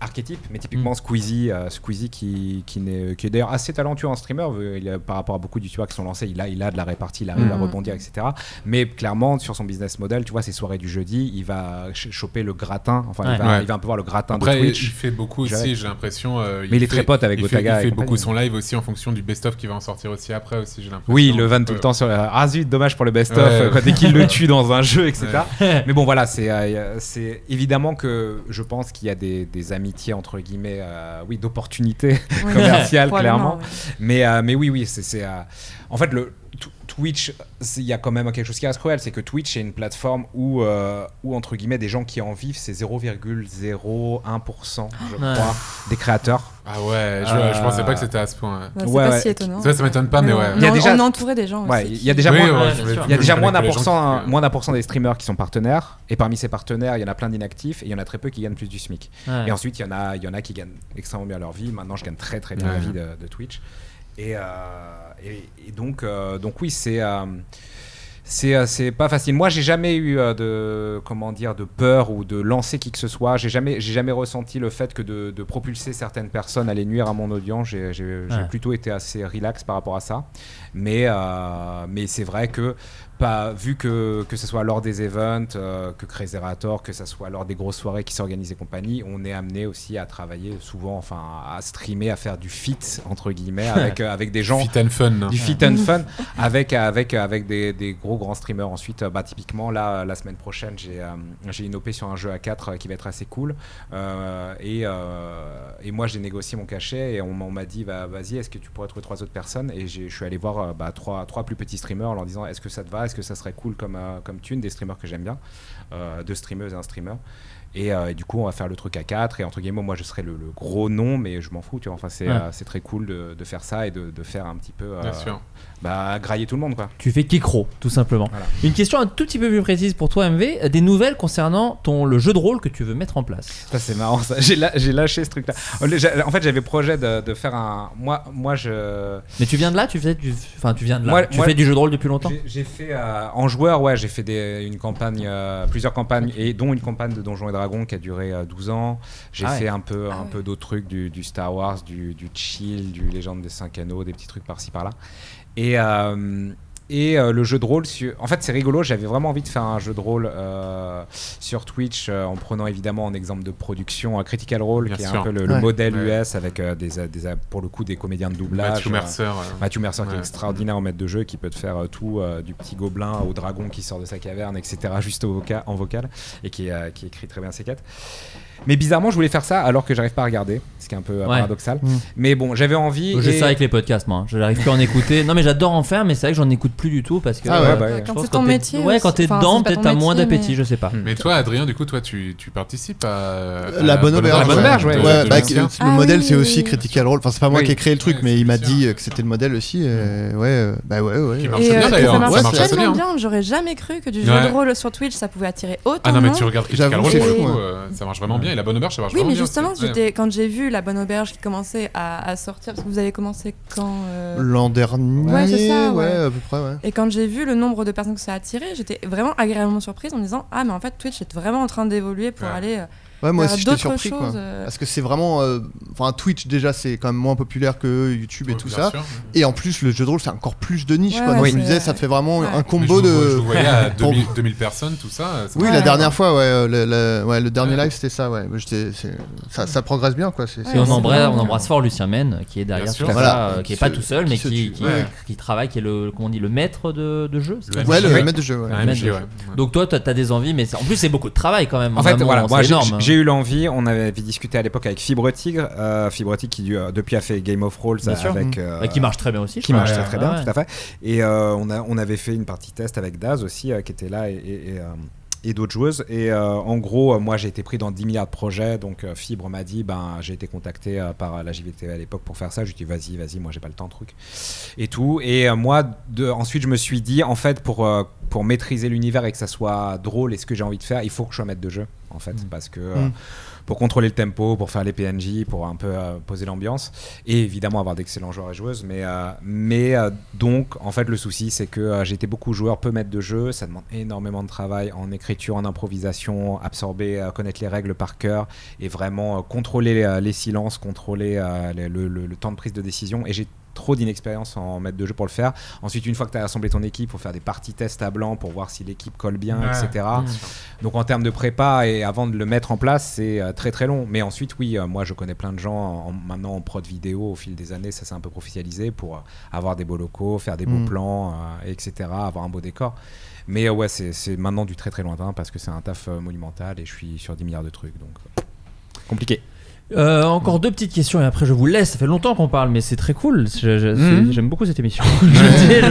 S10: archétypes, mais typiquement Squeezie, euh, Squeezie qui, qui, n'est- qui est d'ailleurs assez talentueux en streamer euh, il a- par rapport à beaucoup de youtubeurs qui sont lancés, il a, il a de la répartie, il arrive à
S1: Mm.
S10: rebondir dire, etc. Mais clairement, sur son business model, tu vois, ses soirées du jeudi, il va ch- choper le gratin. Enfin, il, va,
S8: Ouais.
S10: il va un peu voir le gratin
S8: Après,
S10: de Twitch.
S8: il fait beaucoup
S10: Je-
S8: aussi, j'ai l'impression. euh,
S10: Mais il est très
S8: fait-
S10: pote avec
S8: il fait-
S10: Gotaga
S8: Il
S10: et
S8: fait beaucoup
S10: compagnie.
S8: son live aussi en fonction du best-of qui va en sortir aussi après aussi, j'ai l'impression.
S10: Oui, il le
S8: van
S10: vanne tout le temps sur. euh, Ah zut, dommage pour le best-of,
S8: Ouais.
S10: euh, quoi, dès qu'il le tue dans un jeu, etc.
S8: Ouais.
S10: Mais bon, voilà, c'est euh, c'est évidemment que je pense qu'il y a des, des amitiés, entre guillemets, euh, oui, d'opportunités
S1: Oui.
S10: commerciales,
S1: Probablement,
S10: clairement.
S1: oui.
S10: Mais, euh, mais oui, oui, c'est. c'est, euh, en fait, le. Tw- Twitch, c'est- il y a quand même quelque chose qui reste cruel, c'est que Twitch est une plateforme où, euh, où entre guillemets, des gens qui en vivent, c'est 0,01%, je
S8: Ouais.
S10: crois, des créateurs.
S8: Ah ouais, je- je pensais pas que c'était à ce point. hein.
S9: Ouais, c'est pas si étonnant.
S8: Ça, ça m'étonne pas, mais ouais.
S10: Il y a
S9: on-
S10: déjà-
S9: on est entouré des gens
S10: Ouais,
S9: aussi
S10: il
S9: qui-
S10: y a déjà
S8: Oui,
S10: moins,
S8: ouais, bien sûr.
S10: il y a déjà
S8: Je
S10: moins d'un
S8: connais les
S10: pour
S8: gens euh,
S10: cent, moins d'un pour cent des streamers qui sont partenaires. Et parmi ces partenaires, il y en a plein d'inactifs et il y en a très peu qui gagnent plus du SMIC.
S1: Ouais.
S10: Et ensuite, il y en a, il y en a qui gagnent extrêmement bien leur vie. Maintenant, je gagne très très bien
S1: Ouais.
S10: ma vie de, de Twitch. Et, euh, et, et donc, euh, donc oui, c'est euh, c'est euh, c'est pas facile. Moi, j'ai jamais eu euh, de comment dire de peur ou de lancer qui que ce soit. J'ai jamais j'ai jamais ressenti le fait que de, de propulser certaines personnes allait nuire à mon audience. J'ai j'ai- j'ai
S1: Ouais.
S10: plutôt été assez relax par rapport à ça. Mais euh, mais c'est vrai que pas vu que que ce soit lors des events, euh, que Crazy-Rator, que ce soit lors des grosses soirées qui s'organisent et compagnie, on est amené aussi à travailler souvent, enfin à streamer, à faire du fit entre guillemets avec euh, avec des gens
S8: Fit and fun. hein.
S10: du fit and fun avec avec avec des, des gros grands streamers ensuite euh, bah typiquement là euh, la semaine prochaine j'ai euh, j'ai une OP sur un jeu à 4 qui va être assez cool Euh, et euh, et moi j'ai négocié mon cachet et on, m'a- on m'a dit bah, vas-y est-ce que tu pourrais trouver trois autres personnes et j'ai- je suis allé voir euh, bah, trois trois plus petits streamers en leur disant est-ce que ça te va est-ce que ça serait cool comme euh, comme thune des streamers que j'aime bien euh, deux streameuses et un streamer et, euh, et du coup, on va faire le truc à 4. Et entre guillemets, moi, je serai le, le gros nom, mais je m'en fous. Tu vois. Enfin, c'est
S1: Ouais.
S10: euh, c'est très cool de, de faire ça et de, de faire un petit peu. euh,
S8: Bien sûr.
S10: Bah, grailler tout le monde, quoi.
S1: Tu fais Kikro, tout simplement. Une question un tout petit peu plus précise pour toi, MV. euh, Des nouvelles concernant ton, le jeu de rôle que tu veux mettre en place.
S10: Ça, c'est marrant, ça. J'ai la- j'ai lâché ce truc-là. Oh, le- j'a- En fait, j'avais projet de, de faire un. Moi, moi je.
S1: Mais tu viens de là Tu fais du, enfin, tu viens de là.
S10: Moi-
S1: tu
S10: moi-
S1: fais du jeu de rôle depuis longtemps
S10: J'ai- J'ai fait euh, en joueur, ouais, j'ai fait des- une campagne, euh, plusieurs campagnes, et dont une campagne de Donjons et Dragons qui a duré euh, 12 ans. J'ai
S1: Ah ouais.
S10: fait un peu, un peu d'autres trucs, du, du Star Wars, du, du Chill, du Légende des Cinq Anneaux, des petits trucs par-ci par-là. Et, euh, et euh, le jeu de rôle, sur- en fait, c'est rigolo. J'avais vraiment envie de faire un jeu de rôle euh, sur Twitch euh, en prenant évidemment en exemple de production euh, Critical Role,
S8: Bien
S10: qui est un
S8: sûr.
S10: peu le, le
S8: Ouais.
S10: modèle US avec euh, des, euh, des, euh, pour le coup des comédiens de doublage.
S8: Matthew
S10: euh,
S8: Mercer, ouais.
S10: Matthew Mercer qui est
S8: Ouais.
S10: extraordinaire en maître de jeu qui peut te faire euh, tout euh, du petit gobelin au dragon qui sort de sa caverne etc juste au voca- en vocal et qui, euh, qui écrit très bien ses quêtes mais bizarrement je voulais faire ça alors que j'arrive pas à regarder ce qui est un peu euh,
S1: Ouais.
S10: paradoxal
S1: Mm. Bah,
S10: mais bon j'avais envie
S1: Je
S10: et-
S1: sais avec les podcasts, moi. hein. Je n'arrive plus à en écouter. Non, mais j'adore en faire, mais c'est vrai que j'en écoute plus du tout parce que. euh,
S10: Ah ouais, bah,
S1: je
S10: ouais.
S1: pense
S10: Quand
S1: que
S10: c'est ton
S1: t'es-
S10: métier
S1: Ouais,
S10: aussi.
S1: quand t'es
S10: Enfin,
S1: dedans,
S10: c'est pas
S1: peut-être
S10: ton
S1: t'as moins
S10: métier,
S1: d'appétit,
S10: mais-
S1: je sais pas.
S8: Mais toi, Adrien, du coup, toi, tu, tu participes à, à
S7: Euh, La bonne auberge.
S8: La bonne auberge, ouais.
S7: Ouais,
S8: de
S7: bah,
S8: Lucien.
S7: le modèle,
S9: Ah
S7: c'est aussi Critical Role. Enfin, c'est pas moi
S8: Oui. Mm.
S7: qui ai créé le truc, mais il m'a dit euh, que c'était le modèle aussi. euh, ouais, euh, bah ouais, ouais.
S8: Qui
S9: Et, euh, ça marche
S7: Ouais, c'est-
S9: tellement bien, j'aurais jamais cru que du jeu
S8: hein. Ouais.
S9: de rôle sur Twitch ça pouvait attirer autant.
S8: Ah non,
S9: de
S8: mais
S9: monde.
S8: tu regardes hein, Critical
S7: J'avoue,
S8: Role
S7: c'est
S8: pour le
S7: fou,
S8: coup,
S7: ouais.
S8: euh, ça marche vraiment bien. Et la bonne auberge, ça marche
S9: Oui,
S8: vraiment
S9: mais
S8: bien.
S9: justement,
S8: aussi. Ouais.
S9: j'étais- quand j'ai vu La Bonne Auberge qui commençait à, à sortir, parce que vous avez commencé quand euh,
S7: L'an dernier,
S9: Ouais, c'est ça, ouais.
S7: ouais, à peu près, ouais.
S9: Et quand j'ai vu le nombre de personnes que ça a attiré, j'étais vraiment agréablement surprise en me disant Ah, mais en fait, Twitch est vraiment en train d'évoluer pour aller euh,
S7: Ouais, Ah, moi
S9: vers
S7: aussi j'étais
S9: d'autres
S7: surpris quoi.
S9: choses. euh.
S7: Parce que c'est vraiment. euh, Enfin, Twitch déjà c'est quand même moins populaire que YouTube et tout
S8: bien
S7: ça.
S8: sûr.
S7: Et en plus, le jeu de rôle c'est encore plus de niche
S9: Ouais,
S7: quoi.
S9: ouais,
S7: Donc je
S9: c'est-
S7: me disais, ça fait vraiment
S9: Ouais.
S7: un
S8: Mais je
S7: combo
S8: vous-
S7: de.
S8: Je vous voyais à
S7: Pour-
S8: 2000, 2000 personnes, tout ça. ça
S7: Oui,
S8: marche.
S7: la dernière fois, ouais, euh, le, le- ouais, le dernier live c'était ça, ouais. J'étais- c'est- ça, ça progresse bien quoi. c'est-
S1: Et
S7: c'est-
S1: on embrasse, on embrasse fort Lucien Mène, qui est derrière
S8: Bien
S1: tout
S8: sûr.
S1: ça,
S7: Voilà.
S1: euh, qui est
S7: Qui
S1: pas
S7: se-
S1: tout seul, mais
S7: qui se
S1: qui,
S7: tue.
S1: qui-
S7: Ouais.
S1: qui travaille, qui est le, comment on dit, le maître de, de jeu. c'est
S8: Le
S1: ça
S7: Ouais, le
S8: MJ,
S7: maître de jeu, ouais.
S8: Un
S1: Le
S8: MJ, ouais.
S1: maître de jeu. Donc toi, t'as as des envies, mais c'est- en plus c'est beaucoup de travail quand même.
S10: En fait,
S1: amont,
S10: voilà,
S1: c'est
S10: moi, j'ai-
S1: énorme, hein.
S10: j'ai eu l'envie. On avait discuté à l'époque avec Fibre Tigre, euh, Fibre Tigre qui euh, depuis a fait Game of Rolls
S1: Bien sûr.
S10: avec, euh,
S1: Mm. Et qui marche très bien aussi, je
S10: qui
S1: crois.
S10: marche
S1: Ouais,
S10: très
S1: ouais,
S10: bien,
S1: ouais.
S10: tout à fait. Et euh, on a, on avait fait une partie test avec Daz aussi euh, qui était là et. et- et, euh, et d'autres joueuses. Et euh, en gros, euh, moi, j'ai été pris dans 10 milliards de projets. Donc, euh, Fibre m'a dit, ben, j'ai été contacté euh, par la JVTV à l'époque pour faire ça. Je lui ai dit, vas-y, vas-y, moi, j'ai pas le temps, truc. Et tout. Et euh, moi, de, ensuite, je me suis dit, en fait, pour, euh, pour maîtriser l'univers et que ça soit drôle et ce que j'ai envie de faire, il faut que je sois maître de jeu, en fait.
S1: Mmh.
S10: Parce que. euh,
S7: Mm.
S10: pour contrôler le tempo, pour faire les PNJ, pour un peu euh, poser l'ambiance, et évidemment avoir d'excellents joueurs et joueuses. Mais, euh, mais euh, donc, en fait, le souci, c'est que euh, j'étais beaucoup joueur, peu maître de jeu, ça demande énormément de travail en écriture, en improvisation, absorber, euh, connaître les règles par cœur, et vraiment euh, contrôler euh, les silences, contrôler euh, les- le, le- le temps de prise de décision. Et j'ai trop d'inexpérience en maître de jeu pour le faire. Ensuite, une fois que tu as assemblé ton équipe, faut faire des parties tests à blanc pour voir si l'équipe colle bien,
S8: Ouais.
S10: etc.
S1: Mm.
S10: Donc en termes de prépa et avant de le mettre en place, c'est euh, très très long. Mais ensuite, oui, euh, moi je connais plein de gens en- maintenant en prod vidéo au fil des années, ça s'est un peu professionnalisé pour euh, avoir des beaux locaux, faire des
S7: Mm.
S10: beaux plans, euh, etc., avoir un beau décor. Mais euh, ouais, c'est c'est maintenant du très très lointain parce que c'est un taf euh, monumental et je suis sur 10 milliards de trucs, donc euh, compliqué.
S1: Euh, encore deux petites questions et après je vous laisse. Ça fait longtemps qu'on parle, mais c'est très cool. Je- je- c'est-
S10: Mhm.
S1: J'aime beaucoup cette émission. je, dis-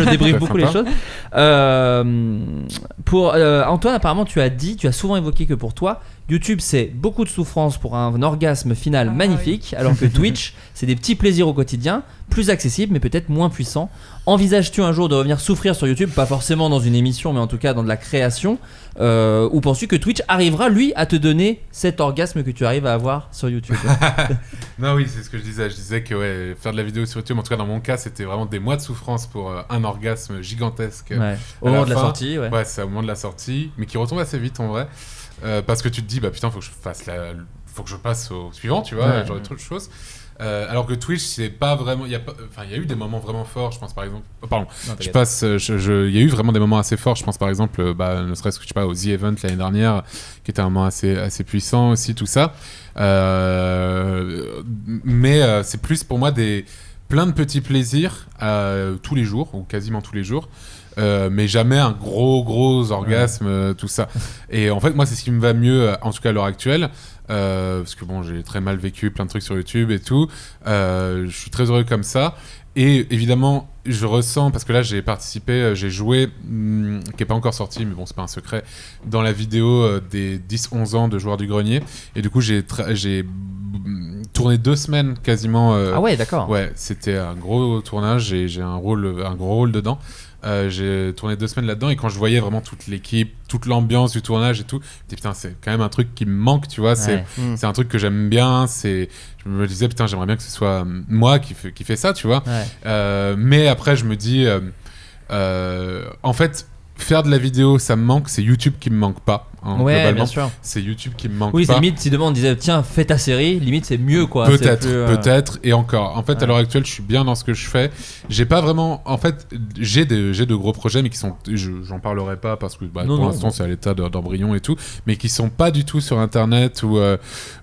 S1: je débriefe
S10: Ça,
S1: beaucoup
S10: sympa.
S1: les choses. Euh, pour euh, Antoine, apparemment, tu as dit, tu as souvent évoqué que pour toi, YouTube, c'est beaucoup de souffrance pour un orgasme final magnifique, alors que Twitch, c'est des petits plaisirs au quotidien, plus accessibles mais peut-être moins puissants. Envisages-tu un jour de revenir souffrir sur YouTube, pas forcément dans une émission, mais en tout cas dans de la création, euh, ou penses-tu que Twitch arrivera, lui, à te donner cet orgasme que tu arrives à avoir sur YouTube
S8: non, oui, c'est ce que je disais. Je disais que ouais, faire de la vidéo sur YouTube, en tout cas dans mon cas, c'était vraiment des mois de souffrance pour euh, un orgasme gigantesque.
S1: Ouais.
S8: à
S1: Au moment de la sortie, ouais.
S8: c'est au moment de la sortie, mais qui retombe assez vite en vrai. Euh, parce que tu te dis, bah putain, faut que je fasse la. Faut que je passe au suivant, tu vois,
S1: Ouais.
S8: genre trop de choses. Euh, alors que Twitch, c'est pas vraiment. il y a pas- Enfin, il y a eu des moments vraiment forts, je pense par exemple. oh, pardon,
S1: Non, t'inquiète.
S8: je passe. euh, je- je- Il y a eu vraiment des moments assez forts, je pense par exemple, euh, bah, ne serait-ce que je sais pas, au The Event l'année dernière, qui était un moment assez, assez puissant aussi, tout ça. Euh, mais euh, c'est plus pour moi des plein de petits plaisirs euh, tous les jours, ou quasiment tous les jours. euh, mais jamais un gros gros orgasme euh, tout ça et en fait moi c'est ce qui me va mieux euh, en tout cas à l'heure actuelle euh, parce que bon j'ai très mal vécu plein de trucs sur YouTube et tout Euh, je suis très heureux comme ça et évidemment je ressens parce que là j'ai participé euh, j'ai joué hum, qui est pas encore sorti mais bon c'est pas un secret dans la vidéo euh, des 10-11 ans de joueurs du grenier et du coup j'ai tra- j'ai hum, tourné deux semaines quasiment euh,
S1: Ah ouais, d'accord.
S8: ouais c'était un gros tournage j'ai j'ai un rôle un gros rôle dedans euh, j'ai tourné deux semaines là-dedans et quand je voyais vraiment toute l'équipe, toute l'ambiance du tournage et tout, je me dis, putain, c'est quand même un truc qui me manque, tu vois. C'est
S1: Ouais.
S7: Mm.
S8: c'est un truc que j'aime bien. C'est je me disais putain, j'aimerais bien que ce soit euh, moi qui fait, qui fait ça, tu vois.
S1: Ouais.
S8: Euh, mais après, je me dis, euh, euh, en fait, faire de la vidéo, ça me manque. C'est YouTube qui me manque pas. hein,
S1: Ouais,
S8: globalement.
S1: bien sûr.
S8: C'est YouTube qui me manque
S1: Oui, c'est
S8: pas.
S1: limite, si demain on disait tiens, fais ta série, limite c'est mieux quoi. c'est
S8: Peut-être,
S1: plus, euh,
S8: peut-être, et encore. En fait, à l'heure actuelle, je suis bien dans ce que je fais. J'ai pas vraiment. En fait, j'ai des- j'ai de gros projets, mais qui sont. je- J'en parlerai pas parce que bah,
S1: Non,
S8: pour
S1: non.
S8: l'instant, c'est à l'état de- d'embryon et tout, mais qui sont pas du tout sur Internet ou. euh,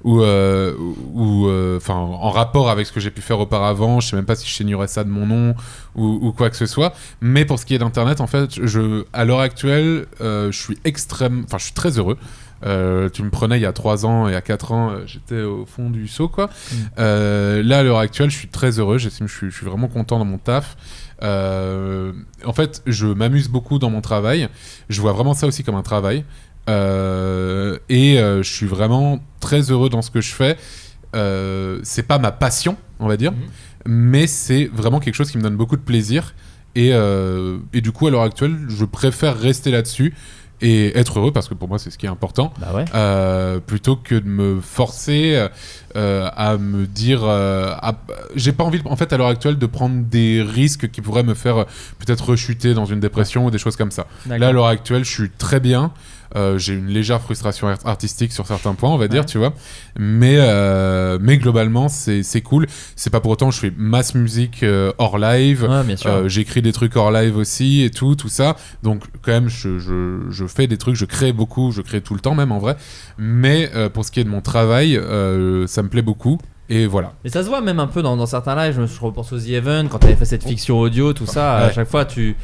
S8: ou. euh, ou, euh, Enfin, en rapport avec ce que j'ai pu faire auparavant. Je sais même pas si je signerais ça de mon nom ou, ou quoi que ce soit. Mais pour ce qui est d'Internet, en fait, je, à l'heure actuelle, euh, je suis extrême. Enfin, je suis très heureux. Euh, tu me prenais il y a 3 ans et à 4 ans, euh, j'étais au fond du seau. Quoi. Euh, là, à l'heure actuelle, je suis très heureux. J'estime que je suis, je suis vraiment content dans mon taf. Euh, en fait, je m'amuse beaucoup dans mon travail. Je vois vraiment ça aussi comme un travail. Euh, et euh, je suis vraiment très heureux dans ce que je fais. Euh, c'est pas ma passion, on va dire, mais c'est vraiment quelque chose qui me donne beaucoup de plaisir. Et, euh, et du coup, à l'heure actuelle, je préfère rester là-dessus et être heureux parce que pour moi c'est ce qui est important
S1: Bah
S8: Euh, plutôt que de me forcer euh, à me dire euh, à- j'ai pas envie en fait à l'heure actuelle de prendre des risques qui pourraient me faire euh, peut-être rechuter dans une dépression ou des choses comme ça
S1: D'accord.
S8: là à l'heure actuelle je suis très bien Euh, j'ai une légère frustration art- artistique sur certains points on va dire tu vois mais euh, mais globalement c'est c'est cool c'est pas pour autant que je fais masse musique euh, hors live
S1: Ouais, bien sûr.
S8: Euh, j'écris des trucs hors live aussi et tout, tout ça. Donc quand même, je, je- je fais des trucs, je crée beaucoup, je crée tout le temps même en vrai. Mais euh, pour ce qui est de mon travail, euh, ça me plaît beaucoup. Et voilà.
S1: Mais ça se voit même un peu dans, dans certains lives. Je me- Je repense aux The Event, quand t'avais fait cette fiction audio, tout ça. À
S8: Ouais.
S1: chaque fois, tu.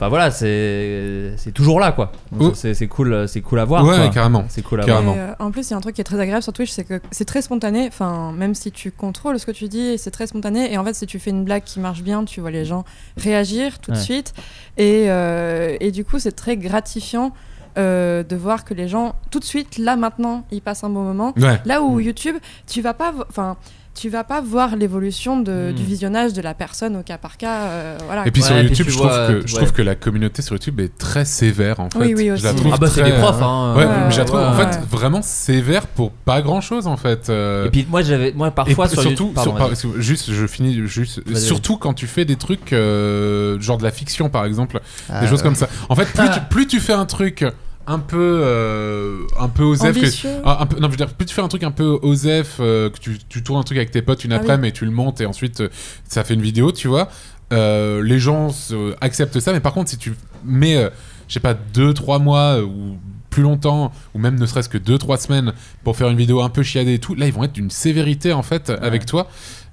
S1: Enfin voilà, c'est c'est toujours là quoi. Donc, C'est c'est cool, euh, c'est cool à voir.
S8: Ouais,
S1: quoi.
S8: carrément.
S1: C'est cool à
S9: Et,
S1: voir.
S9: euh, en plus, il y a un truc qui est très agréable sur Twitch, c'est que c'est très spontané. Enfin, même si tu contrôles ce que tu dis, c'est très spontané. Et en fait, si tu fais une blague qui marche bien, tu vois les gens réagir tout de
S13: Ouais.
S9: suite. Et, euh, et du coup, c'est très gratifiant. euh, de voir que les gens tout de suite là maintenant ils passent un bon moment
S13: Ouais.
S9: là
S8: Mm.
S9: où YouTube tu vas pas vo- enfin tu vas pas voir l'évolution de- du visionnage de la personne au cas par cas euh, voilà
S8: Mm. Et puis
S9: quoi.
S8: sur YouTube, je, trouve
S1: vois,
S8: que,
S1: tu
S8: je
S1: vois.
S8: trouve que la communauté sur YouTube est très sévère en fait.
S9: Oui, oui,
S8: Je la
S9: aussi.
S8: trouve
S1: Ah bah, c'est
S8: très, euh,
S1: les profs, hein.
S8: Ouais,
S1: Ouais,
S8: mais je la
S1: ouais,
S8: trouve en
S1: ouais.
S8: fait vraiment sévère pour pas grand chose en fait. euh.
S1: Et puis moi, j'avais- moi, parfois,
S8: puis
S1: sur
S8: surtout,
S1: YouTube- pardon,
S8: sur- par-
S1: vas-y.
S8: parce que juste, je finis juste.
S1: Vas-y, vas-y.
S8: surtout quand tu fais des trucs euh, genre de la fiction par exemple,
S1: Ah,
S8: des choses
S1: ouais.
S7: Euh,
S8: comme ça. En fait, plus tu, plus tu fais un truc un peu euh, un peu osef que-
S1: Ambitieux.
S8: ah, un peu- non je veux dire plus tu fais un truc un peu osef euh, que tu, tu tournes un truc avec tes potes une
S1: Ah oui.
S8: après midi et tu le montes et ensuite euh, ça fait une vidéo tu vois Euh, les gens se- acceptent ça mais par contre si tu mets euh, je sais pas deux trois mois euh, ou plus longtemps ou même ne serait-ce que deux trois semaines pour faire une vidéo un peu chiadée et tout là ils vont être d'une sévérité en fait avec toi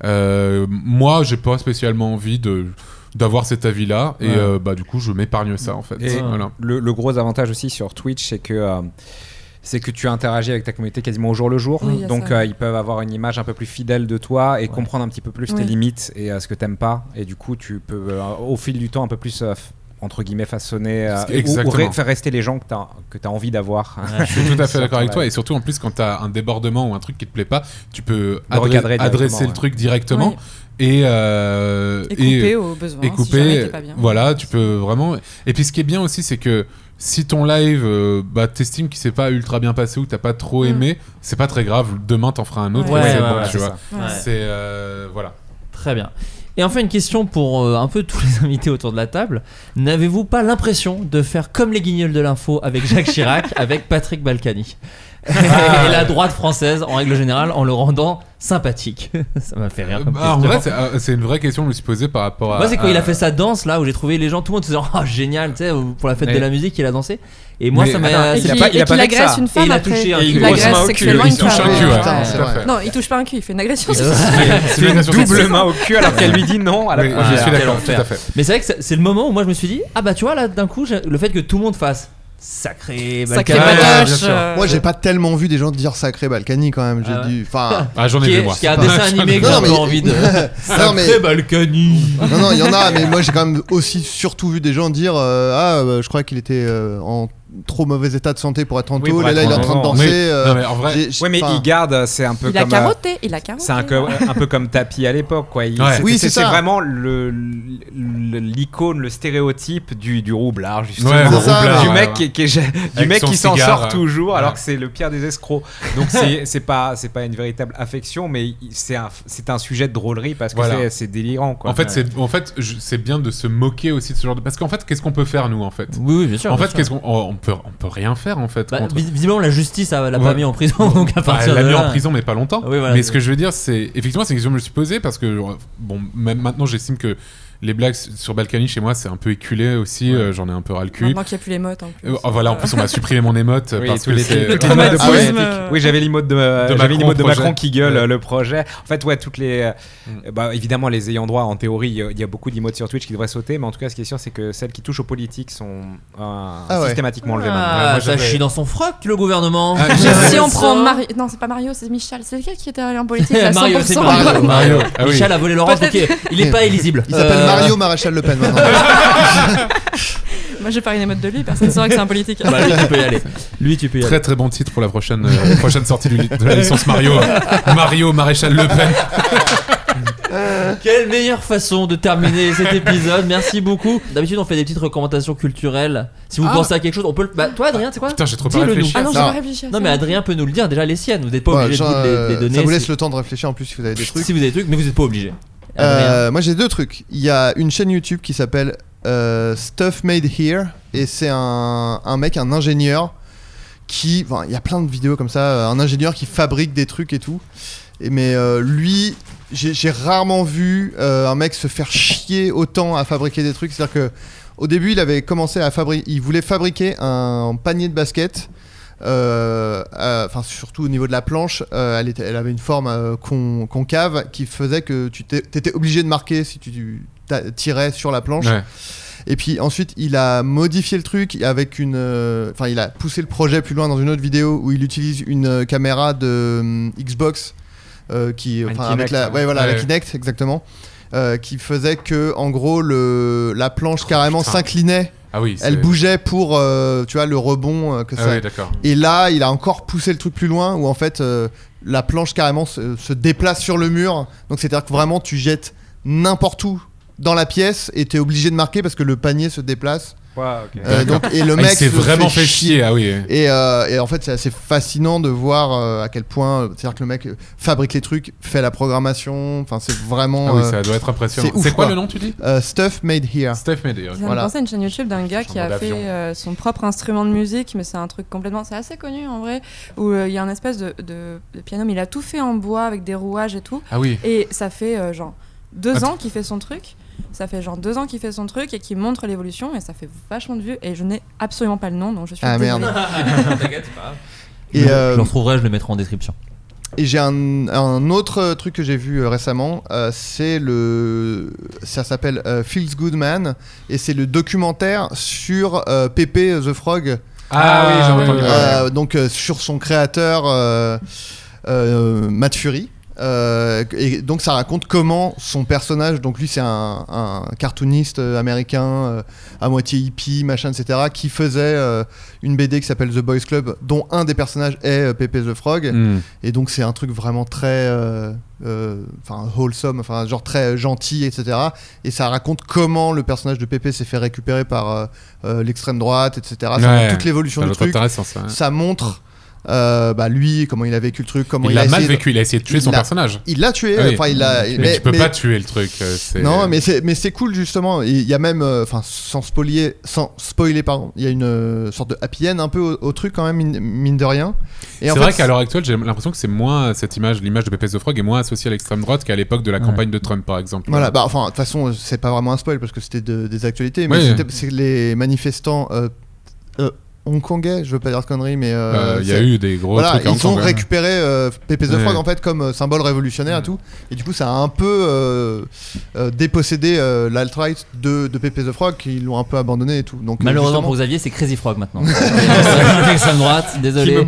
S8: Euh, moi j'ai pas spécialement envie de d'avoir cet avis là et
S10: Ouais.
S8: euh, bah du coup je m'épargne ça en fait
S10: Et
S8: Voilà.
S10: le, le gros avantage aussi sur Twitch, c'est que. euh, c'est que tu interagis avec ta communauté quasiment au jour le jour.
S1: Oui, il y a
S10: Donc
S1: ça.
S10: euh, ils peuvent avoir une image un peu plus fidèle de toi et comprendre un petit peu plus tes
S1: Oui.
S10: limites et euh, ce que t'aimes pas. Et du coup, tu peux euh, au fil du temps un peu plus euh, f- entre guillemets façonner euh, ou- ou,
S8: Exactement.
S10: re- faire rester les gens que t'as que t'as envie d'avoir.
S8: Je suis tout à fait d'accord avec toi. Et surtout, en plus, quand tu as un débordement ou un truc qui te plaît pas, tu peux
S10: Le
S8: adre-
S10: recadrer directement,
S8: adresser le
S10: ouais.
S8: truc directement.
S10: Oui.
S8: Et, euh,
S10: Et couper au besoin,
S8: et
S10: si
S8: couper,
S10: jamais t'es pas bien.
S8: Voilà, tu peux vraiment. Et puis, ce qui est bien aussi, c'est que si ton live, euh, bah, t'estimes qu'il s'est pas ultra bien passé ou t'as pas
S10: Mm.
S8: trop aimé, c'est pas très grave. Demain, t'en feras un autre.
S1: Ouais,
S8: et c'est
S1: ouais,
S8: bon,
S1: ouais,
S8: tu
S1: c'est
S8: vois.
S1: ça. Ouais.
S8: C'est euh, voilà.
S1: Très bien. Et enfin, une question pour euh, un peu tous les invités autour de la table. N'avez-vous pas l'impression de faire comme les guignols de l'info avec Jacques Chirac, avec Patrick Balkany
S8: Ah.
S1: Et la droite française, en règle générale, en le rendant sympathique Ça m'a fait rire. Comme
S8: Bah, en
S1: question.
S8: vrai, c'est Ah. euh, c'est une vraie question que je me suis posée par rapport à.
S1: Moi, c'est quand
S8: à-
S1: il a fait sa danse là où j'ai trouvé les gens, tout le monde se disant Ah, génial, tu sais, pour la fête
S8: Mais-
S1: de la musique, il a dansé. Et moi,
S8: Mais-
S1: ça m'a.
S8: Attends,
S1: ça
S8: il a
S1: m'a-
S8: pas- il a Et pas qu'il fait que agresse
S9: ça. une femme
S1: Et il a
S9: après.
S1: touché un
S9: Et il
S1: cul.
S9: grosse main au cul, sexuellement
S8: il
S9: une
S8: touche
S9: femme.
S8: un cul, ouais.
S9: Putain,
S8: tout à fait.
S9: Non, il touche pas un cul, il fait une agression.
S1: C'est vrai.
S8: C'est une agression
S10: double
S8: sexuelle.
S10: main Ah, au cul alors qu'elle lui dit non à la
S8: Oui,
S10: première.
S8: Je suis
S1: Quel
S8: d'accord, tout
S1: enfer.
S8: à fait.
S1: Mais c'est vrai que c'est- c'est le moment où moi je me suis dit ah bah tu vois là d'un coup j'ai- le fait que tout le monde fasse sacré
S9: Sacré
S1: Balkany.
S9: Balkany, Ouais, bien sûr. euh,
S7: Moi, j'ai pas tellement vu des gens dire sacré Balkany quand même. J'ai
S1: Ah ouais.
S7: dû. Enfin.
S8: Ah, j'en ai Qui vu, est- moi. qui est un dessin animé que
S7: Non, non,
S1: j'ai
S7: mais-
S1: pas envie de-
S7: Non, mais-
S1: Sacré Balkany.
S7: Non, non, il y en a, mais moi j'ai quand même aussi surtout vu des gens dire euh, Ah, euh, je crois qu'il était euh, en trop mauvais état de santé pour être en
S10: Oui,
S7: taule,
S10: pour
S7: et là
S10: être
S7: il est en
S10: en
S7: train de
S10: avant.
S7: danser.
S10: Oui.
S7: euh,
S10: Non, mais en vrai-
S7: j'ai- j'ai-
S10: Ouais, mais
S7: enfin-
S10: il garde, c'est un peu
S9: Il a
S10: comme. euh,
S9: carotté, il a carotté.
S10: C'est un, co- un peu comme tapis à l'époque, quoi. Il-
S8: Ouais.
S10: c'est-
S8: Oui,
S10: c'est-
S8: c'est
S10: c'est
S8: ça.
S10: vraiment le- le- l'icône, le stéréotype du, du roublard, justement.
S8: Ouais, le
S10: du
S8: roublard,
S10: du
S8: ouais,
S10: mec
S8: ouais.
S10: qui, qui est- du
S8: Avec
S10: mec
S8: son
S10: qui s'en
S8: cigare,
S10: sort
S8: ouais.
S10: toujours,
S8: Ouais.
S10: alors que c'est le pire des escrocs. Donc c'est c'est pas c'est pas une véritable affection, mais il- c'est un c'est un sujet de drôlerie parce que
S8: Voilà.
S10: c'est- c'est délirant, quoi.
S8: En fait,
S10: Ouais.
S8: c'est en fait je- c'est bien de se moquer aussi de ce genre de parce qu'en fait, qu'est-ce qu'on peut faire nous en fait
S1: Oui, oui, bien sûr,
S8: En
S1: bien
S8: fait,
S1: sûr.
S8: qu'est-ce qu'on oh, on on peut on peut rien faire en fait.
S1: Bah,
S8: contre-
S1: vis- visiblement la justice elle l'a pas
S8: Ouais.
S1: mis en prison donc à
S8: Bah,
S1: partir
S8: elle l'a
S1: de
S8: mis
S1: là-
S8: en prison, mais pas longtemps.
S1: Oui, voilà.
S8: mais ce que je veux dire, c'est effectivement, c'est une question que je me suis posée parce que euh, bon, même maintenant, j'estime que les blagues sur Balkany chez moi, c'est un peu éculé aussi. euh, J'en ai un peu ras le cul.
S9: Maintenant qu'il y a plus les mottes, en plus.
S8: Euh, oh, voilà, en plus, on m'a supprimé mon émote euh,
S10: Oui,
S8: parce
S10: tous
S8: que
S10: les-
S8: c'est-
S10: toutes les modes de politique. Ah, Oui, j'avais l'imote de, euh, j'avais
S8: Macron
S10: l'imote de
S8: projet.
S10: Macron qui gueule
S8: Ouais. Mm.
S10: euh, le projet. En fait, ouais, toutes les. euh, bah, évidemment, les ayants droit, en théorie, il y a- il y, a beaucoup d'imotes sur Twitch qui devraient sauter, mais en tout cas, ce qui est sûr, c'est que celles qui touchent aux politiques sont euh,
S1: Ah ouais.
S10: systématiquement enlevées maintenant.
S1: Ah, ça chie dans son froc le gouvernement.
S10: Ah,
S9: Si on prend Mario. Non, c'est pas Mario, c'est Michel. C'est lequel qui était allé en politique à 100%
S1: Mario, c'est Mario. Mario.
S7: Ah oui.
S1: Michel a volé Laurence, ok,
S9: Peut-être-
S1: il est pas éligible.
S7: Il s'appelle
S1: Euh,
S7: Mario Maréchal Le Pen maintenant.
S9: Moi, j'ai pas une émote de lui, personne ne saurait que c'est un politique.
S1: Bah, lui, tu peux y aller. Lui, tu peux y
S8: Très très bon titre pour la prochaine, euh, prochaine sortie du- de la licence Mario. Mario Maréchal Le Pen.
S1: Quelle meilleure façon de terminer cet épisode. Merci beaucoup. D'habitude, on fait des petites recommandations culturelles. Si vous
S9: Ah.
S1: pensez à quelque chose, on peut le. Bah, toi, Adrien, c'est quoi
S8: Putain, j'ai trop pas
S1: Dis-le
S8: réfléchi.
S1: nous.
S8: Ah non, j'ai
S1: Non.
S8: pas réfléchi à
S1: Non,
S8: ça.
S1: mais Adrien peut nous le dire déjà les siennes. Vous n'êtes pas
S7: Ouais,
S1: obligé
S7: genre,
S1: de vous les- les,
S7: euh,
S1: donner.
S7: Ça vous laisse
S1: si-
S7: le temps de réfléchir en plus si vous avez des trucs.
S1: Si vous avez des trucs, mais vous n'êtes pas obligé.
S7: Euh, moi j'ai deux trucs. Il y a une chaîne YouTube qui s'appelle euh, Stuff Made Here et c'est un, un mec, un ingénieur qui... enfin, Il y a plein de vidéos comme ça, euh, un ingénieur qui fabrique des trucs et tout. Et, mais euh, lui, j'ai j'ai rarement vu euh, un mec se faire chier autant à fabriquer des trucs. C'est-à-dire que au début il avait commencé à fabriquer... Il voulait fabriquer un panier de basket. euh, euh, enfin surtout au niveau de la planche, euh, elle, était- elle avait une forme euh, con- concave qui faisait que tu t'é- t'étais obligé de marquer si tu t'a- tirais sur la planche.
S8: Ouais.
S7: Et puis ensuite, il a modifié le truc avec une, euh, enfin il a poussé le projet plus loin dans une autre vidéo où il utilise une euh, caméra de hum, Xbox euh, qui,
S10: Une
S7: enfin, avec
S10: Kinect,
S7: la,
S10: ouais.
S7: ouais, voilà, la
S10: Ouais.
S7: Kinect exactement, euh, qui faisait que en gros le, la planche carrément
S8: putain.
S7: s'inclinait.
S8: Ah oui, c'est-
S7: elle bougeait pour euh, tu vois le rebond euh, que
S8: Ah
S7: ça.
S8: oui, d'accord.
S7: Et là, il a encore poussé le truc plus loin où en fait euh, la planche carrément se, se déplace sur le mur. Donc c'est-à-dire que vraiment tu jettes n'importe où dans la pièce et t'es obligé de marquer parce que le panier se déplace.
S10: Ouais, ok.
S7: Euh, donc, et
S8: Ah,
S7: le
S8: il
S7: mec
S8: s'est
S7: se
S8: vraiment fait chier, ah oui.
S7: Et, euh, et en fait, c'est assez fascinant de voir euh, à quel point, euh, c'est-à-dire que le mec euh, fabrique les trucs, fait la programmation. Enfin, c'est vraiment.
S8: Ah oui,
S7: euh,
S8: ça doit être impressionnant.
S7: ouf,
S8: C'est quoi le nom, tu dis
S7: Euh, Stuff Made Here.
S8: Stuff Made Here.
S9: Je viens de penser à une chaîne YouTube d'un gars qui a fait
S7: d'avion.
S9: euh, son propre instrument de musique, mais c'est un truc complètement. C'est assez connu en vrai, où euh, il y a un espèce de, de- de piano, mais il a tout fait en bois avec des rouages et tout.
S8: Ah oui.
S9: Et ça fait euh, genre deux
S8: Attends.
S9: ans qu'il fait son truc. Ça fait genre deux ans qu'il fait son truc et qu'il montre l'évolution, et ça fait vachement de vues. Et je n'ai absolument pas le nom, donc je suis.
S7: Ah, merde.
S9: désolée.
S1: T'inquiète, c'est pas grave.
S7: Et,
S1: je,
S7: euh,
S1: je le retrouverai, je le mettrai en description.
S7: Et j'ai un, un autre euh, truc que j'ai vu euh, récemment, euh, c'est le. Ça s'appelle euh, Feels Good Man, et c'est le documentaire sur euh, Pépé euh, The Frog.
S8: Ah oui, j'ai entendu
S7: Euh,
S8: parler.
S7: Donc euh, sur son créateur euh, euh, Matt Fury. Euh, et donc ça raconte comment son personnage, donc lui c'est un, un cartooniste euh, américain euh, à moitié hippie, machin, etc., qui faisait euh, une BD qui s'appelle The Boys Club, dont un des personnages est euh, Pepe the Frog.
S8: Mm.
S7: Et donc c'est un truc vraiment très, euh, euh, enfin wholesome, enfin genre très euh, gentil, etc. Et ça raconte comment le personnage de Pepe s'est fait récupérer par euh, euh, l'extrême droite, etc. Ça
S8: Ouais.
S7: montre toute l'évolution
S8: Ça hein.
S7: du
S8: doit être
S7: truc.
S8: intéressant, ça, ouais.
S7: Ça montre. euh, bah lui comment il a vécu le truc comment
S8: Il
S7: il,
S8: l'a
S7: a
S8: mal
S7: essayé de-
S8: vécu, il a essayé de tuer
S7: Il
S8: son
S7: l'a-
S8: personnage.
S7: il l'a tué
S8: Ah oui.
S7: enfin il l'a
S8: Mais tu peux pas tuer le truc, euh, c'est-
S7: non mais c'est mais c'est cool justement Et il y a même euh, enfin sans spoiler sans spoiler pardon il y a une euh, sorte de happy end un peu au, au truc quand même mine, mine de rien Et
S8: C'est
S7: en fait,
S8: vrai qu'à l'heure actuelle, j'ai l'impression que c'est moins cette image, l'image de Pepe the Frog est moins associée à l'extrême droite qu'à l'époque de la
S7: Ouais.
S8: campagne de Trump, par exemple.
S7: Voilà, bah, enfin, de toute façon, c'est pas vraiment un spoil parce que c'était de- des actualités, mais
S8: Oui.
S7: c'était- c'est les manifestants euh, euh, hongkongais, je veux pas dire de conneries, mais. euh,
S8: Euh, il y a
S7: c'est-
S8: eu des gros
S7: Voilà,
S8: trucs à
S7: ils ont
S8: Hong Kong, hein.
S7: récupéré euh, Pepe the
S8: Ouais. Mm.
S7: Frog, en fait, comme euh, symbole révolutionnaire et tout, et du coup, ça a un peu euh, euh, dépossédé euh, l'alt-right de, de Pepe the Frog, qui l'ont un peu abandonné et tout. Donc, euh,
S1: Malheureusement
S7: justement-
S1: pour Xavier, c'est Crazy Frog maintenant. C'est L'extrême droite, désolé.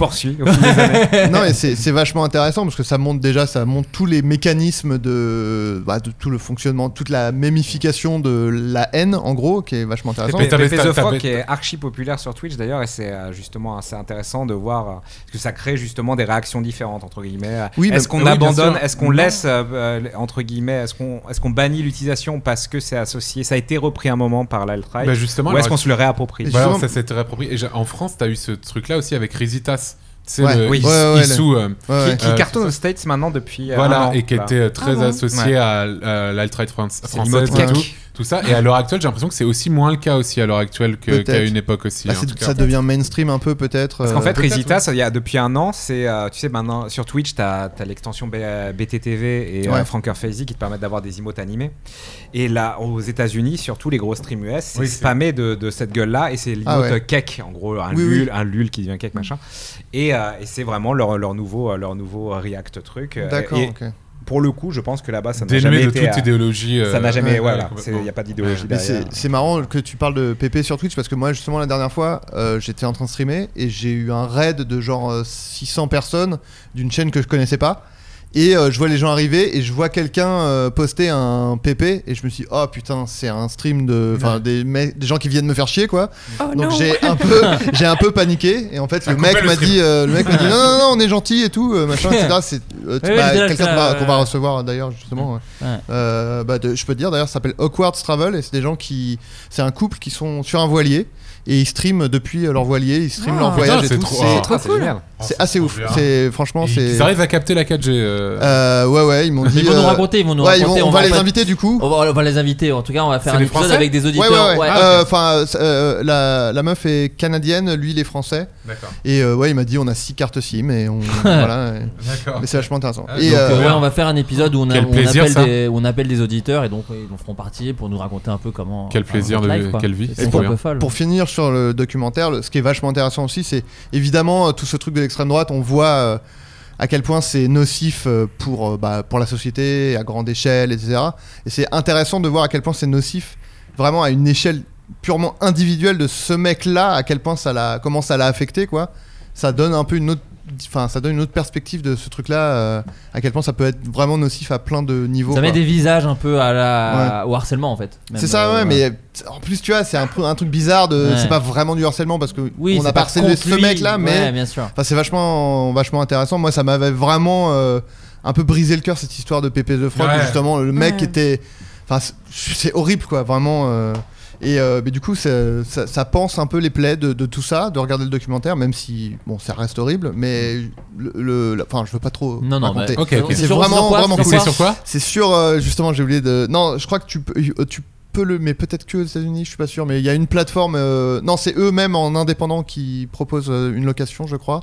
S7: non, et c'est c'est vachement intéressant parce que ça montre déjà, ça montre tous les mécanismes de, bah, de tout le fonctionnement, toute la mémification de la haine, en gros, qui est vachement intéressant.
S10: Pepe Pepe the Frog qui est archi populaire sur Twitch d'ailleurs et c'est euh, justement assez intéressant de voir euh, parce que ça crée justement des réactions différentes entre guillemets.
S7: Oui,
S10: est-ce
S7: mais-
S10: qu'on
S7: oui, bien
S10: abandonne,
S7: sûr.
S10: est-ce qu'on
S7: Non.
S10: laisse euh, euh, entre guillemets, est-ce qu'on est-ce qu'on bannit l'utilisation parce que c'est associé, ça a été repris un moment par l'alt-right
S8: Bah, justement,
S10: ou est-ce
S8: alors,
S10: qu'on se le réapproprie
S8: Voilà, ça s'est réapproprié. Et j'ai- En France, t'as eu ce truc-là aussi avec Risitas. C'est
S10: Ouais.
S8: le
S10: Oui.
S8: Is-
S10: Ouais, ouais,
S8: Issou,
S10: le-
S8: euh,
S10: Ouais, ouais. Qui- qui
S8: euh,
S10: cartonne aux States maintenant depuis, euh, un
S8: Voilà,
S10: an,
S8: et qui
S10: là.
S8: était euh,
S10: Ah
S8: très
S10: bon
S8: associé
S10: Ouais.
S8: à l- à l'alt-right fran-
S10: C'est du mode
S8: française. et
S10: cac.
S8: tout, Tout ça. Et à l'heure actuelle, j'ai l'impression que c'est aussi moins le cas aussi à l'heure actuelle que-
S7: Peut-être.
S8: qu'à une époque aussi.
S7: Bah,
S8: en
S7: c'est-
S8: tout cas.
S7: ça devient mainstream un peu, peut-être.
S10: Parce qu'en
S7: euh,
S10: fait,
S7: peut-être,
S10: Resita, ça, il y a, depuis un an, c'est, euh, tu sais, maintenant sur Twitch, tu as, l'extension B- euh, BTTV et
S7: Ouais.
S10: euh, Franker Fazy qui te permettent d'avoir des emotes animés. Et là, aux États-Unis, surtout les gros streams US, c'est
S7: Oui, c'est-
S10: spammé de, de cette gueule-là et c'est l'emote
S7: Ah ouais.
S10: euh, cake, en gros, un
S7: Oui, Mm.
S10: lul,
S7: oui.
S10: un lul qui devient cake, machin. Et, euh, et c'est vraiment leur, leur nouveau, euh, leur nouveau euh, React truc. euh,
S7: D'accord,
S10: et
S7: ok.
S10: Pour le coup, je pense que là-bas, ça n'a
S8: Dénué
S10: jamais
S8: de
S10: été.
S8: toute
S10: euh,
S8: idéologie, euh,
S10: Ça n'a jamais.
S8: ouais,
S10: voilà,
S8: ouais,
S10: c'est- il n'y a pas d'idéologie
S7: Mais
S10: derrière.
S7: c'est- C'est marrant que tu parles de Pépé sur Twitch parce que moi justement la dernière fois euh, j'étais en train de streamer et j'ai eu un raid de genre euh, 600 personnes d'une chaîne que je connaissais pas et euh, je vois les gens arriver et je vois quelqu'un euh, poster un PP et je me suis dit, oh putain c'est un stream de enfin des, me- des gens qui viennent me faire chier quoi
S10: Oh
S7: donc
S10: non.
S7: j'ai un peu j'ai un peu paniqué et en fait
S10: Ça
S7: le
S10: coupait
S7: mec
S10: le
S7: m'a
S10: stream.
S7: dit euh, le mec m'a dit non non non on est gentil et tout euh, machin etc c'est euh, bah,
S10: Oui, oui, je dirais que
S7: quelqu'un
S10: ça,
S7: qu'on va-
S10: ouais.
S7: qu'on va recevoir d'ailleurs justement ouais. Euh, bah, de- je peux te dire d'ailleurs, ça s'appelle Awkward Travel et c'est des gens qui, c'est un couple qui sont sur un voilier et ils streament depuis euh, leur voilier, ils streament
S8: Ah.
S7: leur voyage
S8: Putain,
S7: et
S8: c'est
S7: tout.
S8: trop- ah, c'est trop cool. génial.
S7: C'est assez ouf.
S8: bien.
S7: C'est franchement,
S8: Ils-
S7: c'est.
S8: ils arrivent à capter la 4G. euh.
S7: Euh, ouais ouais, ils m'ont
S8: Mais
S7: dit.
S8: ils vont nous
S7: euh,
S1: raconter, ils vont nous
S7: ouais,
S1: raconter,
S7: on,
S1: on
S7: va
S1: va
S7: les
S1: en fait-
S7: inviter du coup.
S1: On va, on va les inviter, en tout cas, on va faire
S7: C'est
S1: un
S7: des
S1: épisode
S7: Français
S1: avec des auditeurs.
S7: Ouais, ouais, ouais.
S1: ouais.
S7: Euh, Enfin, euh, c'est, euh, la, la meuf est canadienne, lui il est français.
S8: D'accord.
S7: Et euh, ouais, il m'a dit on a six cartes SIM et on. voilà. et-
S8: D'accord.
S7: Mais c'est vachement intéressant.
S1: Donc,
S7: Et,
S1: euh,
S7: euh,
S1: ouais, on va faire un épisode où on, a-
S8: Quel
S1: on
S8: plaisir, ça.
S1: appelle des, on appelle des auditeurs et donc euh, ils en feront partie pour nous raconter un peu comment.
S8: Quel
S1: enfin,
S8: plaisir
S1: notre
S8: de-
S1: life, quoi.
S8: quelle vie,
S1: Et
S8: c'est
S1: donc,
S8: trop
S1: un
S8: bien.
S1: peu folle.
S7: Pour finir sur le documentaire, le- ce qui est vachement intéressant aussi, c'est évidemment euh, tout ce truc de l'extrême droite. On voit euh, à quel point c'est nocif euh, pour, euh, bah, pour la société à grande échelle, etc. Et c'est intéressant de voir à quel point c'est nocif vraiment à une échelle purement individuelle de ce mec-là, à quel point ça l'a, comment ça l'a affecté, quoi. Ça donne un peu une autre. Enfin, ça donne une autre perspective de ce truc-là, euh, à quel point ça peut être vraiment nocif à plein de niveaux.
S1: Ça met
S7: quoi.
S1: des visages un peu à la... au harcèlement en fait. Même,
S7: C'est ça,
S1: euh,
S7: ouais, mais en plus, tu vois, c'est un, peu- un truc bizarre de.
S1: Ouais.
S7: C'est pas vraiment du harcèlement parce que
S1: Oui,
S7: on
S1: c'est pas
S7: a pas harcelé
S1: contre
S7: ce
S1: lui.
S7: mec-là, mais.
S1: Ouais, bien sûr.
S7: Enfin, c'est vachement, vachement intéressant. Moi, ça m'avait vraiment euh, un peu brisé le cœur cette histoire de Pépé de Frog.
S8: Ouais.
S7: où Justement, le mec
S8: Ouais.
S7: était. Enfin, c'est- c'est horrible, quoi, vraiment. euh, Et euh, mais du coup, ça, ça- ça pense un peu les plaies de, de tout ça, de regarder le documentaire, même si bon, ça reste horrible, mais le, le- la- enfin, je veux pas trop
S1: Non, non,
S7: raconter.
S1: mais- Ok, ok.
S7: C'est
S1: Sur- sur
S7: vraiment,
S1: quoi,
S7: vraiment
S1: sur
S7: cool.
S1: quoi C'est sur quoi
S7: C'est sûr, euh, justement, j'ai oublié de. Non, je crois que tu peux, euh, tu peux le, mais peut-être que aux États-Unis, je suis pas sûr. Mais il y a une plateforme. euh, Non, c'est eux-mêmes en indépendant qui proposent euh, une location, je crois.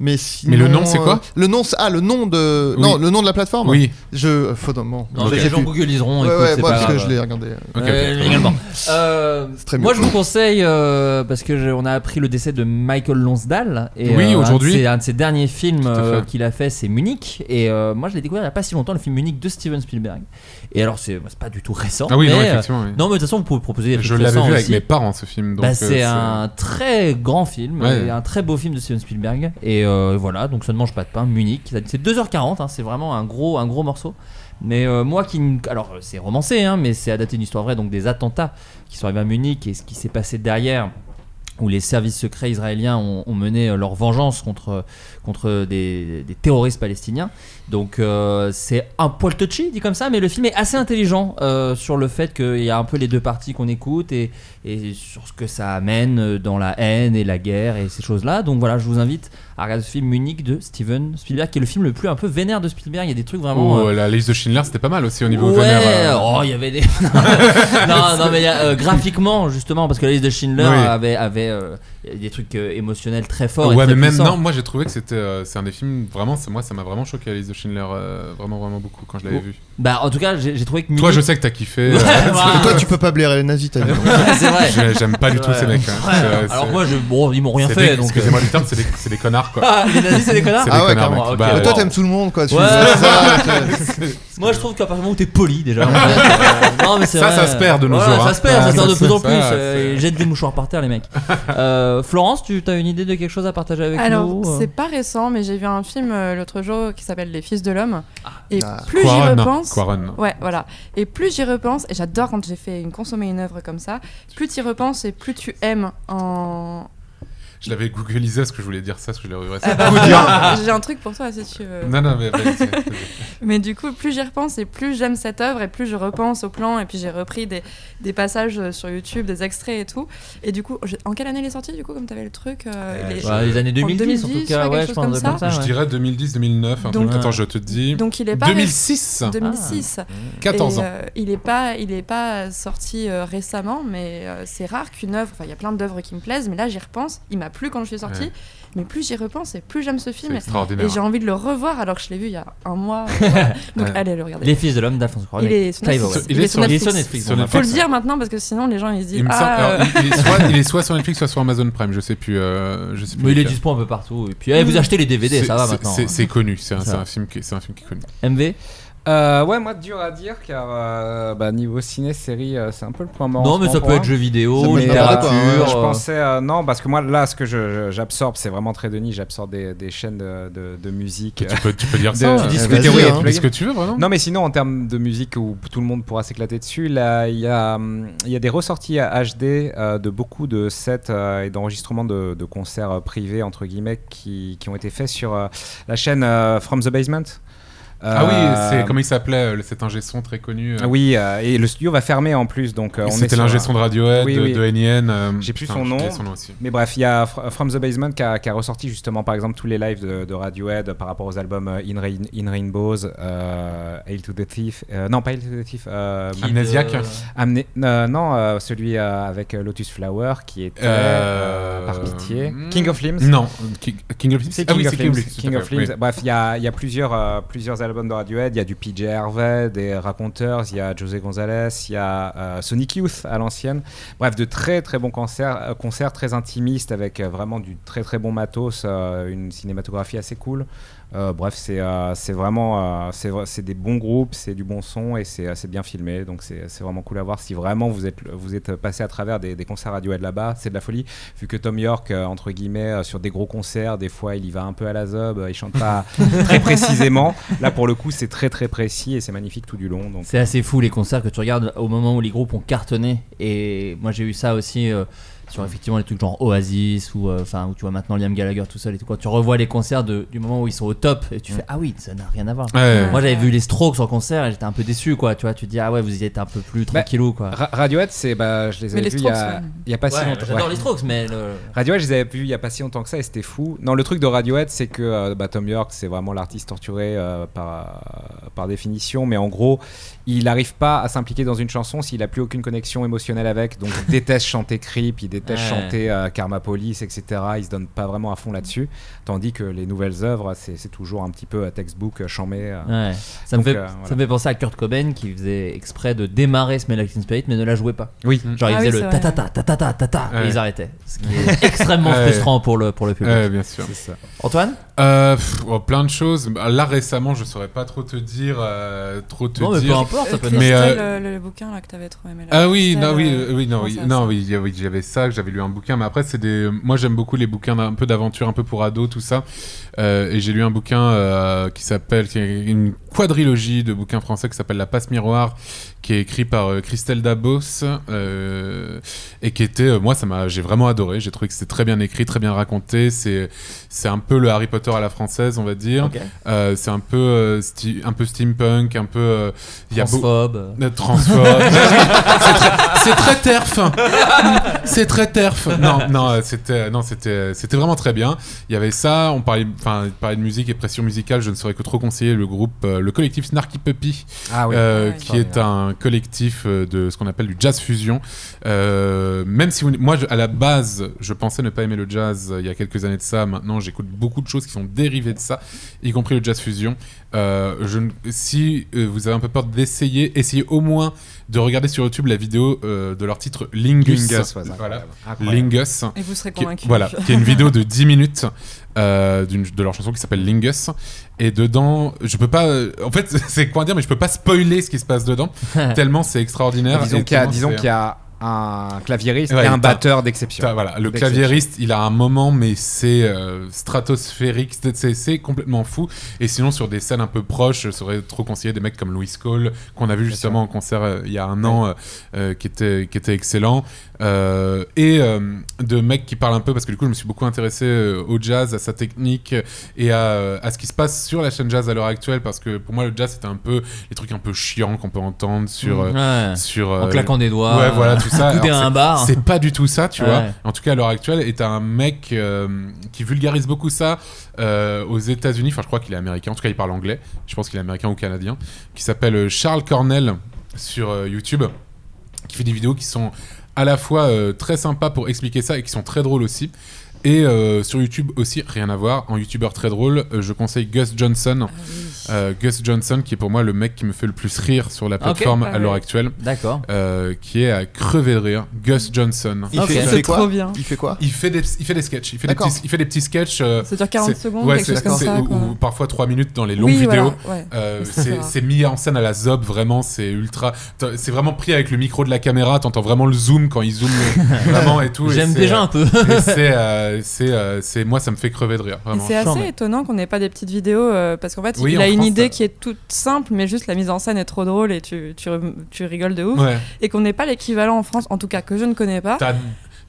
S7: Mais, sinon,
S8: Mais le nom, c'est quoi
S7: euh, Le nom, c'est- ah, le nom de.
S8: Oui.
S7: Non, le nom de la plateforme.
S8: Oui.
S7: Je. euh, Faut non, bon,
S1: Non,
S7: je
S1: les
S7: sais
S1: gens
S7: plus.
S1: googliseront,
S7: Ouais,
S1: écoute,
S7: ouais,
S1: c'est
S7: moi,
S1: pas
S7: parce que
S1: grave.
S7: je l'ai regardé.
S1: Ok, ok. Euh, également. Euh,
S7: C'est très
S1: moi,
S7: mieux.
S1: je vous conseille euh, parce que je- on a appris le décès de Michael Lonsdale. Et,
S8: Oui,
S1: euh, un de
S8: aujourd'hui.
S1: ses- Un de ses derniers films
S8: à fait.
S1: euh, qu'il a fait, c'est Munich. Et euh, moi, je l'ai découvert il n'y a pas si longtemps, le film Munich de Steven Spielberg. Et alors, c'est c'est pas du tout récent.
S8: Ah oui, non,
S1: mais, euh,
S8: effectivement, oui.
S1: Non, mais de toute façon, vous pouvez proposer. des
S8: Je
S1: trucs
S8: l'avais
S1: récents
S8: vu avec
S1: aussi.
S8: mes parents, ce film, donc,
S1: Bah,
S8: euh,
S1: c'est
S8: c'est-
S1: un très grand film,
S8: Ouais.
S1: et un très beau film de Steven Spielberg. Et Et euh, voilà, donc ça ne mange pas de pain. Munich, ça- c'est 2h40, hein, c'est vraiment un gros, un gros morceau. Mais euh, moi qui. ne- Alors euh, c'est romancé, hein, mais c'est adapté d'une histoire vraie, donc des attentats qui sont arrivés à Munich et ce qui s'est passé derrière où les services secrets israéliens ont, ont mené euh, leur vengeance contre, contre des, des terroristes palestiniens. Donc euh, c'est un poil touchy, dit comme ça, mais le film est assez intelligent euh, sur le fait qu'il y a un peu les deux parties qu'on écoute et, et sur ce que ça amène euh, dans la haine et la guerre et ces choses-là. Donc voilà, je vous invite à regarder ce film Munich de Steven Spielberg, qui est le film le plus un peu vénère de Spielberg. Il y a des trucs vraiment...
S8: Ou
S1: euh,
S8: euh, la liste de Schindler, c'était pas mal aussi au niveau
S1: ouais,
S8: vénère, euh.
S1: oh, il y avait des. non, non, mais il y a, euh, graphiquement, justement, parce que la liste de Schindler
S8: Oui.
S1: avait, avait euh, des trucs euh, émotionnels très forts. et
S8: ouais,
S1: très
S8: mais même
S1: puissants.
S8: non, moi j'ai trouvé que c'était euh, c'est un des films vraiment c'est moi ça m'a vraiment choqué Alice de Schindler euh, vraiment vraiment beaucoup quand je l'avais
S1: Oh.
S8: vu.
S1: Bah, en tout cas, j'ai j'ai trouvé que.
S8: Toi,
S1: Munich-
S8: je sais que t'as kiffé.
S1: Ouais,
S8: euh,
S1: voilà.
S7: Toi, tu peux pas blairer les nazis, t'as dit.
S1: c'est vrai.
S8: Je- J'aime pas du tout
S1: Ouais.
S8: ces mecs. hein.
S1: Ouais,
S8: C'est-
S1: alors,
S8: c'est-
S1: moi, je- bon, ils m'ont rien
S8: c'est
S1: fait,
S8: des-
S1: donc,
S8: Excusez-moi
S1: euh.
S8: le terme, c'est des, c'est des connards quoi.
S1: Ah, les nazis, c'est des connards
S8: C'est
S7: Ah ouais,
S8: des connards,
S7: carrément,
S8: mec.
S7: ok. Mais toi,
S8: wow.
S7: t'aimes tout le monde, quoi, tu
S1: Ouais.
S7: fais ça, tu-
S1: Moi, je trouve qu'à partir du moment où t'es poli déjà. Euh, non, mais c'est
S8: Ça,
S1: vrai.
S8: ça se perd de nos
S1: Voilà,
S8: jours, hein.
S1: Ça se perd,
S8: Ah,
S1: ça se perd de
S8: ça,
S1: plus en
S8: ça,
S1: plus.
S8: ça,
S1: euh, Ils jettent des mouchoirs par terre, les mecs. Euh, Florence, tu as une idée de quelque chose à partager avec
S9: Alors,
S1: nous
S7: hein.
S1: euh
S9: c'est pas récent, mais j'ai vu un film euh, l'autre jour qui s'appelle Les Fils de l'Homme. Et
S1: Ah.
S9: plus j'y
S8: Cuaron.
S9: repense.
S8: Cuaron.
S9: Ouais, voilà. Et plus j'y repense, et j'adore quand j'ai fait une consommer une œuvre comme ça, plus t'y repenses et plus tu aimes en.
S8: Je l'avais googlisé parce que je voulais dire ça parce que je l'ai revu
S9: Ah
S8: récemment.
S9: bah, tiens, j'ai un truc pour toi si tu veux.
S8: Non, non, mais bah, vas-y, vas-y.
S9: Mais du coup, plus j'y repense et plus j'aime cette œuvre et plus je repense au plan et puis j'ai repris des, des passages euh, sur YouTube, des extraits et tout. Et du coup, je- en quelle année il est sorti du coup comme t'avais le truc euh, il est-
S1: bah, les années
S9: en
S1: 2010, en tout cas, ouais,
S9: quelque
S1: je
S9: chose
S1: pense,
S9: comme
S1: de-
S9: ça.
S1: comme ça,
S8: Je
S1: ouais.
S8: dirais 2010-2009. un truc.
S1: euh,
S9: Donc-
S8: Attends, je te dis.
S9: Donc il est pas
S8: 2006.
S9: 2006. Et,
S8: 14 ans.
S9: euh, il est pas il est pas sorti euh, récemment mais euh, c'est rare qu'une œuvre enfin il y a plein d'œuvres qui me plaisent mais là j'y repense, il m'a plu quand je suis sorti
S8: Ouais.
S9: mais plus j'y repense et plus j'aime ce film
S1: C'est
S9: Et-
S1: extraordinaire.
S9: et j'ai envie de le revoir alors que je l'ai vu il y a un mois. euh, voilà. Donc
S1: Ouais.
S9: allez le regarder.
S1: Les fils de l'homme d'Alphonse Cuarón.
S9: Il est sur
S1: Clive
S9: Netflix.
S1: Owen.
S9: Il est sur Netflix.
S1: Il est sur Netflix.
S8: Sur
S1: bon,
S9: Faut le
S8: Netflix.
S9: dire maintenant parce que sinon les gens ils se disent
S8: Il, me semble-
S9: ah,
S8: alors,
S9: euh,
S8: il- il est soit, il est soit sur Netflix, soit sur Amazon Prime, je sais plus. euh, je sais plus
S1: Mais il est
S8: lequel.
S1: dispo un peu partout. Et puis, allez, vous achetez les DVD,
S8: C'est-
S1: ça va
S8: Mm. c'est-
S1: maintenant. hein.
S8: c'est- C'est connu, c'est un,
S1: Ça
S8: c'est
S1: va.
S8: un film qui est- c'est un film qui est connu.
S1: MV
S10: Euh, ouais, moi, dur à dire car euh, bah, niveau ciné, série, euh, c'est un peu le point mort.
S1: Non,
S10: en ce
S1: mais ça
S10: moment hein.
S1: peut
S10: pour
S1: être
S10: moi.
S1: jeux vidéo, Ça peut être littérature, n'importe quoi, hein.
S10: Je
S1: euh.
S10: pensais, euh, non, parce que moi, là, ce que je- je- j'absorbe, c'est vraiment très de niche. J'absorbe des, des chaînes de, de- de musique.
S8: Tu peux- tu peux dire
S10: de-
S8: ça,
S10: de
S8: tu dis ce que
S10: vidéos
S8: tu veux,
S10: et
S8: hein.
S10: de
S8: Dis ce
S10: plugins.
S8: que tu veux, vraiment.
S10: Non, mais sinon, en termes de musique où tout le monde pourra s'éclater dessus, là, il y, a, hum, il y a des ressorties à HD euh, de beaucoup de sets euh, et d'enregistrements de, de concerts euh, privés, entre guillemets, qui, qui ont été faits sur euh, la chaîne euh, From the Basement.
S8: Ah oui,
S10: Euh,
S8: c'est comment il s'appelait euh, le- cet ingé son très connu. euh,
S10: oui, euh, et le studio va fermer en plus, donc euh,
S8: Et
S10: on
S8: c'était
S10: est sur
S8: l'ingé
S10: un-
S8: son de Radiohead,
S10: Oui,
S8: de-
S10: oui.
S8: de NN, euh,
S10: J'ai plus
S8: putain,
S10: son
S8: j'ai
S10: nom.
S8: oublié son nom aussi.
S10: Mais bref, il y a Fr- From the Basement qui a, qui a ressorti justement, par exemple, tous les lives de, de Radiohead euh, par rapport aux albums euh, In, Rain- In Rainbows, euh, Hail to the Thief, euh, non pas Hail to the Thief, euh,
S8: Kid, Amnesiac. euh,
S10: Amné- euh, non euh, celui euh, avec euh, Lotus Flower qui était euh,
S8: Euh,
S10: par pitié,
S8: hmm.
S10: King of Limbs.
S8: Non, Ki- King of Limbs.
S10: C'est
S8: Ah oui,
S10: King,
S8: c'est
S10: of
S8: King of
S10: Limbs,
S8: Limbs, tout
S10: King
S8: à
S10: of
S8: fait,
S10: Limbs.
S8: oui.
S10: Bref, il y a, il y a plusieurs, euh, plusieurs albums de Radiohead. Il y a du PJ Harvey, des Raconteurs, il y a José Gonzalez, il y a euh, Sonic Youth à l'ancienne. Bref, de très très bons concerts, euh, concerts très intimistes avec euh, vraiment du très très bon matos, euh, une cinématographie assez cool. Euh, bref, c'est euh, c'est vraiment euh, c'est vrai- c'est des bons groupes, c'est du bon son et c'est euh, c'est bien filmé. Donc c'est c'est vraiment cool à voir. Si vraiment vous êtes vous êtes passé à travers des, des concerts Radiohead là-bas, c'est de la folie. Vu que Tom York euh, entre guillemets euh, sur des gros concerts, des fois il y va un peu à la zob, euh, il chante pas très précisément. Là pour le coup, c'est très très précis et c'est magnifique tout du long. Donc
S1: C'est assez fou les concerts que tu regardes au moment où les groupes ont cartonné. Et moi j'ai eu ça aussi euh, sur effectivement les trucs genre Oasis ou euh, enfin où tu vois maintenant Liam Gallagher tout seul et tout. Quand tu revois les concerts de- du moment où ils sont au top et tu fais ah oui ça n'a rien à voir.
S10: Ouais.
S1: Moi j'avais vu les Strokes en concert et j'étais un peu déçu quoi. Tu vois tu te dis ah ouais vous y êtes un peu plus tranquillou quoi.
S10: Ra- Radiohead, c'est bah, je les
S1: Mais
S10: avais
S1: les
S10: vus il y
S1: Strokes,
S10: a,
S1: ouais.
S10: il y a pas si
S1: Ouais,
S10: longtemps.
S1: j'adore les Strokes, mais le-
S10: Radiohead, je les avais vus il y a pas si longtemps que ça et c'était fou. Non, le truc de Radiohead, c'est que euh, bah, Tom York, c'est vraiment l'artiste torturé euh, par, par définition, mais en gros, il n'arrive pas à s'impliquer dans une chanson s'il a plus aucune connexion émotionnelle avec. Donc, il déteste chanter Creep, il déteste
S1: Ouais.
S10: chanter euh, Karma Police, etc. Il se donne pas vraiment à fond là-dessus. Tandis que les nouvelles œuvres, c'est c'est toujours un petit peu euh, textbook, euh, chambé. euh.
S1: Ouais. Ça, me
S10: Donc,
S1: fait,
S10: euh, voilà.
S1: ça me fait penser à Kurt Cobain qui faisait exprès de démarrer Smell Like Teen Spirit mais ne la jouait pas.
S10: Oui.
S1: Genre il
S10: Ah oui,
S1: faisait
S10: c'est
S1: le
S10: vrai.
S1: ta ta ta ta ta ta ta ta et
S10: Ouais.
S1: ils arrêtaient. Ce qui est extrêmement
S10: Ouais.
S1: frustrant pour le, pour le public.
S10: Ouais, bien sûr. C'est ça.
S1: Antoine
S8: Euh, pff, oh, plein de choses. Bah, Là récemment, je saurais pas trop te dire, euh, trop te
S1: Non, mais peu
S8: dire.
S9: Ah,
S1: importe, ça peut
S8: Mais, euh,
S9: le, le bouquin là que t'avais trop aimé. là.
S8: ah oui,
S9: Christelle,
S8: non, oui,
S9: euh,
S8: euh, oui, non,
S9: comment
S8: oui,
S9: ça,
S8: non, oui, oui, j'avais ça, j'avais lu un bouquin, mais après c'est des, moi j'aime beaucoup les bouquins d'un- un peu d'aventure, un peu pour ados, tout ça, Euh, et j'ai lu un bouquin euh, qui s'appelle, qui est une quadrilogie de bouquins français qui s'appelle La Passe Miroir, qui est écrit par euh, Christelle Dabos, euh, et qui était, euh, moi ça m'a, j'ai vraiment adoré, j'ai trouvé que c'était très bien écrit, très bien raconté, c'est, c'est un peu le Harry Potter à la française, on va dire,
S1: Ok.
S8: Euh, c'est un peu, euh, sti- un peu steampunk, un peu, euh, il y a beau-
S1: Transphobe.
S8: Euh, transphobe. C'est très- c'est très terf. C'est très terf. Non, non, euh, c'était, non, c'était, euh, c'était vraiment très bien. Il y avait ça. On parlait, enfin, il parlait de musique et pression musicale. Je ne saurais que trop conseiller le groupe, euh, le collectif Snarky Puppy,
S10: Ah oui.
S8: euh,
S10: Ah oui.
S8: qui est un collectif euh, de ce qu'on appelle du jazz fusion. Euh, même si vous- moi, je- à la base, je pensais ne pas aimer le jazz euh, il y a quelques années de ça. Maintenant, j'écoute beaucoup de choses qui sont dérivées de ça, y compris le jazz fusion. Euh, je ne- si euh, vous avez un peu peur d'essayer, essayez au moins de regarder sur YouTube la vidéo euh, de leur titre Lingus.
S10: Lingus, ouais, incroyable.
S8: Voilà.
S10: Incroyable.
S8: Lingus.
S9: Et vous serez
S8: Qui-
S9: convaincu.
S8: Voilà, qui est une vidéo de 10 minutes euh, d'une- de leur chanson qui s'appelle Lingus. Et dedans, je peux pas. En fait, c'est quoi dire, mais je peux pas spoiler ce qui se passe dedans, tellement c'est extraordinaire.
S10: Disons
S8: et
S10: qu'il y a,
S8: tellement
S10: disons
S8: c'est-
S10: qu'il y a un claviériste
S8: Ouais,
S10: et un
S8: t'as-
S10: batteur d'exception.
S8: t'as- Voilà, le
S10: D'exception.
S8: claviériste, il a un moment, mais c'est euh, stratosphérique, c'est- c'est- c'est complètement fou. Et sinon, sur des scènes un peu proches, je serais trop conseillé des mecs comme Louis Cole, qu'on a vu justement en concert euh, il y a un an, euh, euh, qui, était, qui était excellent. Euh, et euh, de mecs qui parlent un peu, parce que du coup, je me suis beaucoup intéressé euh, au jazz, à sa technique et à, à ce qui se passe sur la chaîne jazz à l'heure actuelle, parce que pour moi, le jazz, c'était un peu les trucs un peu chiants qu'on peut entendre sur.
S1: Mmh.
S8: euh,
S1: Ouais.
S8: sur
S1: En
S8: euh,
S1: claquant des doigts,
S8: Ouais, voilà, tout ça.
S1: coudé
S8: Alors,
S1: à un
S8: c'est-
S1: bar.
S8: C'est pas du tout ça, tu
S1: Ouais.
S8: vois. En tout cas, à l'heure actuelle, est un mec euh, qui vulgarise beaucoup ça euh, aux États-Unis. Enfin, je crois qu'il est américain. En tout cas, il parle anglais. Je pense qu'il est américain ou canadien. Qui s'appelle euh, Charles Cornell sur euh, YouTube. Qui fait des vidéos qui sont à la fois euh, très sympas pour expliquer ça et qui sont très drôles aussi. Et euh, sur YouTube aussi, rien à voir. En youtubeur très drôle, euh, je conseille Gus
S1: Ah
S8: Johnson. Euh, Gus Johnson, qui est pour moi le mec qui me fait le plus rire sur la
S1: Ok.
S8: plateforme
S1: Ah
S8: à l'heure
S1: ouais.
S8: actuelle.
S1: D'accord.
S8: Euh, qui est à crever de rire. Gus Johnson.
S7: Il fait- il fait quoi Trop bien.
S8: Il fait quoi il fait, des, il fait des sketchs. Il fait, des
S7: D'accord.
S8: petits, il fait des petits sketchs. euh,
S9: Ça dure 40
S8: c'est-
S9: secondes,
S8: ouais,
S9: quelque
S8: c'est-
S9: chose comme
S8: c'est-
S9: ça,
S8: Ou,
S9: quoi.
S8: ou parfois 3 minutes dans les longues
S9: Oui, voilà,
S8: vidéos.
S9: ouais.
S8: Euh,
S9: Et ça, ça
S8: c'est
S9: va.
S8: c'est mis en scène à la zob, vraiment. C'est ultra. t'as- C'est vraiment pris avec le micro de la caméra. T'entends vraiment le zoom quand il zoome vraiment et tout. et
S1: J'aime
S8: c'est,
S1: déjà
S8: euh,
S1: un peu.
S8: et c'est, euh, c'est, euh, c'est- moi, ça me fait crever de rire.
S9: Et
S8: vraiment.
S9: C'est assez étonnant qu'on n'ait pas des petites vidéos euh, parce qu'en fait,
S8: Oui,
S9: il
S8: en
S9: a une
S8: France,
S9: idée
S8: euh,
S9: qui est toute simple, mais juste la mise en scène est trop drôle et tu, tu, tu rigoles de ouf.
S8: Ouais.
S9: Et qu'on n'ait pas l'équivalent en France, en tout cas que je ne connais pas.
S8: T'as-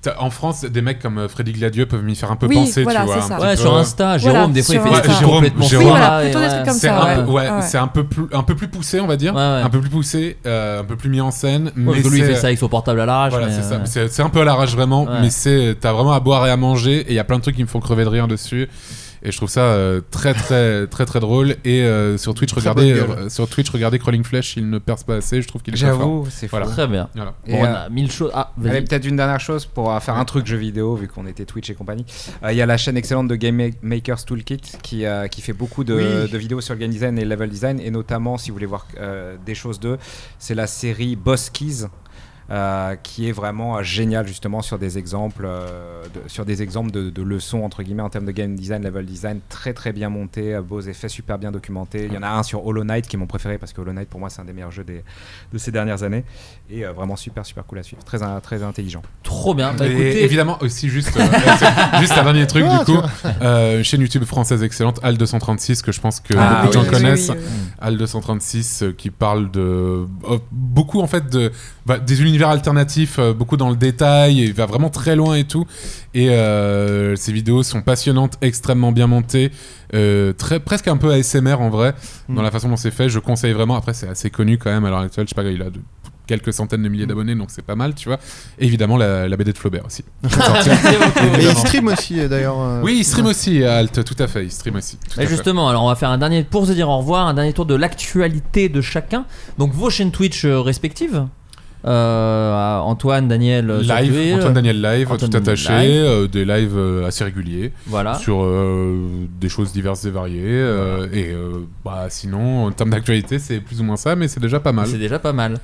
S8: t'as- en France, des mecs comme euh, Freddy Gladieux peuvent m'y faire un peu
S9: Oui,
S8: penser,
S9: voilà,
S8: tu vois.
S9: c'est
S8: un
S9: ça.
S8: petit
S1: Ouais,
S8: peu. euh,
S1: sur Insta, Jérôme, des fois, il fait
S8: Ouais,
S1: des trucs
S8: Jérôme-
S1: complètement
S8: Jérôme,
S1: fous.
S9: Oui, voilà, plutôt des trucs comme
S8: C'est
S9: ça,
S8: un peu-
S9: ouais.
S8: ouais,
S9: Ouais.
S8: c'est un peu plus, un peu plus poussé, on va dire, un peu plus poussé, euh, un peu plus mis en scène.
S1: parce que lui, il
S8: c'est-
S1: fait ça avec son portable à l'arrache,
S8: Voilà,
S1: mais,
S8: c'est ça.
S1: euh,
S8: C'est- C'est un peu à l'arrache vraiment,
S1: Ouais.
S8: mais c'est t'as vraiment à boire et à manger, et il y a plein de trucs qui me font crever de rire dessus. Et je trouve ça euh, très très très très drôle. Et euh, sur Twitch,
S7: Très
S8: regardez
S7: bonne gueule.
S8: euh, sur Twitch, regardez Crawling Flesh, il ne perce pas assez. Je trouve qu'il est très
S10: J'avoue,
S8: fort.
S10: c'est
S8: Voilà.
S10: fou.
S1: Très bien.
S8: Voilà.
S10: Et,
S1: Bon, on
S10: euh,
S1: a mille choses. Ah, vas-y.
S10: allez, peut-être une dernière chose pour euh, faire un truc jeu vidéo, vu qu'on était Twitch et compagnie. Euh, Il y a la chaîne excellente de Game Ma- Makers Toolkit qui, euh, qui fait beaucoup de,
S7: Oui.
S10: de vidéos sur le game design et level design. Et notamment, si vous voulez voir euh, des choses d'eux, c'est la série Boss Keys. euh, qui est vraiment euh, géniale justement sur des exemples euh, de- sur des exemples de, de leçons entre guillemets en termes de game design level design très très bien monté euh, beaux effets super bien documentés il y en a un sur Hollow Knight qui est mon préféré parce que Hollow Knight pour moi c'est un des meilleurs jeux des- de ces dernières années et euh, vraiment super super cool à suivre très un- très intelligent
S1: Trop bien. Bah,
S8: Et
S1: écoutez-
S8: évidemment aussi juste euh, juste un dernier truc
S1: Ah,
S8: du coup
S1: tu
S8: euh, chaîne YouTube française excellente Al 236 que je pense que
S10: Ah,
S8: beaucoup de gens
S10: oui, oui,
S8: connaissent
S10: oui,
S9: euh,
S10: oui.
S8: Al 236 euh, qui parle de euh, beaucoup en fait de bah, des univers alternatifs euh, beaucoup dans le détail et il va vraiment très loin et tout et euh, ses vidéos sont passionnantes extrêmement bien montées euh, très presque un peu ASMR en vrai dans la façon dont c'est fait je conseille vraiment après c'est assez connu quand même à l'heure actuelle je sais pas il a de- quelques centaines de milliers d'abonnés donc c'est pas mal tu vois et évidemment la, la BD de Flaubert aussi
S7: Mais il stream aussi euh, d'ailleurs. euh,
S8: oui, il stream aussi, Alt, tout à fait, il stream aussi. tout
S1: Bah,
S8: à fait.
S1: justement, alors on va faire un dernier pour se dire au revoir, un dernier tour de l'actualité de chacun. Donc vos chaînes Twitch euh, respectives. Euh, Antoine, Daniel, euh, sur Twitch.
S8: Live, Antoine Daniel Live,
S1: Antoine
S8: tout attaché,
S1: Daniel Live. Ah.
S8: euh, des lives euh, assez réguliers.
S1: Voilà.
S8: Sur euh, des choses diverses et variées. euh, et euh, bah, sinon, en termes d'actualité, c'est plus ou moins ça, mais c'est déjà pas mal.
S1: C'est déjà pas mal.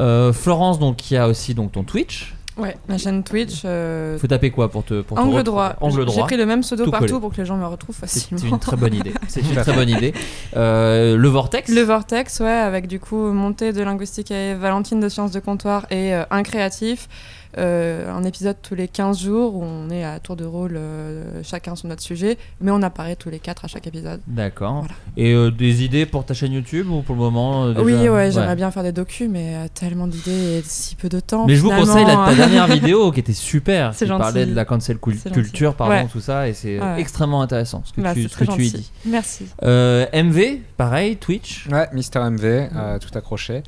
S1: Euh, Florence, donc qui a aussi donc ton Twitch.
S9: Ouais, ma chaîne Twitch. euh,
S1: Faut taper quoi pour te pour te
S9: Angle
S1: retrouver
S9: droit.
S1: Angle
S9: J'ai
S1: droit.
S9: pris le même pseudo
S1: Tout
S9: partout
S1: collé.
S9: pour que les gens me retrouvent facilement.
S1: C'est une très bonne idée. C'est une très bonne idée. Euh, le vortex.
S9: Le Vortex, ouais, avec du coup Montée de linguistique et Valentine de sciences de comptoir et euh, un créatif. Euh, un épisode tous les 15 jours où on est à tour de rôle, euh, chacun sur notre sujet, mais on apparaît tous les quatre à chaque épisode.
S1: D'accord. Et euh, des idées pour ta chaîne YouTube ou pour le moment euh, déjà
S9: oui, ouais, j'aimerais bien faire des docus, mais euh, tellement d'idées et si peu de temps.
S1: Mais je vous
S9: finalement,
S1: conseille la, ta
S9: hein.
S1: dernière vidéo qui était super.
S9: C'est
S1: qui
S9: gentil.
S1: parlait de la cancel cul-
S9: C'est gentil.
S1: culture, pardon,
S9: Ouais.
S1: tout ça, et c'est
S9: Ouais.
S1: extrêmement intéressant ce que
S9: Bah,
S1: tu,
S9: c'est
S1: ce
S9: très
S1: que tu y
S9: gentil.
S1: dis.
S9: Merci.
S1: Euh, MV, pareil, Twitch.
S10: Ouais, Mister MV, euh, tout accroché.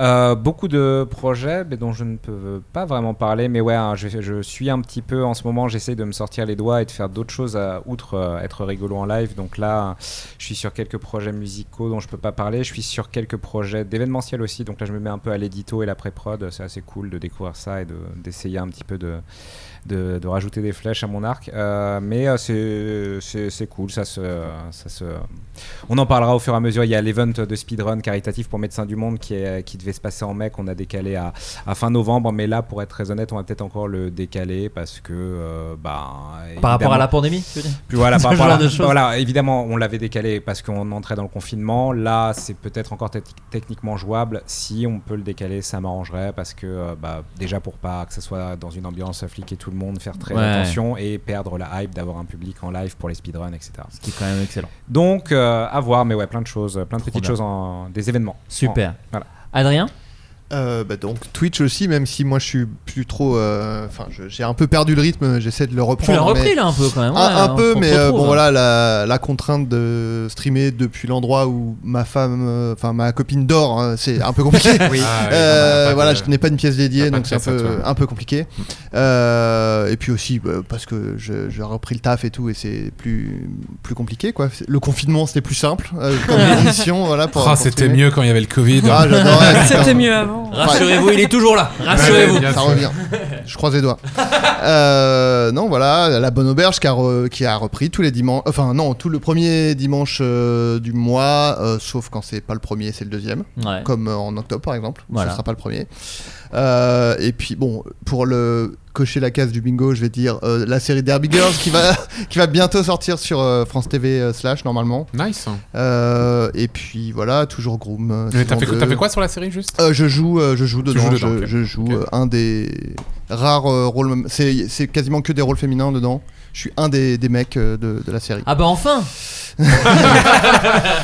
S10: Euh, beaucoup de projets mais dont je ne peux pas vraiment parler, mais ouais, hein, je, je suis un petit peu en ce moment, j'essaye de me sortir les doigts et de faire d'autres choses à, outre euh, être rigolo en live. Donc là, je suis sur quelques projets musicaux dont je peux pas parler. Je suis sur quelques projets d'événementiel aussi. Donc là, je me mets un peu à l'édito et la pré-prod. C'est assez cool de découvrir ça et de- d'essayer un petit peu de, de, de rajouter des flèches à mon arc. Euh, mais euh, c'est- c'est c'est cool, ça se, ça se. On en parlera au fur et à mesure. Il y a l'event de speedrun caritatif pour Médecins du Monde qui, est, qui devait se passer en mai, qu'on a décalé à, à fin novembre. Mais là, pour être très honnête, on va peut-être encore le décaler parce que. euh, bah, évidemment-
S1: rapport à la pandémie, tu veux dire
S10: Puis voilà,
S1: Ce
S10: par rapport à
S1: genre
S10: la-
S1: de choses.
S10: voilà, évidemment, on l'avait décalé parce qu'on entrait dans le confinement. Là, c'est peut-être encore te- techniquement jouable. Si on peut le décaler, ça m'arrangerait parce que, euh, bah, déjà pour pas que ce soit dans une ambiance flic et tout le monde, faire très
S1: Ouais.
S10: attention et perdre la hype d'avoir un public en live pour les speedruns, etc. Ce
S1: qui est quand même excellent.
S10: Donc, euh, à voir, mais ouais, plein de choses, plein de petites
S1: bien.
S10: choses, en, des événements.
S1: Super.
S10: En- voilà.
S1: Adrien
S7: Euh, bah donc Twitch aussi, même si moi je suis plus trop. euh, Enfin, je- j'ai un peu perdu le rythme, j'essaie de le reprendre.
S1: l'as repris,
S7: mais-
S1: là, un peu, quand même,
S7: Un,
S1: ouais,
S7: un
S1: on
S7: peu,
S1: se
S7: mais euh,
S1: retrouve. hein.
S7: bon voilà, la, la contrainte de streamer depuis l'endroit où ma femme, euh, enfin ma copine dort, hein, c'est un peu compliqué.
S8: bah,
S10: Oui. Ah oui,
S7: Euh,
S10: on a pas
S7: voilà,
S10: de-
S1: bah.
S7: je n'ai pas une pièce dédiée,
S10: pas
S7: donc
S10: de
S7: c'est un
S10: pièce à
S7: peu,
S10: toi.
S7: un peu compliqué. Euh, et puis aussi bah, parce que je- j'ai repris le taf et tout, et c'est plus, plus compliqué quoi. Le confinement c'était plus simple euh, comme émission, voilà. Pour,
S8: Oh,
S7: pour
S8: c'était
S7: streamer.
S8: mieux quand il y avait le Covid.
S7: Ah, j'adorais, putain.
S9: C'était mieux avant.
S1: Rassurez-vous, il est toujours là.
S8: Rassurez-vous.
S7: Ça revient. Je croise les doigts. Euh, non, voilà, la bonne auberge qui a, re- qui a repris tous les dimanches. Enfin, non, tout le premier dimanche euh, du mois, euh, sauf quand c'est pas le premier, c'est le deuxième.
S1: Ouais.
S7: Comme euh, en octobre, par exemple. où
S1: Voilà.
S7: Ce sera pas le premier. Euh, et puis, bon, pour le cocher la case du bingo, je vais dire euh, la série Derby Girls qui va, qui va bientôt sortir sur euh, France TV euh, slash normalement.
S8: Nice.
S7: Euh, et puis voilà, toujours Groom. euh,
S8: Mais t'as
S7: saison
S8: fait, quoi- t'as
S7: deux.
S8: fait quoi sur la série juste
S7: Euh, je joue, euh, je joue
S8: Tu
S7: dedans.
S8: joues dedans,
S7: je,
S8: ok.
S7: je joue euh, un des rares euh, rôles. C'est, c'est quasiment que des rôles féminins dedans. Je suis un des, des mecs euh, de, de la série.
S1: Ah bah enfin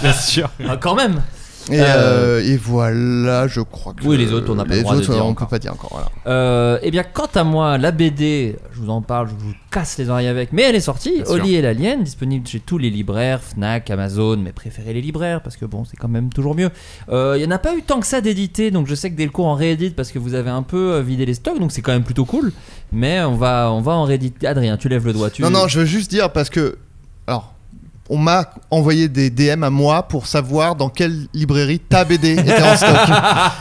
S10: Bien sûr.
S1: Ah, quand même
S7: Et,
S1: Euh,
S7: euh, et voilà, je crois que.
S1: Oui, les autres, on n'a pas le
S7: les
S1: droit de
S7: autres,
S1: dire
S7: on
S1: encore.
S7: peut pas dire encore. Voilà.
S1: Euh, eh bien, quant à moi, la BD, je vous en parle, je vous casse les oreilles avec, mais elle est sortie,
S8: Bien sûr.
S1: Oli et l'Alien, disponible chez tous les libraires, Fnac, Amazon, mais préférez les libraires parce que bon, c'est quand même toujours mieux. Euh, Il y en a pas eu tant que ça d'édité, donc je sais que Delcourt en réédite parce que vous avez un peu euh, vidé les stocks, donc c'est quand même plutôt cool. Mais on va, on va en rééditer. Adrien, tu lèves le doigt, tu.
S7: Non, non, je veux juste dire parce que. Alors. On m'a envoyé des DM à moi pour savoir dans quelle librairie ta BD était en stock.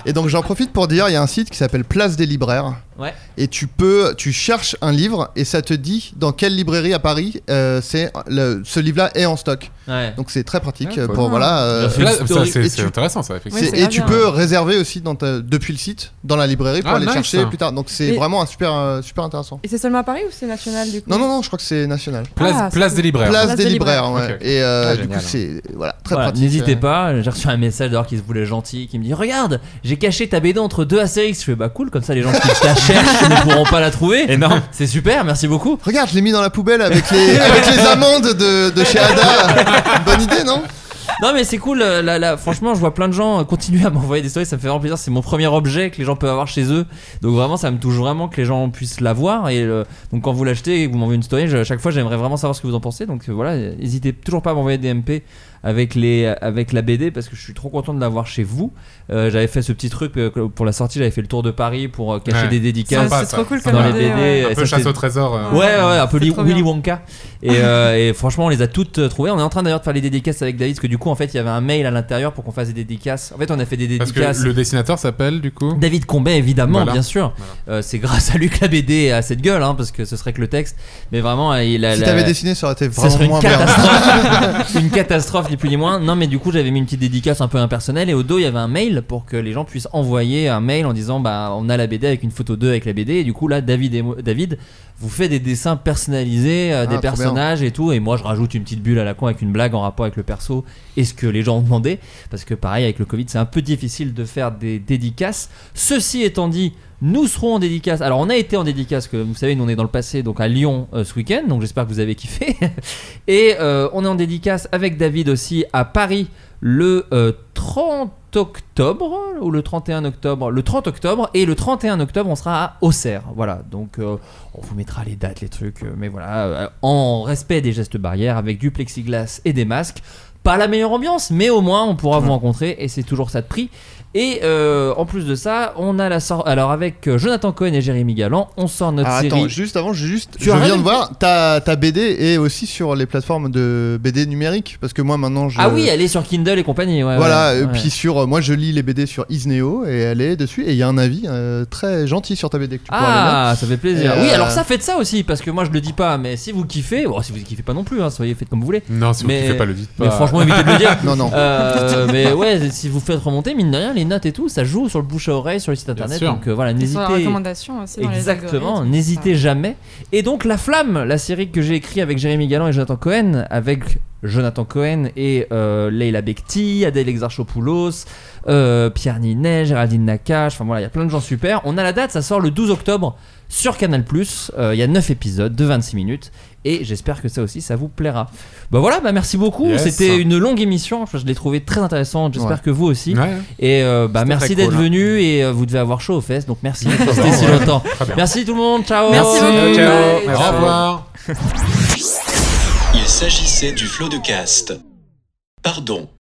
S7: Et donc j'en profite pour dire, il y a un site qui s'appelle Place des libraires.
S1: Ouais.
S7: Et tu peux, tu cherches un livre et ça te dit dans quelle librairie à Paris euh, c'est le- ce livre-là est en stock.
S1: Ouais.
S7: Donc c'est très pratique
S8: Ouais,
S7: euh,
S8: cool.
S7: pour voilà. euh,
S8: Là, ça,
S7: historique.
S8: c'est-
S7: Et
S8: c'est
S7: tu-
S8: intéressant, ça, effectivement.
S7: c'est-
S8: Oui, c'est
S7: et
S8: pas
S7: tu
S8: bien.
S7: peux réserver aussi dans ta- depuis le site dans la librairie pour
S8: Ah,
S7: aller
S8: nice.
S7: chercher plus tard. Donc c'est
S9: Et-
S7: vraiment un super euh, super intéressant.
S9: Et c'est seulement à Paris ou c'est national du coup
S7: Non non non, je crois que c'est national.
S8: Place- Ah, place c'est- des libraires.
S7: Place,
S9: Place
S7: des
S9: des
S7: libraires. ouais.
S8: libraires. Ok.
S7: Et euh,
S8: Ah,
S7: du coup
S8: génial.
S7: c'est voilà très
S1: Voilà,
S7: pratique.
S1: hein. N'hésitez
S7: euh.
S1: pas, j'ai reçu un message d'ailleurs qui se voulait gentil, qui me dit Regarde, j'ai caché ta BD entre deux Astérix. Je fais Bah cool, comme ça les gens qui la cherchent ne pourront pas la trouver.
S10: Énorme.
S1: C'est super, merci beaucoup.
S7: Regarde, je l'ai mis dans la poubelle avec les avec les amandes de, de chez Ada. Bonne idée non
S1: Non mais c'est cool, euh, là, là, franchement je vois plein de gens euh, continuer à m'envoyer des stories, ça me fait vraiment plaisir, c'est mon premier objet que les gens peuvent avoir chez eux, donc vraiment ça me touche vraiment que les gens puissent l'avoir, et euh, donc quand vous l'achetez et que vous m'envoyez une story, je- à chaque fois j'aimerais vraiment savoir ce que vous en pensez, donc euh, voilà, euh, n'hésitez toujours pas à m'envoyer des MP avec, les, avec la BD, parce que je suis trop content de l'avoir chez vous, Euh, j'avais fait ce petit truc euh, que- pour la sortie, j'avais fait le tour de Paris pour euh, cacher
S8: Ouais.
S1: des dédicaces
S8: Sympa, C'est trop ça. cool comme
S1: dans les
S8: idée,
S1: BD,
S8: ouais. Un
S1: et
S8: peu
S1: ça,
S8: chasse
S1: c'était-
S8: au trésor, euh.
S1: Ouais, ouais, un peu
S8: C'est
S1: Li-
S8: trop bien.
S1: Willy Wonka. Et, euh, et franchement, on les a toutes euh, trouvées. On est en train d'ailleurs de faire les dédicaces avec David, parce que du coup, coup, en fait, il y avait un mail à l'intérieur pour qu'on fasse des dédicaces. En fait, on a fait des
S8: Parce
S1: dédicaces.
S8: que le dessinateur s'appelle du coup
S1: David Combet, évidemment,
S8: Voilà.
S1: bien sûr. Euh, c'est grâce à lui que la BD a cette gueule, hein, parce que ce serait que le texte. Mais vraiment, euh, il a.
S7: Si
S1: la-
S7: t'avais dessiné, ça aurait été vraiment
S1: serait une
S7: moins bien.
S1: catastrophe. une catastrophe, ni plus ni moins. Non, mais du coup, j'avais mis une petite dédicace un peu impersonnelle, et au dos, il y avait un mail pour que les gens puissent envoyer un mail en disant Bah, on a la BD avec une photo d'eux avec la BD, et du coup, là, David, et moi- David vous fait des dessins personnalisés, euh,
S7: Ah,
S1: des
S7: trop bien.
S1: personnages et tout, et moi, je rajoute une petite bulle à la con avec une blague en rapport avec le perso et ce que les gens ont demandé, parce que pareil, avec le Covid, c'est un peu difficile de faire des dédicaces. Ceci étant dit, nous serons en dédicace. Alors, on a été en dédicace, que vous savez, nous on est dans le passé, donc à Lyon euh, ce week-end. Donc, j'espère que vous avez kiffé. Et euh, on est en dédicace avec David aussi à Paris le euh, 30 octobre ou le 31 octobre. Le 30 octobre et le 31 octobre, on sera à Auxerre. Voilà, donc euh, on vous mettra les dates, les trucs. euh, mais voilà, euh, en respect des gestes barrières, avec du plexiglas et des masques. Pas la meilleure ambiance, mais au moins on pourra vous rencontrer et c'est toujours ça de prix. Et euh, en plus de ça, on a la sor- Alors avec euh, Jonathan Cohen et Jérémy Galland, on sort notre
S7: Ah,
S1: série.
S7: attends, juste avant, juste,
S1: Tu
S7: je
S1: as
S7: viens
S1: raison.
S7: de voir, ta, ta BD est aussi sur les plateformes de BD numériques, parce que moi maintenant je...
S1: Ah oui, elle est sur Kindle et compagnie. ouais,
S7: voilà,
S1: ouais,
S7: et
S1: ouais.
S7: puis sur, euh, moi je lis les BD sur Isneo et elle est dessus et il y a un avis euh, très gentil sur ta BD que tu pourras aller
S1: Ah,
S7: lire.
S1: ça fait plaisir.
S7: Et,
S1: Oui,
S7: euh,
S1: alors ça, faites ça aussi, parce que moi je le dis pas, mais si vous kiffez, bon, si vous kiffez pas non plus, hein, soyez faites comme vous voulez.
S8: Non, si vous
S1: mais,
S8: kiffez pas, le Bah, dites pas.
S7: Bah.
S1: Mais franchement, évitez de le dire.
S7: Non, non.
S1: Euh, mais ouais, si vous faites remonter, mine de rien, les notes et tout, ça joue sur le bouche à oreille, sur le site internet.
S8: sûr.
S1: Donc euh, voilà,
S9: Et sur
S1: n'hésitez.
S9: la recommandation aussi dans les
S1: Exactement,
S9: algorithmes,
S1: n'hésitez jamais. Et donc La Flamme, la série que j'ai écrite avec Jérémy Galland et Jonathan Cohen, avec Jonathan Cohen et euh, Leila Bekti, Adèle Exarchopoulos, euh, Pierre Ninet, Géraldine Nakache, enfin voilà, il y a plein de gens super. On a la date, ça sort le 12 octobre sur Canal+, Euh, il y a 9 épisodes de 26 minutes. Et j'espère que ça aussi, ça vous plaira. Bah voilà, bah merci beaucoup.
S8: Yes.
S1: C'était une longue émission. Je je l'ai trouvée très intéressante. J'espère
S8: Ouais.
S1: que vous aussi.
S8: Ouais.
S1: Et euh, bah
S8: C'était
S1: merci
S8: très
S1: d'être
S8: cool, hein.
S1: venu. Et euh, vous devez avoir chaud aux fesses. Donc merci d'être
S8: Très
S1: resté
S8: bien,
S1: si
S8: ouais.
S1: longtemps.
S8: Très bien.
S1: Merci tout le monde. Ciao.
S9: Merci beaucoup.
S1: Bye.
S9: Ciao.
S8: Au revoir.
S2: Il s'agissait du flot de cast. Pardon.